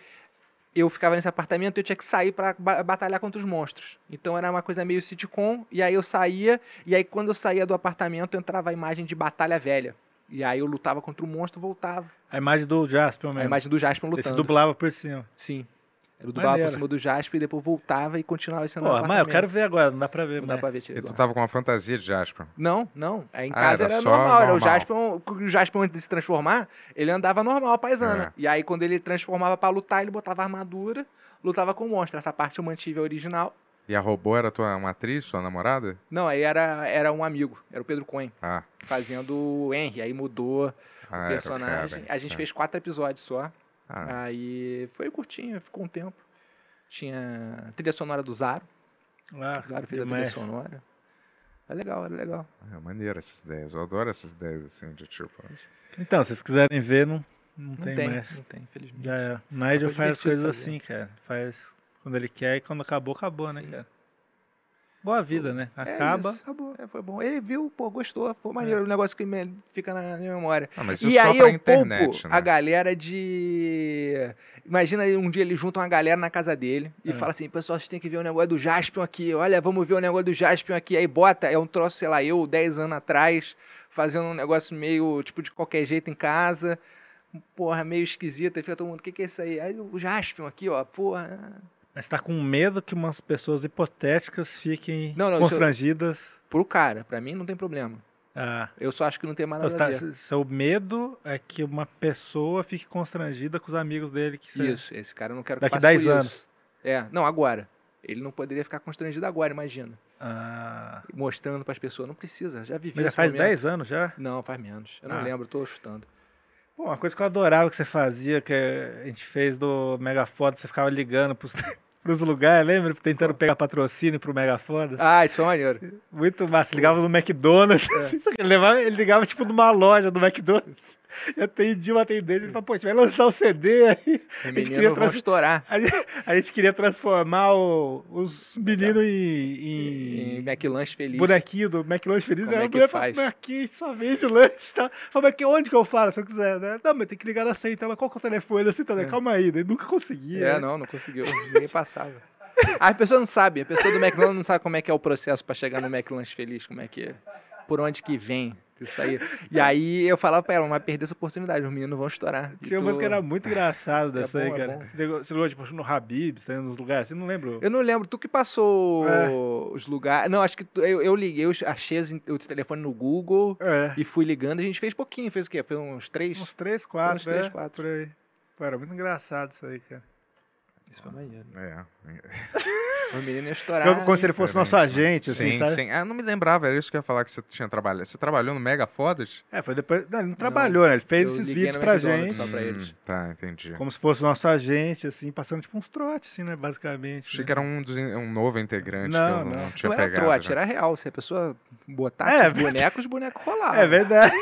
[SPEAKER 8] eu ficava nesse apartamento e eu tinha que sair pra ba- batalhar contra os monstros. Então era uma coisa meio sitcom, e aí eu saía, e aí quando eu saía do apartamento entrava a imagem de batalha velha. E aí eu lutava contra o monstro, voltava.
[SPEAKER 3] A imagem do Jasper mesmo.
[SPEAKER 8] A imagem do Jasper
[SPEAKER 3] Tá Esse
[SPEAKER 8] lutando.
[SPEAKER 3] dublava por cima.
[SPEAKER 8] Sim. Eu dublava por
[SPEAKER 3] Maneiro.
[SPEAKER 8] cima do Jasper e depois voltava e continuava sendo
[SPEAKER 3] Pô, mas eu quero ver agora, não dá pra ver.
[SPEAKER 8] Não dá
[SPEAKER 3] mas-
[SPEAKER 8] pra ver,
[SPEAKER 5] E
[SPEAKER 8] Tira
[SPEAKER 5] tu
[SPEAKER 8] do ar.
[SPEAKER 5] tava com uma fantasia de Jasper.
[SPEAKER 8] Não, não. Aí em
[SPEAKER 5] Ah,
[SPEAKER 8] casa
[SPEAKER 5] era
[SPEAKER 8] era,
[SPEAKER 5] só
[SPEAKER 8] normal, Era o
[SPEAKER 5] normal.
[SPEAKER 8] Jasper, o Jasper antes de se transformar, ele andava normal, a
[SPEAKER 5] É.
[SPEAKER 8] paisana. E aí quando ele transformava pra lutar, ele botava armadura, lutava com o monstro. Essa parte eu mantive a original.
[SPEAKER 5] E a robô era tua uma atriz, sua namorada?
[SPEAKER 8] Não, aí era, era um amigo, era o Pedro Cohen,
[SPEAKER 5] Ah,
[SPEAKER 8] fazendo o Henry. Aí mudou
[SPEAKER 5] ah
[SPEAKER 8] o
[SPEAKER 5] era o cara,
[SPEAKER 8] personagem. a gente
[SPEAKER 5] tá.
[SPEAKER 8] fez quatro episódios só.
[SPEAKER 5] Ah,
[SPEAKER 8] Aí foi curtinho, ficou um tempo. Tinha trilha sonora do Zaro.
[SPEAKER 3] Ah,
[SPEAKER 8] Zaro fez a trilha
[SPEAKER 3] demais.
[SPEAKER 8] sonora. É legal, era legal.
[SPEAKER 5] é maneiro essas ideias. Eu adoro essas ideias assim de tipo.
[SPEAKER 3] Então, se vocês quiserem ver, não, não,
[SPEAKER 8] Não
[SPEAKER 3] tem,
[SPEAKER 8] tem,
[SPEAKER 3] mais.
[SPEAKER 8] não tem, infelizmente.
[SPEAKER 3] Já era. O Nigel
[SPEAKER 8] foi
[SPEAKER 3] faz as
[SPEAKER 8] divertido
[SPEAKER 3] coisas
[SPEAKER 8] fazer.
[SPEAKER 3] assim, cara. Faz quando ele quer e quando acabou, acabou, né,
[SPEAKER 8] Sim.
[SPEAKER 3] cara? Boa vida, né?
[SPEAKER 8] É
[SPEAKER 3] Acaba.
[SPEAKER 8] isso, acabou. É, foi bom. Ele viu, pô, gostou. Foi maneiro. O negócio que me- fica na minha memória.
[SPEAKER 5] Ah, mas É. isso
[SPEAKER 8] E
[SPEAKER 5] só
[SPEAKER 8] aí
[SPEAKER 5] pra
[SPEAKER 8] eu
[SPEAKER 5] internet,
[SPEAKER 8] poupo
[SPEAKER 5] né?
[SPEAKER 8] a galera de. Imagina aí um dia ele junta uma galera na casa dele e
[SPEAKER 3] É.
[SPEAKER 8] fala assim: pessoal, vocês têm que ver o negócio do Jaspion aqui. Olha, vamos ver o negócio do Jaspion aqui. Aí bota, é um troço, sei lá, eu, 10 anos atrás, fazendo um negócio meio, tipo, de qualquer jeito em casa. Porra, meio esquisita. Aí fica todo mundo: o que, que é isso aí? Aí o Jaspion aqui, ó, porra.
[SPEAKER 3] Mas tá com medo que umas pessoas hipotéticas fiquem
[SPEAKER 8] Não, não, isso-
[SPEAKER 3] constrangidas.
[SPEAKER 8] Pro cara, pra mim não tem problema.
[SPEAKER 3] a-
[SPEAKER 8] Eu só acho que não tem mais nada
[SPEAKER 3] Tá,
[SPEAKER 8] a ver.
[SPEAKER 3] se- seu medo é que uma pessoa fique constrangida com os amigos dele. Que você-
[SPEAKER 8] Isso, esse cara eu não quero que
[SPEAKER 3] Daqui
[SPEAKER 8] passe
[SPEAKER 3] 10
[SPEAKER 8] por isso.
[SPEAKER 3] anos.
[SPEAKER 8] É, não, agora. Ele não poderia ficar constrangido agora, imagina.
[SPEAKER 3] Ah,
[SPEAKER 8] Mostrando pras pessoas, não precisa, já vivi
[SPEAKER 3] mas já
[SPEAKER 8] esse
[SPEAKER 3] faz
[SPEAKER 8] momento.
[SPEAKER 3] 10 anos já?
[SPEAKER 8] Não, faz menos. Eu não
[SPEAKER 3] Ah.
[SPEAKER 8] lembro, tô chutando.
[SPEAKER 3] Pô, uma coisa que eu adorava que você fazia, que a gente fez do Mega Foda, você ficava ligando pros, pros lugares, lembra? Tentando pegar patrocínio pro Mega Foda.
[SPEAKER 8] Ah, isso é maneiro.
[SPEAKER 3] Muito massa. Ligava no McDonald's. assim, só que ele, levava- ele ligava tipo numa loja do McDonald's. Eu atendi uma atendente, ele falou, pô, a gente vai lançar o CD aí.
[SPEAKER 8] Os
[SPEAKER 3] queria
[SPEAKER 8] meninos vão
[SPEAKER 3] trans-
[SPEAKER 8] estourar.
[SPEAKER 3] A gente, a gente queria transformar o- os meninos em, em
[SPEAKER 8] Em McLanche feliz.
[SPEAKER 3] bonequinho do McLanche Feliz.
[SPEAKER 8] Como
[SPEAKER 3] Aí
[SPEAKER 8] é
[SPEAKER 3] a
[SPEAKER 8] que
[SPEAKER 3] mulher falou,
[SPEAKER 8] faz?
[SPEAKER 3] "Mas aqui só vende lanche e tal. Falei, mas que- onde que eu falo se eu quiser, né? Não, mas tem que ligar na central. Qual que é o telefone da central? Calma aí, né? Nunca conseguia.
[SPEAKER 8] É,
[SPEAKER 3] né?
[SPEAKER 8] não, não conseguiu. Ninguém passava. A pessoa não sabe, a pessoa do McLanche não sabe como é que é o processo pra chegar no McLanche feliz, como é que é. Por onde que vem. Isso aí. E aí eu falava pra ela, não vai perder essa oportunidade, os meninos vão estourar. E
[SPEAKER 3] Tinha
[SPEAKER 8] tu-
[SPEAKER 3] umas que era muito engraçada dessa
[SPEAKER 8] bom,
[SPEAKER 3] aí,
[SPEAKER 8] Então, é
[SPEAKER 3] cara.
[SPEAKER 8] bom.
[SPEAKER 3] Você ligou- Você ligou, tipo, no Habib, saindo nos lugares, assim, não lembro.
[SPEAKER 8] Eu não lembro, tu que passou
[SPEAKER 3] É.
[SPEAKER 8] os lugares. Não, acho que tu- eu, eu liguei, eu achei os, o telefone no Google
[SPEAKER 3] É.
[SPEAKER 8] e fui ligando. A gente fez pouquinho, fez o quê? Fez uns três?
[SPEAKER 3] Uns 3, 4,
[SPEAKER 8] Uns três,
[SPEAKER 3] né?
[SPEAKER 8] quatro.
[SPEAKER 3] Por aí. Pô, era muito engraçado isso aí, cara.
[SPEAKER 8] Isso foi maneiro.
[SPEAKER 5] É.
[SPEAKER 8] O menino ia estourar.
[SPEAKER 3] Como, como se ele fosse nosso
[SPEAKER 5] Diferente,
[SPEAKER 3] agente, assim,
[SPEAKER 5] sim,
[SPEAKER 3] sabe?
[SPEAKER 5] sim. Ah, não me lembrava, era isso que eu ia falar que você tinha trabalhado. Você trabalhou no Mega Fodas?
[SPEAKER 3] É, foi depois. Não, ele não trabalhou, né? Ele fez
[SPEAKER 8] eu
[SPEAKER 3] esses
[SPEAKER 8] liguei
[SPEAKER 3] vídeos
[SPEAKER 8] no
[SPEAKER 3] pra
[SPEAKER 8] McDonald's,
[SPEAKER 3] gente.
[SPEAKER 8] Só pra eles.
[SPEAKER 5] Tá, entendi.
[SPEAKER 3] Como se fosse nosso agente, assim, passando tipo uns trotes, assim, né? Basicamente.
[SPEAKER 5] Achei
[SPEAKER 3] né?
[SPEAKER 5] que era um, dos, in- um novo integrante
[SPEAKER 3] Não,
[SPEAKER 5] que eu não,
[SPEAKER 3] não.
[SPEAKER 5] tinha
[SPEAKER 8] Não era
[SPEAKER 5] pegado.
[SPEAKER 8] trote,
[SPEAKER 5] já.
[SPEAKER 8] era real. Se a pessoa botasse
[SPEAKER 3] É,
[SPEAKER 8] os bonecos, os bonecos rolavam.
[SPEAKER 3] É verdade.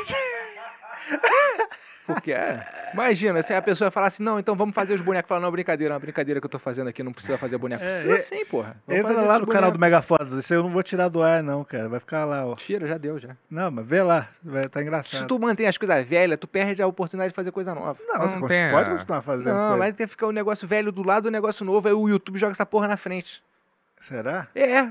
[SPEAKER 8] Porque é. Imagina, se a pessoa falasse, não, então vamos fazer os bonecos. Falar, não, brincadeira, é uma brincadeira que eu tô fazendo aqui, não precisa fazer boneco.
[SPEAKER 3] É,
[SPEAKER 8] Precisa
[SPEAKER 3] é-
[SPEAKER 8] sim, porra. Vamos
[SPEAKER 3] Entra
[SPEAKER 8] fazer
[SPEAKER 3] lá
[SPEAKER 8] esses
[SPEAKER 3] no canal do
[SPEAKER 8] bonecos.
[SPEAKER 3] Megafodas. Isso eu não vou tirar do ar, não, cara. Vai ficar lá, ó.
[SPEAKER 8] Tira, já deu, já.
[SPEAKER 3] Não, mas vê lá. Vai, tá
[SPEAKER 8] Se
[SPEAKER 3] engraçado.
[SPEAKER 8] tu mantém as coisas velhas, tu perde a oportunidade de fazer coisa nova.
[SPEAKER 3] Não, você
[SPEAKER 5] não
[SPEAKER 3] cons-
[SPEAKER 5] tem
[SPEAKER 3] pode
[SPEAKER 5] a-
[SPEAKER 3] continuar fazendo.
[SPEAKER 8] Não,
[SPEAKER 3] coisa.
[SPEAKER 8] mas tem que ficar o negócio velho do lado do negócio novo, aí o YouTube joga essa porra na frente.
[SPEAKER 3] Será?
[SPEAKER 8] É.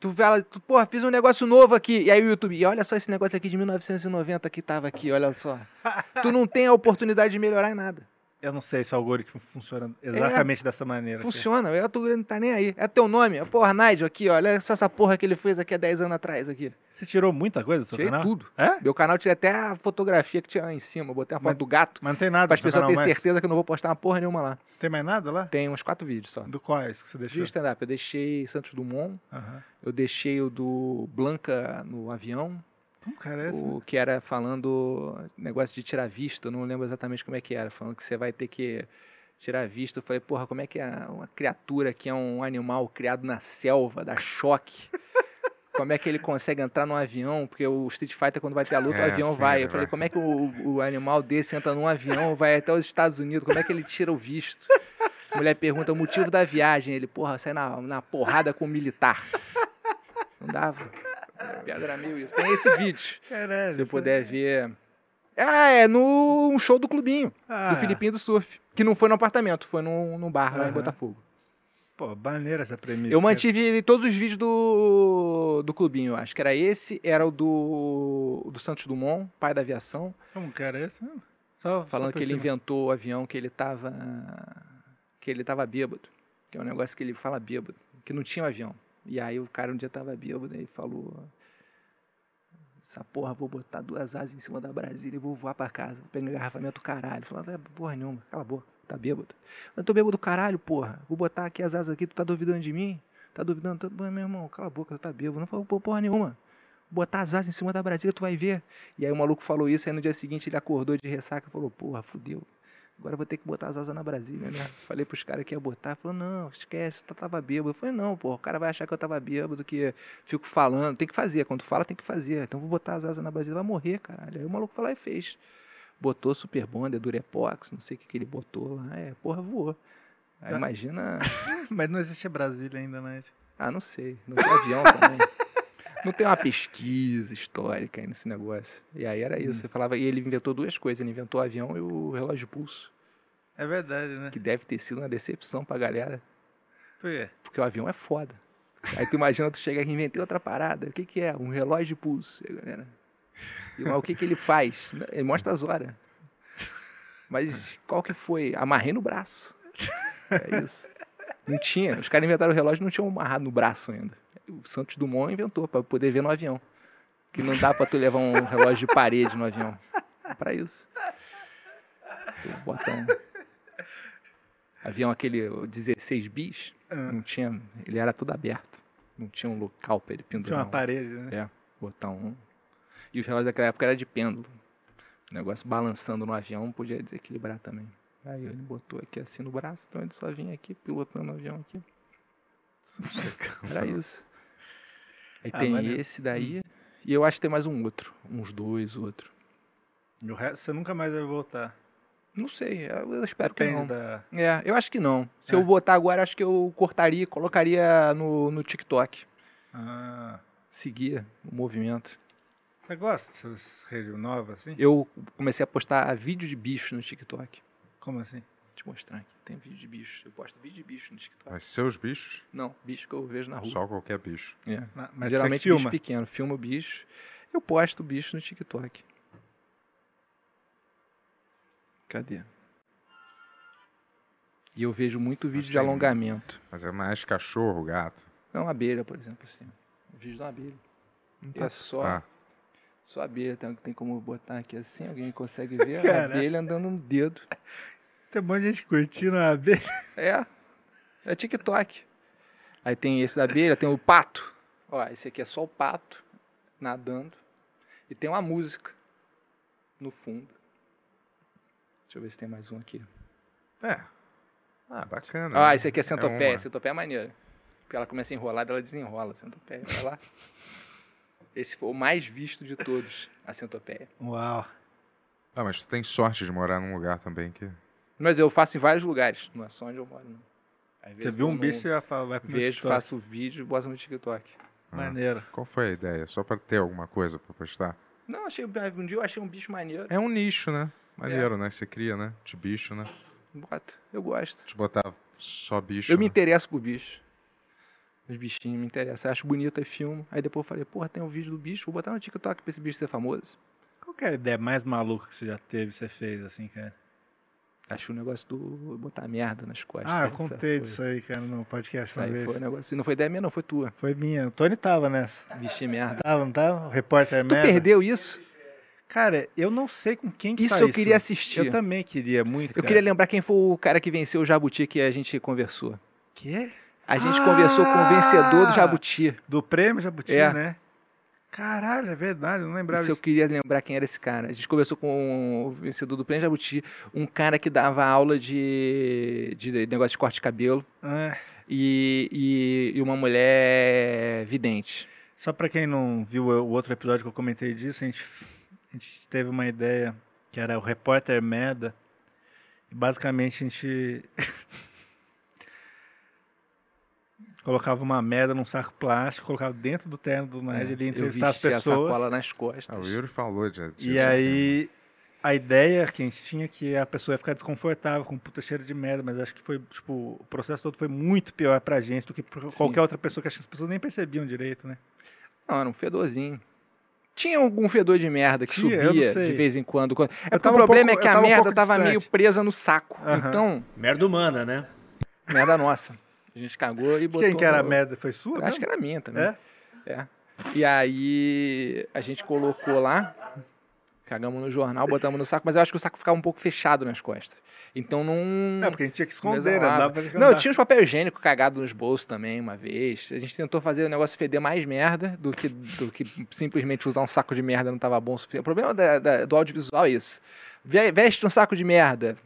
[SPEAKER 8] Tu fala, tu, porra, fiz um negócio novo aqui. E aí o YouTube, e olha só esse negócio aqui de 1990 que tava aqui, olha só. tu não tem a oportunidade de melhorar em nada.
[SPEAKER 3] Eu não sei se o algoritmo funciona exatamente dessa maneira. cara.
[SPEAKER 8] É. Funciona, o YouTube não tá nem aí. É teu nome, é porra, Nigel aqui, olha só essa porra que ele fez aqui há 10 anos atrás aqui.
[SPEAKER 3] Você tirou muita coisa do seu
[SPEAKER 8] Tirei
[SPEAKER 3] canal?
[SPEAKER 8] tudo.
[SPEAKER 3] É?
[SPEAKER 8] Meu canal tirei até a fotografia que tinha lá em cima, botei uma foto
[SPEAKER 3] Mas-
[SPEAKER 8] do gato.
[SPEAKER 3] Mas não tem nada
[SPEAKER 8] Pra as
[SPEAKER 3] do seu
[SPEAKER 8] pessoas
[SPEAKER 3] canal
[SPEAKER 8] terem
[SPEAKER 3] mais.
[SPEAKER 8] certeza que eu não vou postar uma porra nenhuma lá.
[SPEAKER 3] Tem mais nada lá?
[SPEAKER 8] Tem uns quatro vídeos só.
[SPEAKER 3] Do quais que você
[SPEAKER 8] De
[SPEAKER 3] deixou?
[SPEAKER 8] stand-up, eu deixei Santos Dumont,
[SPEAKER 3] Aham.
[SPEAKER 8] eu deixei o do Blanca no avião,
[SPEAKER 3] Como cara é esse?
[SPEAKER 8] o que era falando negócio de tirar visto, eu não lembro exatamente como é que era, falando que você vai ter que tirar visto. Eu falei, porra, como é que é uma criatura que é um animal criado na selva, dá choque? Como é que ele consegue entrar num avião? Porque o Street Fighter, quando vai ter a luta,
[SPEAKER 5] É,
[SPEAKER 8] o avião
[SPEAKER 5] sim,
[SPEAKER 8] vai.
[SPEAKER 5] ele
[SPEAKER 8] Eu falei,
[SPEAKER 5] vai.
[SPEAKER 8] como é que o, o animal desse entra num avião, vai até os Estados Unidos? Como é que ele tira o visto? A mulher pergunta o motivo da viagem. Ele, porra, sai na, na porrada com o militar. Não dava. A piada era meio isso. Tem esse vídeo.
[SPEAKER 3] Caralho,
[SPEAKER 8] Se eu
[SPEAKER 3] isso
[SPEAKER 8] puder ver. Ah, é no um show do clubinho,
[SPEAKER 3] Ah,
[SPEAKER 8] do Filipinho do Surf. Que não foi no apartamento, foi num, num bar lá em
[SPEAKER 3] Aham.
[SPEAKER 8] Botafogo.
[SPEAKER 3] Pô, maneira essa premissa.
[SPEAKER 8] Eu
[SPEAKER 3] cara.
[SPEAKER 8] mantive todos os vídeos do, do clubinho, eu acho que era esse, era o do, do Santos Dumont, pai da aviação,
[SPEAKER 3] Como que era esse mesmo? Só só
[SPEAKER 8] falando
[SPEAKER 3] por
[SPEAKER 8] que ele
[SPEAKER 3] cima.
[SPEAKER 8] inventou o avião, que ele tava. que ele tava bêbado. Que é um negócio que ele fala bêbado, que não tinha um avião. E aí o cara um dia tava bêbado e falou. Essa porra, vou botar duas asas em cima da Brasília e vou voar pra casa. Vou pegar engarrafamento caralho. Falava, é porra nenhuma, cala a boca, tá bêbado. Eu tô bêbado caralho, porra. Vou botar aqui as asas aqui, tu tá duvidando de mim? Tá duvidando? Tá... Mas, Meu irmão, cala a boca, tu tá bêbado. Não falou porra nenhuma. Vou Botar as asas em cima da Brasília, tu vai ver. E aí o maluco falou isso, aí no dia seguinte ele acordou de ressaca e falou, porra, fudeu. Agora eu vou ter que botar as asas na Brasília, né? Falei pros caras que ia botar, falou, não, esquece, tu tava bêbado. Eu falei, não, porra, o cara vai achar que eu tava bêbado, que fico falando, tem que fazer, quando fala tem que fazer. Então eu vou botar as asas na Brasília, vai morrer, caralho. Aí o maluco foi lá e fez. Botou Super Bonder, Durepox, não sei o que, que ele botou lá, é, porra, voou. Aí
[SPEAKER 3] Ah.
[SPEAKER 8] imagina.
[SPEAKER 3] Mas não existe Brasília ainda, né?
[SPEAKER 8] Ah, não sei. Não tem avião também. Não tem uma pesquisa histórica aí nesse negócio. E aí era isso. Eu falava, e ele inventou duas coisas. Ele inventou o avião e o relógio pulso.
[SPEAKER 3] É verdade, né?
[SPEAKER 8] Que deve ter sido uma decepção pra galera.
[SPEAKER 3] Por quê?
[SPEAKER 8] Porque o avião é foda. Aí tu imagina, tu chega aqui e inventei outra parada. O que que é? Um relógio de pulso, E a galera. E mas o que que ele faz? Ele mostra as horas. Mas qual que foi? Amarrei no braço. É isso. Não tinha. Os caras inventaram o relógio e não tinham amarrado no braço ainda. O Santos Dumont inventou pra poder ver no avião. Que não dá pra tu levar um relógio de parede no avião. É pra isso. Tu bota um... Avião aquele o 16 bis.
[SPEAKER 3] Ah.
[SPEAKER 8] Não tinha. Ele era tudo aberto. Não tinha um local pra ele
[SPEAKER 3] Tinha
[SPEAKER 8] pendurar.
[SPEAKER 3] uma
[SPEAKER 8] um-
[SPEAKER 3] parede, né?
[SPEAKER 8] botar um. E os relógios daquela época era de pêndulo. O negócio balançando no avião podia desequilibrar também. Aí ele botou aqui assim no braço, então ele só vinha aqui pilotando o avião aqui. Era isso. Aí
[SPEAKER 3] Ah,
[SPEAKER 8] tem
[SPEAKER 3] maneiro.
[SPEAKER 8] esse daí. E eu acho que tem mais um outro. Uns dois, outro.
[SPEAKER 3] E o resto você nunca mais vai voltar.
[SPEAKER 8] Não sei, eu eu espero que
[SPEAKER 3] Depende
[SPEAKER 8] não.
[SPEAKER 3] da.
[SPEAKER 8] É, eu acho que não. Se
[SPEAKER 3] É.
[SPEAKER 8] eu botar agora, acho que eu cortaria e colocaria no, no TikTok.
[SPEAKER 3] Ah.
[SPEAKER 8] Seguia o movimento.
[SPEAKER 3] Você gosta dessas redes novas assim?
[SPEAKER 8] Eu comecei a postar vídeo de bicho no TikTok.
[SPEAKER 3] Como assim?
[SPEAKER 8] te mostrar aqui. Tem vídeo de bicho. Eu posto vídeo de bicho no TikTok.
[SPEAKER 5] Mas seus bichos?
[SPEAKER 8] Não, bicho que eu vejo na rua.
[SPEAKER 5] Só qualquer bicho.
[SPEAKER 8] É.
[SPEAKER 3] Na-
[SPEAKER 8] Mas
[SPEAKER 3] Mas
[SPEAKER 8] Geralmente
[SPEAKER 3] você filma.
[SPEAKER 8] bicho pequeno. Filmo bicho. Eu posto bicho no TikTok. Cadê? E eu vejo muito vídeo de
[SPEAKER 5] tem um.
[SPEAKER 8] alongamento.
[SPEAKER 5] Mas é mais cachorro, gato.
[SPEAKER 8] Não, abelha, por exemplo, assim. O vídeo da abelha. é só,
[SPEAKER 5] Ah,
[SPEAKER 8] só abelha. Tem, tem como botar aqui assim, alguém consegue ver a
[SPEAKER 3] Cara.
[SPEAKER 8] abelha andando no dedo.
[SPEAKER 3] Tem um monte de gente curtindo a abelha.
[SPEAKER 8] É. É TikTok. Aí tem esse da abelha, tem o pato. Ó, esse aqui é só o pato nadando. E tem uma música no fundo. Deixa eu ver se tem mais um aqui.
[SPEAKER 5] é. Ah, bacana.
[SPEAKER 8] Ah,
[SPEAKER 5] né?
[SPEAKER 8] esse aqui é centopeia.
[SPEAKER 5] uma.
[SPEAKER 8] centopeia é maneira. Porque ela começa enrolada, ela desenrola. Centopeia, vai lá. Esse foi o mais visto de todos, a centopeia.
[SPEAKER 3] Uau.
[SPEAKER 5] Ah, mas tu tem sorte de morar num lugar também que...
[SPEAKER 8] Mas eu faço em vários lugares, não é só onde eu moro. Não. Às
[SPEAKER 3] Você
[SPEAKER 8] vezes
[SPEAKER 3] viu
[SPEAKER 8] eu
[SPEAKER 3] um
[SPEAKER 8] não
[SPEAKER 3] bicho e vai falar, vai pro meu
[SPEAKER 8] Vejo,
[SPEAKER 3] TikTok.
[SPEAKER 8] faço vídeo e boto no TikTok.
[SPEAKER 5] Ah,
[SPEAKER 3] Maneiro.
[SPEAKER 5] Qual foi a ideia? Só pra ter alguma coisa pra postar?
[SPEAKER 8] Não, achei um dia eu achei um bicho maneiro.
[SPEAKER 5] É um nicho, né?
[SPEAKER 3] É.
[SPEAKER 5] Maneiro, né? Você cria, né? De bicho, né?
[SPEAKER 8] Bota, eu gosto.
[SPEAKER 5] Te botar só bicho.
[SPEAKER 8] Eu me
[SPEAKER 5] né?
[SPEAKER 8] interesso por bicho. Os bichinhos me interessam. Eu acho bonito aí filme. Aí depois eu falei, porra, tem um vídeo do bicho, vou botar no TikTok pra esse bicho ser famoso.
[SPEAKER 3] Qual que é a ideia mais maluca que você já teve, você fez assim, cara?
[SPEAKER 8] Acho o um negócio do botar merda nas costas.
[SPEAKER 3] ah, eu
[SPEAKER 8] Essa
[SPEAKER 3] contei
[SPEAKER 8] foi-
[SPEAKER 3] disso aí, cara, no podcast
[SPEAKER 8] Isso
[SPEAKER 3] uma
[SPEAKER 8] aí
[SPEAKER 3] vez.
[SPEAKER 8] foi
[SPEAKER 3] Foi,
[SPEAKER 8] um negócio. e Não foi ideia minha, não, foi tua.
[SPEAKER 3] minha. O Tony tava nessa.
[SPEAKER 8] Vestir merda.
[SPEAKER 3] Tava, não tava? O repórter
[SPEAKER 8] Tu
[SPEAKER 3] Tá, merda.
[SPEAKER 8] perdeu isso?
[SPEAKER 3] Cara, eu não sei com quem que
[SPEAKER 8] Isso
[SPEAKER 3] tá
[SPEAKER 8] eu queria
[SPEAKER 3] Eu
[SPEAKER 8] assistir. Eu,
[SPEAKER 3] também queria muito, cara.
[SPEAKER 8] queria lembrar quem foi o cara que venceu o Jabuti que a gente conversou.
[SPEAKER 3] Quê?
[SPEAKER 8] A gente conversou com o vencedor do
[SPEAKER 3] Ah!
[SPEAKER 8] Jabuti.
[SPEAKER 3] Do prêmio Jabuti,
[SPEAKER 8] É.
[SPEAKER 3] né? Caralho, é verdade, eu não lembrava
[SPEAKER 8] Isso eu
[SPEAKER 3] disso.
[SPEAKER 8] queria lembrar quem era esse cara. A gente conversou com o vencedor do Prêmio Jabuti, um cara que dava aula de, de negócio de corte de cabelo
[SPEAKER 3] É.
[SPEAKER 8] e, e- e uma mulher vidente.
[SPEAKER 3] Só pra quem não viu o outro episódio que eu comentei disso, a gente, a gente teve uma ideia que era o repórter merda. E basicamente a gente colocava uma merda num saco plástico, colocava dentro do terno do Nerd, ele ia
[SPEAKER 8] É, Eu
[SPEAKER 3] entrevistar as
[SPEAKER 8] vestia a
[SPEAKER 3] pessoas.
[SPEAKER 8] sacola nas
[SPEAKER 5] Ah, o
[SPEAKER 8] costas.
[SPEAKER 5] Yuri falou já disso.
[SPEAKER 3] E aí a ideia que a gente tinha é que a pessoa ia ficar desconfortável com um puta cheiro de merda, mas acho que foi, tipo, o processo todo foi muito pior pra gente do que pra qualquer outra pessoa, que acho que as pessoas nem percebiam direito, né?
[SPEAKER 8] Não, era um fedorzinho. Tinha algum fedor de merda que
[SPEAKER 3] Tinha, eu não
[SPEAKER 8] subia
[SPEAKER 3] sei.
[SPEAKER 8] de vez em quando. quando- É
[SPEAKER 3] Eu
[SPEAKER 8] porque o
[SPEAKER 3] tava um
[SPEAKER 8] problema
[SPEAKER 3] pouco-
[SPEAKER 8] é que
[SPEAKER 3] eu
[SPEAKER 8] a
[SPEAKER 3] tava um
[SPEAKER 8] merda
[SPEAKER 3] pouco
[SPEAKER 8] tava
[SPEAKER 3] distante.
[SPEAKER 8] meio presa no saco.
[SPEAKER 3] Aham.
[SPEAKER 8] Então,
[SPEAKER 7] Merda humana, né?
[SPEAKER 8] merda nossa. A gente cagou e botou.
[SPEAKER 3] Quem que era a
[SPEAKER 8] no-
[SPEAKER 3] merda? Foi sua?
[SPEAKER 8] Acho
[SPEAKER 3] mesmo?
[SPEAKER 8] que era minha também.
[SPEAKER 3] É?
[SPEAKER 8] E aí a gente colocou lá, cagamos no jornal, botamos no saco, mas eu acho que o saco ficava um pouco fechado nas costas. Então não.
[SPEAKER 3] É, porque a gente tinha que esconder, né?
[SPEAKER 8] Desalava.
[SPEAKER 3] Dava pra gente
[SPEAKER 8] Não,
[SPEAKER 3] andar.
[SPEAKER 8] tinha uns papel higiênico cagado nos bolsos também uma vez. A gente tentou fazer o negócio feder mais merda do que, do que simplesmente usar um saco de merda não tava bom o suficiente. O problema da- da- do audiovisual é isso. Ve- Veste um saco de merda.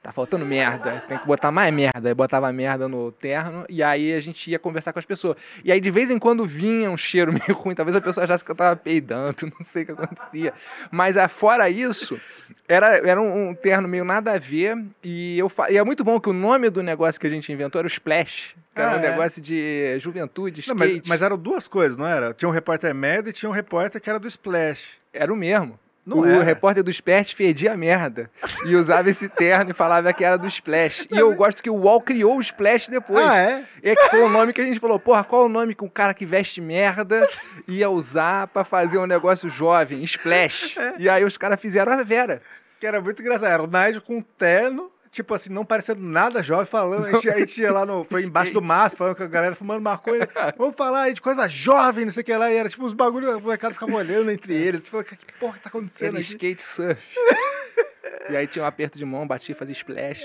[SPEAKER 8] Tá faltando merda, tem que botar mais merda. Aí botava merda no terno e aí a gente ia conversar com as pessoas. E aí de vez em quando vinha um cheiro meio ruim, talvez a pessoa achasse que eu tava peidando, não sei o que acontecia. Mas ah, fora isso, era, era um, um terno meio nada a ver. E, eu fa- e é muito bom que o nome do negócio que a gente inventou era o Splash, que era
[SPEAKER 3] Ah,
[SPEAKER 8] um
[SPEAKER 3] é.
[SPEAKER 8] negócio de juventude,
[SPEAKER 3] Não,
[SPEAKER 8] skate.
[SPEAKER 3] mas, mas eram duas coisas, não era? Tinha um repórter merda e tinha um repórter que era do Splash.
[SPEAKER 8] Era o mesmo.
[SPEAKER 3] Não é.
[SPEAKER 8] o
[SPEAKER 3] era.
[SPEAKER 8] repórter do Splash fedia a merda. E usava esse terno e falava que era do Splash. E eu gosto que o UOL criou o Splash depois.
[SPEAKER 3] é?
[SPEAKER 8] É que foi o nome que a gente falou, porra, qual o nome que um cara que veste merda ia usar pra fazer um negócio jovem, splash.
[SPEAKER 3] É.
[SPEAKER 8] E aí os caras fizeram a Vera.
[SPEAKER 3] Que era muito engraçado. Era o Nigel com um terno, tipo assim, não parecendo nada jovem, falando. A gente, a gente ia lá no. Foi embaixo do mastro, falando com a galera fumando maconha. Vamos falar aí de coisa jovem, não sei o que lá. E era tipo uns bagulho, o molecada ficava olhando entre
[SPEAKER 8] É.
[SPEAKER 3] eles. Você falou, que porra que tá acontecendo
[SPEAKER 8] Era
[SPEAKER 3] aqui?
[SPEAKER 8] skate surf. E aí tinha um aperto de mão, batia, fazia splash.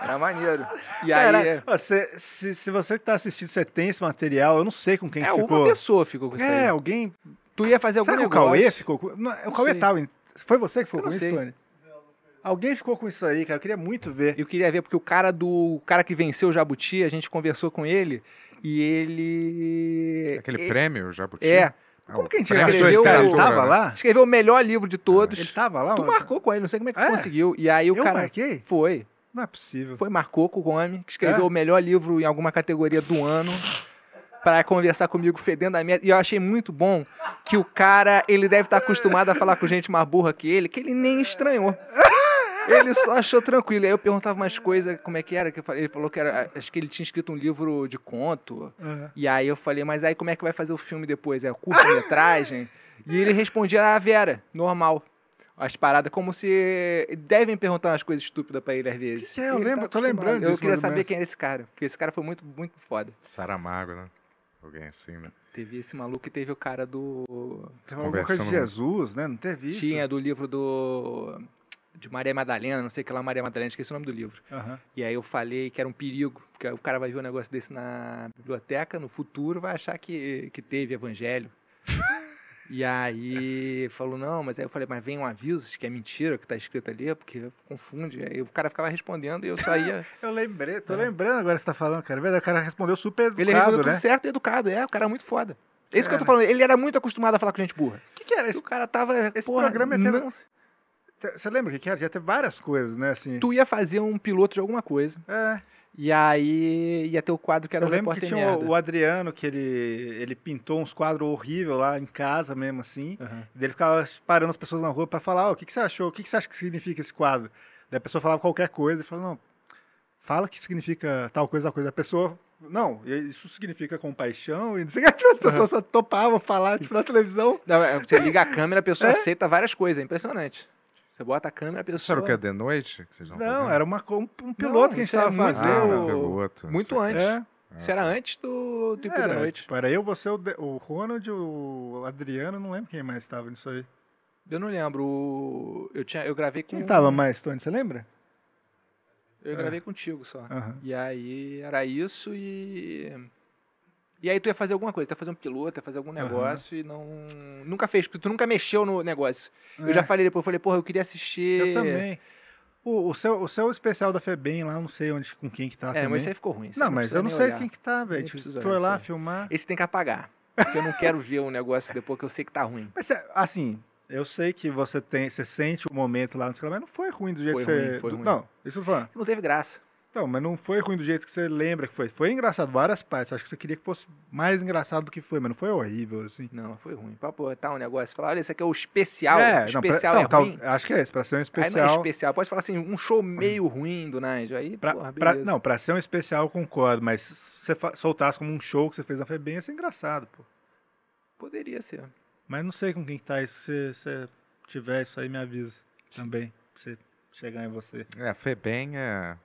[SPEAKER 3] É.
[SPEAKER 8] Era maneiro. E aí. é.
[SPEAKER 3] Cara, ó, cê- se, se você que tá assistindo, você tem esse material, eu não sei com quem
[SPEAKER 8] É,
[SPEAKER 3] que
[SPEAKER 8] uma
[SPEAKER 3] ficou.
[SPEAKER 8] pessoa ficou com isso
[SPEAKER 3] É,
[SPEAKER 8] aí.
[SPEAKER 3] alguém.
[SPEAKER 8] Tu ia fazer algum
[SPEAKER 3] Será que o
[SPEAKER 8] negócio.
[SPEAKER 3] Cauê ficou com. Não, o Cauê
[SPEAKER 8] sei.
[SPEAKER 3] tava. em- Foi você que ficou
[SPEAKER 8] Eu
[SPEAKER 3] com
[SPEAKER 8] não
[SPEAKER 3] isso,
[SPEAKER 8] sei.
[SPEAKER 3] Tony? Alguém ficou com isso aí, cara. Eu queria muito ver.
[SPEAKER 8] Eu queria ver, porque o cara do. O cara que venceu o Jabuti, a gente conversou com ele. E ele.
[SPEAKER 5] Aquele
[SPEAKER 8] ele-
[SPEAKER 5] prêmio, Jabuti.
[SPEAKER 8] É,
[SPEAKER 5] Ah,
[SPEAKER 3] Como
[SPEAKER 5] o
[SPEAKER 3] que a gente
[SPEAKER 5] prêmio
[SPEAKER 8] escreveu
[SPEAKER 3] esse cara?
[SPEAKER 5] de
[SPEAKER 3] Ele
[SPEAKER 8] o-
[SPEAKER 3] tava
[SPEAKER 5] literatura, né?
[SPEAKER 3] lá?
[SPEAKER 8] Escreveu o melhor livro de todos.
[SPEAKER 3] Ah. Ele tava lá?
[SPEAKER 8] Tu
[SPEAKER 3] ontem?
[SPEAKER 8] marcou com ele, não sei como é que tu
[SPEAKER 3] Tá É?
[SPEAKER 8] conseguiu. E aí o
[SPEAKER 3] Eu
[SPEAKER 8] cara.
[SPEAKER 3] marquei?
[SPEAKER 8] Foi.
[SPEAKER 3] Não é possível.
[SPEAKER 8] Foi, marcou com o homem, que escreveu
[SPEAKER 3] É?
[SPEAKER 8] o melhor livro em alguma categoria do ano. Pra conversar comigo fedendo a merda. E eu achei muito bom que o cara, ele deve estar acostumado a falar com gente mais burra que ele, que ele nem estranhou. Ele só achou tranquilo. Aí eu perguntava umas coisas, como é que era? Que eu falei- ele falou que era. Acho que ele tinha escrito um livro de conto.
[SPEAKER 3] Aham.
[SPEAKER 8] E aí eu falei, mas aí como é que vai fazer o filme depois? É curta-metragem? e ele respondia a Vera, normal. As paradas, como se. Devem perguntar umas coisas estúpidas pra ele às vezes.
[SPEAKER 3] que é? Eu
[SPEAKER 8] Ele tá
[SPEAKER 3] lembro- tô
[SPEAKER 8] acostumado.
[SPEAKER 3] lembrando
[SPEAKER 8] Eu
[SPEAKER 3] disso,
[SPEAKER 8] queria
[SPEAKER 3] mais ou
[SPEAKER 8] saber
[SPEAKER 3] menos.
[SPEAKER 8] quem era esse cara, porque esse cara foi muito, muito foda.
[SPEAKER 5] Saramago, né? Alguém assim, né?
[SPEAKER 8] Teve esse maluco e teve o cara do.
[SPEAKER 3] Teve alguma coisa de
[SPEAKER 5] Conversando-
[SPEAKER 3] Jesus, né? Não teve isso?
[SPEAKER 8] Tinha do livro do. De Maria Madalena, não sei o que lá, Maria Madalena, esqueci o nome do livro.
[SPEAKER 3] Aham.
[SPEAKER 8] E aí eu falei que era um perigo, porque o cara vai ver um negócio desse na biblioteca, no futuro vai achar que, que teve evangelho. e aí falou, não, mas aí eu falei, mas vem um aviso de que é mentira o que tá escrito ali, porque confunde. Aí o cara ficava respondendo e eu saía.
[SPEAKER 3] Eu lembrei, tô
[SPEAKER 8] É.
[SPEAKER 3] lembrando agora que você tá falando, cara. Verdade, O cara respondeu super educado,
[SPEAKER 8] Ele respondeu tudo
[SPEAKER 3] né? É,
[SPEAKER 8] certo e educado, é, o cara é muito foda. Isso que eu tô
[SPEAKER 3] Cara.
[SPEAKER 8] falando, ele era muito acostumado a falar com gente burra.
[SPEAKER 3] O que, que era?
[SPEAKER 8] Esse
[SPEAKER 3] Esse,
[SPEAKER 8] cara tava.
[SPEAKER 3] esse
[SPEAKER 8] porra,
[SPEAKER 3] programa ia ter-
[SPEAKER 8] não-
[SPEAKER 3] te- Você lembra o que, que era? Já teve várias coisas, né? Assim,
[SPEAKER 8] Tu ia fazer um piloto de alguma coisa.
[SPEAKER 3] é.
[SPEAKER 8] E aí ia ter o quadro que era
[SPEAKER 3] Eu
[SPEAKER 8] o
[SPEAKER 3] lembro que
[SPEAKER 8] repórter
[SPEAKER 3] tinha
[SPEAKER 8] merda.
[SPEAKER 3] o, o Adriano, que ele, ele pintou uns quadros horríveis lá em casa mesmo, assim.
[SPEAKER 8] Aham.
[SPEAKER 3] Daí ele ficava parando as pessoas na rua pra falar, ó, o que, que você achou? O que, que você acha que significa esse quadro? Daí a pessoa falava qualquer coisa, ele falava, não, fala que significa tal coisa, tal coisa. A pessoa, não, isso significa compaixão e não sei o que. Tipo, as pessoas só topavam falar, tipo, na televisão.
[SPEAKER 8] Não, é, você liga a câmera, a pessoa aceita várias coisas, é impressionante. Você bota a câmera, a
[SPEAKER 5] Isso era
[SPEAKER 8] pessoa.
[SPEAKER 5] o que? De noite? Que vocês
[SPEAKER 3] Não,
[SPEAKER 5] estavam fazendo?
[SPEAKER 3] era uma, co- um, um piloto
[SPEAKER 8] Não,
[SPEAKER 3] que a gente
[SPEAKER 8] isso era
[SPEAKER 3] estava
[SPEAKER 8] muito-
[SPEAKER 3] fazendo.
[SPEAKER 5] Ah,
[SPEAKER 8] o-
[SPEAKER 5] era piloto.
[SPEAKER 8] Muito
[SPEAKER 5] não sei.
[SPEAKER 8] antes.
[SPEAKER 3] É,
[SPEAKER 8] Isso era antes do tipo da
[SPEAKER 3] era,
[SPEAKER 8] noite.
[SPEAKER 3] tipo, era eu, você, o, De- o Ronald, o Adriano, não lembro quem mais estava nisso aí.
[SPEAKER 8] Eu não lembro. o- Eu, tinha, eu gravei com.
[SPEAKER 3] Quem É. estava mais, Tony, você lembra?
[SPEAKER 8] Eu gravei contigo só.
[SPEAKER 3] Aham.
[SPEAKER 8] E aí era isso e. E aí tu ia fazer alguma coisa, tu ia fazer um piloto, ia fazer algum
[SPEAKER 3] Aham.
[SPEAKER 8] negócio e não. Nunca fez, porque tu nunca mexeu no negócio. Eu
[SPEAKER 3] É.
[SPEAKER 8] já falei depois, eu falei, porra, eu queria assistir.
[SPEAKER 3] Eu também. O, o seu, o seu especial da FEBEM lá, eu não sei onde, com quem que tá
[SPEAKER 8] É,
[SPEAKER 3] também.
[SPEAKER 8] mas isso aí ficou ruim. isso
[SPEAKER 3] não,
[SPEAKER 8] aí
[SPEAKER 3] mas
[SPEAKER 8] precisa
[SPEAKER 3] eu não
[SPEAKER 8] nem
[SPEAKER 3] sei
[SPEAKER 8] olhar.
[SPEAKER 3] quem que tá, velho.
[SPEAKER 8] Nem
[SPEAKER 3] Tipo,
[SPEAKER 8] precisa
[SPEAKER 3] Foi
[SPEAKER 8] olhar
[SPEAKER 3] lá
[SPEAKER 8] isso aí.
[SPEAKER 3] filmar.
[SPEAKER 8] Esse tem que apagar. Porque eu não quero ver o negócio depois que eu sei que tá ruim.
[SPEAKER 3] Mas cê- assim, eu sei que você tem, você sente o momento lá, não sei lá, mas não foi ruim do jeito
[SPEAKER 8] Foi
[SPEAKER 3] que você.
[SPEAKER 8] ruim, foi
[SPEAKER 3] do-
[SPEAKER 8] ruim.
[SPEAKER 3] Não, isso eu tô falando.
[SPEAKER 8] Não teve graça.
[SPEAKER 3] Então, mas não foi ruim do jeito que você lembra que foi. Foi engraçado, várias partes. Acho que você queria que fosse mais engraçado do que foi, mas não foi horrível, assim.
[SPEAKER 8] Não, foi ruim. Papo, tá um negócio. Falar, olha, esse aqui é o especial.
[SPEAKER 3] é, não, pra-
[SPEAKER 8] especial
[SPEAKER 3] então,
[SPEAKER 8] é
[SPEAKER 3] tal-
[SPEAKER 8] ruim.
[SPEAKER 3] acho que é isso, pra ser um
[SPEAKER 8] Aí não é
[SPEAKER 3] especial. Hum.
[SPEAKER 8] especial. Pode falar assim, um show meio ruim do Nigel. Aí,
[SPEAKER 3] pra-
[SPEAKER 8] porra,
[SPEAKER 3] pra-
[SPEAKER 8] beleza.
[SPEAKER 3] não, pra ser um especial, eu concordo, mas se você fa- soltasse como um show que você fez na FEBEM, ia ser engraçado, pô.
[SPEAKER 8] Poderia ser.
[SPEAKER 3] Mas não sei com quem que tá isso. Se você tiver isso aí, me avisa também. Pra você chegar em você.
[SPEAKER 5] É, a Febem é...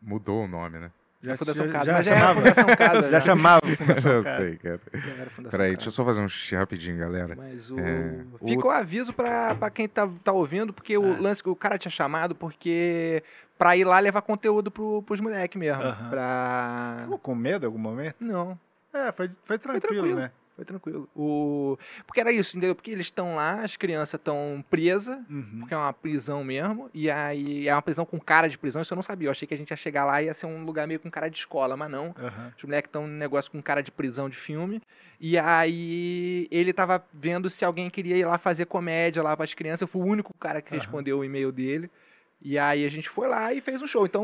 [SPEAKER 5] mudou o nome, né?
[SPEAKER 8] Já, Fundação
[SPEAKER 3] já-
[SPEAKER 8] Casa.
[SPEAKER 3] já
[SPEAKER 8] mas já era
[SPEAKER 3] chamava?
[SPEAKER 8] Fundação Casa.
[SPEAKER 3] Já
[SPEAKER 8] né?
[SPEAKER 3] chamava.
[SPEAKER 5] Eu sei, cara.
[SPEAKER 3] Tá
[SPEAKER 8] Já era Fundação
[SPEAKER 5] Peraí, deixa
[SPEAKER 8] Casa.
[SPEAKER 5] eu só fazer um xixi rapidinho, galera.
[SPEAKER 8] Mas o.
[SPEAKER 5] É, o-
[SPEAKER 8] Fica o aviso pra, pra quem tá, tá ouvindo, porque
[SPEAKER 3] É.
[SPEAKER 8] o lance que o cara tinha chamado, porque. Pra ir lá levar conteúdo pro, pros moleques mesmo.
[SPEAKER 3] Aham. Tá
[SPEAKER 8] Pra.
[SPEAKER 3] Ficou com medo em algum momento?
[SPEAKER 8] Não,
[SPEAKER 3] É, foi, foi, tranquilo,
[SPEAKER 8] tranquilo.
[SPEAKER 3] né?
[SPEAKER 8] foi tranquilo. O... Porque era isso, entendeu? Porque eles estão lá, as crianças estão presas,
[SPEAKER 3] Uhum.
[SPEAKER 8] porque é uma prisão mesmo, e aí é uma prisão com cara de prisão, isso eu não sabia. Eu achei que a gente ia chegar lá e ia ser um lugar meio com cara de escola, mas não.
[SPEAKER 3] Aham.
[SPEAKER 8] Os moleques estão num negócio com cara de prisão de filme. E aí ele tava vendo se alguém queria ir lá fazer comédia lá pras crianças. Eu fui o único cara que
[SPEAKER 3] Aham.
[SPEAKER 8] respondeu o e-mail dele. E aí a gente foi lá e fez um show.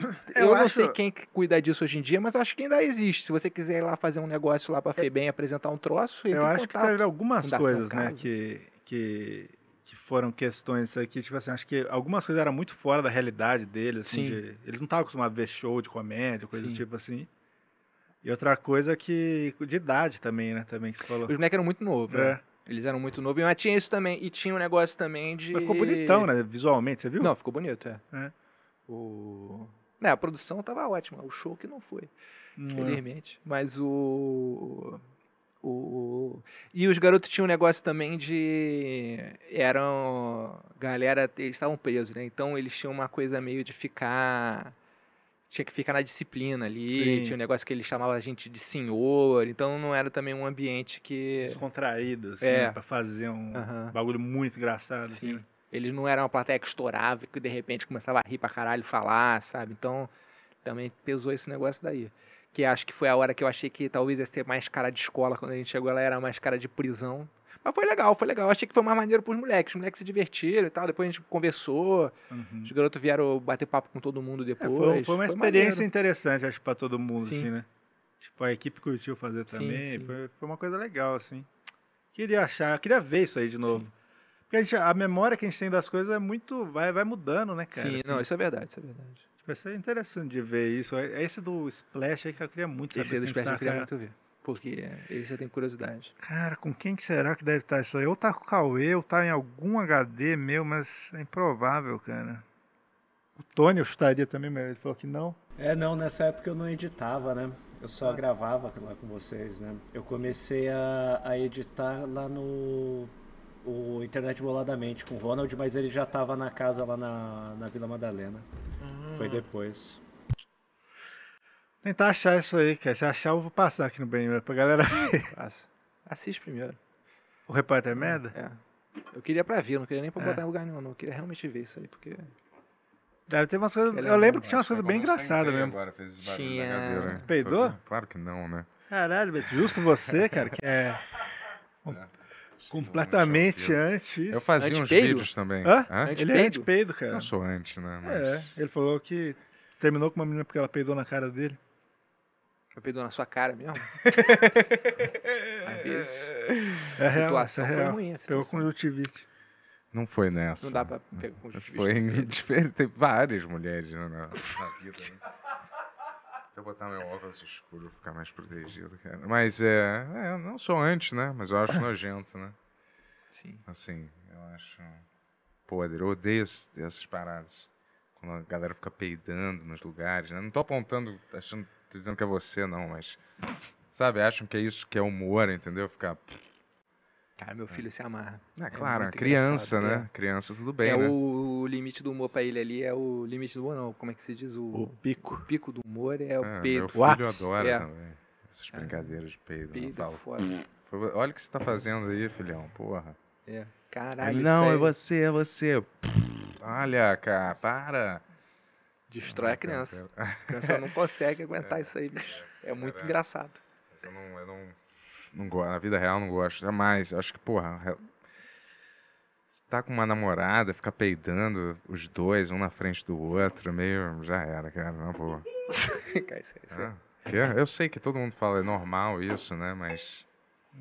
[SPEAKER 8] Então, eu,
[SPEAKER 3] Eu
[SPEAKER 8] não
[SPEAKER 3] acho-
[SPEAKER 8] sei quem que cuida disso hoje em dia, mas eu acho que ainda existe. Se você quiser ir lá fazer um negócio lá pra Febem apresentar um troço, entra
[SPEAKER 3] É Eu
[SPEAKER 8] em
[SPEAKER 3] acho que
[SPEAKER 8] contato.
[SPEAKER 3] teve algumas
[SPEAKER 8] Fundação
[SPEAKER 3] coisas, né,
[SPEAKER 8] Casa.
[SPEAKER 3] que, que, que foram questões aqui, tipo assim, acho que algumas coisas eram muito fora da realidade deles, assim,
[SPEAKER 8] Sim.
[SPEAKER 3] de- eles não estavam acostumados a ver show de comédia, coisa do
[SPEAKER 8] Sim.
[SPEAKER 3] tipo assim. E outra coisa que de idade também, né, também que você falou.
[SPEAKER 8] Os moleques eram muito novos. né?
[SPEAKER 3] É.
[SPEAKER 8] Eles eram muito novos. Mas tinha isso também. E tinha um negócio também de.
[SPEAKER 3] Mas ficou bonitão, né, visualmente, você viu?
[SPEAKER 8] Não, ficou bonito, é.
[SPEAKER 3] É.
[SPEAKER 8] O... Né, a produção tava ótima, o show que não foi,
[SPEAKER 3] Não é.
[SPEAKER 8] felizmente. Mas o... o... E os garotos tinham um negócio também de... Eram... Galera, eles estavam presos, né? Então eles tinham uma coisa meio de ficar... Tinha que ficar na disciplina ali,
[SPEAKER 3] Sim.
[SPEAKER 8] tinha um negócio que ele chamava a gente de senhor, então não era também um ambiente que...
[SPEAKER 3] é Descontraído, assim,
[SPEAKER 8] É.
[SPEAKER 3] né, pra fazer um
[SPEAKER 8] Aham.
[SPEAKER 3] bagulho muito engraçado, assim.
[SPEAKER 8] Sim. Eles não eram uma plateia que estourava, que de repente começava a rir pra caralho, falar, sabe? Então, também pesou esse negócio daí. Que acho que foi a hora que eu achei que talvez ia ser mais cara de escola. Quando a gente chegou, ela era mais cara de prisão. Mas foi legal, foi legal. Eu achei que foi mais maneiro pros moleques. Os moleques se divertiram e tal. Depois a gente conversou.
[SPEAKER 3] Uhum.
[SPEAKER 8] Os garotos vieram bater papo com todo mundo
[SPEAKER 3] É,
[SPEAKER 8] depois.
[SPEAKER 3] foi, foi uma experiência
[SPEAKER 8] maneiro.
[SPEAKER 3] interessante, acho, pra todo mundo,
[SPEAKER 8] Sim.
[SPEAKER 3] assim, né? Tipo, a equipe curtiu fazer
[SPEAKER 8] Sim,
[SPEAKER 3] também,
[SPEAKER 8] sim.
[SPEAKER 3] Foi, foi uma coisa legal, assim. Queria achar, queria ver isso aí de novo. Porque a, gente- a memória que a gente tem das coisas é muito, vai, vai mudando, né, cara?
[SPEAKER 8] Sim,
[SPEAKER 3] Assim,
[SPEAKER 8] não, isso é verdade, isso é verdade.
[SPEAKER 3] Vai ser interessante de ver isso. É Esse do Splash aí que eu queria muito saber.
[SPEAKER 8] Esse aí do
[SPEAKER 3] quem que
[SPEAKER 8] Splash eu queria
[SPEAKER 3] tá, cara.
[SPEAKER 8] muito ver. Porque esse eu tenho curiosidade.
[SPEAKER 3] Cara, com quem que será que deve estar isso aí? Ou tá com o Cauê, ou tá em algum HD meu, mas é improvável, cara. O Tony eu chutaria também, mas ele falou que não.
[SPEAKER 7] É, não, nessa época eu não editava, né? Eu só gravava lá com vocês, né? Eu comecei a, a editar lá no o Internet Boladamente com o Ronald, mas ele já tava na casa lá na, na Vila Madalena. Foi depois.
[SPEAKER 3] Tentar achar isso aí, cara. Se achar, eu vou passar aqui no banheiro pra galera ver.
[SPEAKER 8] Passa. Assiste primeiro.
[SPEAKER 3] O repórter é merda?
[SPEAKER 8] É. Eu queria pra ver, eu não queria nem pra
[SPEAKER 3] É.
[SPEAKER 8] botar em lugar nenhum, não. Eu queria realmente ver isso aí, porque.
[SPEAKER 3] Deve ter umas coisas.
[SPEAKER 8] Ele é
[SPEAKER 3] Eu lembro
[SPEAKER 8] bom,
[SPEAKER 3] que
[SPEAKER 5] Tá
[SPEAKER 3] tinha umas coisas bem engraçadas mesmo.
[SPEAKER 5] Agora, fez esse barulho da
[SPEAKER 8] Tinha-
[SPEAKER 5] cadeira, né?
[SPEAKER 3] Peidou?
[SPEAKER 5] Tô- Claro que não, né?
[SPEAKER 3] Caralho, Beto, justo você, cara, que é completamente antes.
[SPEAKER 5] Eu fazia uns
[SPEAKER 8] Antipeido?
[SPEAKER 5] vídeos também.
[SPEAKER 3] Hã?
[SPEAKER 5] Hã?
[SPEAKER 8] Anti-
[SPEAKER 3] Ele é
[SPEAKER 8] Antipeido?
[SPEAKER 3] antipeido,
[SPEAKER 5] Eu
[SPEAKER 3] cara.
[SPEAKER 5] Não sou anti, né? Mas...
[SPEAKER 3] É, ele falou que terminou com uma menina porque ela peidou na cara dele.
[SPEAKER 8] Eu peidou na sua cara mesmo. Às vezes.
[SPEAKER 3] É
[SPEAKER 8] a
[SPEAKER 3] real, isso
[SPEAKER 8] situação
[SPEAKER 3] é
[SPEAKER 8] foi
[SPEAKER 3] real.
[SPEAKER 8] ruim.
[SPEAKER 3] Pegou
[SPEAKER 8] a situação.
[SPEAKER 3] conjuntivite.
[SPEAKER 5] Não foi nessa.
[SPEAKER 8] Não dá pra pegar com os
[SPEAKER 5] Foi em diferente. Tem várias mulheres né, na, na vida, né? Deixa eu botar meu óculos escuro pra ficar mais protegido, cara. Mas é. é eu não sou anti, né? Mas eu acho nojento, né?
[SPEAKER 8] Sim.
[SPEAKER 5] Assim, eu acho. Podre. Eu odeio esse- essas paradas. Quando a galera fica peidando nos lugares, né? Não tô apontando, achando, tô dizendo que é você, não, mas. Sabe, acham que é isso que é humor, entendeu? Ficar.
[SPEAKER 8] Cara, meu filho se amarra.
[SPEAKER 5] É
[SPEAKER 8] É
[SPEAKER 5] claro,
[SPEAKER 8] muito
[SPEAKER 5] criança, né?
[SPEAKER 8] engraçado,
[SPEAKER 5] Criança, tudo
[SPEAKER 8] É,
[SPEAKER 5] bem, né?
[SPEAKER 8] o limite do humor pra ele ali, é o limite do humor, não. Como é que se diz? O,
[SPEAKER 3] O pico.
[SPEAKER 8] o pico do humor é o
[SPEAKER 5] É,
[SPEAKER 8] peido.
[SPEAKER 5] Meu filho
[SPEAKER 3] ápice.
[SPEAKER 5] adora
[SPEAKER 8] É.
[SPEAKER 5] também. Essas brincadeiras de peido. né?
[SPEAKER 8] Peido
[SPEAKER 5] Fala,
[SPEAKER 8] foda.
[SPEAKER 5] "Pô, Olha o que você tá fazendo aí, filhão. Porra.
[SPEAKER 8] É.
[SPEAKER 5] Ele,
[SPEAKER 8] Caralho,
[SPEAKER 5] não, é
[SPEAKER 8] isso aí
[SPEAKER 5] você, é você. Olha, cara, para.
[SPEAKER 8] destrói a
[SPEAKER 5] Ah, cara,
[SPEAKER 8] criança.
[SPEAKER 5] cara,
[SPEAKER 8] A criança não consegue aguentar isso aí, bicho. É muito
[SPEAKER 5] Caralho.
[SPEAKER 8] engraçado.
[SPEAKER 5] Eu não, eu não, não gosto. Na vida real, eu não gosto. Jamais. Eu acho que, porra. re- Se tá com uma namorada, ficar peidando os dois, um na frente do outro, meio. Já era, cara, na boa.
[SPEAKER 8] Cai, cai, cai.
[SPEAKER 5] Ah, que é- eu sei que todo mundo fala, é normal isso, né? Mas.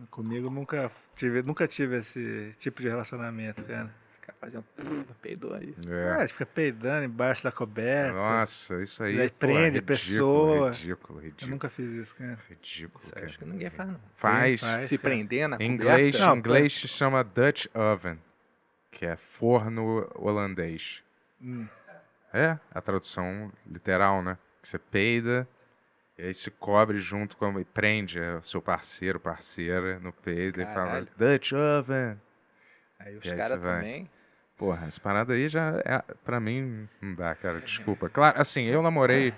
[SPEAKER 3] Comigo nunca tive, nunca tive esse tipo de relacionamento, cara.
[SPEAKER 8] Ficar fazendo. Peidou aí.
[SPEAKER 5] É.
[SPEAKER 3] É, fica peidando embaixo da coberta.
[SPEAKER 5] Nossa, isso aí.
[SPEAKER 3] Daí
[SPEAKER 5] pô,
[SPEAKER 3] É, prende
[SPEAKER 5] ridículo,
[SPEAKER 3] pessoa.
[SPEAKER 5] Ridículo,
[SPEAKER 3] Eu
[SPEAKER 5] ridículo.
[SPEAKER 3] nunca fiz isso, cara.
[SPEAKER 5] Ridículo.
[SPEAKER 8] Isso eu
[SPEAKER 5] cara.
[SPEAKER 8] acho que ninguém faz, não.
[SPEAKER 5] Faz.
[SPEAKER 3] Faz.
[SPEAKER 8] Se
[SPEAKER 3] cara.
[SPEAKER 8] prender na
[SPEAKER 5] Em Ah, é inglês,
[SPEAKER 8] coberta?
[SPEAKER 5] em inglês se chama Dutch Oven, que é forno holandês.
[SPEAKER 3] Hum.
[SPEAKER 5] É, a tradução literal, né? Que você peida, e aí se cobre junto com a, e prende o seu parceiro, parceira no peido
[SPEAKER 8] Caralho.
[SPEAKER 5] e fala Dutch Oven.
[SPEAKER 8] Aí os
[SPEAKER 5] E aí
[SPEAKER 8] caras
[SPEAKER 5] você vai.
[SPEAKER 8] também.
[SPEAKER 5] Porra, essa parada aí já é, pra mim não dá,
[SPEAKER 8] É.
[SPEAKER 5] cara, desculpa. Claro, assim, eu namorei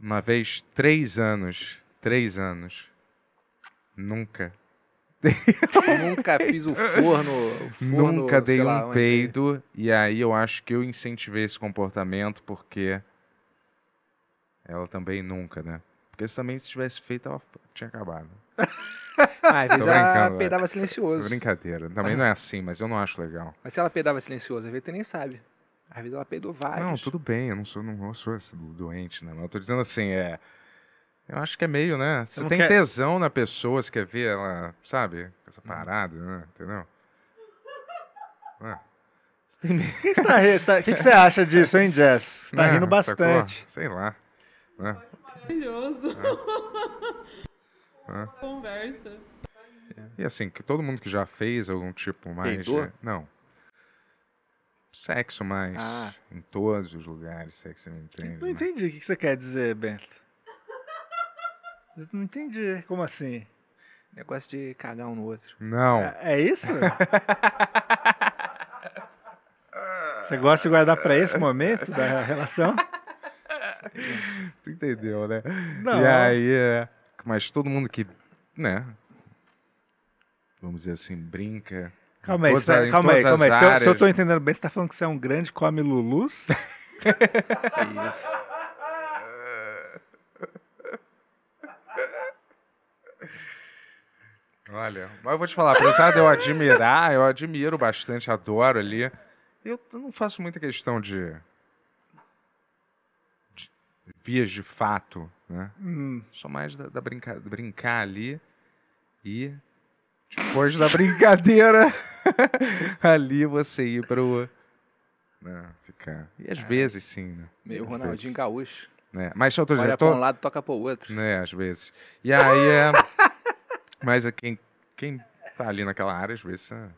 [SPEAKER 5] uma vez três anos, três anos, nunca
[SPEAKER 8] Nunca fiz o forno. o forno,
[SPEAKER 5] Nunca dei
[SPEAKER 8] sei
[SPEAKER 5] um
[SPEAKER 8] lá, onde-
[SPEAKER 5] peido, e aí eu acho que eu incentivei esse comportamento porque ela também nunca, né? Porque se também se tivesse feito, ela f- tinha acabado.
[SPEAKER 8] Ah, às vezes
[SPEAKER 5] brincando,
[SPEAKER 8] ela
[SPEAKER 5] velho.
[SPEAKER 8] peidava silencioso.
[SPEAKER 5] Brincadeira. Também não é assim, mas eu não acho legal.
[SPEAKER 8] Mas se ela peidava silencioso, às vezes tu nem sabe. Às vezes ela peidou vários.
[SPEAKER 5] Não, tudo bem, eu não sou, não sou esse do- doente, né? Mas eu tô dizendo assim, é. Eu acho que é meio, né? Você
[SPEAKER 3] não
[SPEAKER 5] tem
[SPEAKER 3] quer- Uhum.
[SPEAKER 5] tesão na pessoa, você quer ver ela, sabe? Com essa parada, né? Entendeu? Ah, Você tem medo.
[SPEAKER 3] O que, você tá ri- você tá- que que você acha disso, hein, Jess? Você tá
[SPEAKER 5] né?
[SPEAKER 3] rindo
[SPEAKER 5] Sacou?
[SPEAKER 3] bastante.
[SPEAKER 5] Sei lá. né?
[SPEAKER 11] Maravilhoso.
[SPEAKER 5] Ah.
[SPEAKER 11] Conversa.
[SPEAKER 5] E assim, que todo mundo que já fez algum tipo mais.
[SPEAKER 8] Peidou?
[SPEAKER 5] de- Não. Sexo mais.
[SPEAKER 8] Ah.
[SPEAKER 5] Em todos os lugares, se é que você me entende.
[SPEAKER 3] Não
[SPEAKER 5] né?
[SPEAKER 3] entendi o que que você quer dizer, Bento. Eu Não entendi. Como assim?
[SPEAKER 8] Negócio de cagar um no outro.
[SPEAKER 5] Não.
[SPEAKER 3] É é isso? Você gosta de guardar pra esse momento da relação?
[SPEAKER 5] Tu entendeu, né?
[SPEAKER 3] Não.
[SPEAKER 5] E aí. é, Mas todo mundo que. Né? Vamos dizer assim, brinca. em
[SPEAKER 3] Calma aí,
[SPEAKER 5] todas
[SPEAKER 3] você-
[SPEAKER 5] a- em
[SPEAKER 3] calma aí,
[SPEAKER 5] todas
[SPEAKER 3] calma aí. Se eu,
[SPEAKER 5] as
[SPEAKER 3] se eu
[SPEAKER 5] áreas.
[SPEAKER 3] tô entendendo bem, você tá falando que você é um grande come lulus?
[SPEAKER 8] Isso.
[SPEAKER 5] Olha, mas eu vou te falar, apesar de eu admirar, eu admiro bastante, adoro ali. Eu não faço muita questão de. de vias de fato, né?
[SPEAKER 3] Hum,
[SPEAKER 5] Só mais da, da brinca, brincar ali e depois da brincadeira ali você ir pro. Né, ficar. E às vezes sim, né?
[SPEAKER 8] É. Meio
[SPEAKER 5] Às
[SPEAKER 8] Ronaldinho
[SPEAKER 5] vezes.
[SPEAKER 8] Gaúcho.
[SPEAKER 5] Né, Mas eu tô,
[SPEAKER 8] Olha
[SPEAKER 5] eu
[SPEAKER 8] pra
[SPEAKER 5] tô,
[SPEAKER 8] um lado, toca pro outro.
[SPEAKER 5] né, às vezes. E aí é. Mas é quem, quem tá ali naquela área, às vezes, é-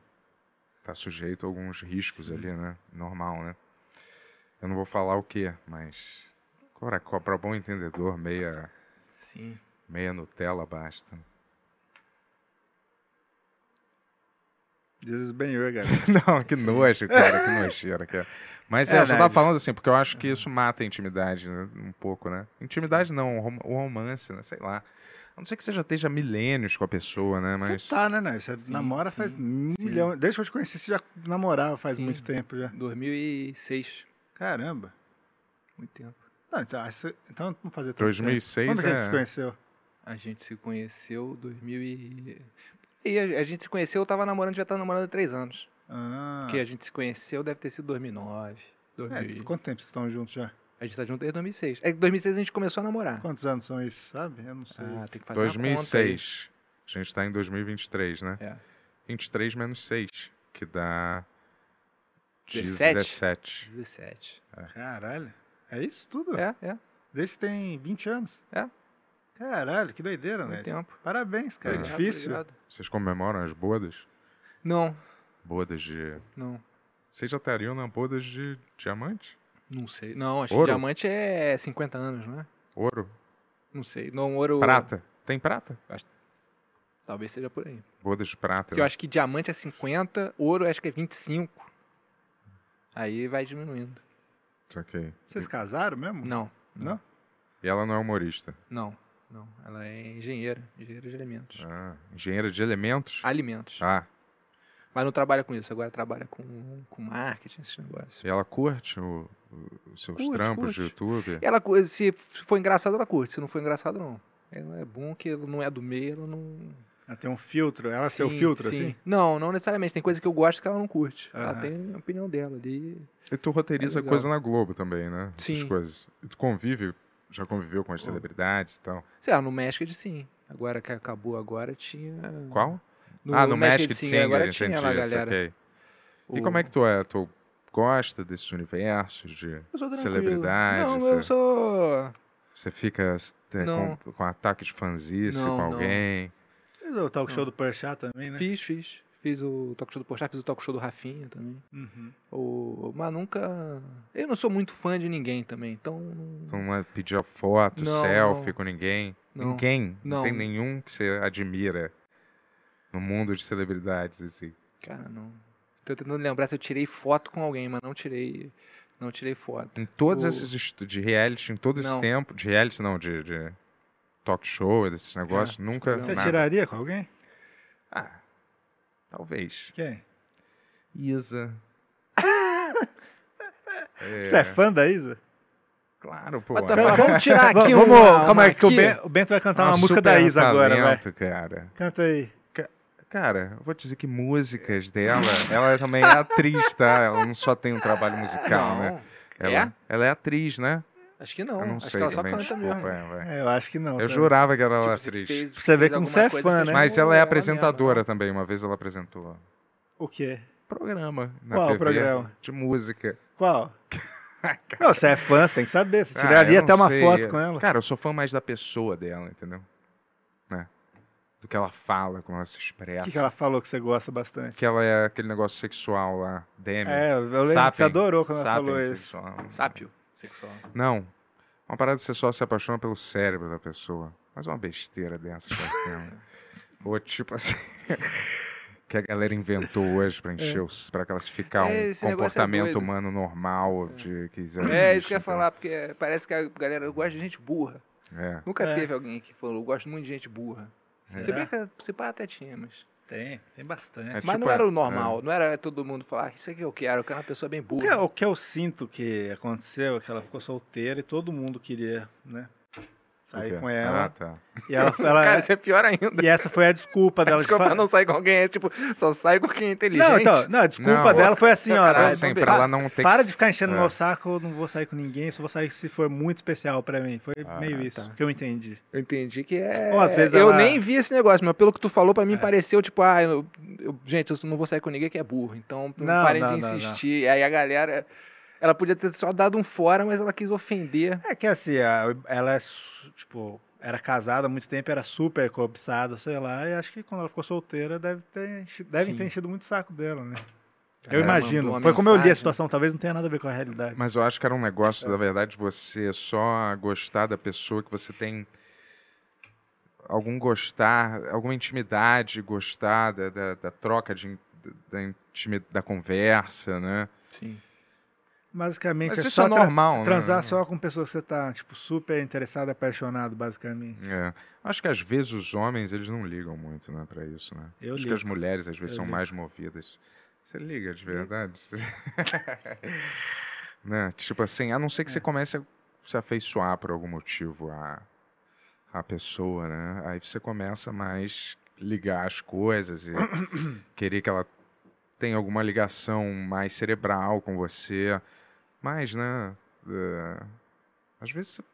[SPEAKER 5] tá sujeito a alguns riscos ali, né? Normal, né? Eu não vou falar o quê, mas. Agora, para bom entendedor, meia,
[SPEAKER 8] Sim.
[SPEAKER 5] meia Nutella basta.
[SPEAKER 3] dizes bem eu,
[SPEAKER 8] É
[SPEAKER 3] cara.
[SPEAKER 5] Não, que nojo, cara, que nojeira, cara. Mas é, eu só
[SPEAKER 3] Caralho.
[SPEAKER 5] tava falando assim, porque eu acho
[SPEAKER 3] Uhum.
[SPEAKER 5] que isso mata a intimidade né, um pouco, né? Intimidade não, o rom- o romance, né? Sei lá. A não ser que você já esteja milênios com a pessoa, né? Mas.
[SPEAKER 3] Você tá, né, não? Você
[SPEAKER 8] Sim,
[SPEAKER 3] namora faz
[SPEAKER 8] sim,
[SPEAKER 3] um
[SPEAKER 8] sim.
[SPEAKER 3] milhão. Desde que eu te conheci, você já namorava faz
[SPEAKER 8] Sim.
[SPEAKER 3] muito tempo já.
[SPEAKER 8] 2006.
[SPEAKER 3] Caramba.
[SPEAKER 8] Muito tempo.
[SPEAKER 3] Não, então, ah, você- então vamos fazer tanto tempo.
[SPEAKER 5] 2006
[SPEAKER 3] Quando que a gente se
[SPEAKER 5] é...
[SPEAKER 3] conheceu?
[SPEAKER 8] A gente se conheceu em 2000 e... E a a gente se conheceu, eu tava namorando, já tava namorando há três anos.
[SPEAKER 3] Ah,
[SPEAKER 8] Porque a gente se conheceu, deve ter sido 2009. 2000.
[SPEAKER 3] é, quanto tempo vocês estão juntos já?
[SPEAKER 8] A gente tá junto desde 2006. É que 2006 a gente começou a namorar.
[SPEAKER 3] Quantos anos são isso, sabe? Eu não sei.
[SPEAKER 8] Ah, tem que fazer uma conta aí.
[SPEAKER 5] 2006. A gente tá em 2023, né?
[SPEAKER 8] É.
[SPEAKER 5] 23 menos 6, que dá...
[SPEAKER 8] 17?
[SPEAKER 5] 17.
[SPEAKER 8] 17.
[SPEAKER 3] Caralho. É isso tudo?
[SPEAKER 8] É, é.
[SPEAKER 3] Desde que tem 20 anos?
[SPEAKER 8] É.
[SPEAKER 3] Caralho, que doideira,
[SPEAKER 8] Muito
[SPEAKER 3] né?
[SPEAKER 8] tempo. Tá
[SPEAKER 3] Parabéns, cara. É
[SPEAKER 5] Obrigado,
[SPEAKER 3] difícil.
[SPEAKER 5] Vocês comemoram as bodas?
[SPEAKER 8] Não,
[SPEAKER 5] Bodas de...
[SPEAKER 8] não.
[SPEAKER 5] Vocês já estariam na bodas de diamante?
[SPEAKER 8] Não sei. Não, acho
[SPEAKER 5] Ouro?
[SPEAKER 8] que diamante é 50 anos, não é?
[SPEAKER 5] Ouro?
[SPEAKER 8] Não sei. Não, ouro.
[SPEAKER 5] Prata? Tem prata?
[SPEAKER 8] Talvez seja por aí.
[SPEAKER 5] Bodas de prata. né?
[SPEAKER 8] Porque eu acho que diamante é 50, ouro acho que é 25. Aí vai diminuindo.
[SPEAKER 5] Isso aqui.
[SPEAKER 3] Vocês casaram mesmo?
[SPEAKER 8] Não,
[SPEAKER 3] Não?
[SPEAKER 5] E ela não é humorista.
[SPEAKER 8] não, não. Ela é engenheira, engenheira de alimentos.
[SPEAKER 5] Ah, engenheira de elementos?
[SPEAKER 8] Alimentos.
[SPEAKER 5] Ah,
[SPEAKER 8] Mas não trabalha com isso, agora trabalha com, com marketing, esses negócios.
[SPEAKER 5] e ela curte o- o- os seus
[SPEAKER 8] Curte,
[SPEAKER 5] trampos
[SPEAKER 8] curte.
[SPEAKER 5] de YouTube?
[SPEAKER 8] Ela, cu- se for engraçado, ela curte. Se não for engraçado, não. Ela é bom que ela não é do é meio, ela não.
[SPEAKER 3] Ela tem um filtro. Ela tem o
[SPEAKER 8] Sim,
[SPEAKER 3] filtro,
[SPEAKER 8] sim.
[SPEAKER 3] assim?
[SPEAKER 8] Não, não necessariamente. Tem coisa que eu gosto que ela não curte. Ela
[SPEAKER 3] Aham.
[SPEAKER 8] tem a opinião dela ali.
[SPEAKER 5] E tu roteiriza
[SPEAKER 8] É legal.
[SPEAKER 5] coisa na Globo também, né? Essas
[SPEAKER 8] Sim. Hum.
[SPEAKER 5] coisas. E tu convive, já conviveu com as
[SPEAKER 8] Pô.
[SPEAKER 5] celebridades e tal.
[SPEAKER 8] Sei lá, no Masked sim. Agora que acabou agora tinha.
[SPEAKER 5] Qual? ah, no Masked
[SPEAKER 8] sim.
[SPEAKER 5] Singer,
[SPEAKER 8] agora
[SPEAKER 5] entendi.
[SPEAKER 8] tinha lá, galera.
[SPEAKER 5] saquei. E
[SPEAKER 8] O-
[SPEAKER 5] como é que tu é? Tu gosta desses universos de
[SPEAKER 8] Eu sou tranquilo.
[SPEAKER 5] celebridades?
[SPEAKER 8] Não,
[SPEAKER 5] você,
[SPEAKER 8] eu sou.
[SPEAKER 5] você fica é,
[SPEAKER 8] Não.
[SPEAKER 5] com, com ataque de fanzice
[SPEAKER 8] Não,
[SPEAKER 5] com
[SPEAKER 8] não.
[SPEAKER 5] alguém?
[SPEAKER 3] Fez o talk show do Porchat também, né?
[SPEAKER 8] Fiz, fiz. Fiz o talk show do Porchat, fiz o talk show do Rafinha também.
[SPEAKER 3] Uhum.
[SPEAKER 8] O... Mas nunca. Eu não sou muito fã de ninguém também, então. não-
[SPEAKER 5] Tu não é pedir foto,
[SPEAKER 8] Não,
[SPEAKER 5] selfie
[SPEAKER 8] não.
[SPEAKER 5] com ninguém?
[SPEAKER 8] Não.
[SPEAKER 5] Ninguém? Não.
[SPEAKER 8] Não.
[SPEAKER 5] tem nenhum que você admira no mundo de celebridades, assim.
[SPEAKER 8] Cara, não. Tô tentando lembrar se eu tirei foto com alguém, mas não tirei. Não tirei foto.
[SPEAKER 5] Em todos
[SPEAKER 8] O-
[SPEAKER 5] esses estu- de reality, em todo esse
[SPEAKER 8] Não.
[SPEAKER 5] tempo, de reality não, de, de talk show, desses negócios, nunca
[SPEAKER 8] Não,
[SPEAKER 3] Você
[SPEAKER 5] nada.
[SPEAKER 3] tiraria com alguém?
[SPEAKER 5] Ah, talvez.
[SPEAKER 3] Quem?
[SPEAKER 5] Isa.
[SPEAKER 3] Você é fã da Isa?
[SPEAKER 5] Claro, pô. É
[SPEAKER 8] What the
[SPEAKER 5] ela-
[SPEAKER 8] fuck? Vamos tirar aqui
[SPEAKER 3] vamos, um-
[SPEAKER 8] uma-
[SPEAKER 3] calma aí,
[SPEAKER 8] uma
[SPEAKER 3] que o,
[SPEAKER 8] aqui.
[SPEAKER 3] Ben- o Bento vai cantar uma
[SPEAKER 5] ela
[SPEAKER 3] música da
[SPEAKER 5] Ah, super
[SPEAKER 3] Isa agora, vai.
[SPEAKER 5] talento, é cara.
[SPEAKER 3] Canta aí.
[SPEAKER 5] Cara, eu vou te dizer que músicas dela, ela também é atriz, tá? Ela não só tem um trabalho musical,
[SPEAKER 8] não,
[SPEAKER 5] né? Ela ela é atriz, né?
[SPEAKER 8] acho que não.
[SPEAKER 5] eu não
[SPEAKER 8] acho
[SPEAKER 5] sei
[SPEAKER 8] que ela só
[SPEAKER 5] também,
[SPEAKER 8] canta
[SPEAKER 5] desculpa.
[SPEAKER 8] mesmo.
[SPEAKER 5] é, vai.
[SPEAKER 3] É, eu acho que não.
[SPEAKER 5] eu
[SPEAKER 3] também.
[SPEAKER 5] jurava que ela era
[SPEAKER 8] Tipo, se
[SPEAKER 5] atriz.
[SPEAKER 8] fez-
[SPEAKER 3] Pra você ver
[SPEAKER 8] fez
[SPEAKER 3] como
[SPEAKER 8] alguma
[SPEAKER 3] você é
[SPEAKER 8] coisa,
[SPEAKER 3] fã,
[SPEAKER 8] fez
[SPEAKER 3] né?
[SPEAKER 5] Mas
[SPEAKER 8] uma
[SPEAKER 5] ela é
[SPEAKER 8] mesma,
[SPEAKER 5] apresentadora
[SPEAKER 8] né?
[SPEAKER 5] também. Uma vez ela apresentou
[SPEAKER 3] O quê?
[SPEAKER 5] programa na
[SPEAKER 3] Qual
[SPEAKER 5] TV
[SPEAKER 3] programa?
[SPEAKER 5] de música.
[SPEAKER 3] Qual? não, você é fã, você tem que saber. Você tiraria
[SPEAKER 5] Ah, eu
[SPEAKER 3] até
[SPEAKER 5] não
[SPEAKER 3] uma
[SPEAKER 5] sei.
[SPEAKER 3] foto com ela.
[SPEAKER 5] Cara, eu sou fã mais da pessoa dela, entendeu? Né? Do que ela fala, como ela se
[SPEAKER 3] O
[SPEAKER 5] expressa.
[SPEAKER 3] que, que ela falou que você gosta bastante?
[SPEAKER 5] Que ela é aquele negócio sexual lá, Demi.
[SPEAKER 3] É, eu lembro que você
[SPEAKER 5] Sapiens.
[SPEAKER 3] adorou quando ela
[SPEAKER 5] Sapiens
[SPEAKER 3] falou isso.
[SPEAKER 5] sexual.
[SPEAKER 8] Sápio sexual.
[SPEAKER 5] Não. Uma parada que você só se apaixona pelo cérebro da pessoa. Mas uma besteira dessas pra cima. Ou tipo assim. que a galera inventou hoje pra encher os. pra classificar um
[SPEAKER 8] É, esse negócio é
[SPEAKER 5] comportamento
[SPEAKER 8] doido.
[SPEAKER 5] humano normal de que já
[SPEAKER 8] É, isso
[SPEAKER 5] existe,
[SPEAKER 8] que eu ia
[SPEAKER 5] então.
[SPEAKER 8] falar, porque parece que a galera gosta de gente burra.
[SPEAKER 5] É.
[SPEAKER 8] Nunca
[SPEAKER 3] É.
[SPEAKER 8] teve alguém que falou, eu gosto muito de gente burra. Se bem
[SPEAKER 3] Será?
[SPEAKER 8] que se pá até tinha, mas.
[SPEAKER 3] Tem, tem bastante.
[SPEAKER 5] É
[SPEAKER 8] mas
[SPEAKER 5] tipo
[SPEAKER 8] não
[SPEAKER 5] a-
[SPEAKER 8] era o normal, não era todo mundo falar, "Ah, isso aqui eu quero, eu quero uma pessoa bem
[SPEAKER 3] O que,
[SPEAKER 8] burra.
[SPEAKER 3] o que eu sinto que aconteceu é que ela ficou solteira e todo mundo queria, né?
[SPEAKER 5] O quê?
[SPEAKER 3] Sair com ela.
[SPEAKER 5] Ah, tá.
[SPEAKER 3] E ela, ela-
[SPEAKER 8] Cara, isso é pior
[SPEAKER 5] um
[SPEAKER 8] ainda.
[SPEAKER 3] e essa foi a desculpa dela. de
[SPEAKER 8] Desculpa,
[SPEAKER 3] fa-
[SPEAKER 8] não sair com alguém, é tipo, só sai com quem é inteligente.
[SPEAKER 3] não, então, não, a desculpa
[SPEAKER 5] Não.
[SPEAKER 3] dela foi assim, ó.
[SPEAKER 8] Caralho,
[SPEAKER 5] Ah,
[SPEAKER 3] ela-
[SPEAKER 5] assim,
[SPEAKER 8] então
[SPEAKER 5] pra ela
[SPEAKER 8] beleza.
[SPEAKER 5] não ter
[SPEAKER 3] Para
[SPEAKER 5] que-
[SPEAKER 3] de ficar enchendo
[SPEAKER 5] É.
[SPEAKER 3] meu saco, eu não vou sair com ninguém, só vou sair se for muito especial pra mim. Foi
[SPEAKER 5] Ah,
[SPEAKER 3] meio isso
[SPEAKER 8] tá.
[SPEAKER 3] que eu entendi.
[SPEAKER 8] Eu entendi que é.
[SPEAKER 3] Ou às vezes
[SPEAKER 8] eu
[SPEAKER 3] ela-
[SPEAKER 8] nem vi esse negócio, mas pelo que tu falou, pra mim
[SPEAKER 3] É.
[SPEAKER 8] pareceu tipo, ah, eu, eu- gente, eu não vou sair com ninguém que é burro. Então eu
[SPEAKER 3] Não,
[SPEAKER 8] parei
[SPEAKER 3] não,
[SPEAKER 8] de
[SPEAKER 3] não, não.
[SPEAKER 8] insistir. Aí a galera. Ela podia ter só dado um fora, mas ela quis ofender.
[SPEAKER 3] É que assim, a- ela é, su- tipo, era casada há muito tempo, era super cobiçada, sei lá, e acho que quando ela ficou solteira deve ter, enchi- devem
[SPEAKER 8] Sim.
[SPEAKER 3] ter enchido muito o saco dela, né?
[SPEAKER 8] Ela
[SPEAKER 3] eu imagino.
[SPEAKER 8] mandou
[SPEAKER 3] Foi
[SPEAKER 8] uma
[SPEAKER 3] como eu li a
[SPEAKER 8] mensagem.
[SPEAKER 3] situação, talvez não tenha nada a ver com a realidade.
[SPEAKER 5] Mas eu acho que era um
[SPEAKER 3] É.
[SPEAKER 5] negócio, na verdade, você só gostar da pessoa que você tem algum gostar, alguma intimidade, gostar da, da, da troca de, in- da, intimi- da conversa, né?
[SPEAKER 8] Sim.
[SPEAKER 3] Basicamente,
[SPEAKER 5] Mas
[SPEAKER 3] é
[SPEAKER 5] isso
[SPEAKER 3] só
[SPEAKER 5] é
[SPEAKER 3] tra-
[SPEAKER 5] normal, né?
[SPEAKER 3] transar só com pessoas que você tá, tipo, super interessado e apaixonado, basicamente.
[SPEAKER 5] É. Acho que às vezes os homens, eles não ligam muito, né, pra isso, né?
[SPEAKER 3] Eu
[SPEAKER 5] Acho
[SPEAKER 3] ligo.
[SPEAKER 5] que as mulheres, às vezes,
[SPEAKER 3] Eu
[SPEAKER 5] são
[SPEAKER 3] ligo.
[SPEAKER 5] mais movidas. Você liga, de verdade? né? Tipo assim, a não ser que você comece a se afeiçoar por algum motivo à, à pessoa, né? Aí você começa mais ligar as coisas e querer que ela tenha alguma ligação mais cerebral com você. Mas, né? eh, às vezes, se-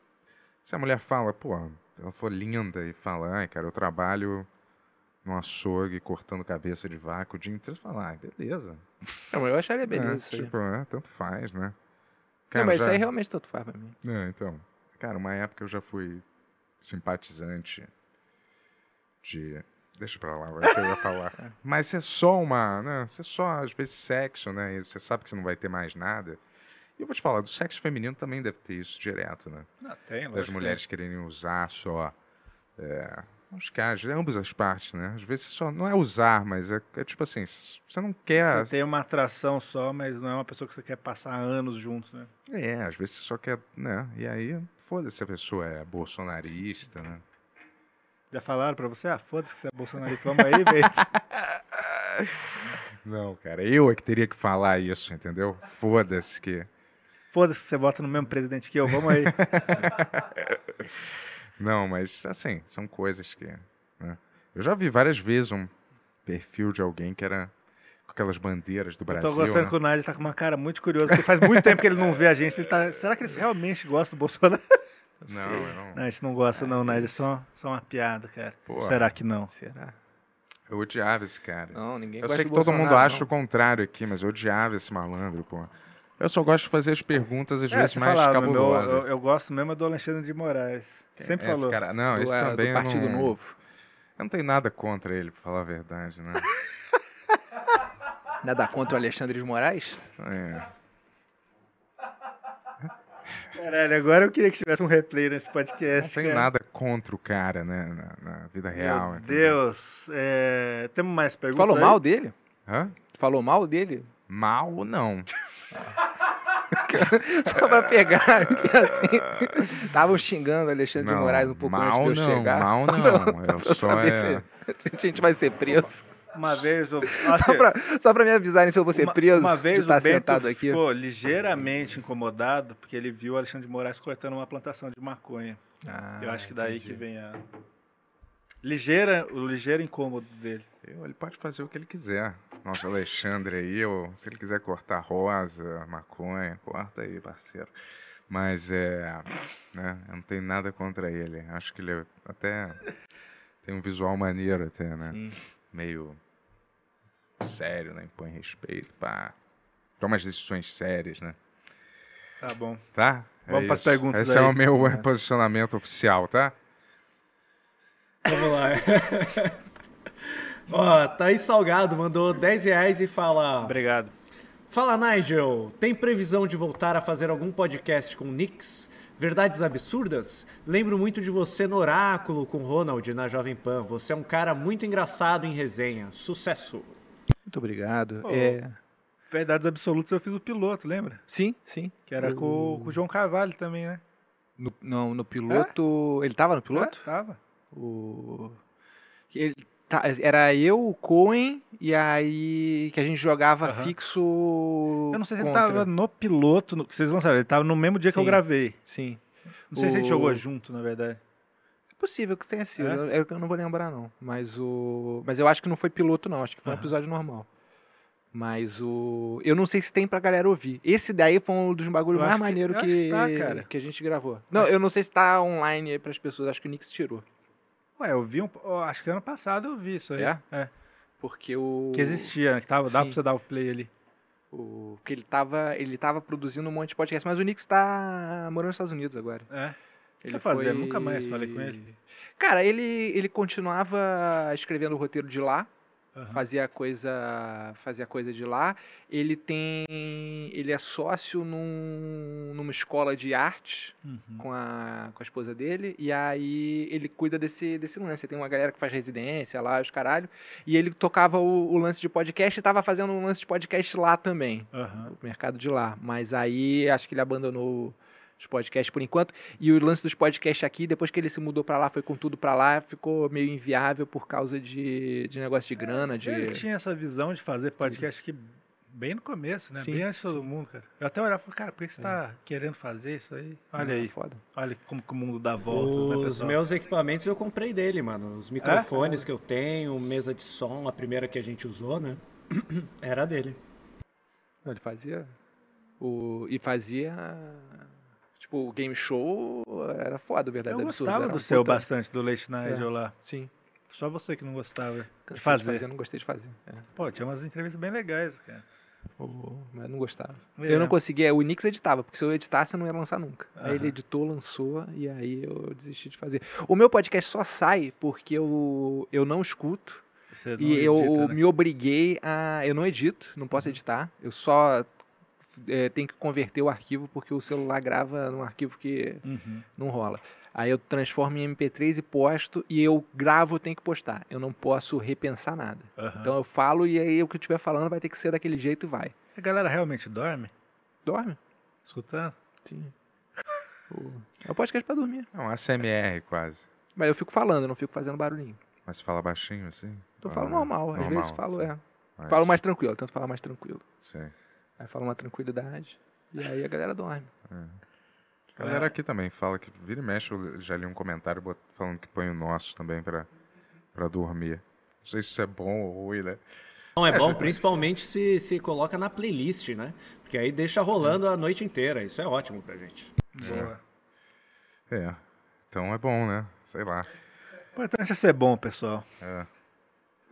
[SPEAKER 5] se a mulher fala, pô, ela for linda e fala, ai, cara, eu trabalho num um açougue cortando cabeça de vaca o dia inteiro, você fala, ai, beleza.
[SPEAKER 8] Não, mas eu acharia beleza
[SPEAKER 5] É,
[SPEAKER 8] isso aí.
[SPEAKER 5] tipo, é, tanto faz, né?
[SPEAKER 8] não, mas
[SPEAKER 5] já-
[SPEAKER 8] isso aí é realmente tanto faz pra mim.
[SPEAKER 5] é, então. Cara, uma época eu já fui simpatizante de. Deixa pra lá, vai que eu ia falar. Mas você é só uma. Né? Você é só, às vezes, sexo, né? E você sabe que você não vai ter mais nada. E eu vou te falar, do sexo feminino também deve ter isso direto, né?
[SPEAKER 3] Não, tem,
[SPEAKER 5] Das mulheres quererem usar só. É, os caras, ambas as partes, né? Às vezes você só. Não é usar, mas é, é tipo assim, você não quer.
[SPEAKER 3] Você tem uma atração só, mas não é uma pessoa que você quer passar anos juntos, né?
[SPEAKER 5] É, às vezes você só quer, né? E aí, foda-se se a pessoa é bolsonarista, né?
[SPEAKER 3] Já falaram pra você? Ah, foda-se que você é bolsonarista, vamos aí, Bento.
[SPEAKER 5] Não, cara, eu é que teria que falar isso, entendeu? Foda-se que.
[SPEAKER 3] Foda-se que você vota no mesmo presidente que eu, vamos aí.
[SPEAKER 5] Não, mas assim, são coisas que. né? Eu já vi várias vezes um perfil de alguém que era com aquelas bandeiras do
[SPEAKER 3] Eu
[SPEAKER 5] Brasil.
[SPEAKER 3] tô gostando
[SPEAKER 5] né?
[SPEAKER 3] que o Nádio tá com uma cara muito curiosa, porque faz muito tempo que ele não vê a gente. Ele tá, será que eles realmente gostam do Bolsonaro?
[SPEAKER 5] Não, eu não.
[SPEAKER 3] Não, a gente não gosta, não, Nádio. É só, só uma piada, cara.
[SPEAKER 5] Pô.
[SPEAKER 3] Será que não?
[SPEAKER 8] Será?
[SPEAKER 5] Eu odiava esse cara.
[SPEAKER 8] Não, ninguém
[SPEAKER 5] eu
[SPEAKER 8] gosta
[SPEAKER 5] sei que
[SPEAKER 8] do
[SPEAKER 5] todo
[SPEAKER 8] Bolsonaro,
[SPEAKER 5] mundo acha
[SPEAKER 8] não.
[SPEAKER 5] o contrário aqui, mas eu odiava esse malandro, pô. Eu só gosto de fazer as perguntas às
[SPEAKER 3] É,
[SPEAKER 5] vezes
[SPEAKER 3] você
[SPEAKER 5] mais
[SPEAKER 3] falava, meu,
[SPEAKER 5] cabulosas.
[SPEAKER 3] eu, eu gosto mesmo é do Alexandre de Moraes. Sempre
[SPEAKER 5] Esse
[SPEAKER 3] falou.
[SPEAKER 5] cara- não,
[SPEAKER 8] Do,
[SPEAKER 5] esse
[SPEAKER 8] ah, do
[SPEAKER 5] também eu
[SPEAKER 8] Partido
[SPEAKER 5] não-
[SPEAKER 8] Novo.
[SPEAKER 5] Eu não tenho nada contra ele, pra falar a verdade, né?
[SPEAKER 8] Nada Né, contra o Alexandre de Moraes?
[SPEAKER 5] É.
[SPEAKER 3] Caralho, agora eu queria que tivesse um replay nesse
[SPEAKER 5] Não
[SPEAKER 3] podcast.
[SPEAKER 5] tenho
[SPEAKER 3] cara.
[SPEAKER 5] nada contra o cara, né? Na, na vida real.
[SPEAKER 3] Meu
[SPEAKER 5] entendeu?
[SPEAKER 3] Deus. É, temos mais perguntas?
[SPEAKER 8] Falou
[SPEAKER 3] aí?
[SPEAKER 8] mal dele?
[SPEAKER 5] Hã?
[SPEAKER 8] Falou mal dele?
[SPEAKER 5] Mal não.
[SPEAKER 8] Só pra pegar, que assim. Estavam xingando o Alexandre de
[SPEAKER 5] Não,
[SPEAKER 8] Moraes um pouco
[SPEAKER 5] mal
[SPEAKER 8] antes de eu
[SPEAKER 5] não,
[SPEAKER 8] chegar.
[SPEAKER 5] mal
[SPEAKER 8] só
[SPEAKER 5] não,
[SPEAKER 8] Pra, só
[SPEAKER 5] eu
[SPEAKER 8] pra eu
[SPEAKER 5] só
[SPEAKER 8] saber
[SPEAKER 5] é-
[SPEAKER 8] se, se a gente vai ser preso.
[SPEAKER 3] Uma vez o.
[SPEAKER 8] Só pra, só pra me avisarem se eu vou ser
[SPEAKER 3] Uma-
[SPEAKER 8] preso
[SPEAKER 3] uma vez
[SPEAKER 8] de estar
[SPEAKER 3] o Bento
[SPEAKER 8] sentado aqui.
[SPEAKER 3] ficou ligeiramente incomodado porque ele viu o Alexandre de Moraes cortando uma plantação de maconha.
[SPEAKER 8] Ah,
[SPEAKER 3] eu acho que daí
[SPEAKER 8] entendi.
[SPEAKER 3] que vem a ligeira, o ligeiro incômodo dele.
[SPEAKER 5] Eu- Ele pode fazer o que ele quiser. Nosso Alexandre aí, ou se ele quiser cortar rosa, maconha, corta aí, parceiro. Mas é. Né, eu não tenho nada contra ele. Acho que ele é até. Tem um visual maneiro até, né?
[SPEAKER 8] Sim.
[SPEAKER 5] Meio sério, né? Impõe respeito, pá. Toma as decisões sérias, né?
[SPEAKER 3] Tá bom.
[SPEAKER 5] Tá?
[SPEAKER 3] Vamos pras
[SPEAKER 5] isso.
[SPEAKER 3] perguntas
[SPEAKER 5] Esse é
[SPEAKER 3] aí.
[SPEAKER 5] o meu eh, posicionamento oficial, tá?
[SPEAKER 7] Vamos lá. Ó, Thaís Salgado mandou 10 reais e fala.
[SPEAKER 3] Obrigado.
[SPEAKER 7] Fala, Nigel! Tem previsão de voltar a fazer algum podcast com o Nix? Verdades absurdas? Lembro muito de você no Oráculo com o Ronald na Jovem Pan. Você é um cara muito engraçado em resenha. Sucesso!
[SPEAKER 8] Muito obrigado.
[SPEAKER 3] Pô.
[SPEAKER 8] É,
[SPEAKER 3] Verdades absolutas eu fiz o piloto, lembra?
[SPEAKER 8] sim, sim.
[SPEAKER 3] Que era com, com o João Carvalho também, né?
[SPEAKER 8] No, não, no piloto. Ele tava no piloto?
[SPEAKER 3] É, tava.
[SPEAKER 8] O... Ele tá- era eu, o Cohen, e aí que a gente jogava
[SPEAKER 3] Aham.
[SPEAKER 8] fixo.
[SPEAKER 3] Eu não sei se
[SPEAKER 8] contra.
[SPEAKER 3] ele tava no piloto no- que vocês lançaram, ele tava no mesmo dia que eu
[SPEAKER 8] Sim.
[SPEAKER 3] gravei.
[SPEAKER 8] Sim.
[SPEAKER 3] Não sei se a gente
[SPEAKER 8] O-
[SPEAKER 3] jogou junto, na verdade.
[SPEAKER 8] É possível que tenha sido.
[SPEAKER 3] É?
[SPEAKER 8] Eu, eu não vou lembrar, não. Mas o. Mas eu acho que não foi piloto, não. Acho que foi um
[SPEAKER 3] Aham.
[SPEAKER 8] episódio normal. Mas o. Eu não sei se tem pra galera ouvir. Esse daí foi um dos bagulhos
[SPEAKER 3] Eu
[SPEAKER 8] mais
[SPEAKER 3] acho que-
[SPEAKER 8] maneiro
[SPEAKER 3] eu
[SPEAKER 8] que,
[SPEAKER 3] acho
[SPEAKER 8] que,
[SPEAKER 3] que tá, cara.
[SPEAKER 8] a gente gravou. Não, eu não sei se tá online aí pras pessoas. Acho que o Nix tirou.
[SPEAKER 3] Ué, eu vi um. ó, Acho que ano passado eu vi isso aí.
[SPEAKER 8] É?
[SPEAKER 3] é.
[SPEAKER 8] Porque o.
[SPEAKER 3] Que existia, né? Que tava, dá pra
[SPEAKER 8] Sim.
[SPEAKER 3] você dar o play ali.
[SPEAKER 8] O, porque ele tava, ele tava produzindo um monte de podcast, mas o Nix tá morando nos Estados Unidos agora.
[SPEAKER 3] É.
[SPEAKER 8] Ele
[SPEAKER 3] Quer fazer? Nunca mais falei com ele.
[SPEAKER 8] Cara, ele, ele continuava escrevendo o roteiro de lá,
[SPEAKER 3] Aham.
[SPEAKER 8] fazia coisa, fazia coisa de lá. Ele tem, ele é sócio num, numa escola de arte
[SPEAKER 3] Uhum.
[SPEAKER 8] com a, com a esposa dele e aí ele cuida desse, desse lance. Tem uma galera que faz residência lá, os caralho. E ele tocava o, o lance de podcast e tava fazendo um lance de podcast lá também
[SPEAKER 3] Aham.
[SPEAKER 8] o mercado de lá. Mas aí acho que ele abandonou os podcasts por enquanto. E o lance dos podcasts aqui, depois que ele se mudou pra lá, foi com tudo pra lá, ficou meio inviável por causa de, de negócio de grana, de.
[SPEAKER 3] É, Ele tinha essa visão de fazer podcast que bem no começo, né?
[SPEAKER 8] Sim,
[SPEAKER 3] bem antes de todo
[SPEAKER 8] sim.
[SPEAKER 3] mundo, cara. Eu até olhava e falava, cara, por que você tá querendo fazer isso aí? Olha
[SPEAKER 8] Ah,
[SPEAKER 3] aí,
[SPEAKER 8] Foda.
[SPEAKER 3] olha como que o mundo dá voltas, né,
[SPEAKER 7] Os
[SPEAKER 3] pessoal? É?
[SPEAKER 7] meus equipamentos eu comprei dele, mano. Os microfones que eu tenho, mesa de som, a primeira que a gente usou, né? Era dele.
[SPEAKER 8] Não, Ele fazia. O, e fazia. Tipo, o game show era foda, o
[SPEAKER 3] Eu
[SPEAKER 8] verdade
[SPEAKER 3] gostava do seu bastante, do Leite Nigel lá.
[SPEAKER 8] um Sim.
[SPEAKER 3] Só você que não gostava.
[SPEAKER 8] Cansei de
[SPEAKER 3] fazer.
[SPEAKER 8] Não gostei de fazer. é.
[SPEAKER 3] Pô, tinha umas entrevistas bem legais, cara.
[SPEAKER 8] O- mas não gostava.
[SPEAKER 3] É.
[SPEAKER 8] Eu não conseguia, o Nix editava, porque se eu editasse eu não ia lançar nunca. Aí ele
[SPEAKER 3] Aham.
[SPEAKER 8] editou, lançou, e aí eu desisti de fazer. O meu podcast só sai porque eu, eu não escuto
[SPEAKER 3] Você não
[SPEAKER 8] e eu
[SPEAKER 3] edita, né? Uhum.
[SPEAKER 8] me obriguei a. Eu não edito, não posso editar, eu só é, tenho que converter o arquivo porque o celular grava num arquivo que
[SPEAKER 3] Uhum.
[SPEAKER 8] não rola. Aí eu transformo em MP3 e posto, e eu gravo, eu tenho que postar. Eu não posso repensar nada.
[SPEAKER 3] aham.
[SPEAKER 8] Então eu falo, e aí o que eu estiver falando vai ter que ser daquele jeito e vai.
[SPEAKER 3] A galera realmente dorme?
[SPEAKER 8] Dorme?
[SPEAKER 3] Escutando?
[SPEAKER 8] Sim. O- É o podcast pra dormir.
[SPEAKER 5] É um ACMR quase.
[SPEAKER 8] Mas eu fico falando, eu não fico fazendo barulhinho.
[SPEAKER 5] Mas fala baixinho assim?
[SPEAKER 8] Então eu
[SPEAKER 5] Ah,
[SPEAKER 8] falo normal, às
[SPEAKER 5] normal,
[SPEAKER 8] vezes falo,
[SPEAKER 5] sim.
[SPEAKER 8] é.
[SPEAKER 5] Mas-
[SPEAKER 8] Falo mais tranquilo, eu tento falar mais tranquilo.
[SPEAKER 5] Sim.
[SPEAKER 8] Aí falo uma tranquilidade, e aí a galera dorme.
[SPEAKER 5] A
[SPEAKER 8] É.
[SPEAKER 5] galera aqui também fala que vira e mexe, eu já li um comentário bot- falando que põe o nosso também pra pra dormir. Não sei se isso é bom ou ruim, né?
[SPEAKER 7] Não, é,
[SPEAKER 5] É,
[SPEAKER 7] bom
[SPEAKER 5] gente.
[SPEAKER 7] principalmente se, se coloca na playlist, né? Porque aí deixa rolando a noite inteira. Isso é ótimo pra gente.
[SPEAKER 12] Boa.
[SPEAKER 5] É. Então é bom, né? Sei lá.
[SPEAKER 3] O importante é ser bom, pessoal.
[SPEAKER 5] É.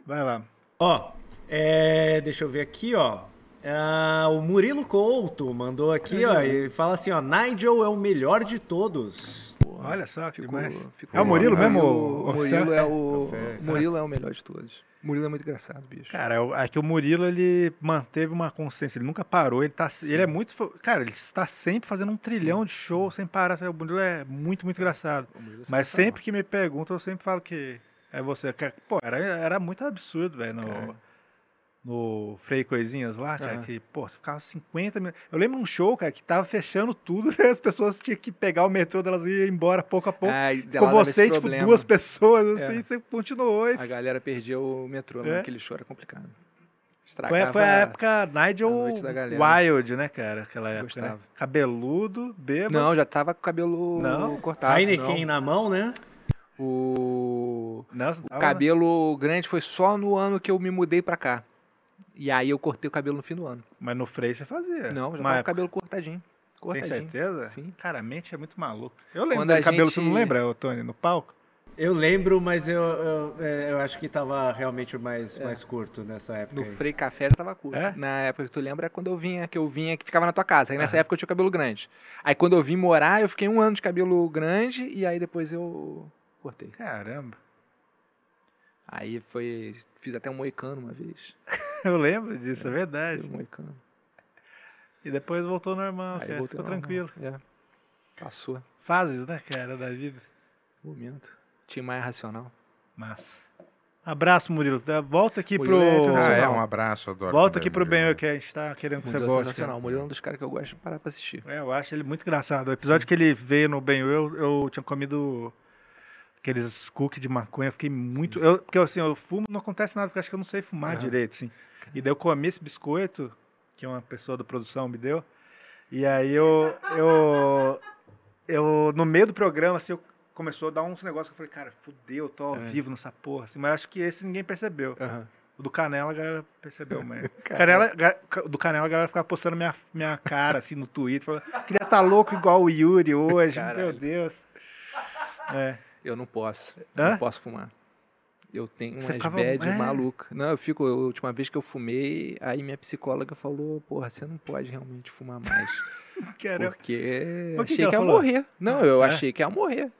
[SPEAKER 3] Vai lá.
[SPEAKER 7] Ó, é, deixa eu ver aqui, ó. Ah, o Murilo Couto mandou aqui,
[SPEAKER 3] Uhum.
[SPEAKER 7] ó, e fala assim, ó, Nigel é o melhor de todos.
[SPEAKER 3] Olha só, que demais.
[SPEAKER 5] ficou
[SPEAKER 3] É o Murilo
[SPEAKER 5] bom, né?
[SPEAKER 3] mesmo?
[SPEAKER 8] O
[SPEAKER 3] o oficial?
[SPEAKER 8] Murilo é o,
[SPEAKER 7] Café,
[SPEAKER 8] o Murilo é o melhor de todos. O Murilo é muito engraçado, bicho.
[SPEAKER 3] Cara, eu- é que o Murilo, ele manteve uma consciência, ele nunca parou, ele tá, ele é muito, fo- cara, ele está sempre fazendo um trilhão de shows sem parar, sabe? o Murilo é muito, muito engraçado,
[SPEAKER 8] O Murilo é
[SPEAKER 3] mas
[SPEAKER 8] sensacional.
[SPEAKER 3] sempre que me perguntam, eu sempre falo que é você, cara. pô, era, era muito absurdo, velho, no,
[SPEAKER 8] Cara.
[SPEAKER 3] no Frei Coisinhas lá, cara,
[SPEAKER 8] Aham.
[SPEAKER 3] que, pô, você ficava 50 minutos, eu lembro um show, cara, que tava fechando tudo, né? as pessoas tinham que pegar o metrô, elas iam embora pouco a pouco,
[SPEAKER 8] Ai, dela
[SPEAKER 3] com
[SPEAKER 8] dava esse
[SPEAKER 3] você, e, tipo,
[SPEAKER 8] problema.
[SPEAKER 3] duas pessoas,
[SPEAKER 8] É.
[SPEAKER 3] assim, você continuou e
[SPEAKER 8] A galera perdia o metrô,
[SPEAKER 3] É.
[SPEAKER 8] né? aquele show era complicado.
[SPEAKER 3] Foi,
[SPEAKER 8] Estragava.
[SPEAKER 3] a- foi a época Nigel
[SPEAKER 8] a noite da galera.
[SPEAKER 3] Wild, né, cara? Aquela época. Né?
[SPEAKER 8] Gostava.
[SPEAKER 3] Cabeludo, bêbado.
[SPEAKER 8] Não, já tava com o cabelo
[SPEAKER 3] Tá, Não.
[SPEAKER 8] cortado.
[SPEAKER 7] Heineken na mão, né?
[SPEAKER 8] não. O...
[SPEAKER 3] não, você não
[SPEAKER 8] o
[SPEAKER 3] tava,
[SPEAKER 8] cabelo grande foi só no ano que eu me mudei pra cá. E aí eu cortei o cabelo no fim do ano.
[SPEAKER 3] né? Mas no Frei você fazia.
[SPEAKER 8] Não, já
[SPEAKER 3] Mas
[SPEAKER 8] tava com o cabelo cortadinho.
[SPEAKER 3] É, Tem
[SPEAKER 8] Cortadinho.
[SPEAKER 3] certeza?
[SPEAKER 8] Sim.
[SPEAKER 3] Cara, a mente é muito maluco. Eu lembro
[SPEAKER 8] Quando
[SPEAKER 3] do
[SPEAKER 8] a
[SPEAKER 3] cabelo,
[SPEAKER 8] gente-
[SPEAKER 3] você não lembra, ô, Tony, no palco?
[SPEAKER 7] Eu lembro, mas eu, eu, é, eu acho que tava realmente mais, mais curto nessa época
[SPEAKER 8] No
[SPEAKER 7] aí.
[SPEAKER 8] Frei Café já tava curto.
[SPEAKER 3] É?
[SPEAKER 8] Na época que tu lembra é quando eu vinha, que eu vinha, que ficava na tua casa. Aí nessa época eu tinha o cabelo grande. Aí quando eu vim morar, eu fiquei um ano de cabelo grande e aí depois eu cortei.
[SPEAKER 3] Caramba.
[SPEAKER 8] Aí foi. Fiz até um moicano uma vez.
[SPEAKER 3] Eu lembro disso, é,
[SPEAKER 8] Fiz um
[SPEAKER 3] verdade.
[SPEAKER 8] moicano.
[SPEAKER 3] E depois voltou ao normal,
[SPEAKER 8] aí
[SPEAKER 3] cara.
[SPEAKER 8] voltei
[SPEAKER 3] Ficou
[SPEAKER 8] ao normal.
[SPEAKER 3] tranquilo.
[SPEAKER 8] É. Passou.
[SPEAKER 3] Fases, né, cara, da vida.
[SPEAKER 8] Momento. Tim Maia Racional.
[SPEAKER 3] Massa. Abraço, Murilo. Tá, Volta aqui
[SPEAKER 8] Murilo
[SPEAKER 3] pro.
[SPEAKER 8] é
[SPEAKER 5] Ah,
[SPEAKER 8] sensacional.
[SPEAKER 5] é, um abraço, adoro.
[SPEAKER 3] Volta
[SPEAKER 5] também,
[SPEAKER 3] aqui pro Ben,
[SPEAKER 5] Murilo.
[SPEAKER 3] que a gente tá querendo que você né?
[SPEAKER 8] Murilo é
[SPEAKER 3] volte. cara.
[SPEAKER 8] sensacional. Murilo é um dos caras que eu gosto de parar pra assistir.
[SPEAKER 3] É, eu acho ele muito engraçado. O episódio que ele veio no Ben eu, eu tinha comido aqueles cookies de maconha, eu fiquei muito. Eu, porque assim, eu fumo, não acontece nada, porque eu acho que eu não sei fumar
[SPEAKER 8] Aham.
[SPEAKER 3] direito, assim. E daí eu comi esse biscoito, que uma pessoa da produção me deu. E aí eu. eu, eu no meio do programa, assim, eu começou a dar uns negócios que eu falei, cara, fudeu, eu tô ao
[SPEAKER 8] É.
[SPEAKER 3] vivo nessa porra, assim, mas acho que esse ninguém percebeu.
[SPEAKER 8] Aham.
[SPEAKER 3] O do Canela a galera percebeu, mas.
[SPEAKER 8] Canela.
[SPEAKER 3] Canela, ga- ca- do Canela a galera ficava postando minha, minha cara assim no Twitter. Falando, queria estar louco igual o Yuri hoje,
[SPEAKER 8] Caralho.
[SPEAKER 3] meu Deus. É.
[SPEAKER 8] Eu não posso.
[SPEAKER 3] Hã?
[SPEAKER 8] Não posso fumar. Eu tenho umas
[SPEAKER 3] Você ficava-
[SPEAKER 8] bad
[SPEAKER 3] é.
[SPEAKER 8] maluca. Não, eu fico. eu- a última vez que eu fumei, aí minha psicóloga falou: Porra, você não pode realmente fumar mais. tá
[SPEAKER 3] Quero...
[SPEAKER 8] Porque
[SPEAKER 3] Mas o que
[SPEAKER 8] achei
[SPEAKER 3] que
[SPEAKER 8] que,
[SPEAKER 3] ela
[SPEAKER 8] ia
[SPEAKER 3] falou?
[SPEAKER 8] morrer. Não, eu
[SPEAKER 3] É?
[SPEAKER 8] achei que ia morrer.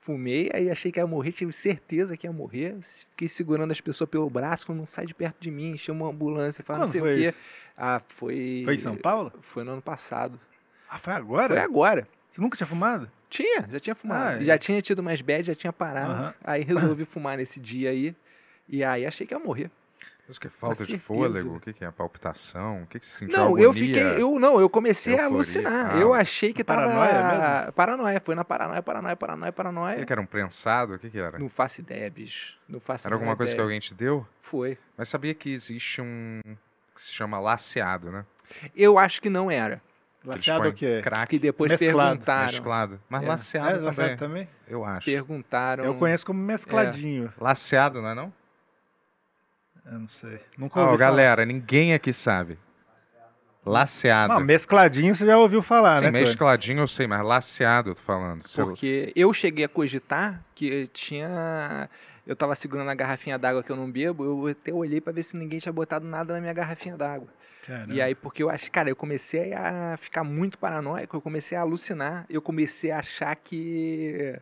[SPEAKER 8] Fumei, aí achei que ia morrer, tive certeza que ia morrer. Fiquei segurando as pessoas pelo braço, falando, não sai de perto de mim, chama uma ambulância, fala não
[SPEAKER 3] Quando
[SPEAKER 8] sei
[SPEAKER 3] foi
[SPEAKER 8] o quê.
[SPEAKER 3] isso?
[SPEAKER 8] Ah, foi.
[SPEAKER 3] Foi em São Paulo?
[SPEAKER 8] Foi no ano passado.
[SPEAKER 3] Ah, foi agora?
[SPEAKER 8] Foi agora.
[SPEAKER 3] Você nunca tinha fumado?
[SPEAKER 8] Tinha, já tinha fumado.
[SPEAKER 3] Ah, é.
[SPEAKER 8] já tinha tido mais bad, já tinha parado.
[SPEAKER 3] Aham.
[SPEAKER 8] Aí resolvi fumar nesse dia aí. E aí achei que ia morrer.
[SPEAKER 5] Isso que é falta
[SPEAKER 8] Com
[SPEAKER 5] de
[SPEAKER 8] certeza.
[SPEAKER 5] fôlego? O que, que é? Palpitação? O que, que você sentiu?
[SPEAKER 8] não,
[SPEAKER 5] agonia?
[SPEAKER 8] eu fiquei. Eu, não, eu comecei a
[SPEAKER 5] Euforia.
[SPEAKER 8] alucinar.
[SPEAKER 5] Ah.
[SPEAKER 8] Eu achei que tava.
[SPEAKER 3] Paranoia
[SPEAKER 8] Paranoia, foi na paranoia, paranoia, paranoia, paranoia.
[SPEAKER 5] O que, que era? Um prensado? O que, que era?
[SPEAKER 8] Não faço ideia, bicho. Não faço
[SPEAKER 5] Era alguma
[SPEAKER 8] menor
[SPEAKER 5] coisa que
[SPEAKER 8] ideia.
[SPEAKER 5] alguém te deu?
[SPEAKER 8] Foi.
[SPEAKER 5] Mas sabia que existe um que se chama laceado, né?
[SPEAKER 8] Eu acho que não era.
[SPEAKER 5] Que eles
[SPEAKER 8] é
[SPEAKER 3] Laceado
[SPEAKER 5] põem
[SPEAKER 3] o quê?
[SPEAKER 8] Que
[SPEAKER 5] Crack
[SPEAKER 8] depois
[SPEAKER 3] Mesclado,
[SPEAKER 8] perguntaram.
[SPEAKER 5] mesclado. Mas
[SPEAKER 8] É.
[SPEAKER 5] laceado
[SPEAKER 3] É,
[SPEAKER 5] também,
[SPEAKER 3] laceado também?
[SPEAKER 5] eu acho.
[SPEAKER 8] Perguntaram.
[SPEAKER 3] Eu conheço como mescladinho.
[SPEAKER 5] Laceado, não é não?
[SPEAKER 8] É.
[SPEAKER 3] Eu não sei. Nunca
[SPEAKER 8] Ah,
[SPEAKER 3] ouvi.
[SPEAKER 5] Ó,
[SPEAKER 3] falar.
[SPEAKER 5] galera, ninguém aqui sabe. Laceado.
[SPEAKER 3] Não,
[SPEAKER 8] tá.
[SPEAKER 3] mescladinho você já ouviu falar,
[SPEAKER 5] Sim,
[SPEAKER 3] né? Tony?
[SPEAKER 5] mescladinho eu sei, mas laceado eu tô falando. Sei lá.
[SPEAKER 8] Porque eu cheguei a cogitar que tinha. Eu tava segurando a garrafinha d'água que eu não bebo, eu até olhei pra ver se ninguém tinha botado nada na minha garrafinha d'água.
[SPEAKER 3] Caramba.
[SPEAKER 8] E aí, porque eu acho, cara, eu comecei a ficar muito paranoico, eu comecei a alucinar, eu comecei a achar que.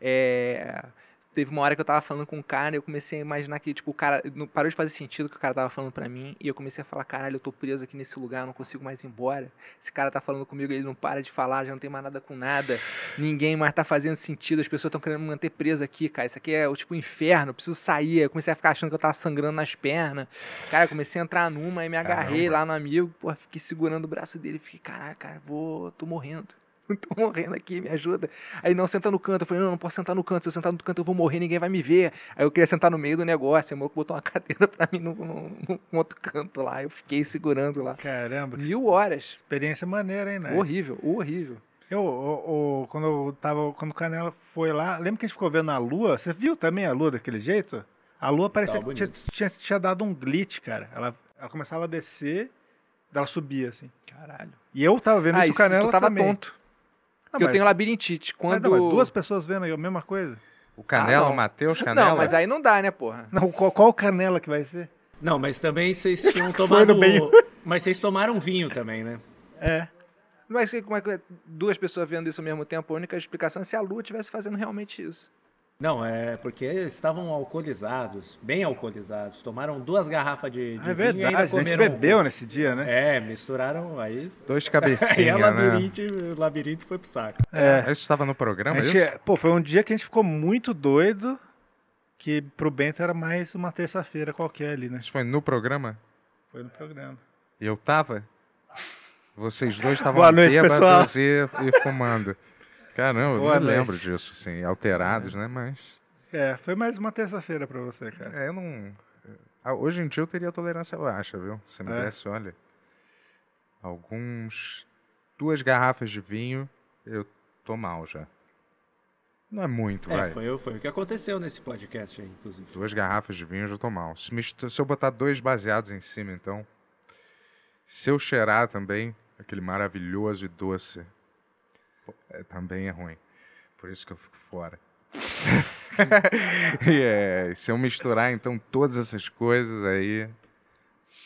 [SPEAKER 8] é, teve uma hora que eu tava falando com um cara e eu comecei a imaginar que, tipo, o cara. Não parou de fazer sentido o que o cara tava falando pra mim. E eu comecei a falar, caralho, eu tô preso aqui nesse lugar, eu não consigo mais ir embora. Esse cara tá falando comigo, ele não para de falar, já não tem mais nada com nada. Ninguém mais tá fazendo sentido, as pessoas estão querendo me manter preso aqui, cara. Isso aqui é o tipo inferno, eu preciso sair. Aí Eu comecei a ficar achando que eu tava sangrando nas pernas. Cara, eu comecei a entrar numa e me agarrei
[SPEAKER 5] Caramba.
[SPEAKER 8] lá no amigo, porra, fiquei segurando o braço dele, fiquei, caralho, cara, vou, tô morrendo. Tô morrendo aqui, me ajuda. Aí não, senta no canto. Eu falei, não, não posso sentar no canto. Se eu sentar no canto, eu vou morrer, ninguém vai me ver. Aí eu queria sentar no meio do negócio. Aí o maluco botou uma cadeira pra mim num, num- num outro canto lá. Eu fiquei segurando lá.
[SPEAKER 3] Caramba, que
[SPEAKER 8] Mil horas.
[SPEAKER 3] experiência maneira, hein, né?
[SPEAKER 8] Horrível, horrível.
[SPEAKER 3] Eu, o- o- quando eu tava, quando o Canela foi lá, lembra que a gente ficou vendo a lua? Você viu também a lua daquele jeito? A lua parecia
[SPEAKER 7] Tava
[SPEAKER 3] que tinha,
[SPEAKER 7] bonito.
[SPEAKER 3] tinha, tinha dado um glitch, cara. Ela, ela começava a descer, ela subia, assim.
[SPEAKER 11] Caralho.
[SPEAKER 3] E eu tava vendo
[SPEAKER 11] Ah,
[SPEAKER 3] isso,
[SPEAKER 11] isso
[SPEAKER 3] o Canela
[SPEAKER 11] tu tava
[SPEAKER 3] também.
[SPEAKER 11] tonto.
[SPEAKER 3] Não,
[SPEAKER 11] Porque eu
[SPEAKER 3] mas-
[SPEAKER 11] tenho labirintite.
[SPEAKER 3] mas
[SPEAKER 11] Quando...
[SPEAKER 3] não, mas duas pessoas vendo aí a mesma coisa?
[SPEAKER 5] O Canela,
[SPEAKER 11] Ah, não.
[SPEAKER 5] o Matheus Canela.
[SPEAKER 11] Não,
[SPEAKER 3] é-
[SPEAKER 11] mas aí não dá, né, porra?
[SPEAKER 3] Não, qual, qual Canela que vai ser?
[SPEAKER 7] Não, mas também vocês tinham
[SPEAKER 3] Foi
[SPEAKER 7] tomado.
[SPEAKER 3] no bem.
[SPEAKER 7] Mas vocês tomaram vinho também, né?
[SPEAKER 3] É.
[SPEAKER 11] Mas que- como é que é? duas pessoas vendo isso ao mesmo tempo? A única explicação é se a Lua estivesse fazendo realmente isso.
[SPEAKER 7] Não, é porque estavam alcoolizados, bem alcoolizados. Tomaram duas garrafas de, de
[SPEAKER 3] Ah, é
[SPEAKER 7] vinho e ainda um
[SPEAKER 3] verdade, a gente
[SPEAKER 7] comeram.
[SPEAKER 3] bebeu nesse dia, né?
[SPEAKER 7] É, misturaram aí.
[SPEAKER 5] Dois
[SPEAKER 7] Aí a
[SPEAKER 5] cabecinhas, né?
[SPEAKER 7] labirinte, o É labirinto foi pro saco.
[SPEAKER 3] É.
[SPEAKER 5] Isso estava no programa,
[SPEAKER 3] a
[SPEAKER 5] isso?
[SPEAKER 3] gente, Pô, foi um dia que a gente ficou muito doido, que pro Bento era mais uma terça-feira qualquer ali, né?
[SPEAKER 5] Isso foi no programa?
[SPEAKER 3] Foi no programa.
[SPEAKER 5] E eu tava? Vocês dois estavam
[SPEAKER 3] Boa noite,
[SPEAKER 5] bêbados e, e fumando. Caramba, eu
[SPEAKER 3] Boa
[SPEAKER 5] não me
[SPEAKER 3] noite.
[SPEAKER 5] lembro disso, assim, alterados, né? Mas.
[SPEAKER 3] É, foi mais uma terça-feira pra você, cara.
[SPEAKER 5] É, eu não. Ah, Hoje em dia eu teria tolerância baixa, viu? Se me
[SPEAKER 3] É.
[SPEAKER 5] desse, olha. Alguns. Duas garrafas de vinho, eu tô mal já. Não é muito,
[SPEAKER 7] É,
[SPEAKER 5] vai.
[SPEAKER 7] foi, foi o que aconteceu nesse podcast aí, inclusive.
[SPEAKER 5] Duas garrafas de vinho eu já tô mal. Se, mistu- se eu botar dois baseados em cima, então. Se eu cheirar também, aquele maravilhoso e doce, pô, é, também é ruim. Por isso que eu fico fora. e é, se eu misturar, então, todas essas coisas aí.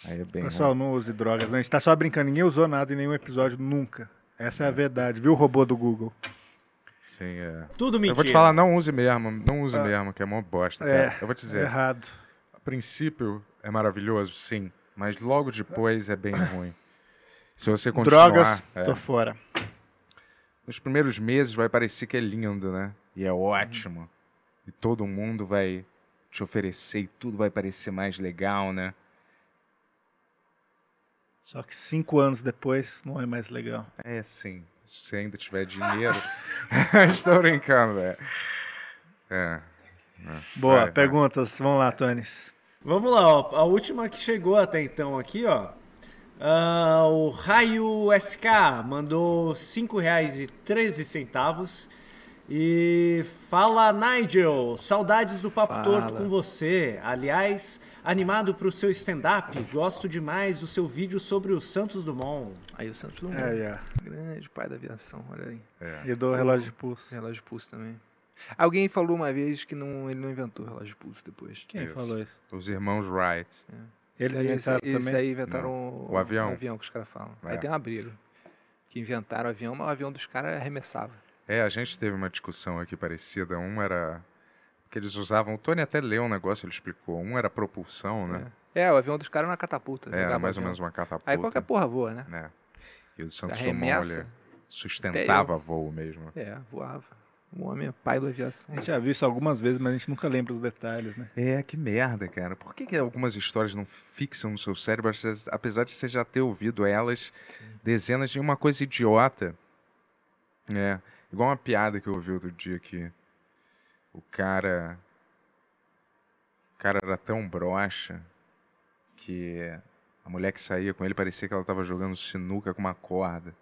[SPEAKER 5] Aí é bem.
[SPEAKER 3] Pessoal,
[SPEAKER 5] ruim.
[SPEAKER 3] não use drogas, né? A gente tá só brincando, ninguém usou nada em nenhum episódio, nunca. Essa é a verdade, viu, robô do Google?
[SPEAKER 5] Sim, é.
[SPEAKER 7] Tudo mentira.
[SPEAKER 5] Eu vou te falar, não use mesmo, não use
[SPEAKER 3] Ah.
[SPEAKER 5] mesmo, que é mó bosta.
[SPEAKER 3] É,
[SPEAKER 5] cara. eu vou te dizer,
[SPEAKER 3] Errado.
[SPEAKER 5] a princípio é maravilhoso, sim, mas logo depois é bem ruim. Se você continuar,
[SPEAKER 3] Drogas,
[SPEAKER 5] é,
[SPEAKER 3] tô fora.
[SPEAKER 5] nos primeiros meses vai parecer que é lindo, né? E é ótimo. E todo mundo vai te oferecer e tudo vai parecer mais legal, né?
[SPEAKER 3] Só que cinco anos depois não é mais legal.
[SPEAKER 5] É sim. Se você ainda tiver dinheiro. Estou brincando, velho. É.
[SPEAKER 3] Boa,
[SPEAKER 5] Vai, vai.
[SPEAKER 3] perguntas, vamos lá, Tones.
[SPEAKER 7] Vamos lá, ó. A última que chegou até então aqui, ó. Ah, o Raio SK mandou R$ 5,13 e fala, Nigel, saudades do Papo
[SPEAKER 3] Fala.
[SPEAKER 7] Torto com você. Aliás, animado pro seu stand-up, gosto demais do seu vídeo sobre o Santos Dumont.
[SPEAKER 11] Aí o Santos
[SPEAKER 8] Hum.
[SPEAKER 11] Dumont,
[SPEAKER 3] É, é.
[SPEAKER 11] grande pai da aviação, olha aí.
[SPEAKER 5] é.
[SPEAKER 3] E do relógio de
[SPEAKER 8] É,
[SPEAKER 3] pulso.
[SPEAKER 11] Relógio de pulso também. Alguém falou uma vez que não, ele não inventou relógio de pulso depois.
[SPEAKER 3] Quem
[SPEAKER 5] Isso.
[SPEAKER 3] falou isso?
[SPEAKER 5] Os irmãos Wright.
[SPEAKER 3] Eles
[SPEAKER 11] Aí,
[SPEAKER 3] inventaram
[SPEAKER 11] esse, esse
[SPEAKER 3] também?
[SPEAKER 11] aí inventaram o,
[SPEAKER 5] O avião.
[SPEAKER 11] que os caras falam.
[SPEAKER 5] É.
[SPEAKER 11] Aí tem uma briga. Que inventaram o avião, mas o avião dos caras arremessava.
[SPEAKER 5] É, a gente teve uma discussão aqui parecida. Um era. Que eles usavam. O Tony até leu um negócio, ele explicou. Um era propulsão, né?
[SPEAKER 11] É, o avião dos caras era uma catapulta.
[SPEAKER 5] É, era
[SPEAKER 11] jogava
[SPEAKER 5] mais
[SPEAKER 11] o
[SPEAKER 5] ou
[SPEAKER 11] avião.
[SPEAKER 5] menos uma catapulta.
[SPEAKER 11] Aí qualquer porra voa, né?
[SPEAKER 5] né? E o Santos Dumont,
[SPEAKER 11] Arremessa. um-
[SPEAKER 5] ele sustentava voo mesmo.
[SPEAKER 11] É, voava. O homem é pai da aviação.
[SPEAKER 3] A gente já viu isso algumas vezes, mas a gente nunca lembra os detalhes, né?
[SPEAKER 5] É, que merda, cara. Por que, que algumas histórias não fixam no seu cérebro, apesar- apesar de você já ter ouvido elas dezenas de uma coisa idiota? É, igual uma piada que eu ouvi outro dia que o cara. O cara era tão broxa que a mulher que saía com ele parecia que ela tava jogando sinuca com uma corda.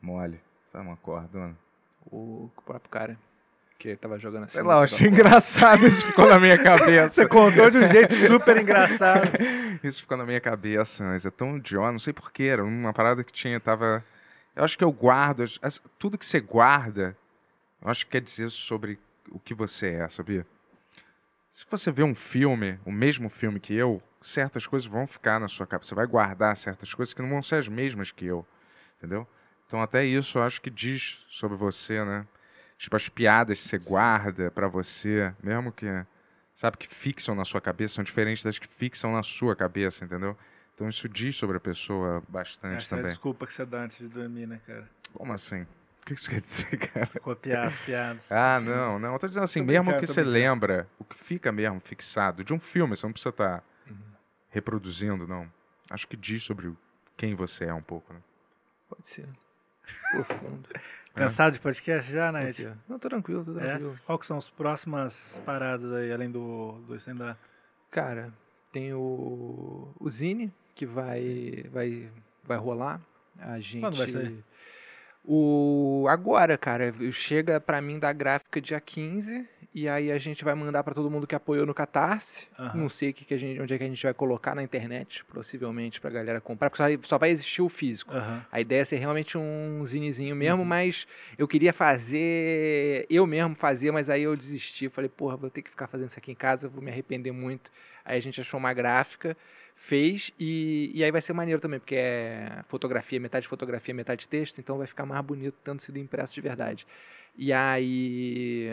[SPEAKER 5] Mole. Sabe uma cordona?
[SPEAKER 11] O próprio cara que tava jogando assim.
[SPEAKER 5] Sei lá,
[SPEAKER 11] jogava
[SPEAKER 5] eu achei
[SPEAKER 11] bola.
[SPEAKER 5] engraçado, isso ficou na minha cabeça.
[SPEAKER 3] Você contou de um jeito super engraçado.
[SPEAKER 5] Isso ficou na minha cabeça, mas é tão idiota, não sei porquê, era uma parada que tinha, tava... Eu acho que eu guardo, as- as- tudo que você guarda, eu acho que quer dizer sobre o que você é, sabia? Se você vê um filme, o mesmo filme que eu, certas coisas vão ficar na sua cabeça, você vai guardar certas coisas que não vão ser as mesmas que eu, entendeu? Então até isso eu acho que diz sobre você, né? Tipo, as piadas que você guarda pra você, mesmo que sabe, que fixam na sua cabeça são diferentes das que fixam na sua cabeça, entendeu? Então isso diz sobre a pessoa bastante
[SPEAKER 3] Essa é a
[SPEAKER 5] também.
[SPEAKER 3] desculpa que você dá antes de dormir, né, cara?
[SPEAKER 5] Como assim? O que isso quer dizer, cara?
[SPEAKER 3] Copiar as piadas.
[SPEAKER 5] Ah, não, não. Eu tô dizendo assim,
[SPEAKER 3] Tô
[SPEAKER 5] mesmo
[SPEAKER 3] brincando,
[SPEAKER 5] que
[SPEAKER 3] tô
[SPEAKER 5] você
[SPEAKER 3] brincando.
[SPEAKER 5] lembra, o que fica mesmo fixado de um filme, você não precisa estar Uhum. reproduzindo, não. Acho que diz sobre o- quem você é um pouco, né?
[SPEAKER 11] Pode ser. Profundo.
[SPEAKER 5] ah.
[SPEAKER 3] Cansado de podcast já, né?
[SPEAKER 11] Aqui, ó. Não, tô tranquilo, tô
[SPEAKER 3] É?
[SPEAKER 11] tranquilo.
[SPEAKER 3] Qual que são as próximas paradas aí, além do, do stand-up?
[SPEAKER 11] Cara, tem o, o Zine, que vai, vai, vai rolar. A gente.
[SPEAKER 3] Quando vai sair?
[SPEAKER 11] O, agora, cara, eu- chega pra mim da gráfica dia 15
[SPEAKER 8] E aí a gente vai mandar para todo mundo que apoiou no Catarse.
[SPEAKER 13] Aham.
[SPEAKER 8] Não sei o que que a gente, onde é que a gente vai colocar na internet, possivelmente, pra galera comprar, porque só, só vai existir o físico.
[SPEAKER 13] Aham.
[SPEAKER 8] A ideia é ser realmente um zinezinho mesmo, mas eu queria fazer, eu mesmo fazia, mas aí eu desisti. Falei, porra, vou ter que ficar fazendo isso aqui em casa, vou me arrepender muito. Aí a gente achou uma gráfica, fez, e, e aí vai ser maneiro também, porque é fotografia, metade fotografia, metade texto, então vai ficar mais bonito tendo sido impresso de verdade. E aí.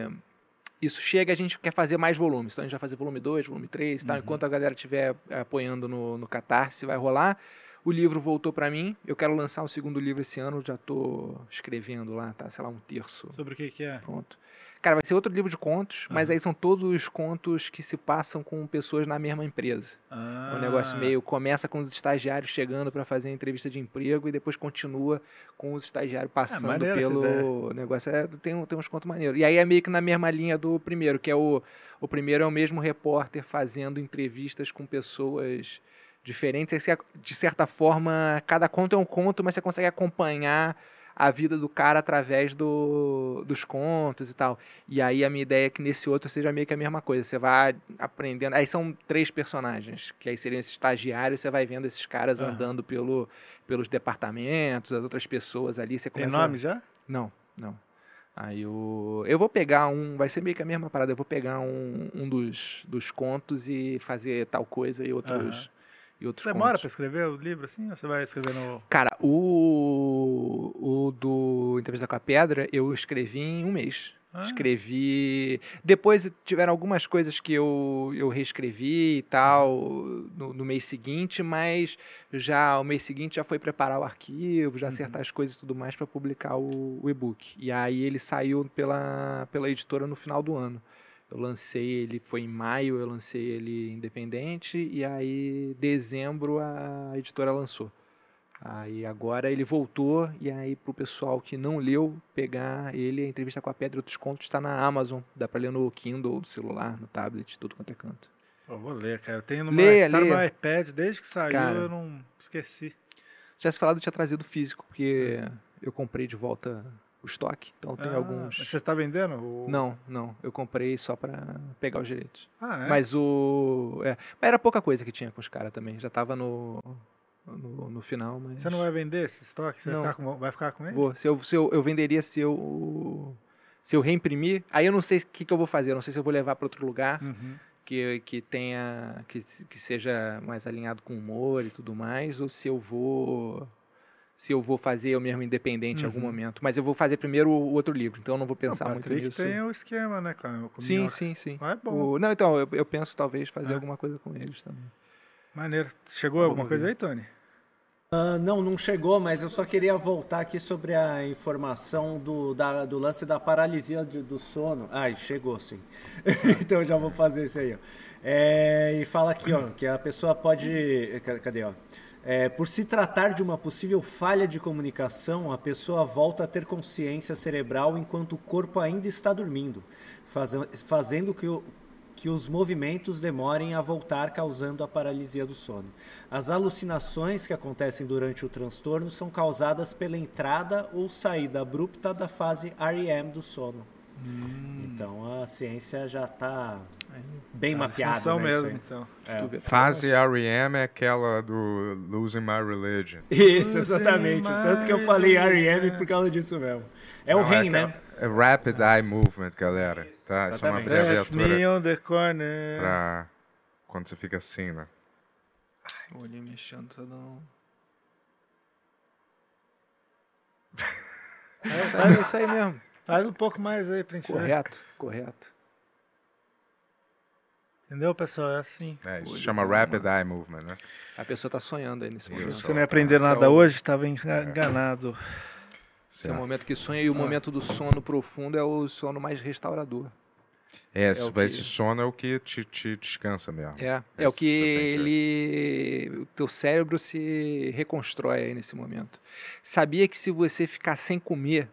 [SPEAKER 8] Isso chega, a gente quer fazer mais volumes. Então a gente vai fazer volume 2, volume 3 e tal.
[SPEAKER 13] Uhum.
[SPEAKER 8] Enquanto a galera estiver apoiando no, no Catarse, vai rolar. O livro voltou pra mim. Eu quero lançar o segundo livro esse ano. eu Já tô escrevendo lá, tá? Sei lá, um terço.
[SPEAKER 13] Sobre o que que é?
[SPEAKER 8] Pronto. Cara, vai ser outro livro de contos, mas
[SPEAKER 13] Aham.
[SPEAKER 8] aí são todos os contos que se passam com pessoas na mesma empresa. É
[SPEAKER 13] Ah,
[SPEAKER 8] um negócio meio. Começa com os estagiários chegando pra fazer a entrevista de emprego e depois continua com os estagiários passando
[SPEAKER 3] Ah, maneiro essa
[SPEAKER 8] pelo negócio. É, tem, um- tem uns contos maneiros. E aí é meio que na mesma linha do primeiro, que é o. O primeiro é o mesmo repórter fazendo entrevistas com pessoas diferentes. Esse é, de certa forma, cada conto é um conto, mas você consegue acompanhar a vida do cara através do, dos contos e tal. E aí a minha ideia é que nesse outro seja meio que a mesma coisa. Você vai aprendendo. Aí são três personagens, que aí seriam esses estagiários, você vai vendo esses caras
[SPEAKER 13] Aham.
[SPEAKER 8] andando pelo, pelos departamentos, as outras pessoas ali. Você
[SPEAKER 3] Tem
[SPEAKER 8] começa
[SPEAKER 3] nome já?
[SPEAKER 8] não, não. Aí eu, eu vou pegar um. Vai ser meio que a mesma parada. Eu vou pegar um, um dos, dos contos e fazer tal coisa e outros. E outros
[SPEAKER 3] Você demora pra
[SPEAKER 8] contos.
[SPEAKER 3] escrever o livro assim? Ou você vai escrever no.
[SPEAKER 8] Cara, o, o do Entrevista com a Pedra eu escrevi em um mês.
[SPEAKER 3] Ah.
[SPEAKER 8] Escrevi. Depois tiveram algumas coisas que eu, eu reescrevi e tal no, no mês seguinte, mas já o mês seguinte já foi preparar o arquivo, já acertar as coisas e tudo mais para publicar o, o e-book. E aí ele saiu pela, pela editora no final do ano. Eu lancei ele, foi em maio, eu lancei ele independente, e aí dezembro a editora lançou. Aí agora ele voltou, e aí pro pessoal que não leu pegar ele, a entrevista com a Pedra e outros contos está na Amazon. Dá pra ler no Kindle, no celular, no tablet, tudo quanto é canto.
[SPEAKER 3] Eu vou ler, cara. Eu tenho no meu,
[SPEAKER 8] Leia,
[SPEAKER 3] tá no
[SPEAKER 8] leia.
[SPEAKER 3] meu iPad desde que saiu,
[SPEAKER 8] Cara.
[SPEAKER 3] eu não esqueci.
[SPEAKER 8] Se tivesse falado, eu tinha trazido físico, porque eu comprei de volta o estoque, então tem
[SPEAKER 3] É. Ah,
[SPEAKER 8] alguns.
[SPEAKER 3] mas Você tá vendendo? o-
[SPEAKER 8] Não, não, eu comprei só pra pegar os direitos.
[SPEAKER 3] Ah, é?
[SPEAKER 8] Mas o. é, mas era pouca coisa que tinha com os caras também. Já tava no. No, no final, mas.
[SPEAKER 3] Você não vai vender esse estoque? Você
[SPEAKER 8] Não.
[SPEAKER 3] vai ficar com, vai ficar com ele?
[SPEAKER 8] Vou. Se eu, se eu, eu venderia se eu. Se eu reimprimir. Aí eu não sei o que, que eu vou fazer. Eu não sei se eu vou levar pra outro lugar
[SPEAKER 3] Uhum.
[SPEAKER 8] que, que tenha. Que, se- que seja mais alinhado com o humor e tudo mais. Ou se eu vou. Se eu vou fazer eu mesmo independente em algum
[SPEAKER 3] Uhum.
[SPEAKER 8] momento. Mas eu vou fazer primeiro o outro livro, então eu não vou
[SPEAKER 3] Não,
[SPEAKER 8] pensar
[SPEAKER 3] o
[SPEAKER 8] muito
[SPEAKER 3] Patrick
[SPEAKER 8] nisso.
[SPEAKER 3] tem o esquema, né, cara? Com
[SPEAKER 8] Sim,
[SPEAKER 3] minhoca.
[SPEAKER 8] sim, sim.
[SPEAKER 3] Mas é bom.
[SPEAKER 8] O- não, então, eu, eu penso talvez fazer
[SPEAKER 3] É.
[SPEAKER 8] alguma coisa com eles também.
[SPEAKER 3] Maneiro. Chegou
[SPEAKER 8] Vou
[SPEAKER 3] alguma coisa
[SPEAKER 8] ver.
[SPEAKER 3] aí, Tony?
[SPEAKER 7] Ah, não, não chegou, mas eu só queria voltar aqui sobre a informação do, da- do lance da paralisia de- do sono. Ai, chegou sim. então eu já vou fazer isso aí. Ó. É, e fala aqui, ó, que a pessoa pode. ca- Cadê, ó? É, por se tratar de uma possível falha de comunicação, a pessoa volta a ter consciência cerebral enquanto o corpo ainda está dormindo, faze- fazendo que o, que os movimentos demorem a voltar, causando a paralisia do sono. As alucinações que acontecem durante o transtorno são causadas pela entrada ou saída abrupta da fase REM do sono. Então a ciência já está
[SPEAKER 3] É,
[SPEAKER 7] bem mapeada.
[SPEAKER 3] Atenção
[SPEAKER 7] Né, isso
[SPEAKER 3] tá mesmo,
[SPEAKER 7] aí.
[SPEAKER 3] então.
[SPEAKER 5] Fase R.E.M. é aquela do Losing My Religion.
[SPEAKER 7] Isso, exatamente. Tanto que eu falei REM por causa disso mesmo. É o
[SPEAKER 5] Não, é
[SPEAKER 7] REM, né?
[SPEAKER 5] aquela- É Rapid Eye Movement, galera. Tá? Isso é uma
[SPEAKER 7] Exatamente.
[SPEAKER 3] That's me
[SPEAKER 5] abreviatura
[SPEAKER 3] on the corner.
[SPEAKER 5] pra quando você fica assim, né?
[SPEAKER 8] O olhinho mexendo, tá
[SPEAKER 3] um-
[SPEAKER 8] dando. É isso aí mesmo.
[SPEAKER 3] Faz um pouco mais aí pra gente ver.
[SPEAKER 8] Correto, correto.
[SPEAKER 3] Entendeu, pessoal? É assim.
[SPEAKER 5] É, isso
[SPEAKER 8] Olho
[SPEAKER 5] chama
[SPEAKER 8] pra
[SPEAKER 5] Rapid Eye Movement, né?
[SPEAKER 8] A pessoa tá sonhando aí nesse
[SPEAKER 5] Isso.
[SPEAKER 8] momento.
[SPEAKER 3] Você não
[SPEAKER 5] tá.
[SPEAKER 3] ia aprender nada
[SPEAKER 5] Esse é o-
[SPEAKER 3] hoje, tava enga- enganado.
[SPEAKER 8] Esse é o momento que sonha
[SPEAKER 5] Ah.
[SPEAKER 8] e o momento do sono profundo é o sono mais restaurador.
[SPEAKER 5] É,
[SPEAKER 8] o
[SPEAKER 5] esse,
[SPEAKER 8] que-
[SPEAKER 5] esse sono é o que te, te descansa mesmo.
[SPEAKER 8] É, é
[SPEAKER 5] Esse
[SPEAKER 8] o que
[SPEAKER 5] você tem que-
[SPEAKER 8] ele. O teu cérebro se reconstrói aí nesse momento. Sabia que se você ficar sem comer,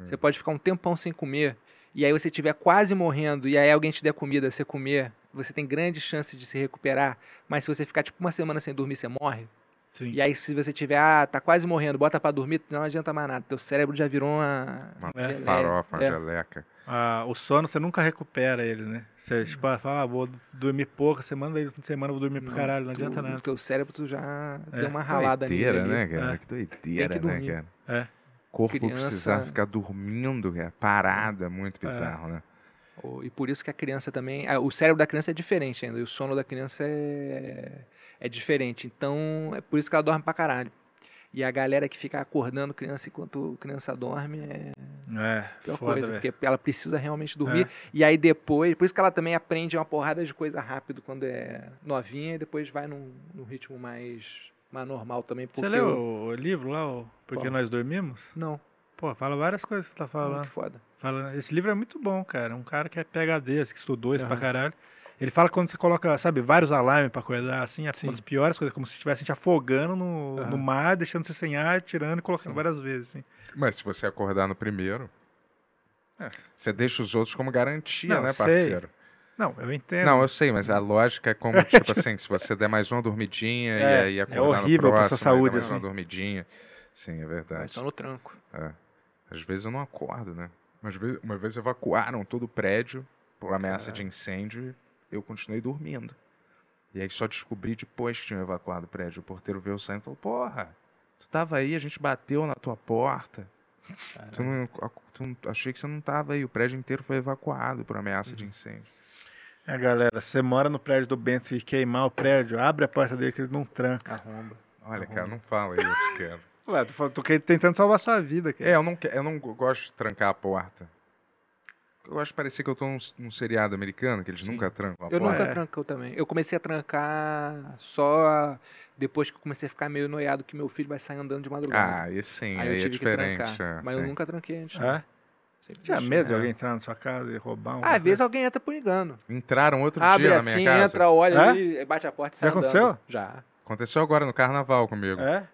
[SPEAKER 5] Hum.
[SPEAKER 8] você pode ficar um tempão sem comer, e aí você estiver quase morrendo, e aí alguém te der comida, você comer, você tem grande chance de se recuperar, mas se você ficar tipo uma semana sem dormir, você morre.
[SPEAKER 3] Sim.
[SPEAKER 8] E aí, se você tiver, ah, tá quase morrendo, bota pra dormir, não adianta mais nada. Teu cérebro já virou uma.
[SPEAKER 5] Uma
[SPEAKER 8] É.
[SPEAKER 5] farofa, uma
[SPEAKER 8] É.
[SPEAKER 5] geleca.
[SPEAKER 3] Ah, o sono você nunca recupera ele, né? Você tipo, ah, fala, ah, vou dormir pouco, semana daí no fim de semana eu vou dormir pra caralho, não
[SPEAKER 8] tu-
[SPEAKER 3] adianta nada.
[SPEAKER 8] Teu cérebro tu já
[SPEAKER 3] É.
[SPEAKER 8] deu uma
[SPEAKER 5] Que
[SPEAKER 8] ralada nele.
[SPEAKER 5] doideira,
[SPEAKER 8] ali.
[SPEAKER 5] né, cara?
[SPEAKER 3] É.
[SPEAKER 5] Que doideira, né,
[SPEAKER 8] dormir.
[SPEAKER 5] cara?
[SPEAKER 3] É.
[SPEAKER 5] Corpo
[SPEAKER 8] Criança-
[SPEAKER 5] precisar ficar dormindo, cara, parado, é muito bizarro, né?
[SPEAKER 8] O- E por isso que a criança também. ah, O cérebro da criança é diferente ainda. E o sono da criança é, é diferente. Então, é por isso que ela dorme pra caralho. E a galera que fica acordando criança enquanto criança dorme é
[SPEAKER 3] É,
[SPEAKER 8] a pior
[SPEAKER 3] foda,
[SPEAKER 8] coisa,
[SPEAKER 3] velho. É.
[SPEAKER 8] porque ela precisa realmente dormir. E aí depois. Por isso que ela também aprende uma porrada de coisa rápido quando é novinha e depois vai num, num ritmo mais, mais normal também. Porque
[SPEAKER 3] Você leu
[SPEAKER 8] eu-
[SPEAKER 3] o o livro lá, o Porque
[SPEAKER 8] Qual?
[SPEAKER 3] Nós Dormimos?
[SPEAKER 8] Não,
[SPEAKER 3] Pô, fala várias coisas que você tá
[SPEAKER 8] não,
[SPEAKER 3] falando.
[SPEAKER 8] que foda.
[SPEAKER 3] Fala- Esse livro é muito bom, cara. Um cara que é PHD, assim, que estudou isso pra
[SPEAKER 8] Aham.
[SPEAKER 3] caralho. Ele fala que quando você coloca, sabe, vários alarmes pra acordar, assim, é
[SPEAKER 8] Sim.
[SPEAKER 3] uma das piores coisas, como se estivessem te afogando no,
[SPEAKER 8] Aham.
[SPEAKER 3] no mar, deixando você sem ar, tirando e colocando
[SPEAKER 8] Sim.
[SPEAKER 3] várias vezes, assim.
[SPEAKER 5] Mas se você acordar no primeiro,
[SPEAKER 3] É.
[SPEAKER 5] você deixa os outros como garantia,
[SPEAKER 3] Não,
[SPEAKER 5] né,
[SPEAKER 3] sei.
[SPEAKER 5] parceiro?
[SPEAKER 3] Não, eu entendo.
[SPEAKER 5] Não, eu sei, mas a lógica é como, tipo assim, se você der mais uma dormidinha
[SPEAKER 3] É,
[SPEAKER 5] e aí
[SPEAKER 3] é
[SPEAKER 5] acordar no
[SPEAKER 3] horrível pra sua
[SPEAKER 5] próximo, aí dá
[SPEAKER 3] saúde,
[SPEAKER 5] mais uma
[SPEAKER 3] assim.
[SPEAKER 5] dormidinha. Sim, é
[SPEAKER 8] Vai
[SPEAKER 5] verdade.
[SPEAKER 8] só no tranco.
[SPEAKER 5] É. Às vezes eu não acordo, né? Mas ve- uma vez evacuaram todo o prédio por ameaça de incêndio e eu continuei dormindo. E aí só descobri depois que tinham evacuado o prédio. O porteiro veio saindo e falou, porra, tu tava aí, a gente bateu na tua porta. Tu não, tu não- achei que você não tava aí. O prédio inteiro foi evacuado por ameaça
[SPEAKER 8] Uhum.
[SPEAKER 5] de incêndio.
[SPEAKER 3] É, galera, você mora no prédio do Bento e queimar o prédio, abre a porta dele que ele não tranca.
[SPEAKER 8] Arromba.
[SPEAKER 5] Olha, cara, não fala isso, cara.
[SPEAKER 3] Ué, tô, fal- tô que- tentando salvar sua vida, cara.
[SPEAKER 5] É, eu não, que- eu não go- gosto de trancar a porta. Eu acho que parecia que eu tô num, s- num seriado americano, que eles nunca trancam a
[SPEAKER 8] Eu
[SPEAKER 5] porta.
[SPEAKER 8] nunca
[SPEAKER 3] é.
[SPEAKER 8] tranco também. Eu comecei a trancar só depois que eu comecei a ficar meio noiado que meu filho vai sair andando de madrugada.
[SPEAKER 5] Ah, esse sim,
[SPEAKER 8] aí
[SPEAKER 5] aí,
[SPEAKER 8] eu tive
[SPEAKER 5] é diferente.
[SPEAKER 8] que trancar.
[SPEAKER 5] é,
[SPEAKER 8] mas eu
[SPEAKER 5] sim.
[SPEAKER 8] nunca tranquei antes. não.
[SPEAKER 3] É?
[SPEAKER 8] Sempre
[SPEAKER 3] Tinha
[SPEAKER 8] deixei.
[SPEAKER 3] medo de
[SPEAKER 5] É.
[SPEAKER 3] alguém entrar na sua casa e roubar um.
[SPEAKER 8] né? Ah, às vezes alguém entra punigando.
[SPEAKER 5] Entraram outro
[SPEAKER 8] Abre
[SPEAKER 5] dia na minha
[SPEAKER 8] assim,
[SPEAKER 5] casa.
[SPEAKER 8] entra, olha
[SPEAKER 3] É?
[SPEAKER 8] ali, bate a porta e sai
[SPEAKER 3] Já
[SPEAKER 8] andando.
[SPEAKER 3] aconteceu?
[SPEAKER 8] Já.
[SPEAKER 5] Aconteceu agora no carnaval comigo.
[SPEAKER 3] É?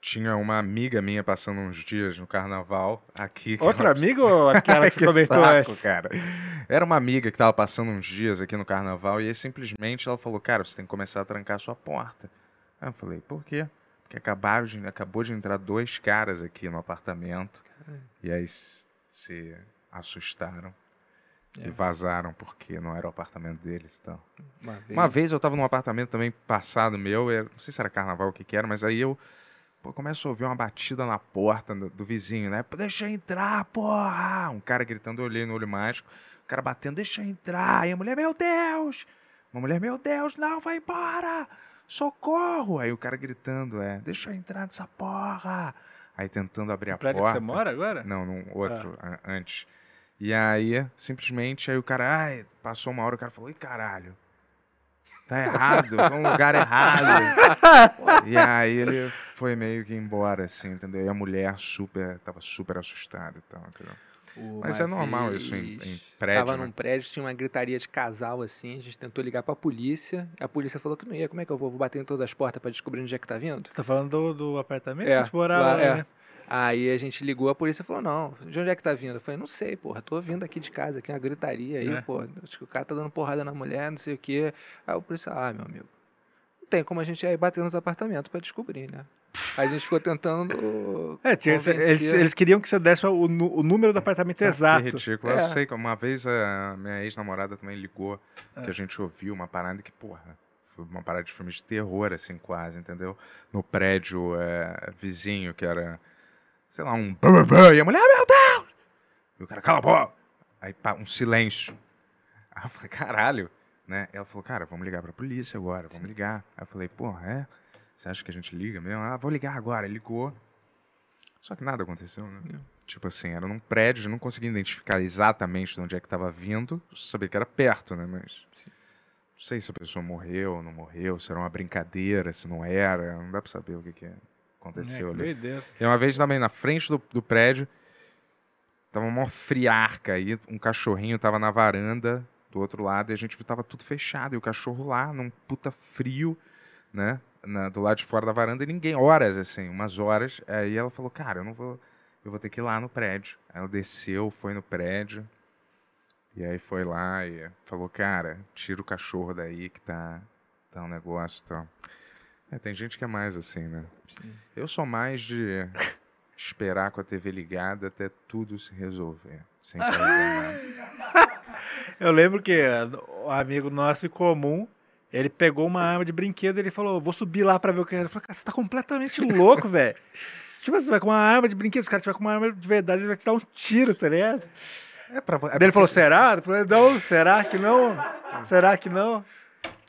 [SPEAKER 5] Tinha uma amiga minha passando uns dias no carnaval aqui. que
[SPEAKER 3] Outro
[SPEAKER 5] ela-
[SPEAKER 3] amigo ou aquela que você
[SPEAKER 5] Que
[SPEAKER 3] comentou
[SPEAKER 5] saco,
[SPEAKER 3] antes?
[SPEAKER 5] cara. Era uma amiga que tava passando uns dias aqui no carnaval e aí simplesmente ela falou, cara, você tem que começar a trancar a sua porta. Aí eu falei, por quê? Porque acabaram de, acabou de entrar dois caras aqui no apartamento e aí s- se assustaram
[SPEAKER 8] É.
[SPEAKER 5] e vazaram porque não era o apartamento deles então. e tal.
[SPEAKER 8] Uma vez.
[SPEAKER 5] Uma vez eu tava num apartamento também passado meu, era- não sei se era carnaval o que que era, mas aí eu pô, começo a ouvir uma batida na porta do, do vizinho, né? Pô, Deixa eu entrar, porra! Um cara gritando, eu olhei no olho mágico, o cara batendo, deixa eu entrar! E a mulher, meu Deus! Uma mulher, meu Deus, não, vai embora! Socorro! Aí o cara gritando, é, deixa eu entrar nessa porra! Aí tentando abrir a
[SPEAKER 3] No prédio que
[SPEAKER 5] porta.
[SPEAKER 3] você mora agora?
[SPEAKER 5] Não, num outro a- antes. E aí, simplesmente, aí o cara, ai, passou uma hora, o cara falou, ih, caralho, tá errado, tô num lugar errado. e aí ele foi meio que embora, assim, entendeu? E a mulher super, tava super assustada e tal, entendeu?
[SPEAKER 8] Uma
[SPEAKER 5] Mas é normal isso em- em
[SPEAKER 8] vez,
[SPEAKER 5] prédio,
[SPEAKER 8] Tava
[SPEAKER 5] né?
[SPEAKER 8] num prédio, tinha uma gritaria de casal assim, a gente tentou ligar pra polícia. A polícia falou que não ia. Como é que eu vou? Vou bater em todas as portas pra descobrir onde é que tá vindo?
[SPEAKER 3] Você tá falando do, do apartamento?
[SPEAKER 8] É,
[SPEAKER 3] que você morava
[SPEAKER 8] lá,
[SPEAKER 3] lá,
[SPEAKER 8] é.
[SPEAKER 3] né?
[SPEAKER 8] Aí a gente ligou a polícia e falou: não, de onde é que tá vindo? Eu falei, não sei, porra, tô vindo aqui de casa, aqui uma gritaria aí,
[SPEAKER 3] É.
[SPEAKER 8] pô. Acho que o cara tá dando porrada na mulher, não sei o quê. Aí o polícia, ah, meu amigo, não tem como a gente ir aí bater nos apartamentos pra descobrir, né? Aí a gente ficou tentando.
[SPEAKER 3] É, tinha, esse- eles,
[SPEAKER 8] Convencer.
[SPEAKER 3] eles queriam que você desse o, nu- o número do apartamento
[SPEAKER 5] Tá, Que
[SPEAKER 3] exato.
[SPEAKER 5] ridículo.
[SPEAKER 8] É.
[SPEAKER 5] Eu sei que uma vez a minha ex-namorada também ligou,
[SPEAKER 3] É.
[SPEAKER 5] que a gente ouviu uma parada que, porra, foi uma parada de filmes de terror, assim, quase, entendeu? No prédio é, vizinho, que era, sei lá, um... brrr, brrr, E a mulher, "Ah, meu Deus! E o cara, cala a boca! Aí, pá, um silêncio. Aí eu falei, caralho, né? Ela falou, cara, vamos ligar pra polícia agora, vamos ligar. Aí eu falei, porra, é? Você acha que a gente liga mesmo? Ah, vou ligar agora. Aí ligou. Só que nada aconteceu, né?
[SPEAKER 3] É.
[SPEAKER 5] Tipo assim, era num prédio, eu não conseguia identificar exatamente de onde é que estava vindo, eu sabia que era perto, né? Mas não sei se a pessoa morreu ou não morreu, se era uma brincadeira, se não era, não dá pra saber o que, que
[SPEAKER 3] É, que
[SPEAKER 5] aconteceu ali.
[SPEAKER 3] doideira.
[SPEAKER 5] E uma vez também na frente do, do prédio, tava uma friarca aí, um cachorrinho tava na varanda do outro lado e a gente viu, tava tudo fechado e o cachorro lá num puta frio, né? na- do lado de fora da varanda e ninguém, horas assim, umas horas. Aí ela falou, cara, eu não vou, eu vou ter que ir lá no prédio. Aí ela desceu, foi no prédio e aí foi lá e falou, cara, tira o cachorro daí que tá, tá um negócio e tal. É, tem gente que é mais assim, né?
[SPEAKER 14] Sim.
[SPEAKER 5] Eu sou mais de esperar com a TV ligada até tudo se resolver. Sem fazer nada.
[SPEAKER 3] Eu lembro que ah, o amigo nosso em comum, ele pegou uma arma de brinquedo e ele falou, vou subir lá pra ver o que é. Eu falei, cara, você tá completamente louco, velho. Tipo, você vai com uma arma de brinquedo, se o cara tiver com uma arma de verdade, ele vai te dar um tiro, tá ligado?
[SPEAKER 5] É pra, vo- é
[SPEAKER 3] Daí ele falou, será? Eu falei, não, será que não? Será que não?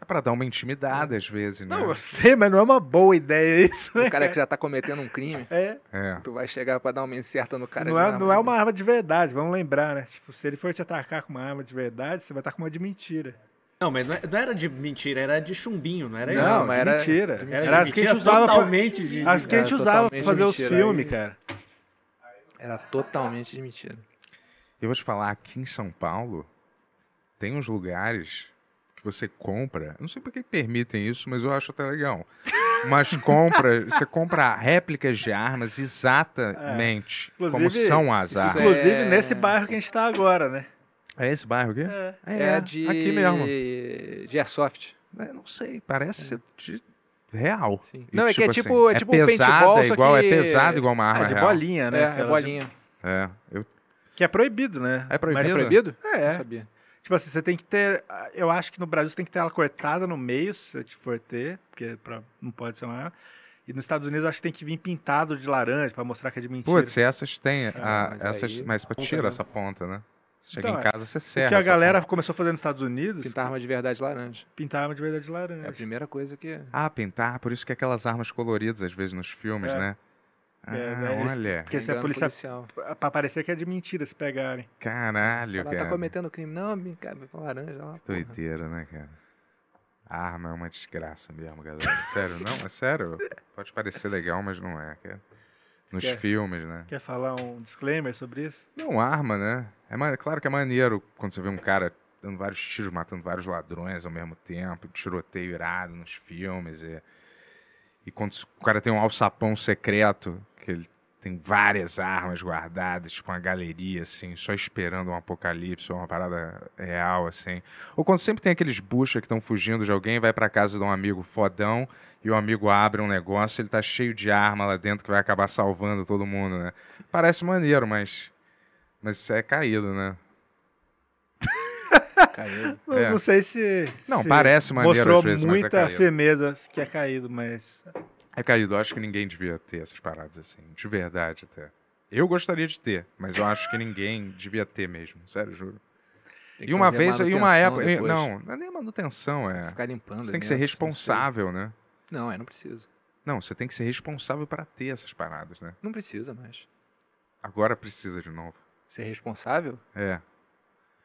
[SPEAKER 5] é pra dar uma intimidade às vezes, né?
[SPEAKER 3] Não, eu sei, mas não é uma boa ideia isso, né?
[SPEAKER 8] O cara que já tá cometendo um crime,
[SPEAKER 3] É,
[SPEAKER 5] É.
[SPEAKER 8] tu vai chegar pra dar uma incerta no cara.
[SPEAKER 3] não,
[SPEAKER 8] de
[SPEAKER 3] é,
[SPEAKER 8] na
[SPEAKER 3] não é
[SPEAKER 8] mão.
[SPEAKER 3] uma arma de verdade, vamos lembrar, né? Tipo, se ele for te atacar com uma arma de verdade, você vai estar com uma de mentira.
[SPEAKER 7] Não, mas não é- não era de mentira, era de chumbinho, não era
[SPEAKER 3] não,
[SPEAKER 7] isso?
[SPEAKER 8] É mas
[SPEAKER 3] de
[SPEAKER 8] era-
[SPEAKER 3] mentira.
[SPEAKER 8] de
[SPEAKER 7] Era,
[SPEAKER 8] mentira.
[SPEAKER 3] Era as que a
[SPEAKER 7] mentira
[SPEAKER 3] gente usava pra-
[SPEAKER 7] totalmente de...
[SPEAKER 3] As que a gente
[SPEAKER 8] Era
[SPEAKER 3] usava pra
[SPEAKER 8] totalmente
[SPEAKER 3] fazer os
[SPEAKER 8] mentira,
[SPEAKER 3] filmes,
[SPEAKER 8] aí-
[SPEAKER 3] cara.
[SPEAKER 8] Era totalmente de mentira.
[SPEAKER 5] Eu vou te falar, aqui em São Paulo, tem uns lugares que você compra. eu Não sei por que permitem isso, mas eu acho até legal. Mas compra, você compra réplicas de armas exatamente como
[SPEAKER 3] Inclusive,
[SPEAKER 5] são as
[SPEAKER 8] isso
[SPEAKER 5] armas.
[SPEAKER 3] Inclusive
[SPEAKER 8] é-
[SPEAKER 3] nesse bairro que a gente tá agora, né?
[SPEAKER 5] É esse bairro aqui?
[SPEAKER 3] É.
[SPEAKER 8] É, de.
[SPEAKER 5] Aqui mesmo.
[SPEAKER 8] De airsoft.
[SPEAKER 5] É, não sei, parece ser de real.
[SPEAKER 8] Sim.
[SPEAKER 5] E,
[SPEAKER 8] Não, é que é tipo,
[SPEAKER 5] assim,
[SPEAKER 8] é tipo um
[SPEAKER 5] pesado,
[SPEAKER 8] paintball,
[SPEAKER 5] é
[SPEAKER 8] só
[SPEAKER 5] igual,
[SPEAKER 8] que-
[SPEAKER 5] é pesado igual uma arma
[SPEAKER 3] Ah, de
[SPEAKER 5] real.
[SPEAKER 3] bolinha, né?
[SPEAKER 8] É, é
[SPEAKER 3] Aquelas de-
[SPEAKER 8] bolinha.
[SPEAKER 5] É, eu-
[SPEAKER 3] Que é proibido, né?
[SPEAKER 5] É proibido?
[SPEAKER 8] É
[SPEAKER 5] Beleza.
[SPEAKER 8] proibido?
[SPEAKER 3] Mas- é,
[SPEAKER 8] Não
[SPEAKER 3] é.
[SPEAKER 8] sabia.
[SPEAKER 3] Tipo assim, você tem que ter. Eu acho que no Brasil você tem que ter ela cortada no meio, se você te for ter, porque é pra- não pode ser uma arma. E nos Estados Unidos eu acho que tem que vir pintado de laranja pra mostrar que é de mentira.
[SPEAKER 5] Putz, essas tem.
[SPEAKER 8] Ah,
[SPEAKER 5] a-
[SPEAKER 8] mas
[SPEAKER 5] essas,
[SPEAKER 8] aí-
[SPEAKER 5] mas pra tirar
[SPEAKER 7] né?
[SPEAKER 5] essa ponta, né? Você Chega
[SPEAKER 3] Então,
[SPEAKER 5] em
[SPEAKER 3] é.
[SPEAKER 5] casa, você serra.
[SPEAKER 3] o que a
[SPEAKER 5] essa
[SPEAKER 3] galera
[SPEAKER 5] ponta.
[SPEAKER 3] começou a fazer nos Estados Unidos,
[SPEAKER 8] Pintar arma de verdade laranja.
[SPEAKER 3] pintar arma de verdade né? de
[SPEAKER 8] É a
[SPEAKER 3] laranja.
[SPEAKER 8] primeira coisa que.
[SPEAKER 5] Ah, pintar, por isso que aquelas armas coloridas às vezes nos filmes,
[SPEAKER 3] É.
[SPEAKER 5] né? Ah,
[SPEAKER 3] É, né, eles-
[SPEAKER 5] olha.
[SPEAKER 3] Porque se a
[SPEAKER 8] engano
[SPEAKER 3] polícia-
[SPEAKER 8] um policial.
[SPEAKER 3] Pra parecer que é de mentira se pegarem.
[SPEAKER 5] Caralho,
[SPEAKER 8] Ela tá
[SPEAKER 5] cara.
[SPEAKER 8] cometendo crime. Não, me- cara, laranja lá. porra.
[SPEAKER 5] Doideira, né, cara? Arma é uma desgraça mesmo, galera. Sério, não? É sério? Pode parecer legal, mas não é, cara. Nos
[SPEAKER 3] Quer-
[SPEAKER 5] filmes, né?
[SPEAKER 3] Quer falar um disclaimer sobre isso?
[SPEAKER 5] Não, arma, né? É ma- claro que é maneiro quando você vê um cara dando vários tiros, matando vários ladrões ao mesmo tempo, tiroteio irado nos filmes. E, e quando s- o cara tem um alçapão secreto, que ele tem várias armas guardadas, tipo uma galeria, assim, só esperando um apocalipse ou uma parada real, assim. Ou quando sempre tem aqueles bucha que estão fugindo de alguém, vai pra casa de um amigo fodão e o amigo abre um negócio, ele tá cheio de arma lá dentro que vai acabar salvando todo mundo, né? Parece maneiro, mas. Mas isso é caído, né?
[SPEAKER 8] Caiu.
[SPEAKER 3] Não,
[SPEAKER 5] É.
[SPEAKER 3] não sei se.
[SPEAKER 5] Não,
[SPEAKER 3] se
[SPEAKER 5] parece maneiro
[SPEAKER 3] Mostrou
[SPEAKER 5] às vezes, mas é
[SPEAKER 3] muita
[SPEAKER 5] caído.
[SPEAKER 3] firmeza que é caído, mas.
[SPEAKER 5] É caído. Eu acho que ninguém devia ter essas paradas assim. De verdade, até. Eu gostaria de ter, mas eu acho que ninguém devia ter mesmo. Sério, juro.
[SPEAKER 8] Tem que
[SPEAKER 5] E uma
[SPEAKER 8] fazer
[SPEAKER 5] vez, e uma
[SPEAKER 8] manutenção
[SPEAKER 5] época. e-
[SPEAKER 8] depois.
[SPEAKER 5] Não, não é nem manutenção, é.
[SPEAKER 8] Ficar limpando.
[SPEAKER 5] Você tem que ser
[SPEAKER 8] dentro, não sei.
[SPEAKER 5] responsável, né?
[SPEAKER 8] Não, é, não precisa.
[SPEAKER 5] Não, você tem que ser responsável pra ter essas paradas, né?
[SPEAKER 8] Não precisa mais.
[SPEAKER 5] Agora precisa de novo.
[SPEAKER 8] Ser responsável?
[SPEAKER 5] É.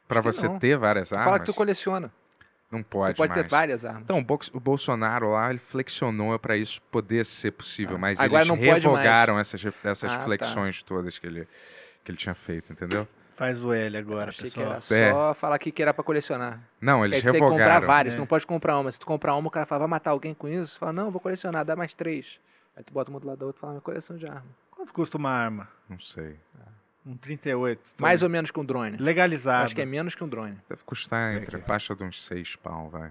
[SPEAKER 5] Pra
[SPEAKER 8] que
[SPEAKER 5] você
[SPEAKER 8] não.
[SPEAKER 5] ter várias
[SPEAKER 8] Tu
[SPEAKER 5] armas,
[SPEAKER 8] fala que tu coleciona.
[SPEAKER 5] não Tá, pode
[SPEAKER 8] tu pode
[SPEAKER 5] mais.
[SPEAKER 8] ter várias armas.
[SPEAKER 5] Então, o Box- o Bolsonaro lá, ele flexionou para isso poder ser possível,
[SPEAKER 8] Ah,
[SPEAKER 5] mas
[SPEAKER 8] agora
[SPEAKER 5] eles
[SPEAKER 8] não pode
[SPEAKER 5] revogaram essas, re- essas
[SPEAKER 8] Ah, tá.
[SPEAKER 5] flexões todas que ele, que ele tinha feito, entendeu?
[SPEAKER 3] Faz o L agora,
[SPEAKER 8] Achei que
[SPEAKER 3] pessoal.
[SPEAKER 8] era só falar que que era pra colecionar.
[SPEAKER 5] Não,
[SPEAKER 8] Aí
[SPEAKER 5] É. eles
[SPEAKER 8] você tem que comprar
[SPEAKER 5] revogaram.
[SPEAKER 8] várias,
[SPEAKER 3] É.
[SPEAKER 8] tu não pode comprar uma. Se tu comprar uma, o cara fala, vai matar alguém com isso? Tu fala, não, eu vou colecionar, dá mais três. Aí tu bota uma do lado da outra e fala, minha coleção de arma.
[SPEAKER 3] Quanto custa uma arma?
[SPEAKER 5] Não sei.
[SPEAKER 3] Um 38. tô-
[SPEAKER 8] Mais ou menos que um drone. Eu
[SPEAKER 3] Legalizado.
[SPEAKER 8] Acho que é menos que um drone.
[SPEAKER 5] Deve custar entre a faixa de uns seis pau, vai.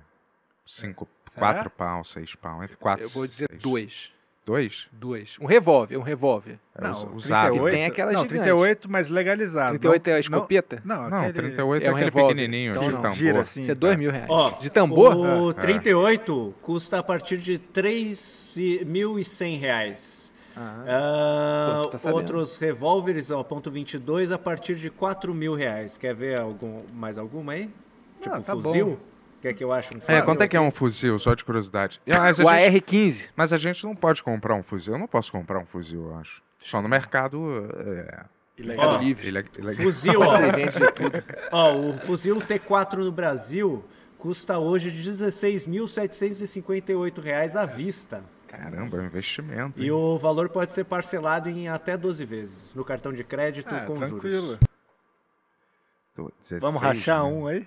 [SPEAKER 5] Cinco, quatro pau, seis pau, entre quatro
[SPEAKER 8] eu vou
[SPEAKER 5] e
[SPEAKER 8] dizer
[SPEAKER 5] seis.
[SPEAKER 8] dois.
[SPEAKER 5] Dois?
[SPEAKER 8] Dois. Um revólver, um revólver.
[SPEAKER 5] É,
[SPEAKER 3] Não,
[SPEAKER 5] us-
[SPEAKER 3] 38,
[SPEAKER 5] usado.
[SPEAKER 8] E tem aquelas
[SPEAKER 3] Não,
[SPEAKER 8] gigantes.
[SPEAKER 3] 38, mas legalizado.
[SPEAKER 8] 38
[SPEAKER 3] não,
[SPEAKER 8] é a escopeta?
[SPEAKER 3] Não,
[SPEAKER 5] Ah, Não,
[SPEAKER 3] aquele
[SPEAKER 5] 38 é,
[SPEAKER 8] É um
[SPEAKER 5] aquele
[SPEAKER 8] revólver.
[SPEAKER 5] pequenininho,
[SPEAKER 8] Então
[SPEAKER 5] de
[SPEAKER 8] não.
[SPEAKER 5] tambor.
[SPEAKER 3] Gira assim.
[SPEAKER 8] Isso é dois mil reais.
[SPEAKER 7] Ó,
[SPEAKER 8] de tambor?
[SPEAKER 7] O
[SPEAKER 3] Ah, tá.
[SPEAKER 7] 38 custa a partir de 3.100 reais.
[SPEAKER 3] é.
[SPEAKER 8] Ah,
[SPEAKER 7] Ah,
[SPEAKER 8] Pô, tu tá sabendo.
[SPEAKER 7] outros revólveres, ó, ponto 22, a partir de 4 mil reais. Quer ver algum, mais alguma aí? Tipo,
[SPEAKER 3] tá
[SPEAKER 7] fuzil?
[SPEAKER 3] bom.
[SPEAKER 7] Quer que eu ache um fuzil?
[SPEAKER 5] É, quanto é que é um fuzil, só de curiosidade? Mas a
[SPEAKER 8] o
[SPEAKER 5] gente-
[SPEAKER 8] AR-15.
[SPEAKER 5] Mas a gente não pode comprar um fuzil. Eu não posso comprar um fuzil, eu acho. Só no mercado. É,
[SPEAKER 7] Ó,
[SPEAKER 8] Livre.
[SPEAKER 5] ele é- ele é-
[SPEAKER 7] Fuzil, ó.
[SPEAKER 8] Ele vende de tudo.
[SPEAKER 7] Ó, o fuzil T4 no Brasil custa hoje R$ 16.758 reais à vista.
[SPEAKER 5] Caramba, é um investimento.
[SPEAKER 7] E
[SPEAKER 5] hein?
[SPEAKER 7] o valor pode ser parcelado em até 12 vezes no cartão de crédito
[SPEAKER 3] Ah,
[SPEAKER 7] com
[SPEAKER 3] tranquilo.
[SPEAKER 7] juros.
[SPEAKER 5] Tô 16,
[SPEAKER 3] Vamos rachar
[SPEAKER 5] né?
[SPEAKER 3] um aí?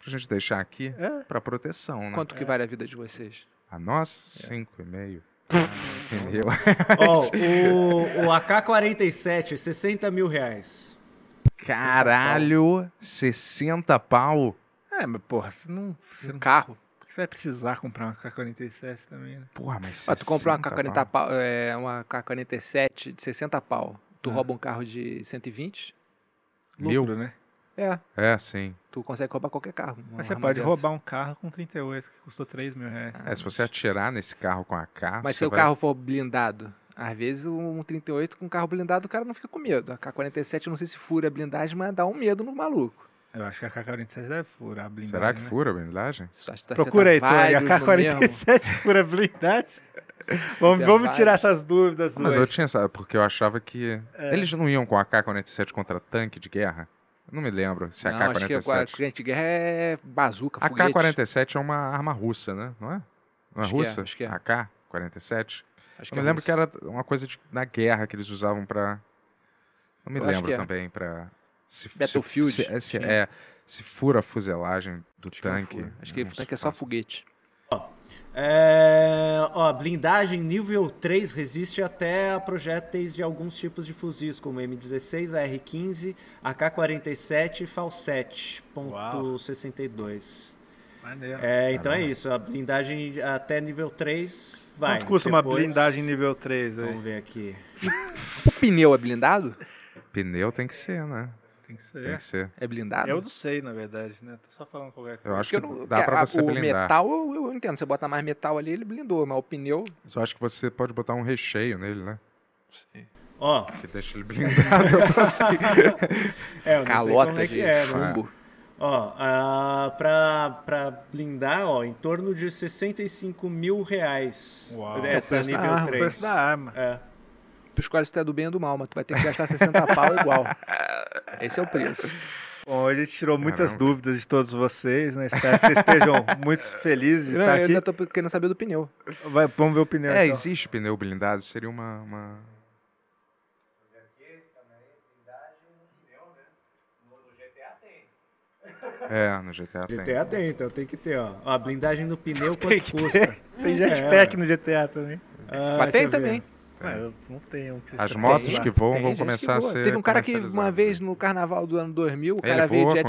[SPEAKER 5] Pra gente deixar aqui
[SPEAKER 3] É.
[SPEAKER 5] pra proteção, né?
[SPEAKER 8] Quanto que vale a vida de vocês?
[SPEAKER 5] A nossa, cinco e meio. Entendeu?
[SPEAKER 7] Ó, o, o AK-47, 60 mil reais.
[SPEAKER 5] Caralho, 60 pau?
[SPEAKER 3] É, mas porra, você não.
[SPEAKER 8] Um carro.
[SPEAKER 3] Por que Você vai precisar comprar uma K47 também, né?
[SPEAKER 5] Porra, mas.
[SPEAKER 8] Ó, tu compra uma
[SPEAKER 5] 60
[SPEAKER 8] K40
[SPEAKER 5] pau.
[SPEAKER 8] pau, é, uma K47 de 60 pau, tu
[SPEAKER 3] Ah.
[SPEAKER 8] rouba um carro de 120,
[SPEAKER 5] Mil?
[SPEAKER 3] Lucro, né?
[SPEAKER 8] é,
[SPEAKER 5] É, sim.
[SPEAKER 8] tu consegue roubar qualquer carro. uma
[SPEAKER 3] Mas você
[SPEAKER 8] arma
[SPEAKER 3] pode
[SPEAKER 8] dessa.
[SPEAKER 3] roubar um carro com 38, que custou 3 mil reais.
[SPEAKER 5] É, se você atirar nesse carro com a K.
[SPEAKER 8] Mas
[SPEAKER 5] Ah, você
[SPEAKER 8] se o
[SPEAKER 5] vai-
[SPEAKER 8] carro for blindado, às vezes um 38 com carro blindado, o cara não fica com medo. A K47, não sei se fura a blindagem, mas dá um medo no maluco.
[SPEAKER 3] Eu acho que a K47 deve furar a blindagem.
[SPEAKER 5] Será que
[SPEAKER 3] né?
[SPEAKER 5] fura a blindagem?
[SPEAKER 8] Isso, acho que tá
[SPEAKER 3] Procura aí,
[SPEAKER 8] acertando
[SPEAKER 3] Tony, a
[SPEAKER 8] vários no mesmo.
[SPEAKER 3] K47 fura a blindagem? Vamos,
[SPEAKER 8] Tem
[SPEAKER 3] vamos tirar
[SPEAKER 8] vários.
[SPEAKER 3] essas dúvidas suas.
[SPEAKER 5] Mas eu tinha essa, porque eu achava que. Eles não iam com a K-47 contra tanque de guerra? Eu Não me lembro se é
[SPEAKER 8] Não,
[SPEAKER 5] a
[SPEAKER 8] acho que a
[SPEAKER 5] K-47.
[SPEAKER 8] cliente de guerra é bazuca,
[SPEAKER 5] A
[SPEAKER 8] foguete.
[SPEAKER 5] K-47 é uma arma russa, né? Não é? Não é
[SPEAKER 8] Acho que é,
[SPEAKER 5] russa?
[SPEAKER 8] acho que é.
[SPEAKER 5] A K-47?
[SPEAKER 8] Acho
[SPEAKER 5] Eu me
[SPEAKER 8] é
[SPEAKER 5] lembro
[SPEAKER 8] russo.
[SPEAKER 5] que era uma coisa de, da guerra que eles usavam pra. Não me
[SPEAKER 8] Eu acho
[SPEAKER 5] lembro
[SPEAKER 8] que é.
[SPEAKER 5] também pra. Se, se-
[SPEAKER 8] Battlefield,
[SPEAKER 5] Se, é, se,
[SPEAKER 8] tinha.
[SPEAKER 5] é, se fura a fuselagem do
[SPEAKER 8] Acho que não
[SPEAKER 5] tanque. né,
[SPEAKER 8] fura. Acho que
[SPEAKER 5] não
[SPEAKER 8] o tanque é só
[SPEAKER 5] faz.
[SPEAKER 8] foguete.
[SPEAKER 7] É, ó, blindagem nível 3 resiste até a projéteis de alguns tipos de fuzis, como M16, a R15, AK-47 e Falsete.62.
[SPEAKER 3] Maneiro.
[SPEAKER 7] É, então é isso, a blindagem até nível 3 vai.
[SPEAKER 3] Quanto custa uma
[SPEAKER 7] Depois-
[SPEAKER 3] blindagem nível 3 aí?
[SPEAKER 7] Vamos ver aqui.
[SPEAKER 8] O pneu é blindado?
[SPEAKER 5] Pneu tem que ser, né?
[SPEAKER 3] Tem que
[SPEAKER 5] Tem
[SPEAKER 3] ser.
[SPEAKER 5] que ser.
[SPEAKER 8] É blindado?
[SPEAKER 3] Eu não sei, na verdade, né? Tô só falando qualquer coisa.
[SPEAKER 5] Eu acho
[SPEAKER 8] Porque
[SPEAKER 5] que
[SPEAKER 8] eu não-
[SPEAKER 5] dá
[SPEAKER 8] porque
[SPEAKER 5] pra
[SPEAKER 8] a-
[SPEAKER 5] você
[SPEAKER 8] o
[SPEAKER 5] blindar.
[SPEAKER 8] metal eu, eu entendo, você bota mais metal ali, ele blindou, mas o pneu.
[SPEAKER 5] Só acho que você pode botar um recheio nele, né?
[SPEAKER 7] Ó,
[SPEAKER 5] Que deixa ele blindado. eu não sei.
[SPEAKER 7] é, eu não sei como
[SPEAKER 8] Calota
[SPEAKER 7] é
[SPEAKER 8] de
[SPEAKER 7] que é, né?
[SPEAKER 8] chumbo.
[SPEAKER 7] Ó, ah, pra, pra blindar, ó, em torno de 65 mil reais.
[SPEAKER 3] Uau.
[SPEAKER 7] Essa
[SPEAKER 8] É o preço da
[SPEAKER 7] nível
[SPEAKER 8] arma,
[SPEAKER 3] O preço
[SPEAKER 7] 3.
[SPEAKER 3] da arma.
[SPEAKER 7] É.
[SPEAKER 8] Tu escolhe se tu é do bem ou do mal, mas tu vai ter que gastar 60 pau igual. Esse é o preço.
[SPEAKER 3] Bom, a gente tirou muitas
[SPEAKER 5] Caramba.
[SPEAKER 3] dúvidas de todos vocês, né? Espero que vocês estejam muito felizes de
[SPEAKER 8] Não,
[SPEAKER 3] estar
[SPEAKER 8] eu
[SPEAKER 3] Tá aqui.
[SPEAKER 8] ainda tô querendo saber do pneu.
[SPEAKER 3] Vai, vamos ver a opinião.
[SPEAKER 5] é,
[SPEAKER 3] então.
[SPEAKER 5] existe pneu blindado, seria uma. uma... É, no GTA tem.
[SPEAKER 7] GTA tem, então tem que ter, ó. Ó, A blindagem no pneu,
[SPEAKER 3] Tem
[SPEAKER 7] quanto
[SPEAKER 3] que
[SPEAKER 7] custa?
[SPEAKER 3] Tem
[SPEAKER 7] É,
[SPEAKER 3] jetpack no GTA também.
[SPEAKER 7] Ah,
[SPEAKER 8] mas tem
[SPEAKER 7] deixa eu ver.
[SPEAKER 8] também.
[SPEAKER 3] Ah, eu não tenho um que vocês
[SPEAKER 5] É. As
[SPEAKER 3] têm
[SPEAKER 5] motos
[SPEAKER 3] lá.
[SPEAKER 5] que voam
[SPEAKER 8] Tem
[SPEAKER 5] vão
[SPEAKER 8] gente
[SPEAKER 5] começar a
[SPEAKER 8] que voa.
[SPEAKER 5] ser.
[SPEAKER 8] Teve um cara que uma
[SPEAKER 5] comercializadas,
[SPEAKER 8] vez
[SPEAKER 5] né?
[SPEAKER 8] no carnaval do ano 2000, o
[SPEAKER 5] Ele
[SPEAKER 8] cara veio
[SPEAKER 5] voa
[SPEAKER 8] de
[SPEAKER 5] com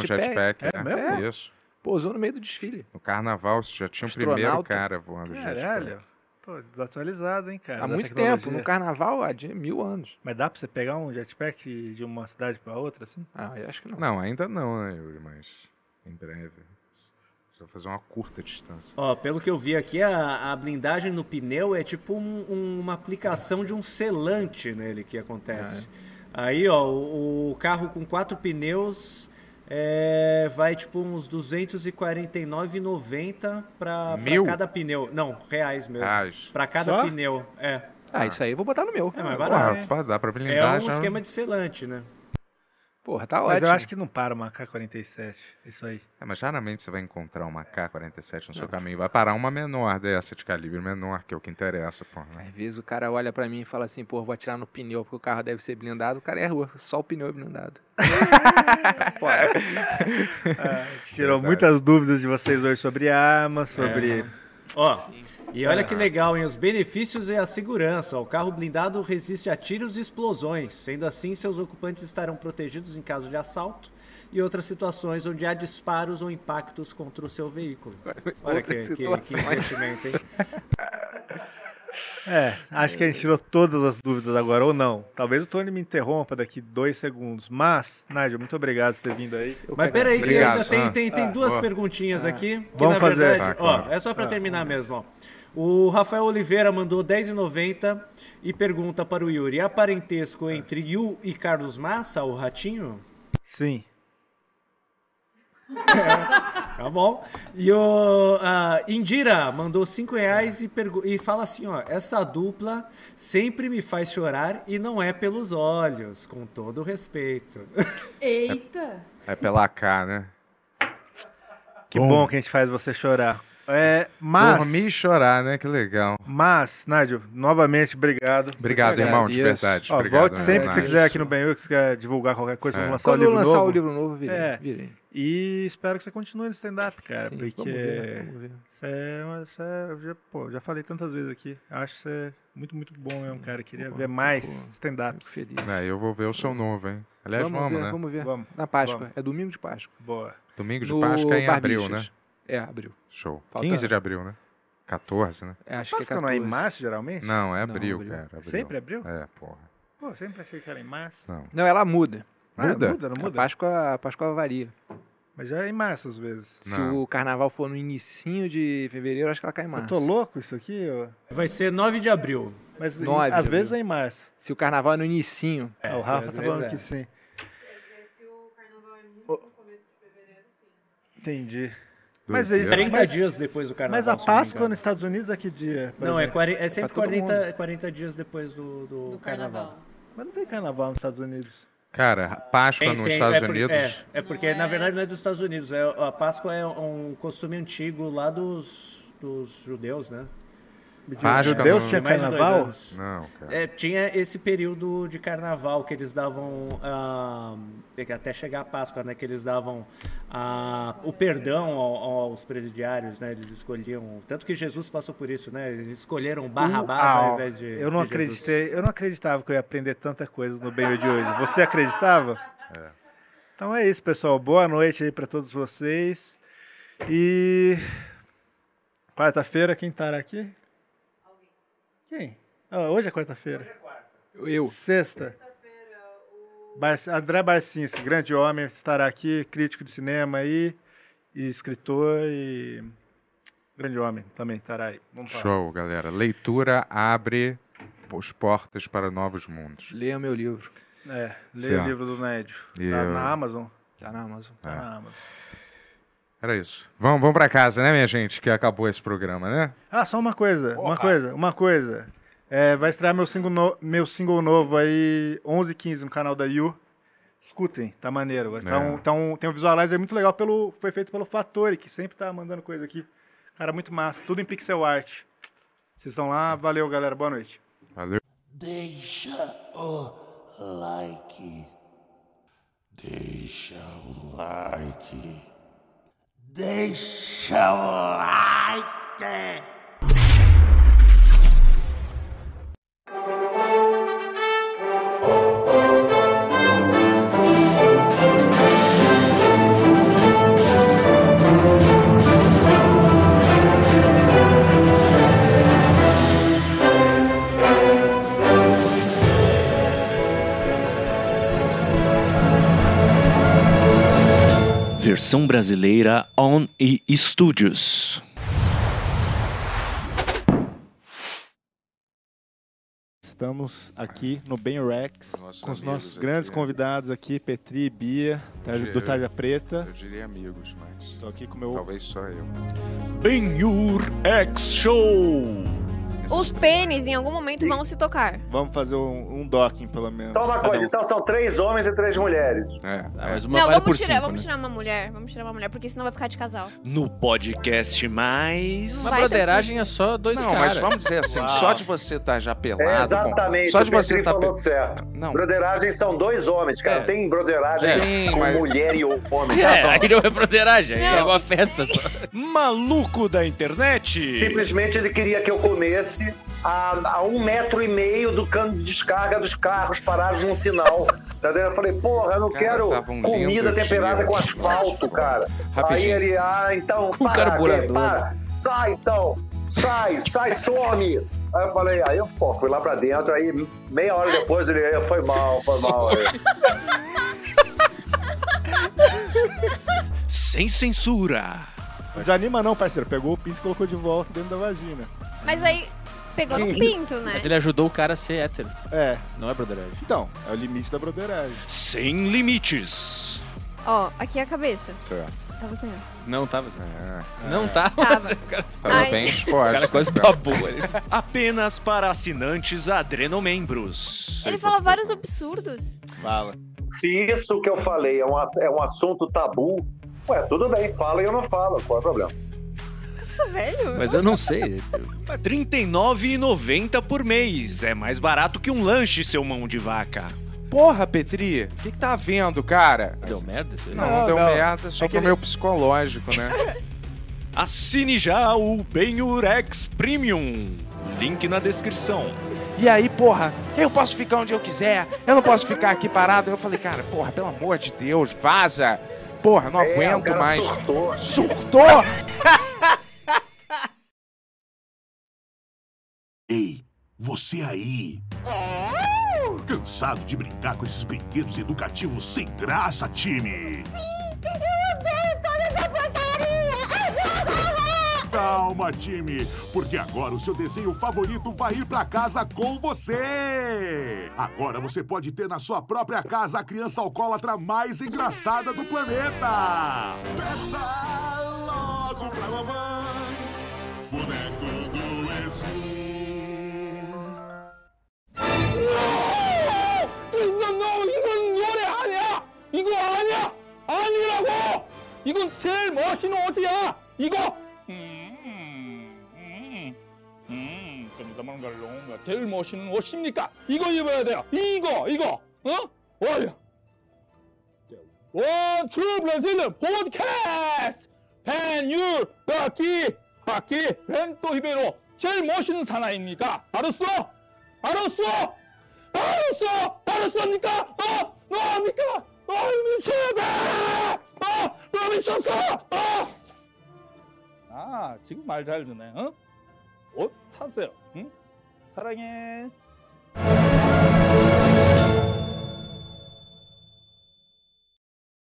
[SPEAKER 5] jetpack.
[SPEAKER 8] jetpack,
[SPEAKER 5] né?
[SPEAKER 3] É mesmo?
[SPEAKER 5] Isso.
[SPEAKER 8] pousou no meio do desfile.
[SPEAKER 5] No carnaval já tinha o primeiro
[SPEAKER 8] Astronauta.
[SPEAKER 5] cara voando de jetpack.
[SPEAKER 3] Caralho. Tô desatualizado, hein, cara.
[SPEAKER 8] Há
[SPEAKER 3] É, da
[SPEAKER 8] muito tempo,
[SPEAKER 3] tecnologia.
[SPEAKER 8] no carnaval há de mil anos.
[SPEAKER 3] Mas dá pra você pegar um jetpack de uma cidade pra outra, assim?
[SPEAKER 8] Ah, eu acho que não.
[SPEAKER 5] Não, ainda não, né, Yuri? Mas em breve. Só fazer uma curta distância.
[SPEAKER 7] Ó, pelo que eu vi aqui, a, a blindagem no pneu é tipo um- um- uma aplicação de um selante nele que acontece. Aí, ó, o, o carro com quatro pneus é, vai tipo uns 249,90 pra, pra
[SPEAKER 5] Mil?
[SPEAKER 7] cada pneu. Não, reais mesmo.
[SPEAKER 5] Ah,
[SPEAKER 7] Pra cada
[SPEAKER 3] Só?
[SPEAKER 7] pneu, é.
[SPEAKER 8] Ah, isso aí eu vou botar no meu.
[SPEAKER 7] É mais
[SPEAKER 5] Porra,
[SPEAKER 7] barato.
[SPEAKER 5] pá, dá pra blindar
[SPEAKER 7] É um
[SPEAKER 5] já.
[SPEAKER 7] esquema de selante, né?
[SPEAKER 8] Porra, tá
[SPEAKER 3] Mas
[SPEAKER 8] ótimo.
[SPEAKER 3] eu acho que não para uma K-47. Isso aí.
[SPEAKER 5] É, mas raramente você vai encontrar um uma K-47 no seu
[SPEAKER 8] Não.
[SPEAKER 5] caminho. Vai parar uma menor dessa, de calibre menor, que é o que interessa, porra. né?
[SPEAKER 8] Às vezes o cara olha pra mim e fala assim, pô, vou atirar no pneu porque o carro deve ser blindado. O cara errou, só o pneu é blindado. Foda.
[SPEAKER 3] Ah, a gente tirou
[SPEAKER 5] É, Verdade. É.
[SPEAKER 3] muitas dúvidas de vocês hoje sobre armas, sobre.
[SPEAKER 7] Ó, e olha que legal, hein? Os benefícios e a segurança. O carro blindado resiste a tiros e explosões. Sendo assim, seus ocupantes estarão protegidos em caso de assalto e outras situações onde há disparos ou impactos contra o seu veículo. Olha que,
[SPEAKER 8] Outras
[SPEAKER 7] que- que
[SPEAKER 8] situações.
[SPEAKER 7] investimento, hein?
[SPEAKER 3] É, acho que a gente tirou todas as dúvidas agora, ou não. Talvez o Tony me interrompa daqui dois segundos. Mas, Nádia, muito obrigado por ter vindo aí.
[SPEAKER 7] Mas peraí, que
[SPEAKER 5] Obrigado.
[SPEAKER 7] ainda tem, tem, tem
[SPEAKER 5] Ah,
[SPEAKER 7] duas
[SPEAKER 5] boa.
[SPEAKER 7] perguntinhas aqui. Que
[SPEAKER 3] Vamos
[SPEAKER 7] na
[SPEAKER 3] fazer.
[SPEAKER 7] verdade,
[SPEAKER 5] Ah,
[SPEAKER 7] ó,
[SPEAKER 5] claro.
[SPEAKER 7] é só pra terminar mesmo, ó. O Rafael Oliveira mandou 10,90 e pergunta para o Yuri: há parentesco entre Yu e Carlos Massa, o ratinho?
[SPEAKER 3] Sim.
[SPEAKER 7] Tá bom. E o ah, Indira mandou 5 reais e, pergu- e fala assim: ó, essa dupla sempre me faz chorar e não é pelos olhos, com todo respeito.
[SPEAKER 15] Eita!
[SPEAKER 5] É pela K, né?
[SPEAKER 3] Que bom, que a gente faz você chorar. É, mas,
[SPEAKER 5] Dormir e chorar, né? Que legal.
[SPEAKER 3] mas, Nádio, novamente, obrigado.
[SPEAKER 5] Obrigado,
[SPEAKER 8] Eu
[SPEAKER 5] irmão, de
[SPEAKER 8] agradeço.
[SPEAKER 5] verdade.
[SPEAKER 3] Ó,
[SPEAKER 5] obrigado, né?
[SPEAKER 3] volte sempre que
[SPEAKER 5] Leonardo.
[SPEAKER 3] você quiser aqui no Benhur, que você quer divulgar qualquer coisa,
[SPEAKER 5] É.
[SPEAKER 3] vamos lançar
[SPEAKER 8] Quando
[SPEAKER 3] o
[SPEAKER 8] eu
[SPEAKER 3] livro
[SPEAKER 8] lançar
[SPEAKER 3] novo.
[SPEAKER 8] o livro novo, eu virei.
[SPEAKER 3] É.
[SPEAKER 8] virei.
[SPEAKER 3] E espero que você continue no stand-up, cara,
[SPEAKER 8] Sim,
[SPEAKER 3] porque
[SPEAKER 8] vamos ver, vamos ver.
[SPEAKER 3] Você é, uma- você é- eu já, pô, já falei tantas vezes aqui. Acho que você é muito, muito bom mesmo, cara. Queria
[SPEAKER 8] Pô,
[SPEAKER 3] ver mais
[SPEAKER 8] fico-
[SPEAKER 3] stand-ups.
[SPEAKER 8] Fico feliz.
[SPEAKER 5] É, eu vou ver o seu novo, hein? Aliás,
[SPEAKER 8] Vamos
[SPEAKER 5] vamos,
[SPEAKER 8] ver,
[SPEAKER 5] né?
[SPEAKER 8] vamos ver.
[SPEAKER 3] Vamos,
[SPEAKER 8] Na Páscoa,
[SPEAKER 3] vamos.
[SPEAKER 8] é domingo de Páscoa.
[SPEAKER 3] boa.
[SPEAKER 5] Domingo de
[SPEAKER 8] No
[SPEAKER 5] Páscoa é em abril, né?
[SPEAKER 8] Barbixas.
[SPEAKER 16] É, abril.
[SPEAKER 5] Show.
[SPEAKER 16] Falta-
[SPEAKER 5] 15 de abril, né? 14, né?
[SPEAKER 16] É, acho
[SPEAKER 3] Páscoa
[SPEAKER 16] que é 14.
[SPEAKER 3] não é em março, geralmente?
[SPEAKER 5] Não, é
[SPEAKER 16] Não,
[SPEAKER 5] abril,
[SPEAKER 16] abril.
[SPEAKER 5] cara. Abril.
[SPEAKER 3] Sempre abril?
[SPEAKER 5] É, porra.
[SPEAKER 3] Pô, eu sempre achei que era em março.
[SPEAKER 5] Não.
[SPEAKER 16] Não, ela muda.
[SPEAKER 3] Ah,
[SPEAKER 5] Muda?
[SPEAKER 3] muda, não
[SPEAKER 16] A
[SPEAKER 3] muda?
[SPEAKER 16] Páscoa, a Páscoa varia.
[SPEAKER 3] Mas já é em março às vezes.
[SPEAKER 16] Se
[SPEAKER 5] Não.
[SPEAKER 16] o carnaval for no inicinho de fevereiro, acho que ela cai em março.
[SPEAKER 3] Eu tô louco isso aqui? eu-
[SPEAKER 7] Vai ser 9 de abril.
[SPEAKER 3] Mas em-
[SPEAKER 16] Nove de
[SPEAKER 3] às
[SPEAKER 16] abril.
[SPEAKER 3] vezes é em março.
[SPEAKER 16] Se o carnaval é no inicinho,
[SPEAKER 3] Ah, o Rafa
[SPEAKER 7] às
[SPEAKER 3] tá
[SPEAKER 7] vezes
[SPEAKER 3] falando
[SPEAKER 7] é.
[SPEAKER 3] que sim.
[SPEAKER 17] Se o carnaval é muito no começo de fevereiro, sim.
[SPEAKER 3] Entendi. Mas aí-
[SPEAKER 5] Doideira.
[SPEAKER 7] 30
[SPEAKER 3] Mas-
[SPEAKER 7] dias depois do carnaval.
[SPEAKER 3] Mas a
[SPEAKER 7] se não me
[SPEAKER 3] Páscoa
[SPEAKER 7] engano.
[SPEAKER 3] nos Estados Unidos é que dia? por
[SPEAKER 7] Não, é,
[SPEAKER 3] exemplo?
[SPEAKER 7] 40, é sempre
[SPEAKER 16] todo
[SPEAKER 7] 40, 40 dias depois do, do,
[SPEAKER 17] Do
[SPEAKER 7] carnaval.
[SPEAKER 17] carnaval.
[SPEAKER 3] Mas não tem carnaval nos Estados Unidos.
[SPEAKER 5] Cara, Páscoa
[SPEAKER 7] Tem-
[SPEAKER 5] nos
[SPEAKER 7] tem-
[SPEAKER 5] Estados
[SPEAKER 7] é por-
[SPEAKER 5] Unidos.
[SPEAKER 7] É, é porque, na verdade, não é dos Estados Unidos. É, a Páscoa é um costume antigo lá dos, dos judeus, né?
[SPEAKER 3] Me diz,
[SPEAKER 5] Páscoa
[SPEAKER 3] judeus
[SPEAKER 5] não-
[SPEAKER 3] tinha
[SPEAKER 7] Mais de dois
[SPEAKER 3] carnaval?
[SPEAKER 7] anos.
[SPEAKER 5] Não, cara.
[SPEAKER 7] É, tinha esse período de carnaval que eles davam. ah, até chegar a Páscoa, né? Que eles davam ah, o perdão ao- aos presidiários, né? Eles escolhiam. Tanto que Jesus passou por isso, né? Eles escolheram Barrabás
[SPEAKER 3] Uau,
[SPEAKER 7] ao invés de.
[SPEAKER 3] Ah, Eu não
[SPEAKER 7] de Jesus.
[SPEAKER 3] acreditei, eu não acreditava que eu ia aprender tanta coisa no banho de hoje. Você acreditava? Então é isso, pessoal. Boa noite aí pra todos vocês. E quarta-feira quem estará aqui? Quem? Ah, hoje é quarta-feira.
[SPEAKER 16] eu.
[SPEAKER 3] Sexta. Bar André Barcinski, grande homem, estará aqui, crítico de cinema aí, e escritor e grande homem também estará aí. Vamos falar.
[SPEAKER 5] Show, galera. Leitura abre os portas para novos mundos.
[SPEAKER 16] Leia meu livro.
[SPEAKER 3] É, leia
[SPEAKER 5] Certo.
[SPEAKER 3] o livro do Ned.
[SPEAKER 5] E
[SPEAKER 3] Tá
[SPEAKER 5] eu-
[SPEAKER 3] na Amazon.
[SPEAKER 16] Tá na Amazon.
[SPEAKER 3] Tá
[SPEAKER 5] É.
[SPEAKER 3] na Amazon.
[SPEAKER 5] Era isso. Vamos, vamos para casa, né, minha gente? Que acabou esse programa, né?
[SPEAKER 3] Ah, só uma coisa, uma
[SPEAKER 5] Porra.
[SPEAKER 3] coisa, uma coisa. É, vai estrear meu single, no- meu single novo aí, 11 h 15 no canal da Yu. Escutem, tá maneiro. Vai estar
[SPEAKER 5] É.
[SPEAKER 3] um- tá um- tem um visualizer muito legal, pelo, foi feito pelo Fattori, que sempre tá mandando coisa aqui. Cara, muito massa, tudo em pixel art. Vocês estão lá, valeu galera, boa noite.
[SPEAKER 5] Valeu.
[SPEAKER 2] Deixa o like. Deixa o like. Deixa o like.
[SPEAKER 18] Versão brasileira On e Studios.
[SPEAKER 3] Estamos aqui no Ben Rex,
[SPEAKER 5] Nossos
[SPEAKER 3] com os
[SPEAKER 5] amigos
[SPEAKER 3] nossos grandes
[SPEAKER 5] aqui. é.
[SPEAKER 3] convidados aqui, Petri, Bia, Tarja- do
[SPEAKER 5] Diego.
[SPEAKER 3] Tarja Preta.
[SPEAKER 5] diria amigos, mas
[SPEAKER 3] Estou aqui com o meu
[SPEAKER 5] talvez só eu.
[SPEAKER 18] Ben-Hur X Show.
[SPEAKER 19] Os pênis em algum momento vão se tocar.
[SPEAKER 3] Vamos fazer um, um docking, pelo menos.
[SPEAKER 8] Só uma
[SPEAKER 3] cada
[SPEAKER 8] coisa,
[SPEAKER 3] um.
[SPEAKER 8] então são três homens e três mulheres. Ah,
[SPEAKER 18] É,
[SPEAKER 19] não, vamos tirar, vamos tirar uma mulher. Vamos tirar uma mulher, porque senão vai ficar de casal.
[SPEAKER 18] No podcast mais.
[SPEAKER 19] Uma Vai, broderagem
[SPEAKER 16] é só dois
[SPEAKER 5] Não, mas vamos dizer assim,
[SPEAKER 3] Uau.
[SPEAKER 5] só de você estar já
[SPEAKER 8] É,
[SPEAKER 5] pelado. com-
[SPEAKER 8] exatamente,
[SPEAKER 5] Só de
[SPEAKER 8] o Petri
[SPEAKER 5] você estar
[SPEAKER 8] falou
[SPEAKER 5] pelado.
[SPEAKER 8] certo.
[SPEAKER 5] Não.
[SPEAKER 8] Broderagem são dois homens, cara.
[SPEAKER 18] É.
[SPEAKER 8] Tem broderagem
[SPEAKER 5] Sim,
[SPEAKER 8] com
[SPEAKER 5] mas-
[SPEAKER 8] mulher e homem. tá
[SPEAKER 18] aí não é broderagem,
[SPEAKER 19] é uma
[SPEAKER 18] festa só. Maluco da internet.
[SPEAKER 8] Simplesmente ele queria que eu comesse a, a um metro e meio do cano de descarga dos carros parados num sinal. Tá vendo? Eu falei, porra, eu não
[SPEAKER 5] Cara,
[SPEAKER 8] quero
[SPEAKER 5] tava um lindo
[SPEAKER 8] comida temperada
[SPEAKER 5] dia.
[SPEAKER 8] com asfalto, cara. Aí
[SPEAKER 5] Rapidinho. Um
[SPEAKER 8] ele, ah, então,
[SPEAKER 18] Com
[SPEAKER 8] para,
[SPEAKER 18] carburador.
[SPEAKER 8] que- para, sai então, sai, sai, some. Aí eu falei, aí eu pô, fui lá pra dentro, aí meia hora depois ele, "Eh, foi mal, foi mal. aí.
[SPEAKER 18] Sem censura.
[SPEAKER 3] Não desanima não, parceiro. Pegou o pinto e colocou de volta dentro da vagina.
[SPEAKER 19] Mas aí pegou no pinto, né?
[SPEAKER 2] Ele ajudou o cara a ser hétero,
[SPEAKER 3] É,
[SPEAKER 2] não é, broderagem?
[SPEAKER 3] então, é o limite da broderagem.
[SPEAKER 18] Sem limites.
[SPEAKER 19] Ó, aqui é a cabeça.
[SPEAKER 5] Certo.
[SPEAKER 19] Tá você.
[SPEAKER 2] Não tava.
[SPEAKER 5] É,
[SPEAKER 2] Não tá? tava.
[SPEAKER 19] Tava.
[SPEAKER 2] O cara,
[SPEAKER 5] tava
[SPEAKER 19] Ai.
[SPEAKER 5] bem exposto.
[SPEAKER 2] o cara quase babou ali.
[SPEAKER 18] Apenas para assinantes adrenomembros.
[SPEAKER 19] Ele fala vários absurdos.
[SPEAKER 2] Fala.
[SPEAKER 8] Se isso que eu falei é um, ass- é um assunto tabu, ué, tudo bem, fala e eu não falo, qual é o problema?
[SPEAKER 19] Nossa, velho.
[SPEAKER 2] Mas eu não sei.
[SPEAKER 18] R$ 39,90 por mês. É mais barato que um lanche, seu mão de vaca.
[SPEAKER 5] Porra, Petri, o que, que tá vendo, cara?
[SPEAKER 2] Deu merda isso aí?
[SPEAKER 5] Não, não deu
[SPEAKER 3] Não, não.
[SPEAKER 5] merda, só
[SPEAKER 3] É que
[SPEAKER 5] pro
[SPEAKER 3] ele-
[SPEAKER 5] meu psicológico, né?
[SPEAKER 18] Assine já o Benhurex Premium. Link na descrição.
[SPEAKER 5] E aí, porra, eu posso ficar onde eu quiser, eu não posso ficar aqui parado. Eu falei, cara, porra, pelo amor de Deus, vaza. porra, não
[SPEAKER 20] É, o
[SPEAKER 5] aguento
[SPEAKER 20] cara
[SPEAKER 5] mais.
[SPEAKER 20] surtou.
[SPEAKER 5] Surtou?
[SPEAKER 2] Ei, você aí! É? Cansado de brincar com esses brinquedos educativos sem graça, time?
[SPEAKER 1] Eu odeio toda essa porcaria!
[SPEAKER 2] Calma, time, porque agora o seu desenho favorito vai ir pra casa com você! Agora você pode ter na sua própria casa a criança alcoólatra mais engraçada do planeta! Peça logo pra mamãe, boneco do Esmin.
[SPEAKER 3] 음, 감사만 갈롱가 제일 멋있는 옷입니까? 이거 입어야 돼요. 이거, 이거, 어? 어휴. 원, 투, 브라질은 포드캐스트! 팬, 유, 바퀴, 바퀴, 벤또 히베로. 제일 멋있는 사나이입니까? 알았어? 알았어? 알았어? 알았습니까? 어? 너 압니까? 어, 미쳤다! 어, 너 미쳤어! 어! 아, 지금 말 잘 듣네, 어? 옷 사세요. 응? 사랑해.